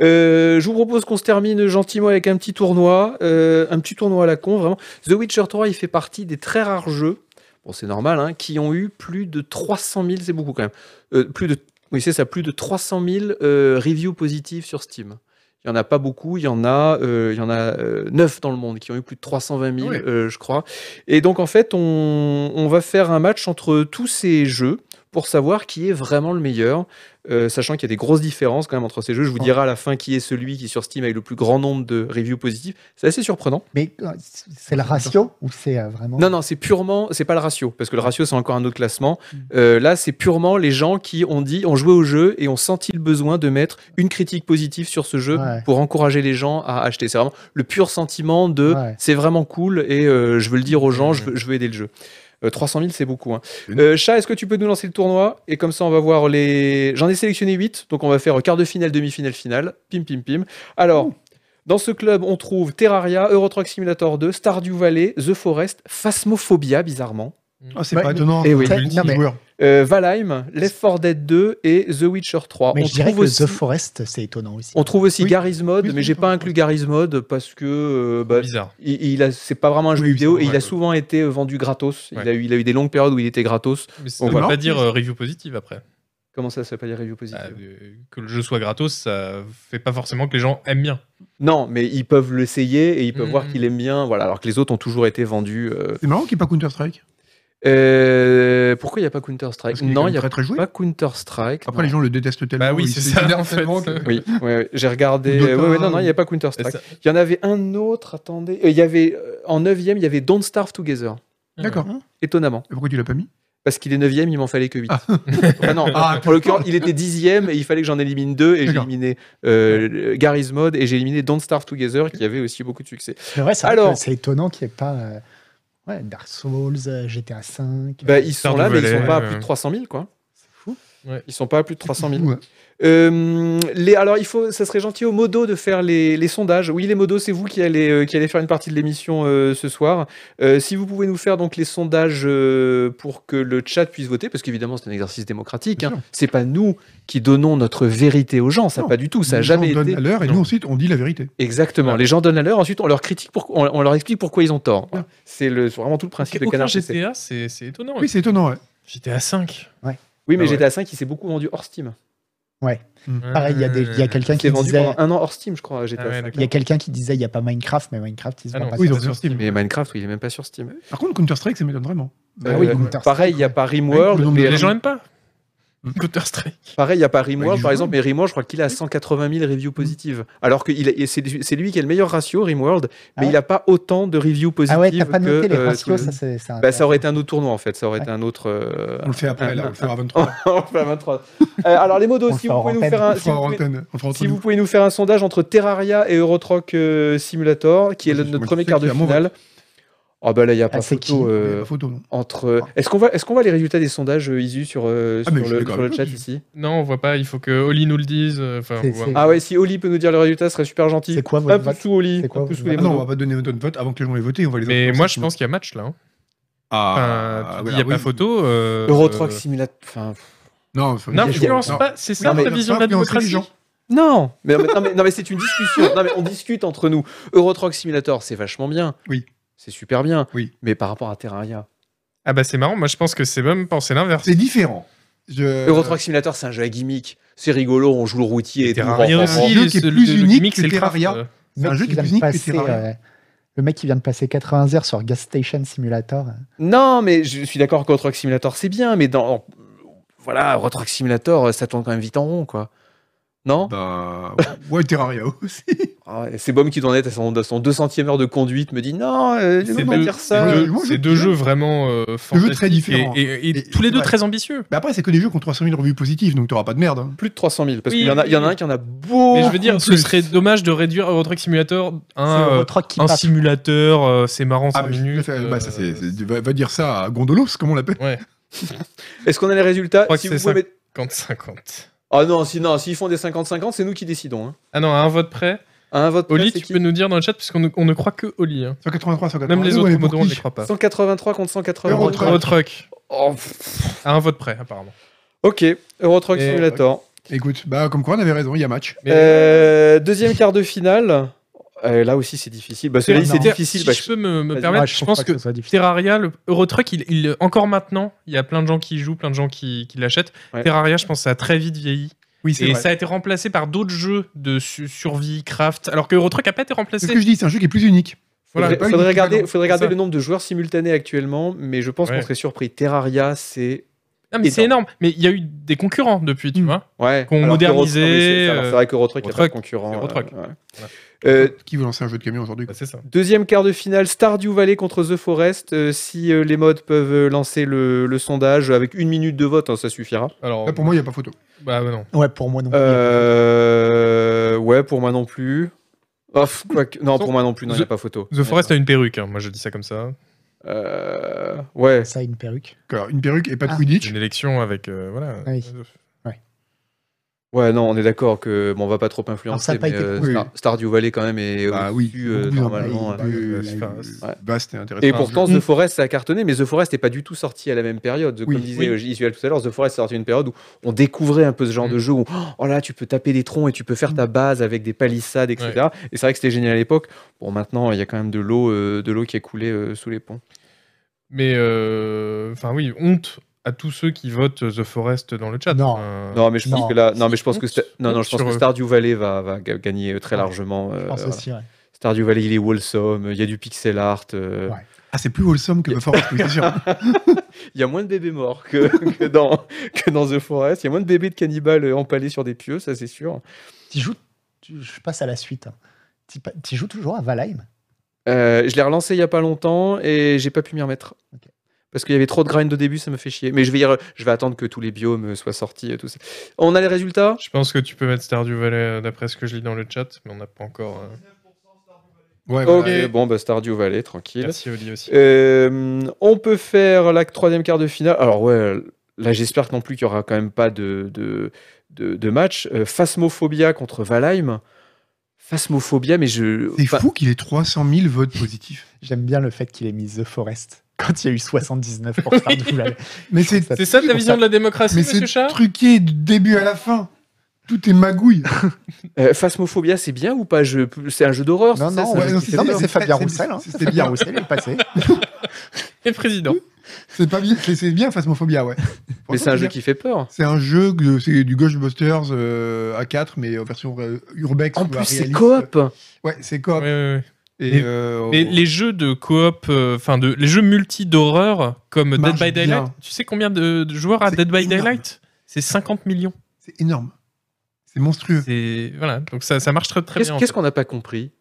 Speaker 1: Euh, je vous propose qu'on se termine gentiment avec un petit tournoi, euh, un petit tournoi à la con, vraiment. The Witcher 3, il fait partie des très rares jeux, bon c'est normal, hein, qui ont eu plus de 300 000, c'est beaucoup quand même, Euh, plus de, oui c'est ça, plus de 300 000 euh, reviews positives sur Steam. Il y en a pas beaucoup, il y en a, euh, il y en a 9 dans le monde qui ont eu plus de 320 000,
Speaker 2: Ouais.
Speaker 1: euh, je crois. Et donc en fait, on, on va faire un match entre tous ces jeux pour savoir qui est vraiment le meilleur, euh, sachant qu'il y a des grosses différences quand même entre ces jeux. Je vous
Speaker 4: Ouais.
Speaker 1: dirai à la fin qui est celui qui sur Steam a eu le plus grand nombre de reviews positives. C'est assez surprenant.
Speaker 4: Mais euh, c'est le ratio ou c'est euh, vraiment
Speaker 1: Non, non, c'est purement, c'est pas le ratio, parce que le ratio c'est encore un autre classement.
Speaker 4: Mm.
Speaker 1: Euh, là, c'est purement les gens qui ont dit, ont joué au jeu et ont senti le besoin de mettre une critique positive sur ce jeu
Speaker 4: Ouais.
Speaker 1: pour encourager les gens à acheter. C'est vraiment le pur sentiment de,
Speaker 4: Ouais.
Speaker 1: c'est vraiment cool et euh, je veux le dire aux gens, je veux, je veux aider le jeu. Euh, 300 000, c'est beaucoup. Hein. Euh, Chat, est-ce que tu peux nous lancer le tournoi Et comme ça, on va voir les. J'en ai sélectionné 8, donc on va faire quart de finale, demi-finale, finale. Pim, pim, pim. Alors, dans ce club, on trouve Terraria, Euro Truck Simulator 2, Stardew Valley, The Forest, Phasmophobia, bizarrement.
Speaker 2: Ah, c'est
Speaker 4: Bah,
Speaker 2: pas étonnant.
Speaker 1: Eh
Speaker 4: et oui.
Speaker 2: c'est un
Speaker 4: Non, mais-
Speaker 2: joueur.
Speaker 1: Euh, Valheim, Left 4 Dead 2 et The Witcher 3.
Speaker 4: Mais
Speaker 1: on,
Speaker 4: je dirais
Speaker 1: trouve
Speaker 4: que
Speaker 1: aussi,
Speaker 4: The Forest, c'est étonnant aussi.
Speaker 1: on trouve aussi
Speaker 2: Oui.
Speaker 1: Garry's Mod,
Speaker 2: Oui,
Speaker 1: mais
Speaker 2: oui,
Speaker 1: j'ai
Speaker 2: oui,
Speaker 1: pas
Speaker 2: oui.
Speaker 1: inclus Garry's Mod parce que euh, bah,
Speaker 3: Bizarre.
Speaker 1: il, il a- c'est pas vraiment un jeu
Speaker 2: Oui,
Speaker 1: vidéo
Speaker 2: c'est
Speaker 1: et il
Speaker 2: vrai,
Speaker 1: a
Speaker 2: oui.
Speaker 1: souvent été euh, vendu gratos.
Speaker 3: Ouais.
Speaker 1: Il, a eu, il a eu des longues périodes où il était gratos.
Speaker 3: Mais ça
Speaker 1: On
Speaker 3: ne
Speaker 2: va-
Speaker 3: veut pas dire euh, review positive après.
Speaker 1: Comment ça, ça s'appelle les reviews positives
Speaker 3: Bah,
Speaker 2: Ah,
Speaker 3: euh, que le jeu soit gratos, ça fait pas forcément que les gens aiment bien.
Speaker 1: Non, mais ils peuvent l'essayer et ils peuvent
Speaker 2: Mm,
Speaker 3: Mhm.
Speaker 1: voir qu'il aime bien. Voilà, alors que les autres ont toujours été vendus. euh.
Speaker 2: C'est marrant qu'il n'y ait pas Counter-Strike.
Speaker 1: Euh, pourquoi il n'y a pas Counter
Speaker 2: Parce
Speaker 1: Strike
Speaker 2: qu'il est
Speaker 1: Non,
Speaker 2: quand
Speaker 1: il n'y
Speaker 2: même
Speaker 1: a
Speaker 2: très très joué.
Speaker 1: pas Counter Strike.
Speaker 2: Après, les gens le détestent tellement.
Speaker 3: Bah oui,
Speaker 2: ils
Speaker 3: c'est
Speaker 2: s'énervent
Speaker 3: ça, en fait.
Speaker 2: tellement que-
Speaker 1: Oui, ouais, ouais, j'ai regardé.
Speaker 2: Ou Dota,
Speaker 1: ouais, ouais, non, non, il n'y a
Speaker 2: ou-
Speaker 1: pas Counter Strike.
Speaker 3: Ça-
Speaker 1: Il y en avait un autre, attendez. Euh, Il y avait, euh, en 9 il y avait Don't Starve Together,
Speaker 2: D'accord.
Speaker 3: Hein
Speaker 1: étonnamment.
Speaker 2: Et Pourquoi tu l'as pas mis
Speaker 1: Parce qu'il est 9 il m'en fallait que 8.
Speaker 2: Ah.
Speaker 1: non,
Speaker 2: Ah,
Speaker 1: en l'occurrence, il était 10 et il fallait que j'en élimine deux. Et j'ai
Speaker 2: D'accord.
Speaker 1: éliminé euh, le- Garry's Mod et j'ai éliminé Don't Starve Together qui avait aussi beaucoup de succès.
Speaker 4: Mais ouais, c'est vrai
Speaker 1: Alors-
Speaker 4: que c'est étonnant qu'il n'y ait pas euh, ouais, Dark Souls, euh, GTA V.
Speaker 1: Bah, ils sont
Speaker 3: Stardew
Speaker 1: là, mais ils
Speaker 3: Valley,
Speaker 1: sont pas à
Speaker 3: euh.
Speaker 1: plus de 300 000, quoi.
Speaker 4: C'est fou.
Speaker 1: Ils sont pas à plus de 300 000.
Speaker 2: Ouais.
Speaker 1: Euh, les, alors, il faut, ça serait gentil aux modos de faire les, les sondages. Oui, les modos, c'est vous qui allez, euh, qui allez faire une partie de l'émission euh, ce soir. Euh, si vous pouvez nous faire donc les sondages euh, pour que le chat puisse voter, parce qu'évidemment, c'est un exercice démocratique.
Speaker 2: Bien
Speaker 1: hein.
Speaker 2: sûr.
Speaker 1: C'est pas nous qui donnons notre vérité aux gens, ça
Speaker 2: Non.
Speaker 1: pas du tout. Ça a
Speaker 2: Les
Speaker 1: jamais
Speaker 2: gens donnent
Speaker 1: été.
Speaker 2: à l'heure et
Speaker 3: Non.
Speaker 2: nous ensuite on dit la vérité.
Speaker 1: Exactement. Les gens donnent à l'heure. Ensuite, on leur critique, pour, on, on leur explique pourquoi ils ont tort. Voilà. C'est le- c'est vraiment tout le principe de
Speaker 3: Aucun
Speaker 1: Canard PC.
Speaker 3: GTA, c'est c'est étonnant.
Speaker 2: Oui, c'est étonnant. ouais.
Speaker 3: GTA 5.
Speaker 1: Oui, mais
Speaker 3: Ah ouais.
Speaker 1: GTA 5 il s'est beaucoup vendu hors Steam. hein.
Speaker 4: Pareil, il y a, des- il y a quelqu'un
Speaker 1: Euh, Il s'est
Speaker 4: qui
Speaker 1: vendu
Speaker 4: disait.
Speaker 1: pendant un an hors Steam, je crois. GTA
Speaker 3: Ah ouais,
Speaker 1: cinq.
Speaker 4: Il y a quelqu'un qui disait il n'y a pas Minecraft, mais Minecraft, ils se
Speaker 3: Ah
Speaker 4: vendent
Speaker 3: non.
Speaker 4: pas
Speaker 3: Ah,
Speaker 2: Oui,
Speaker 4: sur
Speaker 2: donc Bah, sur Steam.
Speaker 1: Mais Minecraft, oui, il est même pas sur Steam. hein.
Speaker 2: Par contre, Counter-Strike, ça m'étonne vraiment.
Speaker 4: Ah
Speaker 1: Euh,
Speaker 4: oui, Counter-Strike,
Speaker 1: pareil, il y a pas
Speaker 2: Ouais, le
Speaker 1: Rimworld.
Speaker 2: nombre de-
Speaker 1: mais-
Speaker 3: Les gens n'aiment pas.
Speaker 2: Mm.
Speaker 3: Counter Strike.
Speaker 1: Pareil, il y a pas
Speaker 2: Bah, il
Speaker 1: Rimworld,
Speaker 2: joue
Speaker 1: par
Speaker 2: bien.
Speaker 1: exemple, mais Rimworld, je crois qu'il a 180 000 reviews positives. Alors que il a- et c'est c'est lui qui a le meilleur ratio, Rimworld, mais
Speaker 4: Ah ouais
Speaker 1: il n'a pas autant de reviews positives.
Speaker 4: Ah ouais, t'as pas noté
Speaker 1: que,
Speaker 4: les
Speaker 1: euh, tous
Speaker 4: ratios,
Speaker 1: les-
Speaker 4: ça c'est. c'est
Speaker 1: Bah, ça
Speaker 4: intéressant.
Speaker 1: aurait été un autre tournoi, en fait. Ça aurait été un autre. euh,
Speaker 2: On le fait après, là, on le fera à 23.
Speaker 1: on fait un 23. Euh, alors, les modos,
Speaker 4: On le
Speaker 1: si
Speaker 4: fera
Speaker 1: vous
Speaker 4: en
Speaker 1: pouvez nous
Speaker 4: antenne.
Speaker 1: faire
Speaker 2: On
Speaker 1: un.
Speaker 2: le
Speaker 1: si
Speaker 2: fera
Speaker 1: vous
Speaker 2: en
Speaker 1: pouvez-
Speaker 2: antenne. On le fera entre
Speaker 1: Si vous
Speaker 2: nous.
Speaker 1: pouvez nous faire un sondage entre Terraria et Eurotruck euh, Simulator, qui est
Speaker 2: Moi,
Speaker 1: le-
Speaker 2: je-
Speaker 1: notre
Speaker 2: moi, je
Speaker 1: premier
Speaker 2: sais
Speaker 1: quart
Speaker 2: qu'il
Speaker 1: de
Speaker 2: y a mon
Speaker 1: finale. Ah bah là, il n'y a pas
Speaker 4: c'est
Speaker 1: photo.
Speaker 4: qui
Speaker 1: euh,
Speaker 2: La photo, non.
Speaker 1: entre. Est-ce qu'on voit, est-ce qu'on voit les résultats des sondages euh, Isu sur, euh,
Speaker 2: Ah,
Speaker 1: sur
Speaker 2: mais je
Speaker 1: le,
Speaker 2: l'ai
Speaker 1: sur
Speaker 2: quand
Speaker 1: le
Speaker 2: même
Speaker 1: chat
Speaker 2: vu.
Speaker 1: ici
Speaker 3: Non, on voit pas. Il faut que Oli nous le dise. euh, Enfin,
Speaker 4: C'est-
Speaker 3: on voit.
Speaker 4: c'est-
Speaker 1: Ah ouais, si Oli peut nous dire le résultat, ce serait super gentil.
Speaker 4: C'est quoi
Speaker 1: Un
Speaker 4: votre vote
Speaker 1: pouce sous Oli,
Speaker 4: C'est
Speaker 1: un
Speaker 4: quoi
Speaker 1: pouce
Speaker 4: votre
Speaker 1: sous les
Speaker 2: Ah non, on
Speaker 1: modos.
Speaker 2: va pas donner notre vote avant que les gens les votent. On va les
Speaker 3: Mais
Speaker 2: autres-
Speaker 3: moi, je pense qu'il y a match là. hein.
Speaker 2: Ah,
Speaker 3: Enfin, il
Speaker 2: voilà,
Speaker 3: n'y a pas
Speaker 2: oui.
Speaker 3: photo. euh,
Speaker 1: Eurotruck
Speaker 3: euh,
Speaker 1: Simulator. Enfin, pff.
Speaker 2: Non, faut-
Speaker 3: Non,
Speaker 4: Il y a-
Speaker 3: tu lances pas. C'est ça
Speaker 1: Non, mais-
Speaker 3: ta vision de la
Speaker 2: Influencer les
Speaker 3: démocratie.
Speaker 2: gens.
Speaker 1: Non mais, non, mais, non, mais- non, mais c'est une discussion. Non, mais on discute entre nous. Eurotruck Simulator, c'est vachement bien.
Speaker 2: Oui.
Speaker 1: C'est super bien.
Speaker 2: Oui.
Speaker 1: Mais par rapport à Terraria.
Speaker 3: Ah bah c'est marrant. Moi, je pense que c'est même penser l'inverse.
Speaker 2: C'est différent. Je-
Speaker 1: Eurotruck Simulator, c'est un jeu à gimmick. C'est rigolo, on joue le routier et tout.
Speaker 3: Terraria
Speaker 2: c'est un
Speaker 3: aussi,
Speaker 2: jeu
Speaker 3: le-
Speaker 2: qui est
Speaker 3: le-
Speaker 2: plus
Speaker 3: le
Speaker 2: unique
Speaker 3: mix
Speaker 2: que
Speaker 3: et le craft,
Speaker 2: Terraria.
Speaker 3: euh.
Speaker 4: Le
Speaker 2: C'est un
Speaker 4: mec
Speaker 2: jeu
Speaker 4: qui
Speaker 2: qui est
Speaker 4: vient
Speaker 2: plus
Speaker 4: de
Speaker 2: unique que
Speaker 4: passer,
Speaker 2: Terraria.
Speaker 4: euh, Le mec qui vient de passer 80 heures sur Gas Station Simulator. euh,
Speaker 1: Non, mais je suis d'accord qu'Eurotrack Simulator, c'est bien, mais dans. Voilà, Eurotruck Simulator, euh, ça tourne quand même vite en rond, quoi. Non
Speaker 2: Bah, ouais, Terraria aussi.
Speaker 1: Ah, et c'est Bob qui doit en être à son, à son 200e heure de conduite, me dit non, euh,
Speaker 3: C'est
Speaker 1: ne pas
Speaker 3: deux-
Speaker 1: dire
Speaker 3: c'est
Speaker 1: ça.
Speaker 2: moi, je-
Speaker 3: deux-
Speaker 2: moi, je-
Speaker 3: c'est deux jeux vraiment euh,
Speaker 2: Deux jeux
Speaker 3: fantastiques
Speaker 2: très différents.
Speaker 3: et, et- et
Speaker 2: Et-
Speaker 3: tous les deux
Speaker 2: ouais.
Speaker 3: très ambitieux.
Speaker 2: Mais après, c'est que des jeux qui ont 300 000 revues positives, donc t'auras pas de merde. hein.
Speaker 1: Plus de 300 000, parce
Speaker 3: Oui,
Speaker 1: qu'il y, en a-
Speaker 3: oui,
Speaker 1: il y en a
Speaker 3: oui.
Speaker 1: un qui en a
Speaker 2: Oh,
Speaker 1: beaucoup.
Speaker 3: Mais je veux dire, ce
Speaker 1: plus.
Speaker 3: serait dommage de réduire Eurotruck Simulator à
Speaker 4: c'est
Speaker 3: un, euh,
Speaker 4: Eurotruck qui
Speaker 3: un
Speaker 4: passe.
Speaker 3: simulateur. euh, c'est marrant, 5
Speaker 2: mais je-
Speaker 3: minutes.
Speaker 2: fait- bah, ça, c'est-
Speaker 3: euh,
Speaker 2: c'est- tu vas, va dire ça à Gondolos, comme on l'appelle.
Speaker 3: Ouais,
Speaker 1: Est-ce qu'on a les résultats
Speaker 3: crois que
Speaker 1: Si vous
Speaker 3: c'est
Speaker 1: pouvez
Speaker 3: cinq.
Speaker 1: mettre-
Speaker 3: 50-50.
Speaker 1: Ah non, si non, s'ils font des 50-50, c'est nous qui décidons. hein.
Speaker 3: Ah non, à un vote près.
Speaker 1: À un vote près,
Speaker 3: Oli,
Speaker 1: c'est
Speaker 3: tu
Speaker 1: qui
Speaker 3: peux nous dire dans le chat, puisqu'on ne, on ne croit que Oli. hein.
Speaker 2: 183, 183.
Speaker 3: Même les
Speaker 2: ouais,
Speaker 3: autres
Speaker 2: pour
Speaker 3: modos, on ne
Speaker 2: qui
Speaker 3: les croit pas.
Speaker 1: 183 contre 180.
Speaker 2: Eurotruck.
Speaker 3: Eurotruck,
Speaker 1: Oh, pff.
Speaker 3: à un vote près, apparemment.
Speaker 1: ok, Eurotruck
Speaker 3: Et-
Speaker 1: Simulator.
Speaker 2: Écoute, bah, comme quoi, on avait raison, il y a match.
Speaker 3: Mais-
Speaker 1: Euh, deuxième quart de finale. Euh, là aussi, c'est difficile. Bah, celui-là,
Speaker 4: Non.
Speaker 1: c'est
Speaker 4: Si-
Speaker 1: difficile.
Speaker 3: Si
Speaker 1: bah,
Speaker 3: je peux me, me
Speaker 1: Vas-y.
Speaker 3: permettre,
Speaker 4: Ouais,
Speaker 3: je,
Speaker 4: trouve
Speaker 3: pense
Speaker 4: pas
Speaker 3: que
Speaker 4: ce soit difficile.
Speaker 3: Terraria, le Eurotruck, il, il- encore maintenant, il y a plein de gens qui y jouent, plein de gens qui, qui l'achètent.
Speaker 1: Ouais.
Speaker 3: Terraria, je pense, ça a très vite vieilli.
Speaker 2: Oui,
Speaker 3: Et
Speaker 2: c'est vrai.
Speaker 3: ça a été remplacé par d'autres jeux de su- survie, craft, alors que Eurotruck n'a pas été
Speaker 2: C'est ce
Speaker 3: remplacé.
Speaker 2: que je dis, c'est un jeu qui est plus unique.
Speaker 3: Voilà.
Speaker 1: faudrait,
Speaker 2: pas
Speaker 1: faudrait
Speaker 2: une
Speaker 1: regarder,
Speaker 2: équivalence,
Speaker 1: faudrait regarder
Speaker 3: ça.
Speaker 1: le nombre de joueurs simultanés actuellement, mais je pense
Speaker 3: Ouais.
Speaker 1: qu'on serait surpris. Terraria, c'est.
Speaker 3: Non, mais c'est énorme. Mais il y a eu des concurrents depuis, tu
Speaker 2: Mm.
Speaker 3: vois.
Speaker 1: Ouais.
Speaker 3: Qu'on
Speaker 1: alors que
Speaker 3: modernisait,
Speaker 1: Eurotruck- oui, c'est- alors,
Speaker 3: euh,
Speaker 1: C'est vrai que Eurotruck, il n'y a pas de
Speaker 3: Eurotruck,
Speaker 1: concurrent.
Speaker 3: c'est Eurotruck.
Speaker 1: euh, ouais.
Speaker 3: Voilà.
Speaker 1: Euh,
Speaker 2: Qui veut lancer un jeu de camion aujourd'hui
Speaker 3: Bah,
Speaker 2: quoi
Speaker 3: c'est ça.
Speaker 1: Deuxième quart de finale, Stardew Valley contre The Forest. Euh, si euh, les modes peuvent euh, lancer le, le sondage avec une minute de vote, hein, ça suffira.
Speaker 3: Alors,
Speaker 2: Là, Ah, Pour moi, il n'y a pas photo.
Speaker 3: bah non.
Speaker 4: Ouais, pour moi non. plus.
Speaker 1: Euh, ouais, pour moi non plus. Oh, pff, quoique- non, pour moi non plus, non, il n'y a
Speaker 3: The-
Speaker 1: pas photo.
Speaker 3: The Forest a une perruque, hein. moi je dis ça comme ça.
Speaker 1: Euh, ouais.
Speaker 4: Ça, une perruque.
Speaker 2: Alors, Une perruque et pas de
Speaker 4: Ah.
Speaker 2: Quidditch.
Speaker 3: Une élection avec. euh, voilà.
Speaker 4: Ah oui. Ouais.
Speaker 1: Ouais, non, on est d'accord que bon, on va pas trop
Speaker 4: Alors, ça a
Speaker 1: influencer,
Speaker 4: pas
Speaker 1: mais
Speaker 4: été
Speaker 1: euh,
Speaker 4: cool.
Speaker 1: Star- Stardew Valley quand même est
Speaker 2: Bah oui,
Speaker 1: au-dessus euh,
Speaker 4: beaucoup plus en bas,
Speaker 1: normalement.
Speaker 4: bah, il-
Speaker 1: hein.
Speaker 2: Euh,
Speaker 4: Ouais.
Speaker 2: enfin,
Speaker 1: Ouais.
Speaker 2: Vaste et intéressant.
Speaker 1: Et
Speaker 2: Enfin,
Speaker 1: pourtant,
Speaker 2: je-
Speaker 1: The Forest ça a cartonné, mais The Forest n'est pas du tout sorti à la même période.
Speaker 2: Oui.
Speaker 1: Comme disait euh, Isuel tout à l'heure, The Forest est sorti une période où on découvrait un peu ce genre
Speaker 3: Mm.
Speaker 1: de jeu où oh là, tu peux taper des troncs et tu peux faire ta base avec des palissades, etc. Et c'est vrai que c'était génial à l'époque. Bon, maintenant, il y a quand même de l'eau, euh, de l'eau qui a coulé euh, sous les ponts.
Speaker 3: Mais euh, enfin oui, honte à tous ceux qui votent The Forest dans le chat.
Speaker 4: Non.
Speaker 3: Enfin,
Speaker 1: Non, mais je pense
Speaker 4: Non.
Speaker 1: que là, non, mais je pense que
Speaker 3: Honte-
Speaker 1: sta- non, non,
Speaker 3: honte
Speaker 1: je pense
Speaker 3: sur
Speaker 1: que
Speaker 3: eux.
Speaker 1: Stardew Valley va, va ga- gagner euh, très
Speaker 4: Ouais.
Speaker 1: largement. euh,
Speaker 4: Je pense
Speaker 1: voilà.
Speaker 4: aussi, ouais.
Speaker 1: Stardew Valley, il est wholesome, il y a du pixel art. euh,
Speaker 4: Ouais.
Speaker 2: Ah, c'est plus wholesome que The Forest, oui, c'est sûr.
Speaker 1: Il y a moins de bébés morts que, que dans, que dans The Forest. Il y a moins de bébés de cannibales euh, empalés sur des pieux, ça c'est sûr.
Speaker 4: T'y joues, tu- je passe à la suite. hein. T'y pa- T'y joues toujours à Valheim
Speaker 1: Euh, je l'ai relancé il y a pas longtemps et j'ai pas pu m'y remettre.
Speaker 4: Ok.
Speaker 1: Parce qu'il y avait trop de grind au début, ça me fait chier. Mais je vais, y re- je vais attendre que tous les biomes euh, soient sortis et tout ça. On a les résultats
Speaker 3: Je pense que tu peux mettre Stardew Valley euh, d'après ce que je lis dans le chat, mais on n'a pas encore. euh,
Speaker 2: Ouais,
Speaker 1: Ok,
Speaker 2: voilà.
Speaker 1: bon, bah Stardew Valley, tranquille.
Speaker 3: Merci Oli aussi.
Speaker 1: Euh, on peut faire la troisième quart de finale. Alors ouais, là j'espère non plus qu'il y aura quand même pas de, de, de, de match. Euh, Phasmophobia contre Valheim. Phasmophobia, mais je...
Speaker 2: C'est
Speaker 1: enfin,
Speaker 2: fou qu'il ait 300 000 votes positifs.
Speaker 4: J'aime bien le fait qu'il ait mis The Forest quand il y a eu 79 pour Stardew Valley.
Speaker 2: Mais c'est
Speaker 3: C'est ça ta
Speaker 4: Je
Speaker 3: vision
Speaker 4: trouve
Speaker 3: de la démocratie,
Speaker 2: mais
Speaker 3: monsieur
Speaker 2: c'est
Speaker 3: Chat
Speaker 2: truqué du début à la fin. Tout est magouille.
Speaker 1: euh, Phasmophobia, c'est bien ou pas Je- C'est un jeu d'horreur
Speaker 4: Non,
Speaker 1: c'est ça,
Speaker 4: non,
Speaker 1: c'est un
Speaker 2: ouais,
Speaker 1: jeu
Speaker 2: non,
Speaker 1: qui
Speaker 2: c'est
Speaker 1: fait
Speaker 4: non, mais
Speaker 1: peur.
Speaker 4: c'est Fabien
Speaker 2: C'est-
Speaker 4: Roussel. hein.
Speaker 2: c'est-
Speaker 4: C'est
Speaker 2: c'est
Speaker 4: Fabien
Speaker 2: bien.
Speaker 4: Roussel, il est passé.
Speaker 3: Et président.
Speaker 2: C'est pas bien, c'est- c'est bien Phasmophobia, ouais.
Speaker 1: Mais c'est un
Speaker 2: Franchement,
Speaker 1: jeu
Speaker 2: bien.
Speaker 1: qui fait peur.
Speaker 2: C'est un jeu, que- c'est du Ghostbusters euh, à 4, mais en version euh, urbex.
Speaker 1: En
Speaker 2: ou à
Speaker 1: plus, c'est
Speaker 2: réaliste.
Speaker 1: coop
Speaker 2: Ouais, c'est
Speaker 3: Ouais,
Speaker 2: coop.
Speaker 3: ouais, ouais.
Speaker 2: Et,
Speaker 3: Mais-
Speaker 2: euh,
Speaker 3: Les, les jeux de coop, euh, enfin de les jeux multi d'horreur comme
Speaker 2: Marche
Speaker 3: Dead by Daylight.
Speaker 2: bien.
Speaker 3: Tu sais combien de, de joueurs à
Speaker 2: C'est
Speaker 3: Dead by
Speaker 2: énorme.
Speaker 3: Daylight C'est 50 millions.
Speaker 2: c'est énorme. C'est monstrueux.
Speaker 3: C'est voilà, donc ça, ça marche très très
Speaker 1: Qu'est-ce
Speaker 3: bien. en
Speaker 1: qu'est-ce
Speaker 3: fait.
Speaker 1: qu'on n'a pas compris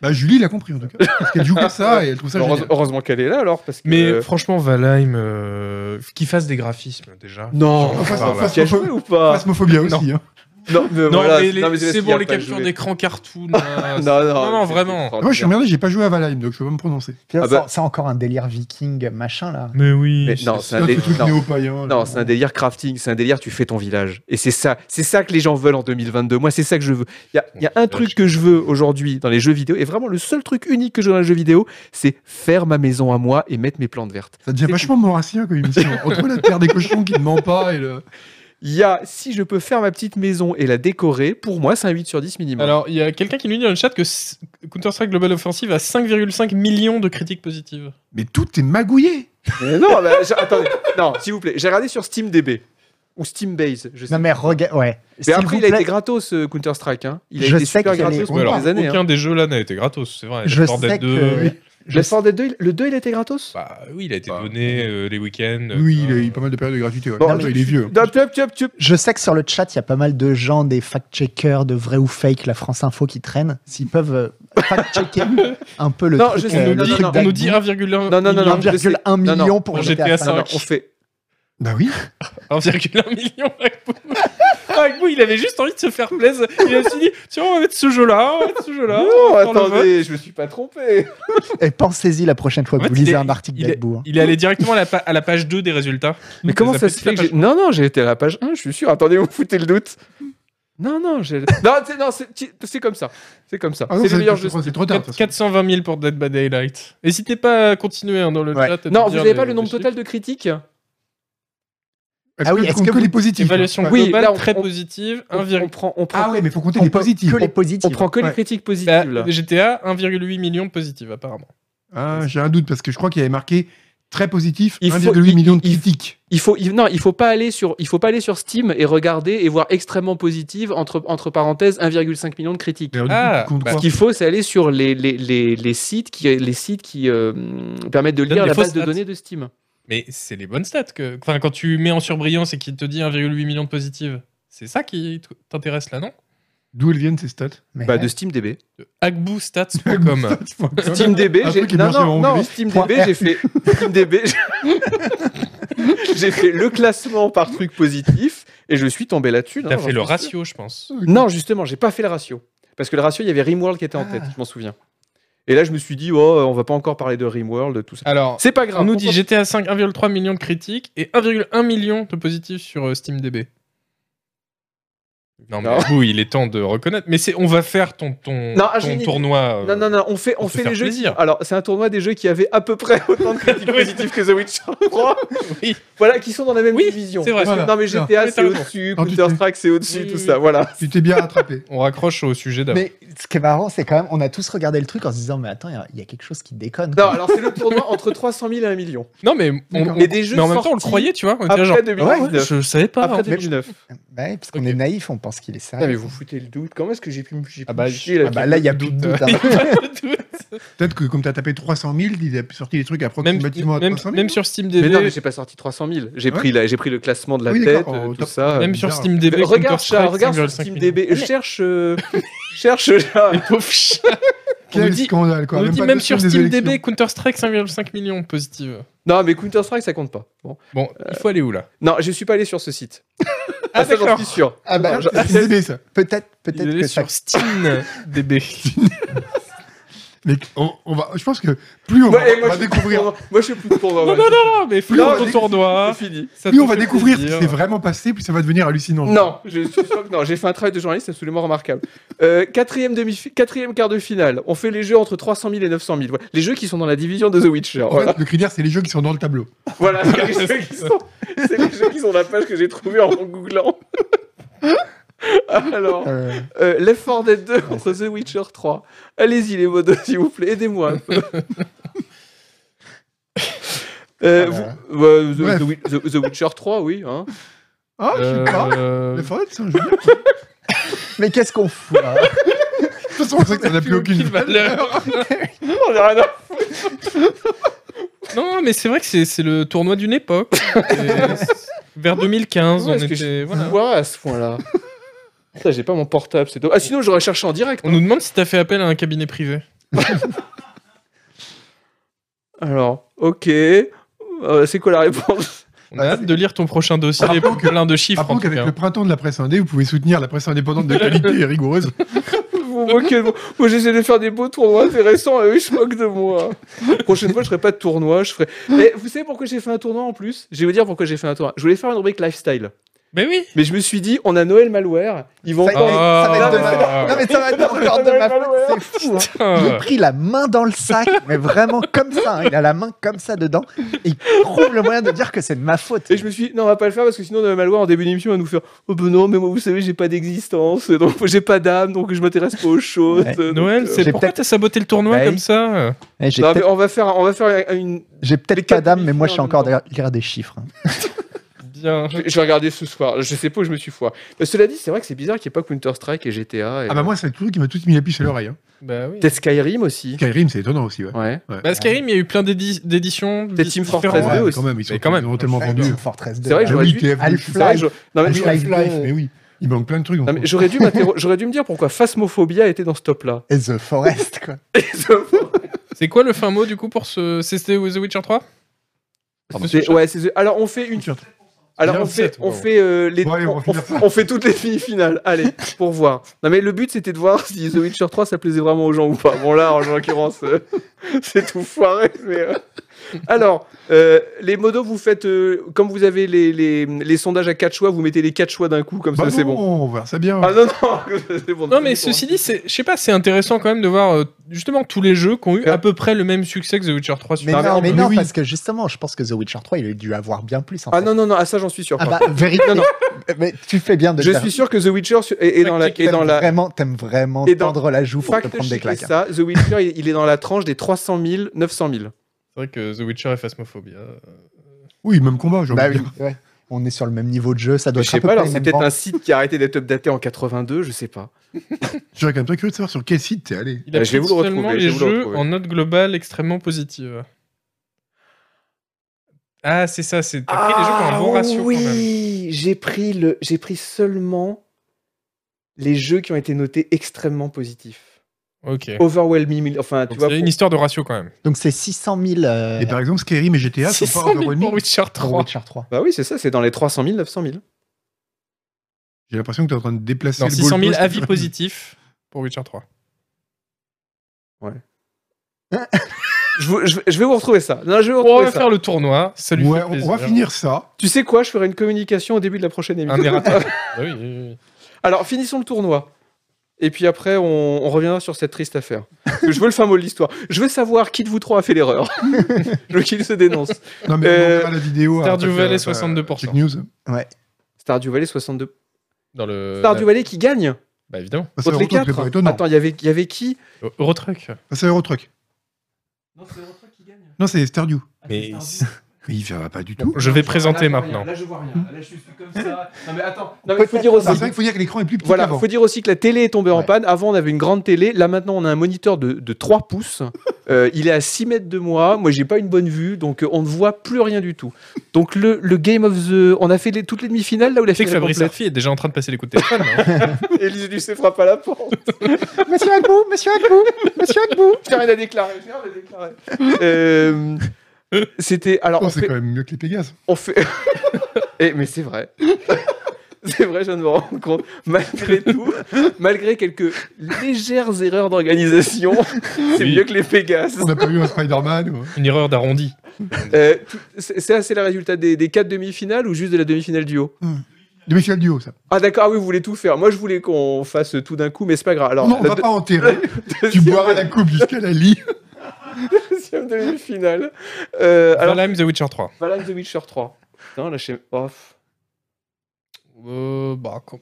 Speaker 2: Bah, Julie l'a compris en tout cas. Parce qu'elle joue comme ça et elle trouve ça
Speaker 1: Heureuse-
Speaker 2: génial.
Speaker 1: Heureusement qu'elle est là alors. Parce que... euh,
Speaker 3: Mais franchement, Valheim, euh, qu'il fasse des graphismes déjà.
Speaker 1: Non,
Speaker 2: Genre, face-
Speaker 1: voilà.
Speaker 2: face-
Speaker 1: Tu as joué ou pas
Speaker 2: Phasmophobia
Speaker 3: Non.
Speaker 2: aussi. hein.
Speaker 1: Non, mais
Speaker 3: Non,
Speaker 1: voilà,
Speaker 3: mais les-
Speaker 1: non, mais
Speaker 3: c'est
Speaker 1: parce
Speaker 3: pour
Speaker 1: qu'il
Speaker 3: les
Speaker 1: a pas
Speaker 3: captures
Speaker 1: joué.
Speaker 3: d'écran cartoon. là, c'est-
Speaker 1: Non, non,
Speaker 3: non,
Speaker 1: c'est-
Speaker 3: vraiment.
Speaker 1: c'est
Speaker 2: Moi, je suis emmerdé, j'ai pas joué à Valheim, donc je peux pas me prononcer.
Speaker 4: Puis là,
Speaker 1: Ah bah-
Speaker 4: C'est c'est encore un délire viking machin là.
Speaker 3: Mais oui.
Speaker 1: Mais
Speaker 3: c'est-
Speaker 1: non,
Speaker 2: C'est
Speaker 1: c'est
Speaker 2: un
Speaker 1: un délire.
Speaker 2: truc
Speaker 1: non.
Speaker 2: néo-païen.
Speaker 1: Non, c'est un délire crafting, c'est un délire tu fais ton village. Et c'est ça, c'est ça que les gens veulent en 2022. Moi, c'est ça que je veux. Il y a, il y a un truc que je veux aujourd'hui dans les jeux vidéo, et vraiment le seul truc unique que je veux dans les jeux vidéo, c'est faire ma maison à moi et mettre mes plantes vertes.
Speaker 2: Ça devient vachement maurassien comme émission. Entre la terre des cochons qui ne ment pas et le.
Speaker 1: Il y a, si je peux faire ma petite maison et la décorer, pour moi, c'est un 8 sur 10 minimum.
Speaker 3: Alors, il y a quelqu'un qui nous dit dans le chat que s- Counter-Strike Global Offensive a 5,5 millions de critiques positives.
Speaker 2: Mais tout est magouillé.
Speaker 1: Mais non, bah, j'ai- attendez, non, s'il vous plaît, j'ai regardé sur SteamDB ou Steambase, je sais.
Speaker 4: Non mais regarde, ouais.
Speaker 1: mais
Speaker 4: S'il
Speaker 1: après,
Speaker 4: vous
Speaker 1: il a
Speaker 4: plaît,
Speaker 1: été gratos, euh, Counter-Strike. hein. Il a
Speaker 4: Je
Speaker 1: été
Speaker 4: sais
Speaker 1: super
Speaker 4: qu'il y a les-
Speaker 1: gratis
Speaker 4: Ouais,
Speaker 1: pendant
Speaker 4: alors,
Speaker 1: des années.
Speaker 3: aucun
Speaker 1: hein.
Speaker 3: des jeux là n'a été gratos, c'est vrai.
Speaker 4: je
Speaker 3: Left 4 Dead
Speaker 4: sais
Speaker 3: 2,
Speaker 4: que
Speaker 1: Le Left 4 Dead 2, le 2, il a été gratos
Speaker 3: Bah oui, il a été
Speaker 1: Bah.
Speaker 3: donné euh, les week-ends.
Speaker 2: Oui, il
Speaker 3: euh,
Speaker 2: a eu pas mal de périodes de gratuité. ouais.
Speaker 1: Non,
Speaker 2: Attends,
Speaker 1: mais-
Speaker 2: Il est vieux.
Speaker 1: Hop, hop, hop, hop.
Speaker 4: Je sais que sur le chat, il y a pas mal de gens, des fact-checkers, de vrai ou fake, la France Info qui traînent. S'ils peuvent euh, fact-checker un peu le
Speaker 1: Non,
Speaker 4: truc,
Speaker 1: je sais,
Speaker 4: euh,
Speaker 1: on
Speaker 4: le
Speaker 1: nous dit-
Speaker 4: truc
Speaker 1: non,
Speaker 3: on
Speaker 4: d'Agbu,
Speaker 3: nous dit 1,1
Speaker 1: Non, non, non, non, je sais.
Speaker 4: 1,1
Speaker 1: Non, non,
Speaker 4: million pour
Speaker 3: pour
Speaker 4: GTA
Speaker 3: GTA
Speaker 4: cinq.
Speaker 1: Non,
Speaker 3: cinq.
Speaker 1: non, on fait.
Speaker 2: Bah oui.
Speaker 3: 1,1 million Agbo. Agbo, il avait juste envie de se faire plaisir. Il a aussi dit tiens, on va mettre ce jeu-là, on va mettre ce jeu-là.
Speaker 1: Non,
Speaker 3: on va faire le vote.
Speaker 1: attendez, je me suis pas trompé.
Speaker 4: Et pensez-y la prochaine fois
Speaker 3: En
Speaker 4: que
Speaker 3: fait,
Speaker 4: vous
Speaker 3: il
Speaker 4: lisez
Speaker 3: est-
Speaker 4: un article
Speaker 3: il est-
Speaker 4: d'Agbu. hein.
Speaker 3: Il est allé directement à la, pa- à la page 2 des résultats.
Speaker 1: Mais comment
Speaker 3: Les
Speaker 1: ça se fait
Speaker 3: appels-
Speaker 1: que j'ai... Non, non, j'ai été à la page 1, je suis sûr. Attendez, vous me foutez le doute. Non, non, j'ai... Non, c'est, non, c'est, ti- c'est comme ça. C'est comme ça.
Speaker 2: Ah non,
Speaker 1: c'est le meilleur jeu.
Speaker 2: C'est trop tard. de toute façon.
Speaker 3: 420 000 pour Dead by Daylight. N'hésitez pas à continuer hein, dans le
Speaker 4: Ouais.
Speaker 3: chat. à
Speaker 1: Non,
Speaker 3: nous
Speaker 1: vous
Speaker 3: dire
Speaker 1: n'avez
Speaker 3: les-
Speaker 1: pas le nombre
Speaker 3: les chiffres.
Speaker 1: total de critiques
Speaker 2: Est-ce
Speaker 4: Ah
Speaker 2: que
Speaker 4: oui,
Speaker 2: tu
Speaker 4: est-ce
Speaker 2: comptes
Speaker 4: que
Speaker 2: que
Speaker 4: vous-
Speaker 2: les positifs
Speaker 3: Évaluation
Speaker 1: Oui,
Speaker 3: globale
Speaker 1: là, on-
Speaker 3: très
Speaker 1: on-
Speaker 3: positive.
Speaker 1: on,
Speaker 3: 1,1
Speaker 1: on prend, on prend,
Speaker 2: Ah ouais, mais faut compter
Speaker 4: On
Speaker 2: les
Speaker 4: peut
Speaker 2: positifs.
Speaker 4: Que les positifs.
Speaker 1: on prend que les
Speaker 2: Ouais.
Speaker 1: critiques
Speaker 3: Bah,
Speaker 1: positives. là.
Speaker 3: GTA, 1,8 million positive apparemment.
Speaker 2: Ah, j'ai un doute parce que je crois qu'il y avait marqué très positif
Speaker 1: Il faut-
Speaker 2: 1,8
Speaker 1: il-
Speaker 2: million de
Speaker 1: il-
Speaker 2: critiques.
Speaker 1: Il faut, il- non, il faut pas aller sur, il faut pas aller sur Steam et regarder et voir extrêmement positive entre entre parenthèses 1,5 million de critiques.
Speaker 2: Mais alors, du
Speaker 3: Ah,
Speaker 2: coup, tu comptes
Speaker 3: bah,
Speaker 2: quoi
Speaker 1: Ce qu'il faut, c'est aller sur les, les, les, les sites qui, les sites qui euh, permettent de
Speaker 3: Donne
Speaker 1: lire
Speaker 3: des
Speaker 1: la
Speaker 3: fausses
Speaker 1: base de
Speaker 3: notes.
Speaker 1: données de Steam.
Speaker 3: Mais c'est les bonnes stats que. Enfin, quand tu mets en surbrillance et qu'il te dit 1,8 million de positives, c'est ça qui t- t'intéresse là, non
Speaker 2: D'où elles viennent ces stats
Speaker 4: Mais- euh,
Speaker 1: Bah, de SteamDB.
Speaker 3: Hackboostats.com.
Speaker 1: SteamDB,
Speaker 2: Un
Speaker 1: j'ai
Speaker 2: truc
Speaker 1: non,
Speaker 2: hébergé en
Speaker 1: non, non,
Speaker 2: anglais.
Speaker 1: SteamDB, j'ai fait SteamDB, j'ai- j'ai fait le classement par truc positif et je suis tombé là-dessus. non,
Speaker 3: T'as
Speaker 1: j'en
Speaker 3: fait le
Speaker 1: suis sûr.
Speaker 3: ratio, je pense.
Speaker 1: Non, justement, j'ai pas fait le ratio parce que le ratio, il y avait Rimworld qui était en tête, je m'en souviens. Et là, je me suis dit, oh, on va pas encore parler de Rimworld, tout ça.
Speaker 3: Alors,
Speaker 1: C'est Ah, pas
Speaker 3: on
Speaker 1: grave.
Speaker 3: nous dit GTA 5, 1,3 million de critiques et 1,1 million de positifs sur euh, SteamDB. Non, mais
Speaker 1: Non.
Speaker 3: Abou, il est temps de reconnaître. Mais c'est, on va faire ton, ton,
Speaker 1: Non, ah,
Speaker 3: ton
Speaker 1: j'ai une idée.
Speaker 3: tournoi.
Speaker 1: Non,
Speaker 3: euh,
Speaker 1: non, non, on fait, on
Speaker 3: pour se
Speaker 1: fait
Speaker 3: faire
Speaker 1: les jeux.
Speaker 3: plaisir.
Speaker 1: Alors, c'est un tournoi des jeux qui avaient à peu près autant de critiques positives que The Witcher 3.
Speaker 3: Oui.
Speaker 1: Voilà, qui sont dans la même
Speaker 3: Oui,
Speaker 1: division.
Speaker 3: c'est vrai.
Speaker 1: Parce que-
Speaker 2: Voilà.
Speaker 1: Non, mais GTA,
Speaker 3: Non,
Speaker 1: c'est
Speaker 3: mais t'as
Speaker 1: au-dessus,
Speaker 2: Non, tu
Speaker 1: Counter-Strike, c'est au-dessus,
Speaker 3: Oui,
Speaker 1: tout
Speaker 3: oui,
Speaker 1: ça,
Speaker 3: oui.
Speaker 1: voilà.
Speaker 2: Tu t'es bien rattrapé.
Speaker 3: On raccroche au sujet d'avant.
Speaker 4: Mais ce qui est marrant, c'est quand même, on a tous regardé le truc en se disant, mais attends, il y a- il y, a quelque chose qui déconne.
Speaker 1: Non, alors c'est le tournoi entre 300 000 et 1 million.
Speaker 3: Non, mais, on-
Speaker 2: D'accord.
Speaker 3: on-
Speaker 1: Mais des jeux
Speaker 3: mais en même temps, on le
Speaker 1: sortis
Speaker 3: croyait, tu vois. On était
Speaker 1: Après
Speaker 3: genre, Ah ouais,
Speaker 1: 2019.
Speaker 3: je savais pas.
Speaker 1: Après
Speaker 3: hein.
Speaker 1: 2009.
Speaker 4: Ouais, parce qu'on
Speaker 3: Ok.
Speaker 4: est naïf, on pense qu'il est
Speaker 1: Non,
Speaker 4: sérieux.
Speaker 1: mais vous foutez le doute. Comment est-ce que j'ai pu me j'ai pu
Speaker 4: Ah
Speaker 1: me
Speaker 4: bah,
Speaker 1: chier là
Speaker 4: ah bah là, il y a plus de doute. hein.
Speaker 2: Peut-être que comme t'as tapé 300 000, il a sorti des trucs
Speaker 3: même,
Speaker 2: approximativement à
Speaker 3: même,
Speaker 2: 300 000.
Speaker 3: même sur Steam
Speaker 1: Mais non, mais
Speaker 3: DB,
Speaker 1: j'ai pas sorti 300 000. J'ai
Speaker 2: Ouais.
Speaker 1: pris, la- j'ai pris le classement de la
Speaker 2: Oui,
Speaker 1: tête,
Speaker 2: d'accord,
Speaker 1: euh,
Speaker 2: au
Speaker 1: tout
Speaker 2: top.
Speaker 1: ça.
Speaker 3: même
Speaker 1: euh,
Speaker 3: sur
Speaker 2: bizarre.
Speaker 3: Steam DB,
Speaker 1: Regarde, ça,
Speaker 3: Counter-Strike,
Speaker 1: regarde sur
Speaker 3: 5,5 millions.
Speaker 1: SteamDB. Euh, Cherche, euh, cherche là.
Speaker 3: Pauvre chien. on nous
Speaker 2: Quel
Speaker 3: dit-
Speaker 2: scandale, quoi.
Speaker 3: On nous dit
Speaker 2: pas
Speaker 3: même
Speaker 2: deux
Speaker 3: sur
Speaker 2: semaines des
Speaker 3: Steam DB,
Speaker 2: élections.
Speaker 3: Counter-Strike 5,5 millions positive.
Speaker 1: Non, mais Counter-Strike, ça compte pas. Bon.
Speaker 3: Bon, il faut aller où là
Speaker 1: Non, je suis pas allé sur ce site.
Speaker 3: Ah,
Speaker 1: ça, j'en
Speaker 3: d'accord.
Speaker 1: suis sûr.
Speaker 4: Ah bah,
Speaker 1: je-
Speaker 2: C'est une idée, ça.
Speaker 4: peut-être,
Speaker 3: Il
Speaker 4: peut-être
Speaker 3: est
Speaker 4: que ça.
Speaker 3: sur Steam DB.
Speaker 2: Mais on, on va, je pense que plus on,
Speaker 1: Ouais,
Speaker 2: va-
Speaker 1: et
Speaker 2: on
Speaker 1: moi,
Speaker 2: va
Speaker 1: je suis
Speaker 2: découvrir,
Speaker 1: pour- Moi, je suis plus pour.
Speaker 3: Non, non, non, mais
Speaker 2: Non,
Speaker 3: fais ton
Speaker 2: mais-
Speaker 1: C'est
Speaker 3: tournoi.
Speaker 1: fini.
Speaker 3: ça
Speaker 2: plus
Speaker 3: te
Speaker 2: on va
Speaker 3: fait
Speaker 2: découvrir ce
Speaker 3: plaisir.
Speaker 2: qui s'est vraiment passé, plus ça va devenir hallucinant.
Speaker 1: Non, je suis sûr que non. J'ai fait un travail de journaliste absolument remarquable. Euh, quatrième, demi quatrième quart de finale. On fait les jeux entre 300 000 et 900 000. Voilà. Les jeux qui sont dans la division de The Witcher.
Speaker 2: En
Speaker 1: Voilà.
Speaker 2: fait, le critère, c'est les jeux qui sont dans le tableau.
Speaker 1: Voilà, c'est les jeux qui sont, c'est les jeux qui sont la page que j'ai trouvée en googlant. Alors,
Speaker 4: euh,
Speaker 1: euh, Left 4 Dead 2 contre The Witcher 3. Allez-y les modos, s'il vous plaît, aidez-moi un peu. Euh,
Speaker 4: Voilà.
Speaker 1: vous- euh, the-
Speaker 2: Bref.
Speaker 1: the, Wi- the- The Witcher 3, oui. Hein.
Speaker 2: Ah, je sais pas.
Speaker 3: Euh,
Speaker 2: Mais faudrait que c'est un jeu. De
Speaker 4: Mais qu'est-ce qu'on fout là
Speaker 2: toute façon, on sait que ça n'a
Speaker 3: euh,
Speaker 2: plus aucune
Speaker 3: valeur.
Speaker 1: On a rien à-
Speaker 3: Non, mais c'est vrai que c'est c'est le tournoi d'une époque. Et c'est- Vers 2015,
Speaker 1: Ouais,
Speaker 3: on
Speaker 1: est-ce que
Speaker 3: était.
Speaker 1: je
Speaker 3: voilà.
Speaker 1: vois à ce point-là. Putain, j'ai pas mon portable, c'est dommage. Ah, sinon, j'aurais cherché en direct.
Speaker 3: On nous demande si t'as fait appel à un cabinet privé.
Speaker 1: Alors, ok. Euh, c'est quoi la réponse
Speaker 3: On a hâte de lire ton prochain dossier
Speaker 2: Rappelons que-
Speaker 3: plein de chiffres. En
Speaker 2: Rappelons
Speaker 3: tout
Speaker 2: qu'avec
Speaker 3: cas.
Speaker 2: le printemps de la presse indé, vous pouvez soutenir la presse indépendante de qualité et rigoureuse.
Speaker 1: Vous moquez de moi. Moi, j'essaie de faire des beaux tournois intéressants euh, et eux, ils se moquent de moi. Prochaine fois, je ferai pas de tournoi. Je ferai. Mais vous savez pourquoi j'ai fait un tournoi en plus Je vais vous dire pourquoi j'ai fait un tournoi. Je voulais faire une rubrique lifestyle.
Speaker 3: Mais oui.
Speaker 1: Mais je me suis dit, on a Noël Malware. Ils vont
Speaker 4: Ça y est,
Speaker 1: encore.
Speaker 4: ça va être de
Speaker 3: Ah.
Speaker 1: oh.
Speaker 4: ma- Non, mais ça va être encore de ma faute, c'est fou. hein. J'ai
Speaker 3: Putain.
Speaker 4: pris la main dans le sac, mais vraiment comme ça. hein. Il a la main comme ça dedans. Et il trouve le moyen de dire que c'est de ma faute.
Speaker 1: Et je me suis dit, non, on va pas le faire parce que sinon, Noël Malware, en début d'émission, va nous faire Oh ben non, mais moi, vous savez, j'ai pas d'existence, donc j'ai pas d'âme, donc je m'intéresse pas aux choses.
Speaker 4: Ouais.
Speaker 1: Donc,
Speaker 3: Noël,
Speaker 1: euh,
Speaker 3: c'est
Speaker 4: J'ai
Speaker 3: pourquoi
Speaker 4: peut-être-
Speaker 3: t'as saboté le tournoi
Speaker 4: Bah
Speaker 3: comme
Speaker 4: oui.
Speaker 3: ça
Speaker 4: Eh, J'ai
Speaker 1: Non, mais
Speaker 4: peut-être
Speaker 1: on va faire, on va faire une.
Speaker 4: j'ai peut-être
Speaker 1: les
Speaker 4: pas
Speaker 1: quatre
Speaker 4: d'âme, mais moi
Speaker 1: minutes,
Speaker 4: je suis
Speaker 1: en même
Speaker 4: encore
Speaker 1: temps.
Speaker 4: derrière derrière des chiffres. hein.
Speaker 3: Bien.
Speaker 1: Je vais regarder ce soir. Je sais pas où je me suis foiré. Mais cela dit, c'est vrai que c'est bizarre qu'il n'y ait pas Counter Strike et GTA. Et...
Speaker 2: Ah bah moi, c'est le truc qui m'a tout mis la piche à l'oreille. hein.
Speaker 3: Bah oui.
Speaker 1: Peut-être Skyrim aussi.
Speaker 2: Skyrim, c'est étonnant aussi, ouais.
Speaker 1: Ouais.
Speaker 3: Bah, Skyrim, il y a eu plein d'édi- d'éditions.
Speaker 1: Peut-être Team
Speaker 3: différentes.
Speaker 1: Fortress
Speaker 2: Ah
Speaker 1: 2
Speaker 2: Ouais, mais
Speaker 1: aussi.
Speaker 2: quand même, ils, sont,
Speaker 3: Mais quand même.
Speaker 2: ils ont tellement
Speaker 4: Ouais,
Speaker 2: vendu.
Speaker 4: Team Fortress 2.
Speaker 1: C'est vrai que
Speaker 2: Ah
Speaker 1: j'aurais
Speaker 2: oui,
Speaker 1: dû-
Speaker 2: TF2,
Speaker 1: C'est vrai que je- non, mais-
Speaker 4: Half-Life
Speaker 2: Half-Life,
Speaker 4: deux.
Speaker 2: mais oui. Il manque plein de trucs.
Speaker 1: non, mais j'aurais dû m'interro- j'aurais dû me dire pourquoi Phasmophobia était dans ce top là.
Speaker 4: Et The Forest, quoi.
Speaker 3: C'est quoi le fin mot du coup pour ce CST The Witcher 3
Speaker 1: ouais, c'est- alors on fait une alors on fait
Speaker 3: 27,
Speaker 1: on
Speaker 3: ouais.
Speaker 1: fait euh, les
Speaker 2: Bon, allez, on va
Speaker 1: on,
Speaker 2: finir ça.
Speaker 1: on fait toutes les demi-finales. Allez, pour voir. Non mais le but c'était de voir si The Witcher 3 ça plaisait vraiment aux gens ou pas. Bon là en l'occurrence euh, c'est tout foiré mais euh. Alors, euh, les modos, vous faites, euh, comme vous avez les, les, les sondages à 4 choix, vous mettez les 4 choix d'un coup, comme
Speaker 2: Bah
Speaker 1: ça c'est bon.
Speaker 2: On verra ça bien.
Speaker 1: Ah non, non, c'est bon.
Speaker 3: Non mais ceci dit, c'est- je sais pas, c'est intéressant quand même de voir euh, justement tous les jeux qui ont eu
Speaker 1: Ouais.
Speaker 3: à peu près le même succès que The Witcher 3. sur-
Speaker 4: Mais
Speaker 1: Non, mais
Speaker 4: non,
Speaker 1: on-
Speaker 4: mais
Speaker 2: mais
Speaker 4: non,
Speaker 2: oui.
Speaker 4: parce que justement, je pense que The Witcher 3, il a dû avoir bien plus. en
Speaker 1: Ah
Speaker 4: fait.
Speaker 1: non, non, non, à ça j'en suis sûr.
Speaker 4: Ah
Speaker 1: par
Speaker 4: bah, vérité.
Speaker 1: Non, non.
Speaker 4: Mais tu fais bien de
Speaker 1: Je
Speaker 4: dire.
Speaker 1: suis sûr que The Witcher su- est, est dans la. Est
Speaker 4: T'aimes
Speaker 1: dans la
Speaker 4: vraiment, t'aimes vraiment
Speaker 1: Et dans-
Speaker 4: tendre la joue pour te
Speaker 1: fact
Speaker 4: prendre des claques. hein.
Speaker 1: ça, The Witcher, il- il est dans la tranche des 300 000, 900 000.
Speaker 3: C'est vrai que The Witcher est hein. phasmophobia.
Speaker 2: Oui, même combat, j'ai
Speaker 4: Bah
Speaker 2: envie de
Speaker 4: oui,
Speaker 2: dire.
Speaker 4: ouais. On est sur le même niveau de jeu, ça doit
Speaker 1: Je
Speaker 4: être à
Speaker 1: sais pas,
Speaker 4: peu près
Speaker 1: alors
Speaker 4: les
Speaker 1: c'est
Speaker 4: mêmes
Speaker 1: peut-être un
Speaker 4: ventes.
Speaker 1: site qui a arrêté d'être updaté en 82, je sais pas.
Speaker 2: Je serais quand même très curieux de savoir sur quel site t'es allé.
Speaker 3: Il a
Speaker 1: Euh, je vais
Speaker 3: pris
Speaker 1: vous le
Speaker 3: seulement
Speaker 1: retrouver, je
Speaker 3: les
Speaker 1: vais vous le
Speaker 3: jeux
Speaker 1: retrouver.
Speaker 3: en note globale extrêmement positive. Ah c'est ça, c'est t'as pris les jeux qui
Speaker 2: Ah,
Speaker 3: ont un bon ratio quand même.
Speaker 1: Ah oui, j'ai pris, le... j'ai pris seulement les jeux qui ont été notés extrêmement positifs.
Speaker 3: Ok.
Speaker 1: Overwhelming, enfin, tu
Speaker 3: Donc
Speaker 1: vois.
Speaker 3: c'est une histoire de ratio quand même.
Speaker 4: Donc c'est 600 000 euh,
Speaker 2: Et
Speaker 1: Eh ben,
Speaker 2: par exemple, Skyrim et GTA sont pas
Speaker 3: 600 000
Speaker 2: Overwhelming.
Speaker 3: pour Witcher
Speaker 4: pour
Speaker 3: 3.
Speaker 4: Witcher 3.
Speaker 1: Bah oui, c'est ça, c'est dans les 300 000, 900 000.
Speaker 2: J'ai l'impression que t'es en train de déplacer
Speaker 3: Non,
Speaker 2: le
Speaker 3: 600 000
Speaker 2: goalpost.
Speaker 3: avis positifs pour Witcher 3.
Speaker 1: Je, vous- je- je vais vous retrouver ça. Non, je vais vous
Speaker 3: On
Speaker 1: retrouver
Speaker 3: va
Speaker 1: ça.
Speaker 3: faire le tournoi. Ça lui
Speaker 2: Ouais,
Speaker 3: fait
Speaker 2: on, on va
Speaker 3: plaisir.
Speaker 2: finir ça.
Speaker 1: Tu sais quoi, je ferai une communication au début de la prochaine émission.
Speaker 3: Un des ratés. Ah oui, oui, oui.
Speaker 1: Alors, finissons le tournoi. Et puis après, on, on reviendra sur cette triste affaire. Parce que je veux le fin mot de l'histoire. Je veux savoir qui de vous trois a fait l'erreur. je veux qu'il se dénonce.
Speaker 2: Non, mais
Speaker 1: Euh,
Speaker 2: on verra la vidéo.
Speaker 3: Stardew
Speaker 2: après,
Speaker 3: Valley,
Speaker 2: euh,
Speaker 3: 62%.
Speaker 2: Tech News.
Speaker 1: Stardew Valley 62.
Speaker 3: Dans le...
Speaker 1: Stardew Valley qui gagne
Speaker 3: Bah évidemment.
Speaker 2: Bah, c'est
Speaker 1: contre les
Speaker 2: Eurotruck, c'est pas
Speaker 1: 4.
Speaker 2: étonnant.
Speaker 1: Attends, il y avait- il y avait qui
Speaker 3: Eu- Eurotruck.
Speaker 2: Bah, C'est Eurotruck.
Speaker 1: Non, c'est Eurotruck qui gagne. Ah,
Speaker 2: Non, c'est Stardew.
Speaker 3: Mais
Speaker 2: Mais il verra pas du tout.
Speaker 3: je vais présenter maintenant.
Speaker 1: Là, je vois rien. Là, je suis comme ça. Non, mais attends. Non, mais faut dire aussi.
Speaker 2: Ah, C'est vrai qu'il faut dire que l'écran est plus petit
Speaker 1: Voilà,
Speaker 2: qu'avant.
Speaker 1: faut dire aussi que la télé est tombée en
Speaker 4: Ouais.
Speaker 1: panne. Avant, on avait une grande télé. Là, maintenant, on a un moniteur de, de 3 pouces. Euh, il est à 6 mètres de moi. Moi, j'ai pas une bonne vue. Donc, euh, on ne voit plus rien du tout. Donc, le, le Game of the. On a fait les- toutes les demi-finales là où la
Speaker 3: Tu sais que
Speaker 1: finale
Speaker 3: Fabrice
Speaker 1: complète.
Speaker 3: Arfi est déjà en train de passer les coups de téléphone. hein.
Speaker 1: Élise Lucet frappe à la porte.
Speaker 4: Monsieur Agbou, monsieur Agbou, monsieur Agbou.
Speaker 1: J'ai rien à déclarer. j'ai rien à déclarer. Euh, C'était. Alors, on
Speaker 2: Non, Oh, C'est
Speaker 1: fait-
Speaker 2: quand même mieux que les Pégases.
Speaker 1: On fait. Eh, mais c'est vrai. C'est vrai, je viens de me rendre compte. Malgré tout, malgré quelques légères erreurs d'organisation, c'est
Speaker 3: Oui.
Speaker 1: mieux que les Pégases.
Speaker 2: On n'a pas eu un Spider-Man. ou-
Speaker 3: Une erreur d'arrondi.
Speaker 1: Euh, tout- c'est c'est assez le résultat des, des quatre demi-finales ou juste de la demi-finale du haut
Speaker 2: Demi-finale du haut, ça.
Speaker 1: Ah, d'accord, ah oui, vous voulez tout faire. Moi, je voulais qu'on fasse tout d'un coup, mais c'est pas grave. Alors,
Speaker 2: non, on
Speaker 1: la
Speaker 2: va
Speaker 1: de-
Speaker 2: pas enterrer. tu
Speaker 1: deuxième-
Speaker 2: boiras la coupe jusqu'à la lit.
Speaker 1: deuxième demi-finale. Euh,
Speaker 3: Alors...
Speaker 1: alors,
Speaker 3: Valheim The Witcher 3.
Speaker 1: Valheim The Witcher 3. Non, là, je sais- oh, pff.
Speaker 3: Euh, bah, com-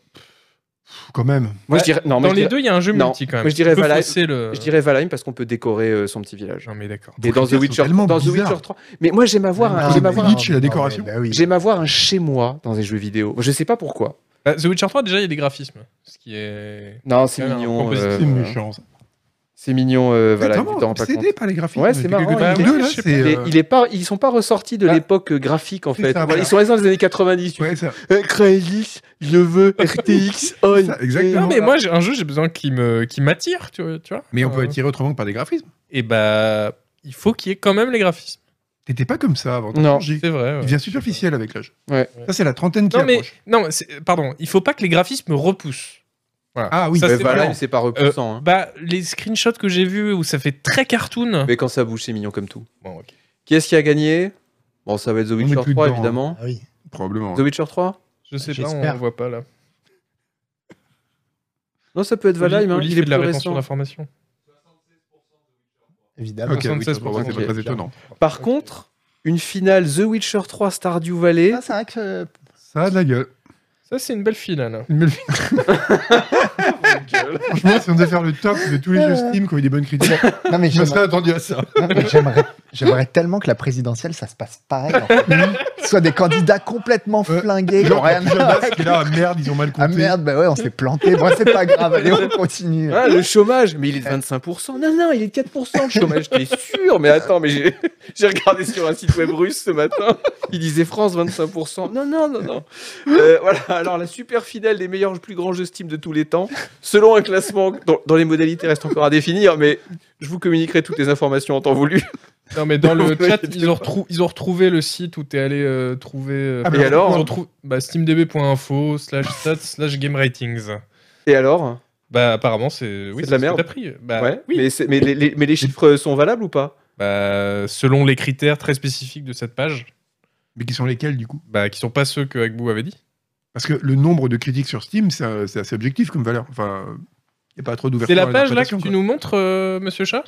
Speaker 2: Quand même.
Speaker 1: Moi,
Speaker 3: Ouais,
Speaker 1: je dirais. Non, mais
Speaker 3: Dans
Speaker 1: je
Speaker 3: les
Speaker 1: dirais,
Speaker 3: deux, il y a un jeu
Speaker 1: Non,
Speaker 3: multi quand même.
Speaker 1: mais je dirais
Speaker 3: Tu peux
Speaker 1: Valheim-
Speaker 3: fausser le...
Speaker 1: je dirais Valheim parce qu'on peut décorer euh, son petit village.
Speaker 3: Non mais d'accord.
Speaker 1: Et dans The
Speaker 2: Ils sont
Speaker 1: Witcher,
Speaker 2: tellement
Speaker 1: dans The
Speaker 2: bizarres.
Speaker 1: Witcher 3. Mais moi, j'aime avoir, un,
Speaker 2: Ah,
Speaker 1: j'aime
Speaker 2: mais
Speaker 1: avoir,
Speaker 2: oui.
Speaker 1: un,
Speaker 2: glitch et la décoration.
Speaker 4: bah oui.
Speaker 1: j'aime avoir un chez moi dans les jeux vidéo. Je sais pas pourquoi.
Speaker 3: Bah, The Witcher 3 déjà il y a des graphismes. Ce qui est...
Speaker 1: Non, c'est
Speaker 3: Ah, non,
Speaker 1: mignon.
Speaker 3: composition,
Speaker 1: euh,
Speaker 2: C'est méchant, ça.
Speaker 1: c'est mignon. euh, voilà,
Speaker 2: Vraiment,
Speaker 1: tu t'en rends pas compte.
Speaker 2: obsédé par les graphismes.
Speaker 1: Ouais, c'est marrant,
Speaker 2: Depuis
Speaker 3: il est-
Speaker 2: 2002, là,
Speaker 3: je sais
Speaker 2: c'est,
Speaker 1: Il est-
Speaker 2: euh,
Speaker 1: il est pas, ils sont pas ressortis de
Speaker 2: Ah.
Speaker 1: l'époque euh, graphique en
Speaker 2: C'est
Speaker 1: fait.
Speaker 2: ça, voilà.
Speaker 1: Ils sont restés dans les années 90. tu
Speaker 2: Ouais, ça.
Speaker 1: vois. Euh, Crysis, je veux RTX on.
Speaker 2: C'est ça, exactement.
Speaker 3: Non mais
Speaker 1: Et-
Speaker 3: moi j'ai un jeu j'ai besoin qui me qui m'attire tu vois- tu vois.
Speaker 2: Mais on peut
Speaker 3: Euh,
Speaker 2: attirer autrement que par des graphismes.
Speaker 3: Et bah il faut qu'il y ait quand même les graphismes.
Speaker 2: T'étais pas comme ça avant. t'as
Speaker 1: Non.
Speaker 2: changé.
Speaker 3: C'est vrai. ouais.
Speaker 2: Il devient superficiel avec l'âge.
Speaker 1: Ouais.
Speaker 2: Ça, c'est la trentaine qui
Speaker 3: Non mais
Speaker 2: approche.
Speaker 3: non c'est- pardon il faut pas que les graphismes repoussent. Voilà.
Speaker 2: Ah oui,
Speaker 3: Ça,
Speaker 1: Mais
Speaker 3: c'est
Speaker 1: Valheim,
Speaker 3: marrant.
Speaker 1: c'est pas repoussant. hein.
Speaker 3: Bah les screenshots que j'ai vus où ça fait très cartoon.
Speaker 1: Mais quand ça bouge, c'est mignon comme tout.
Speaker 3: Bon, ok.
Speaker 1: Qui est-ce qui a gagné Bon, ça va être The
Speaker 2: est
Speaker 1: Witcher
Speaker 2: plus
Speaker 1: 3
Speaker 2: dedans, hein.
Speaker 1: évidemment.
Speaker 4: Ah oui.
Speaker 2: Probablement.
Speaker 1: The Witcher 3
Speaker 3: Je sais pas on
Speaker 4: J'espère.
Speaker 3: voit pas là.
Speaker 1: Non, ça peut être Valheim. hein,
Speaker 3: Oli
Speaker 1: Il
Speaker 3: fait
Speaker 1: est
Speaker 3: de la
Speaker 1: plus
Speaker 3: rétention
Speaker 1: récent.
Speaker 3: d'informations.
Speaker 4: Évidemment. Ah,
Speaker 2: Ok, oui,
Speaker 3: 76%,
Speaker 2: c'est pas c'est pas
Speaker 1: ok.
Speaker 2: très étonnant.
Speaker 1: Par contre, une finale The Witcher 3 Stardew Valley.
Speaker 4: Ça, Ah, c'est vrai que. euh,
Speaker 2: Ça a de la gueule.
Speaker 3: Ça c'est une belle finale. hein.
Speaker 2: Une belle- Franchement, si on devait faire le top de tous les jeux Steam qui ont eu des bonnes critiques,
Speaker 4: Non, mais
Speaker 2: je me
Speaker 4: j'aimerais-
Speaker 2: serais attendu à ça.
Speaker 4: non, mais j'aimerais j'aimerais tellement que la présidentielle, ça se passe pareil. en fait. Soit des candidats complètement
Speaker 2: Ouais.
Speaker 4: flingués, qui ont
Speaker 2: Genre, il y a
Speaker 4: rien
Speaker 2: plusieurs
Speaker 4: à
Speaker 2: masques, et là, ah, merde, ils ont mal
Speaker 4: Ah
Speaker 2: compté.
Speaker 4: merde, bah ouais, on s'est planté. Bon, c'est pas grave, allez, on continue.
Speaker 1: Ah, le chômage, mais il est de 25%. Non, non, il est de 4% le chômage, t'es sûr. Mais attends, mais j'ai j'ai regardé sur un site web russe ce matin, il disait France 25%. Non, non, non, non. Euh, voilà, alors la super finale des meilleurs, plus grands jeux Steam de tous les temps, selon un classement dont, dont les modalités restent encore à définir, mais je vous communiquerai toutes les informations en temps voulu.
Speaker 3: Non mais dans le
Speaker 1: Ouais,
Speaker 3: chat
Speaker 1: je sais
Speaker 3: ils ont, retrou- ils ont retrouvé le site où t'es allé euh, trouver. euh,
Speaker 2: Ah,
Speaker 1: Et
Speaker 2: mais
Speaker 1: alors
Speaker 3: Ils ont trou- bah, steamdb.info slash stats slash game ratings.
Speaker 1: Et alors
Speaker 3: Bah apparemment c'est oui,
Speaker 1: C'est de la
Speaker 3: ce que
Speaker 1: merde.
Speaker 3: t'as pris. Bah,
Speaker 1: Ouais,
Speaker 3: oui.
Speaker 1: mais, c'est- mais les, les- mais les chiffres sont valables ou pas
Speaker 3: Bah, selon les critères très spécifiques de cette page,
Speaker 2: Mais qui sont lesquels, du coup
Speaker 3: bah, qui sont pas ceux que Agbou avait dit.
Speaker 2: Parce que le nombre de critiques sur Steam, c'est euh, c'est assez objectif comme valeur. Enfin, il n'y a pas trop d'ouverture.
Speaker 3: C'est la
Speaker 2: à
Speaker 3: page là que tu
Speaker 2: l'interprétation,
Speaker 3: nous montres, euh, Monsieur Chat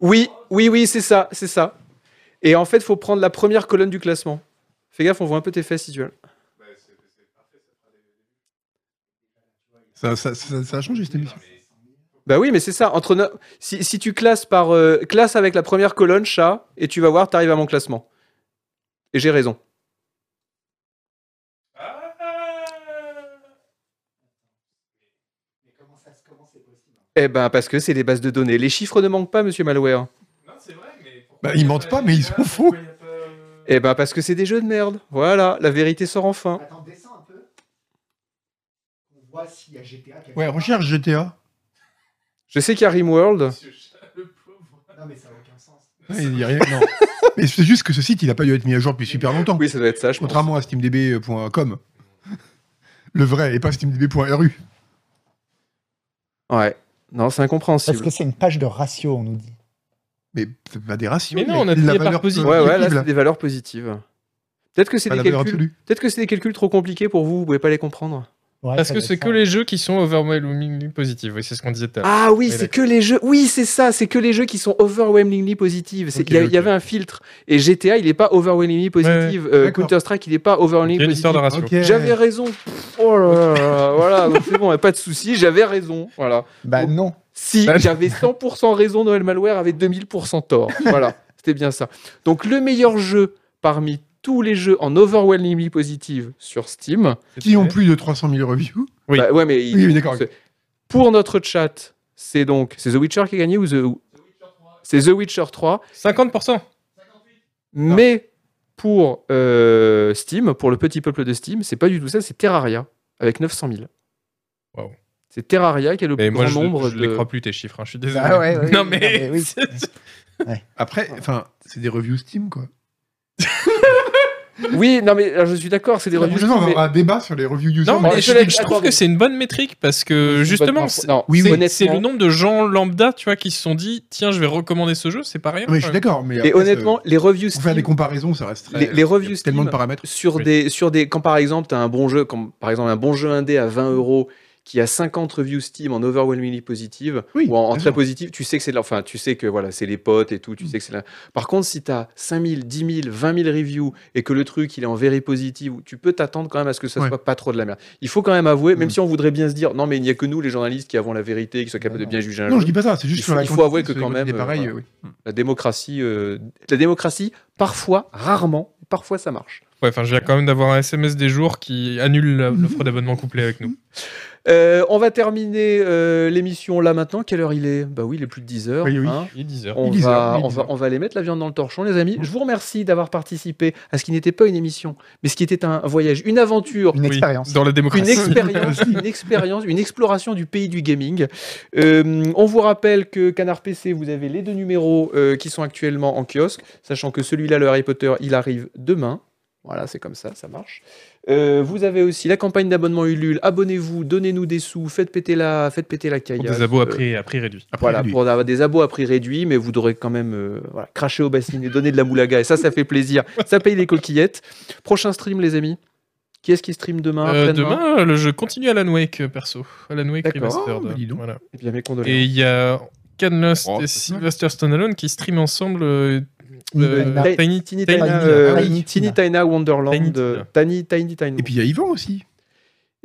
Speaker 1: Oui, oui, oui, c'est ça, c'est ça. Et en fait, faut prendre la première colonne du classement. Fais gaffe, on voit un peu tes fesses si tu veux.
Speaker 2: quoi. Ça, ça, ça- ça a changé cette émission.
Speaker 1: Bah oui, mais c'est ça. Entre no- si, si tu classes par euh, classe avec la première colonne chat et tu vas voir, t'arrives à mon classement. Et j'ai raison.
Speaker 4: Ah,
Speaker 1: Eh ben parce que c'est les bases de données. Les chiffres ne manquent pas, Monsieur Malware.
Speaker 2: Bah, ils mentent pas, mais ils sont faux.
Speaker 1: Eh ben parce que c'est des jeux de merde. Voilà, la vérité sort enfin.
Speaker 4: Attends, descends un peu. On voit s'il y a GTA.
Speaker 2: Ouais, recherche GTA.
Speaker 1: Je sais qu'il y a Rimworld.
Speaker 4: Non, mais ça n'a aucun sens.
Speaker 2: Ouais, Il y a rien. Non. mais c'est juste que ce site, il n'a pas dû être mis à jour depuis super longtemps.
Speaker 1: Oui, ça doit être ça. Je pense.
Speaker 2: Contrairement à steamdb.com. Le vrai, et pas steamdb.ru.
Speaker 1: Ouais. Non, c'est
Speaker 4: Parce
Speaker 1: incompréhensible.
Speaker 4: que c'est une page de ratio, on nous dit.
Speaker 2: Mais c'est pas des ratios.
Speaker 3: Mais non, on a
Speaker 2: de
Speaker 3: trié
Speaker 2: la
Speaker 3: par
Speaker 2: valeur
Speaker 3: position.
Speaker 1: Ouais, ouais, là,
Speaker 2: objective,
Speaker 1: c'est
Speaker 2: là.
Speaker 1: des valeurs positives. Peut-être que c'est
Speaker 2: Pas
Speaker 1: des
Speaker 2: la valeur
Speaker 1: calculs.
Speaker 2: absolue.
Speaker 1: Peut-être que c'est des calculs trop compliqués pour vous, vous pouvez pas les comprendre.
Speaker 4: Ouais,
Speaker 3: Parce
Speaker 4: ça
Speaker 3: que
Speaker 4: doit
Speaker 3: c'est
Speaker 4: être
Speaker 3: que
Speaker 4: ça.
Speaker 3: les jeux qui sont overwhelmingly positifs. Oui, c'est ce qu'on disait tout à l'heure.
Speaker 1: Ah oui,
Speaker 3: Oui,
Speaker 1: c'est
Speaker 3: d'accord.
Speaker 1: que les jeux. Oui, c'est ça, c'est que les jeux qui sont overwhelmingly positives. C'est-
Speaker 3: Ok,
Speaker 1: Il y a- il
Speaker 3: ok.
Speaker 1: y avait un filtre. Et GTA, il n'est pas overwhelmingly positif. Euh,
Speaker 2: d'accord.
Speaker 1: Counter-Strike, il n'est pas
Speaker 3: Il y a
Speaker 1: overwhelmingly
Speaker 3: une histoire
Speaker 1: positif.
Speaker 3: de ratio.
Speaker 2: Ok.
Speaker 1: J'avais raison. Pff, Oh là là là là, voilà, donc c'est bon, pas de souci, j'avais raison. Voilà.
Speaker 4: Bah non.
Speaker 1: Si
Speaker 3: Bah, non.
Speaker 1: j'avais 100% raison, Noël Malware avait 2000% tort. Voilà, c'était bien ça. Donc le meilleur jeu parmi tous les jeux en overwhelmingly positive sur Steam.
Speaker 2: Qui ont plus de 300 000 reviews
Speaker 3: Oui.
Speaker 1: Bah, ouais, mais il-
Speaker 2: Oui, oui, d'accord.
Speaker 1: c'est- Pour notre chat, c'est donc c'est The Witcher qui a gagné ou The C'est The Witcher 3,
Speaker 3: Ah. 50%.
Speaker 1: mais pour euh, Steam, pour le petit peuple de Steam, c'est pas du tout ça, c'est Terraria avec 900 000.
Speaker 3: Wow.
Speaker 1: C'est Terraria qui a le
Speaker 3: Mais
Speaker 1: plus
Speaker 3: moi,
Speaker 1: grand
Speaker 3: je,
Speaker 1: nombre
Speaker 3: je
Speaker 1: de
Speaker 3: les crois plus, tes chiffres. hein, Je suis désolé.
Speaker 4: Ah ouais, ouais,
Speaker 3: non,
Speaker 4: ouais,
Speaker 3: mais.
Speaker 4: non, mais oui.
Speaker 2: Après, enfin, c'est des reviews Steam, quoi.
Speaker 1: Oui, non mais alors, je suis d'accord, c'est des
Speaker 2: La
Speaker 1: reviews.
Speaker 2: prochaine fois, on
Speaker 1: mais-
Speaker 2: aura un débat sur les reviews user.
Speaker 3: Non,
Speaker 1: mais
Speaker 3: mais
Speaker 1: je
Speaker 3: je,
Speaker 1: l'ai-
Speaker 3: je trouve
Speaker 1: attendez.
Speaker 3: que c'est une bonne métrique parce que
Speaker 1: C'est une bonne
Speaker 3: justement,
Speaker 1: info.
Speaker 3: c'est
Speaker 1: non,
Speaker 2: oui,
Speaker 1: c'est-
Speaker 2: oui.
Speaker 1: honnêtement-
Speaker 3: c'est le nombre de gens lambda, tu vois, qui se sont dit tiens, je vais recommander ce jeu, c'est pas rien.
Speaker 2: Non, mais je suis d'accord, mais.
Speaker 1: Et
Speaker 2: après,
Speaker 1: honnêtement, les reviews
Speaker 2: ça- pour faire
Speaker 1: Steam,
Speaker 2: des comparaisons, ça reste. très-
Speaker 1: les, les
Speaker 2: il y
Speaker 1: reviews
Speaker 2: a tellement
Speaker 1: Steam
Speaker 2: de paramètres.
Speaker 1: sur
Speaker 3: Oui.
Speaker 1: des sur des quand par exemple tu as un bon jeu comme par exemple un bon jeu indé à 20 euros qui a 50 reviews Steam en overwhelmingly positive
Speaker 2: Oui,
Speaker 1: ou en, en
Speaker 2: bien
Speaker 1: très
Speaker 2: sûr.
Speaker 1: positive, tu sais que c'est de la- enfin tu sais que voilà, c'est les potes et
Speaker 2: Mm.
Speaker 1: tout, tu sais que c'est la- Par contre, si tu as 5000, 10 000, 20 000 reviews et que le truc il est en very positive, tu peux t'attendre quand même à ce que ça
Speaker 2: Ouais.
Speaker 1: soit pas trop de la merde. Il faut quand même avouer même
Speaker 2: Mm.
Speaker 1: si on voudrait bien se dire non mais il n'y a que nous les journalistes qui avons la vérité qui sont capables de bien juger un
Speaker 2: Non,
Speaker 1: jeu.
Speaker 2: je dis pas ça, c'est juste
Speaker 1: Il
Speaker 2: sur
Speaker 1: faut-
Speaker 2: la
Speaker 1: il faut
Speaker 2: quantité,
Speaker 1: avouer que
Speaker 2: sur les
Speaker 1: quand même,
Speaker 2: quantités,
Speaker 1: euh,
Speaker 2: pareil,
Speaker 1: voilà.
Speaker 2: euh, oui.
Speaker 1: La démocratie euh, la démocratie parfois, rarement, parfois ça marche.
Speaker 3: Ouais, enfin, je viens quand même d'avoir un SMS des jours qui annule la- l'offre d'abonnement couplé avec nous.
Speaker 1: Euh, on va terminer euh, l'émission là maintenant. Quelle heure il est Bah oui, il est plus de 10 heures.
Speaker 2: Oui, oui.
Speaker 1: hein.
Speaker 3: Il est 10h.
Speaker 1: on,
Speaker 2: Il est 10 heures,
Speaker 1: va,
Speaker 2: il est
Speaker 1: on,
Speaker 2: 10
Speaker 1: va,
Speaker 2: heures.
Speaker 1: on va les mettre la viande dans le torchon, les amis. Je vous remercie d'avoir participé à ce qui n'était pas une émission, mais ce qui était un voyage, une aventure,
Speaker 4: Une expérience.
Speaker 3: Dans la
Speaker 1: une
Speaker 3: démocratie.
Speaker 1: expérience, une expérience, une exploration du pays du gaming. Euh, on vous rappelle que Canard PC, vous avez les deux numéros euh, qui sont actuellement en kiosque, sachant que celui-là, le Harry Potter, il arrive demain. Voilà, c'est comme ça, ça marche. Euh, vous avez aussi la campagne d'abonnement Ulule. Abonnez-vous, donnez-nous des sous, faites péter la, faites péter la
Speaker 3: Pour
Speaker 1: caillasse.
Speaker 3: des abos à
Speaker 1: Euh,
Speaker 3: prix, à prix réduit.
Speaker 2: Après,
Speaker 1: voilà,
Speaker 2: lui.
Speaker 1: pour avoir des abos à prix réduit, mais vous devrez quand même euh, voilà, cracher au bassin et donner de la moulaga. Et ça, ça fait plaisir. Ça paye les coquillettes. Prochain stream, les amis. Qui est-ce qui stream demain
Speaker 3: Euh,
Speaker 1: après-demain
Speaker 3: demain, le jeu continue Alan Wake, euh, perso. Alan Wake
Speaker 1: D'accord.
Speaker 3: Remastered.
Speaker 2: Oh, bah dis donc.
Speaker 3: Voilà.
Speaker 1: Eh bien, mes condoléances.
Speaker 3: Et il y a Canlust
Speaker 2: Oh,
Speaker 3: et
Speaker 2: c'est ça.
Speaker 3: Sylvester Stallone qui stream ensemble euh, euh,
Speaker 1: Tiny-
Speaker 3: Tiny
Speaker 1: Tiny
Speaker 3: Tiny-
Speaker 1: Tina,
Speaker 4: Tina,
Speaker 1: euh,
Speaker 4: Tiny
Speaker 1: Tiny
Speaker 4: Tina.
Speaker 1: Tina Wonderland,
Speaker 3: Tiny Tina.
Speaker 1: euh, Tiny Tiny Tiny.
Speaker 2: Et puis il y a Yvan aussi.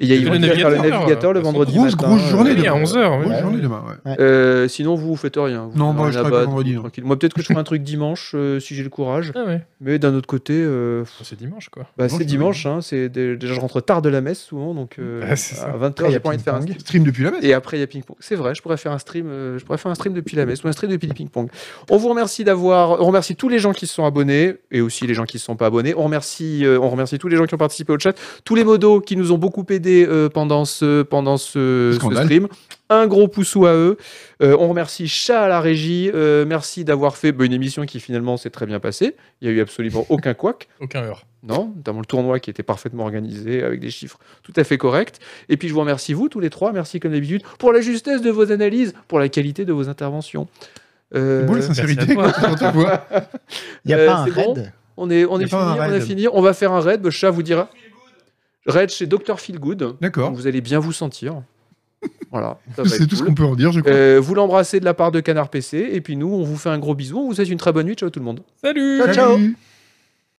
Speaker 1: Et il y a Yvan
Speaker 3: le
Speaker 1: qui va faire le
Speaker 3: navigateur,
Speaker 1: navigateur le
Speaker 3: euh,
Speaker 1: vendredi
Speaker 2: grosse,
Speaker 1: matin.
Speaker 2: grosse journée
Speaker 1: euh,
Speaker 3: Oui, à
Speaker 2: demain.
Speaker 3: 11h.
Speaker 2: Bonne
Speaker 4: Ouais.
Speaker 2: journée demain. ouais.
Speaker 1: Euh, sinon, vous, vous faites rien. Vous
Speaker 2: Non,
Speaker 1: faites
Speaker 2: moi,
Speaker 1: rien
Speaker 2: je
Speaker 1: à
Speaker 2: travaille pas
Speaker 1: battre,
Speaker 2: vendredi, non.
Speaker 1: tranquille. Moi, peut-être que je ferai un truc dimanche euh, si j'ai le courage.
Speaker 3: Ah ouais,
Speaker 1: Mais d'un autre côté, euh,
Speaker 3: c'est dimanche quoi.
Speaker 1: bah,
Speaker 2: Dimanche,
Speaker 1: c'est dimanche. Hein, c'est des- déjà, je rentre tard de la messe souvent, donc euh,
Speaker 3: Ah, c'est ça.
Speaker 1: à
Speaker 4: Après,
Speaker 1: 20h,
Speaker 4: il y
Speaker 1: j'ai
Speaker 4: a
Speaker 1: pas envie de faire un
Speaker 4: ping-pong.
Speaker 1: stream.
Speaker 2: Stream depuis la messe.
Speaker 1: Et après, il y a ping-pong. C'est vrai, je pourrais faire un stream. euh, je pourrais faire un stream depuis la messe ou un stream depuis le ping-pong. On vous remercie d'avoir. On remercie tous les gens qui se sont abonnés et aussi les gens qui ne sont pas abonnés. On remercie. euh, on remercie tous les gens qui ont participé au chat, tous les modos qui nous ont beaucoup aidés euh, pendant ce pendant ce, ce
Speaker 2: Scandale.
Speaker 1: stream. Un gros pouceau à eux. Euh, on remercie Chat à la régie. Euh, merci d'avoir fait bah, une émission qui finalement s'est très bien passée. Il y a eu absolument aucun couac.
Speaker 3: Aucun heure.
Speaker 1: Non, notamment le tournoi qui était parfaitement organisé avec des chiffres tout à fait corrects. Et puis je vous remercie vous tous les trois, merci comme d'habitude pour la justesse de vos analyses, pour la qualité de vos interventions. Euh,
Speaker 2: C'est beau la
Speaker 3: merci à
Speaker 2: sincérité.
Speaker 3: toi.
Speaker 2: quand on te voit.
Speaker 4: Il n'y a
Speaker 1: Euh,
Speaker 4: pas un
Speaker 1: c'est bon
Speaker 4: raid.
Speaker 1: on est, on
Speaker 2: Y a
Speaker 1: est fini,
Speaker 2: pas un
Speaker 1: on est
Speaker 2: raid.
Speaker 1: fini. On va faire un raid. Chat vous dira. Raid chez Dr Feelgood.
Speaker 2: D'accord.
Speaker 1: Vous allez bien vous sentir. Voilà. ça va
Speaker 2: C'est
Speaker 1: être
Speaker 2: tout ce
Speaker 1: cool.
Speaker 2: qu'on peut en dire, je crois.
Speaker 1: Euh, vous l'embrassez de la part de Canard PC. Et puis nous, on vous fait un gros bisou. On vous souhaite une très bonne nuit. Ciao tout le monde.
Speaker 3: Salut
Speaker 4: ciao.
Speaker 2: Salut.